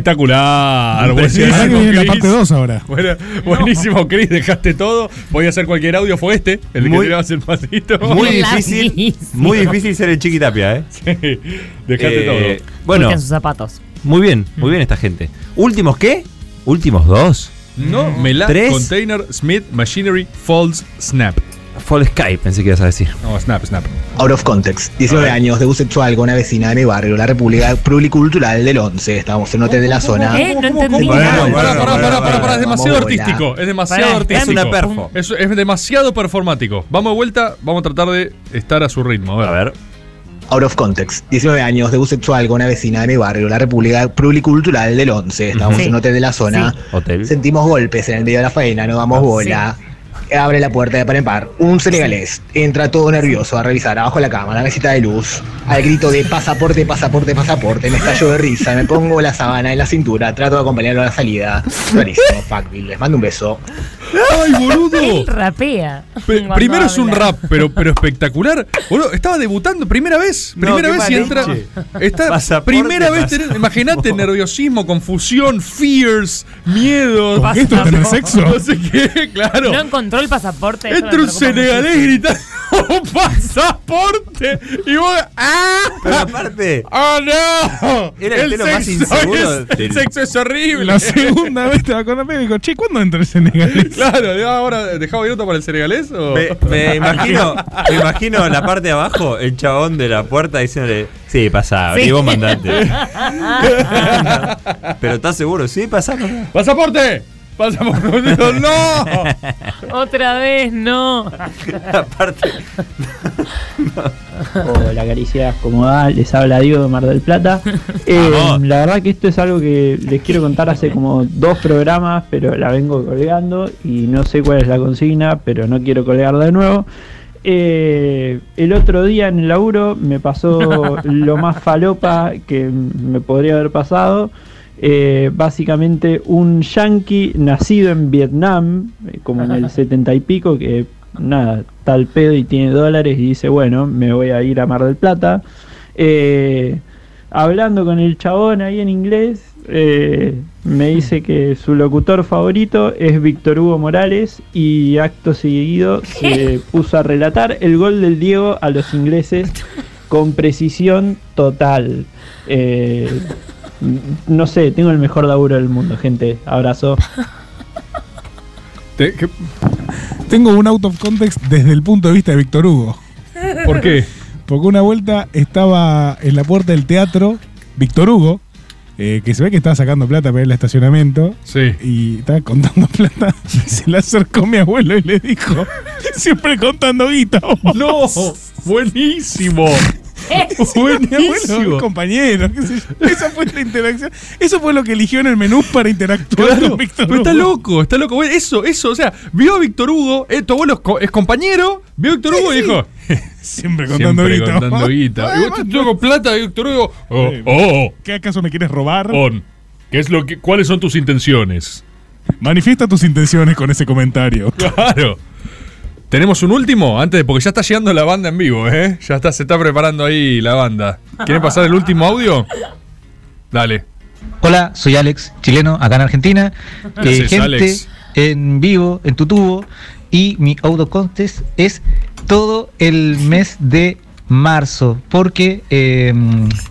Speaker 6: Espectacular.
Speaker 13: Pensé que viene la parte 2 ahora.
Speaker 6: Bueno, buenísimo, Chris, dejaste todo. Podía hacer cualquier audio, fue este, el
Speaker 7: Muy-
Speaker 6: que tirabas el pasito.
Speaker 7: Muy difícil, muy difícil ser el Chiquitapia, ¿eh?
Speaker 6: dejate
Speaker 7: todo.
Speaker 8: Bueno.
Speaker 7: Eh, Bueno,
Speaker 8: sus zapatos. Mm.
Speaker 7: muy bien, muy bien esta gente. ¿Últimos qué? ¿Últimos dos?
Speaker 6: No, Melá,
Speaker 7: Mm. Tres.
Speaker 6: Container, Smith, Machinery, Falls, Snap.
Speaker 7: Fall Sky, pensé que ibas a decir.
Speaker 6: No, Snap, Snap.
Speaker 22: Out of context. 19 años, debut sexual con una vecina de mi barrio, la República Pluricultural del 11. Estábamos en un hotel de la zona.
Speaker 6: Eh, no
Speaker 22: entendí.
Speaker 6: Pará, pará, pará, pará, pará, es demasiado
Speaker 22: Vamos, hola.
Speaker 6: artístico. Es demasiado
Speaker 22: Pará,
Speaker 6: artístico.
Speaker 22: es una perfo.
Speaker 6: Es, es demasiado performático. Vamos de vuelta, vamos a tratar de estar a su ritmo. A
Speaker 7: ver.
Speaker 22: Out of context. 19 años, debut sexual con una vecina de mi barrio, la República Pluricultural del 11. Estábamos
Speaker 7: Sí.
Speaker 22: en un hotel de la zona.
Speaker 7: Hotel.
Speaker 22: Sentimos golpes en el medio de la faena, no damos
Speaker 7: Sí.
Speaker 22: bola. abre la puerta de par en par. Un senegalés entra todo nervioso a revisar abajo de la cama, la mesita de luz, al grito de pasaporte, pasaporte, pasaporte. Me estallo de risa, me pongo la sabana en la cintura, trato de acompañarlo a la salida. Buenísimo, Fuckville. Les mando un beso.
Speaker 4: ¡Ay, boludo!
Speaker 8: Él rapea.
Speaker 4: Pe-
Speaker 8: Cuando
Speaker 4: primero es un
Speaker 8: habla.
Speaker 4: rap, pero, pero espectacular. Boludo, estaba debutando, primera vez,
Speaker 8: No,
Speaker 4: primera
Speaker 8: qué
Speaker 4: vez y entra.
Speaker 8: malinche.
Speaker 4: Está,
Speaker 8: Pasaporte,
Speaker 4: primera vez,
Speaker 8: pasaporte.
Speaker 4: tener- imaginate nerviosismo, confusión, fears, miedos.
Speaker 8: ¿Con qué esto tenés sexo?
Speaker 4: No sé qué, claro.
Speaker 8: No encontró el pasaporte. eso
Speaker 4: Entra
Speaker 8: me
Speaker 4: un
Speaker 8: preocupa
Speaker 4: senegalés
Speaker 8: muchísimo.
Speaker 4: gritando pasaporte y vos ¡ah!
Speaker 7: Pero aparte
Speaker 4: ¡Oh no!
Speaker 7: Era el pelo más
Speaker 4: sexo
Speaker 7: inseguro
Speaker 4: es-
Speaker 7: del-
Speaker 4: El sexo es horrible.
Speaker 13: La segunda vez te va con la y digo, che, ¿cuándo entra el senegalés?
Speaker 4: Claro, ¿y ahora dejaba minuto para el senegalés o
Speaker 7: Me, me imagino, me imagino la parte de abajo, el chabón de la puerta diciéndole, sí, pasá, abrí,
Speaker 4: Sí.
Speaker 7: vos mandate. Pero estás seguro, sí, pasá.
Speaker 4: ¡Pasaporte! ¡Pasaporte! ¡No!
Speaker 8: Otra vez, no.
Speaker 26: Hola, caricias, ¿cómo va? ah, Les habla Diego de Mar del Plata. Eh,
Speaker 10: Vamos.
Speaker 26: la verdad que esto es algo que les quiero contar hace como dos programas, pero la vengo colgando y no sé cuál es la consigna, pero no quiero colgar de nuevo. Eh, el otro día en el laburo me pasó lo más falopa que me podría haber pasado. Eh, básicamente un yankee nacido en Vietnam, eh, como en el 70 y pico, que nada, tal pedo y tiene dólares y dice, bueno, me voy a ir a Mar del Plata. Eh, hablando con el chabón ahí en inglés, eh, me dice que su locutor favorito es Víctor Hugo Morales y acto seguido se puso a relatar el gol del Diego a los ingleses con precisión total. Eh, no sé, tengo el mejor laburo del mundo, gente. Abrazo.
Speaker 13: Tengo un out of context desde el punto de vista de Víctor Hugo.
Speaker 4: ¿Por qué?
Speaker 13: Porque una vuelta estaba en la puerta del teatro Víctor Hugo, eh, que se ve que estaba sacando plata para el estacionamiento.
Speaker 4: Sí.
Speaker 13: Y estaba contando plata. y se le acercó mi abuelo y le dijo: Siempre contando guita.
Speaker 4: ¡No! ¡Buenísimo!
Speaker 13: Buenísimo. Compañero, qué sé yo. Esa fue la interacción. Eso fue lo que eligió en el menú para interactuar con Víctor
Speaker 4: Pero
Speaker 13: Hugo.
Speaker 4: está loco, está loco. Bueno, Eso, eso, o sea, vio a Víctor Hugo, eh, tu abuelo es, co- es compañero, vio a Víctor Hugo y dijo.
Speaker 13: Siempre contando
Speaker 4: Siempre
Speaker 13: guita.
Speaker 4: contando guita. Y vos te tengo plata, Víctor Hugo. Oh, oh,
Speaker 13: ¿Qué acaso me quieres robar?
Speaker 6: On, ¿qué es lo que, ¿cuáles son tus intenciones?
Speaker 13: Manifiesta tus intenciones con ese comentario.
Speaker 4: claro. Tenemos un último antes, porque ya está llegando la banda en vivo, ¿eh? Ya está, se está preparando ahí la banda. ¿Quieren pasar el último audio? Dale.
Speaker 20: Hola, soy Alex, chileno, acá en Argentina.
Speaker 4: ¿Qué
Speaker 20: Eh,
Speaker 4: haces,
Speaker 20: gente
Speaker 4: Alex?
Speaker 20: en vivo, en tu tubo. Y mi auto contest es todo el mes de marzo, porque eh,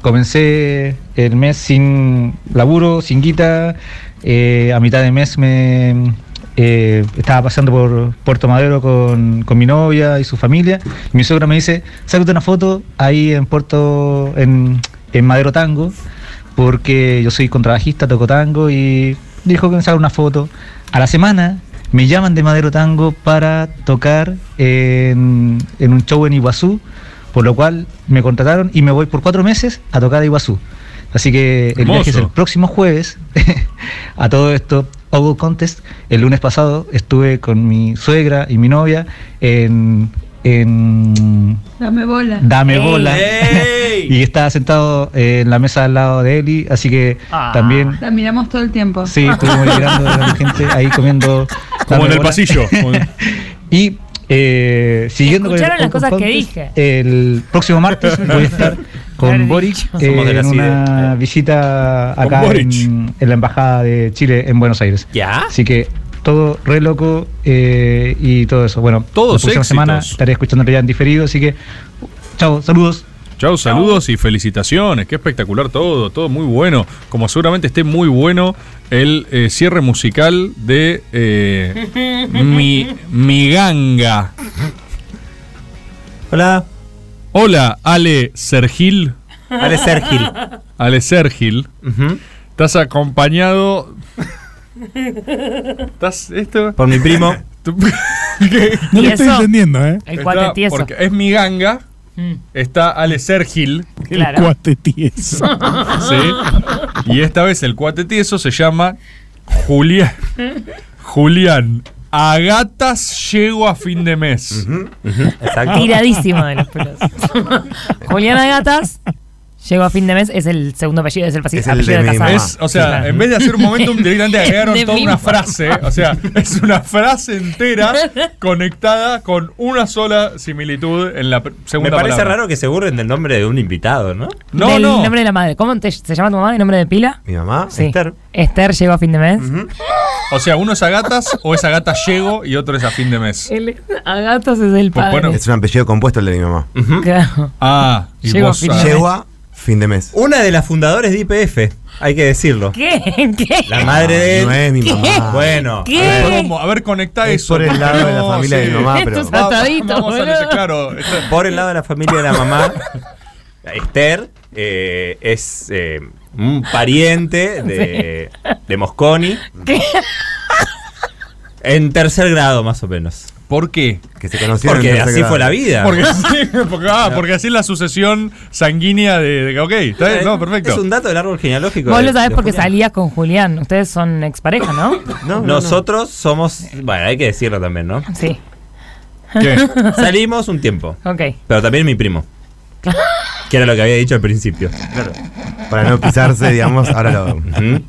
Speaker 20: comencé el mes sin laburo, sin guita. eh, a mitad de mes me eh, estaba pasando por Puerto Madero con, con mi novia y su familia. Y mi suegra me dice, sácate una foto ahí en Puerto, en, en Madero Tango porque yo soy contrabajista, toco tango y dijo que me sacara una foto. A la semana me llaman de Madero Tango para tocar en, en un show en Iguazú, por lo cual me contrataron y me voy por cuatro meses a tocar a Iguazú. Así que el viaje es
Speaker 16: Hermoso.
Speaker 20: el próximo jueves. a todo esto, Ogo Contest. El lunes pasado estuve con mi suegra y mi novia en- en
Speaker 27: Dame bola.
Speaker 8: Eh,
Speaker 20: Dame bola. y estaba sentado eh, en la mesa al lado de Eli, así que
Speaker 8: Ah.
Speaker 20: también
Speaker 27: La miramos todo el tiempo.
Speaker 20: sí, estuvimos liderando a la gente ahí comiendo.
Speaker 6: Como en el
Speaker 20: bola.
Speaker 6: pasillo. Como en-
Speaker 20: y eh, siguiendo
Speaker 8: Escucharon las
Speaker 20: Open
Speaker 8: cosas que
Speaker 20: Contest,
Speaker 8: dije.
Speaker 20: El próximo martes voy a estar con Boric eh, Somos de la en CIDE. una visita acá Boric. en, en la Embajada de Chile en Buenos Aires.
Speaker 7: ¿Ya?
Speaker 20: Así que todo re loco eh, y todo eso. Bueno,
Speaker 4: Todos
Speaker 20: la próxima
Speaker 4: éxitos.
Speaker 20: semana estaré escuchando ya en diferido, así que chao, saludos.
Speaker 6: Chau, saludos y felicitaciones. Qué espectacular todo, todo muy bueno. Como seguramente esté muy bueno el eh, cierre musical de eh, mi, mi Ganga.
Speaker 7: Hola.
Speaker 6: Hola, Ale Sergil.
Speaker 7: Ale Sergil.
Speaker 6: Ale Sergil. Estás acompañado.
Speaker 4: ¿Estás esto?
Speaker 7: Por mi primo.
Speaker 13: No lo
Speaker 4: Tieso.
Speaker 13: estoy entendiendo, ¿eh?
Speaker 4: Está Porque es mi ganga.
Speaker 7: Mm.
Speaker 4: Está Ale Sergil.
Speaker 13: El cuate tieso.
Speaker 6: Sí. Y esta vez el cuate tieso se llama Julián. Julián
Speaker 4: A gatas llego a fin de mes.
Speaker 8: Tiradísimo de los pelos. Juliana Gatas llegó a fin de mes, es el segundo apellido, es el pasillo. apellido de, Casada.
Speaker 4: Es- o sea,
Speaker 8: Sí, claro.
Speaker 4: en vez de hacer un momentum, directamente agregaron
Speaker 8: De
Speaker 4: toda
Speaker 8: mi
Speaker 4: una
Speaker 8: mamá.
Speaker 4: frase. O sea, es una frase entera conectada con una sola similitud en la pr-
Speaker 7: Me
Speaker 4: segunda
Speaker 7: parece
Speaker 4: palabra.
Speaker 7: raro que se burlen del nombre de un invitado, ¿no?
Speaker 8: Del nombre de la madre. ¿Cómo te- se llama tu mamá? ¿El nombre de pila?
Speaker 7: Mi mamá,
Speaker 8: Sí.
Speaker 7: Esther.
Speaker 8: Esther llegó a fin de mes.
Speaker 4: O sea, uno es a gatas o es a gatas llego y otro es a fin de mes.
Speaker 8: El- a gatos es el
Speaker 4: Pues,
Speaker 8: padre.
Speaker 10: Es un apellido compuesto el de mi mamá.
Speaker 8: Claro.
Speaker 4: Ah,
Speaker 8: y Llego a vos fin de sabés. mes.
Speaker 10: Llego a fin de mes.
Speaker 7: Una de las fundadoras de IPF, hay que decirlo.
Speaker 8: ¿Qué? ¿Qué?
Speaker 7: La madre de él.
Speaker 10: No es mi
Speaker 7: ¿Qué?
Speaker 10: mamá.
Speaker 4: A
Speaker 7: Bueno.
Speaker 4: ver, ¿cómo? A ver, conecta
Speaker 10: Es
Speaker 4: eso.
Speaker 10: por el lado de la familia de mi mamá, pero- Estos
Speaker 4: Va-
Speaker 10: ataditos,
Speaker 4: vamos a
Speaker 10: boludo.
Speaker 4: leer, claro.
Speaker 7: Por el lado de la familia de la mamá, Esther eh, es eh, un pariente de, de Mosconi.
Speaker 8: ¿Qué?
Speaker 7: En tercer grado, más o menos.
Speaker 4: ¿Por qué?
Speaker 10: Que se conocieron en
Speaker 7: Porque
Speaker 10: tercer
Speaker 7: así
Speaker 10: grado.
Speaker 7: fue la vida.
Speaker 4: Porque, sí, porque, ah, porque así es la sucesión sanguínea de. de- ok, está bien, no, perfecto.
Speaker 7: Eh, Es un dato del árbol genealógico.
Speaker 8: Vos
Speaker 7: de-
Speaker 8: lo sabés
Speaker 7: de
Speaker 8: porque
Speaker 7: Julián.
Speaker 8: salías con Julián. Ustedes son expareja, ¿no?
Speaker 7: Nosotros somos. Bueno, hay que decirlo también, ¿no?
Speaker 8: Sí.
Speaker 7: ¿Qué? Salimos un tiempo.
Speaker 8: Ok.
Speaker 7: Pero también mi primo. Que era lo que había dicho al principio.
Speaker 10: Para no pisarse, digamos, ahora lo.
Speaker 7: Ujú.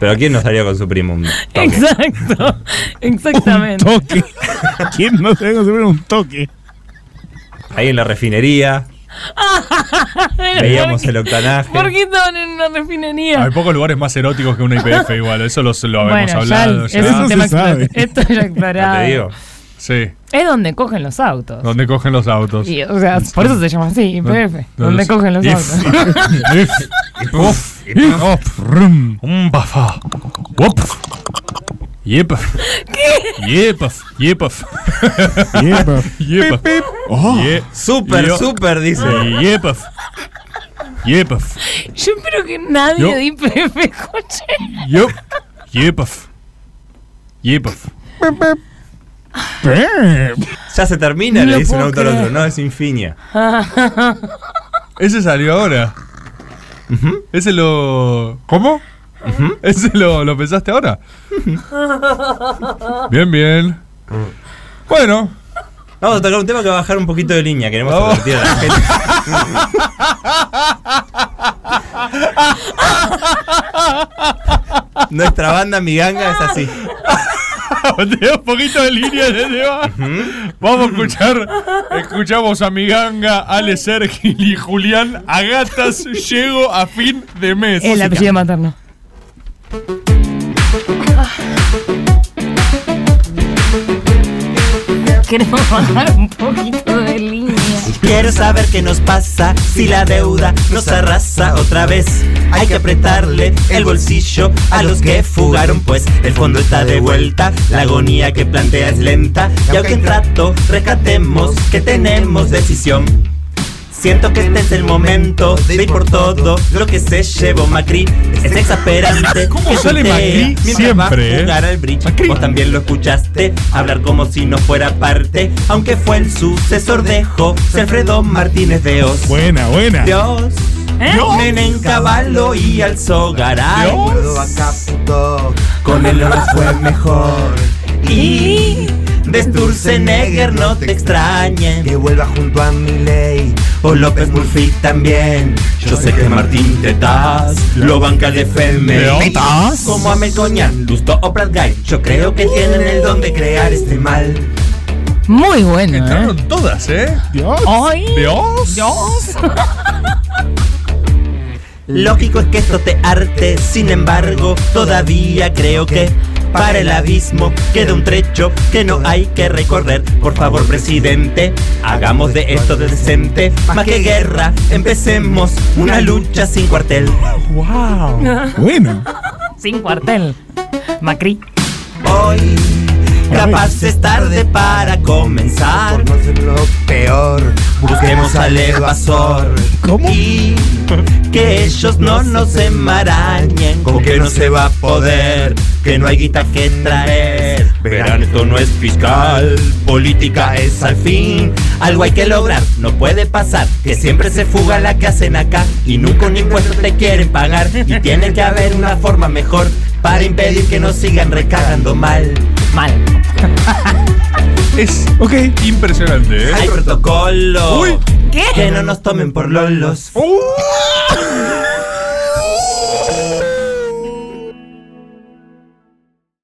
Speaker 7: Pero ¿quién no salió con su primo? Un toque.
Speaker 8: Exacto. Exactamente.
Speaker 13: Toque. ¿Quién no se ve un toque?
Speaker 7: Ahí en la refinería, veíamos el octanaje.
Speaker 8: ¿Por qué estaban en una refinería?
Speaker 4: Hay pocos lugares más eróticos que una IPF igual, eso los- lo habíamos
Speaker 8: Bueno, ya
Speaker 4: hablado.
Speaker 8: el- es un tema
Speaker 4: Ah,
Speaker 8: Ah,
Speaker 4: sabe.
Speaker 8: explora- Esto ya explorado.
Speaker 4: Sí,
Speaker 8: Es donde cogen los autos.
Speaker 4: donde cogen los autos.
Speaker 8: Y, o sea, por eso se llama así, IPF.
Speaker 4: No,
Speaker 8: Donde
Speaker 4: no
Speaker 8: cogen los
Speaker 4: sé.
Speaker 8: autos.
Speaker 4: If, if, uf, if, of, rum, um, bafa, wop, yep, yep, yep, yep, yep,
Speaker 7: Super, super, dice.
Speaker 4: Yep, yep,
Speaker 8: Yo espero que nadie
Speaker 4: Yo-
Speaker 8: de IPF escuche.
Speaker 4: yep, yep, yep.
Speaker 7: Ya se termina,
Speaker 4: No
Speaker 7: le dice un
Speaker 4: puedo
Speaker 7: auto al otro.
Speaker 4: creer.
Speaker 7: No, es infinia.
Speaker 4: Ese salió ahora. Ese lo. ¿Cómo? ¿Ese lo, lo pensaste ahora? Bien, bien. Bueno.
Speaker 7: Vamos a tocar un tema que va a bajar un poquito de línea. Queremos advertir a la gente. Nuestra banda Miganga es así.
Speaker 4: Tiene un poquito de línea de tema. Vamos a escuchar. Escuchamos a Miganga, Ale Sergil y Julián. A gatas llego a fin de mes.
Speaker 8: El apellido materno. Queremos bajar Ah, un poquito de línea.
Speaker 16: Quiero saber qué nos pasa si la deuda nos arrasa otra vez. Hay que apretarle el bolsillo a los que fugaron, pues el fondo está de vuelta. La agonía que plantea es lenta. Y aunque en trato rescatemos que tenemos decisión. Siento que este es el momento de ir por todo lo que se llevó Macri. Es exasperante.
Speaker 4: ¿Cómo
Speaker 16: que
Speaker 4: sale
Speaker 16: tuitea
Speaker 4: Macri?
Speaker 16: mientras va a
Speaker 4: Siempre, ¿eh?
Speaker 16: jugar al bridge. Vos también lo escuchaste hablar como si no fuera parte. Aunque fue el sucesor de José Alfredo Martínez de Oz.
Speaker 13: Buena, buena.
Speaker 16: Dios.
Speaker 13: Dios.
Speaker 16: Menem Caballo y Alzogaray.
Speaker 13: Dios.
Speaker 16: Recuerdo acá, puto. Con él no nos fue mejor. Y de Sturzenegger no te extrañen. Que vuelva junto a mi ley. O López Murphy también. Yo sé que Martín Tetaz lo banca de FM.
Speaker 4: ¿Tetaz?
Speaker 16: Como a Melcoñan, Lusto o Prat Guy. Yo creo que tienen el don de crear este mal.
Speaker 8: Muy bueno, ¿eh?
Speaker 4: Entraron todas, ¿eh?
Speaker 13: Dios.
Speaker 8: Ay.
Speaker 4: Dios.
Speaker 16: Lógico es que esto te arte, sin embargo, todavía creo que para el abismo queda un trecho que no hay que recorrer. Por favor, presidente, hagamos de esto de decente. Más que guerra, empecemos una lucha sin cuartel.
Speaker 8: ¡Wow!
Speaker 13: Bueno.
Speaker 8: Sin cuartel. Macri.
Speaker 16: Hoy capaz es tarde para comenzar. Por no ser lo peor, busquemos al evasor. ¿Cómo? Y que ellos no nos enmarañen. Con que no se va a poder, que no hay guita que traer. Verán, esto no es fiscal, política es al fin. Algo hay que lograr, no puede pasar. Que siempre se fuga la que hacen acá. Y nunca un impuesto te quieren pagar. Y tiene que haber una forma mejor para impedir que nos sigan recagando mal.
Speaker 8: Mal.
Speaker 7: Es impresionante, ¿eh?
Speaker 16: Hay protocolo.
Speaker 7: Uy.
Speaker 4: Uh.
Speaker 16: Que no nos tomen por lolos.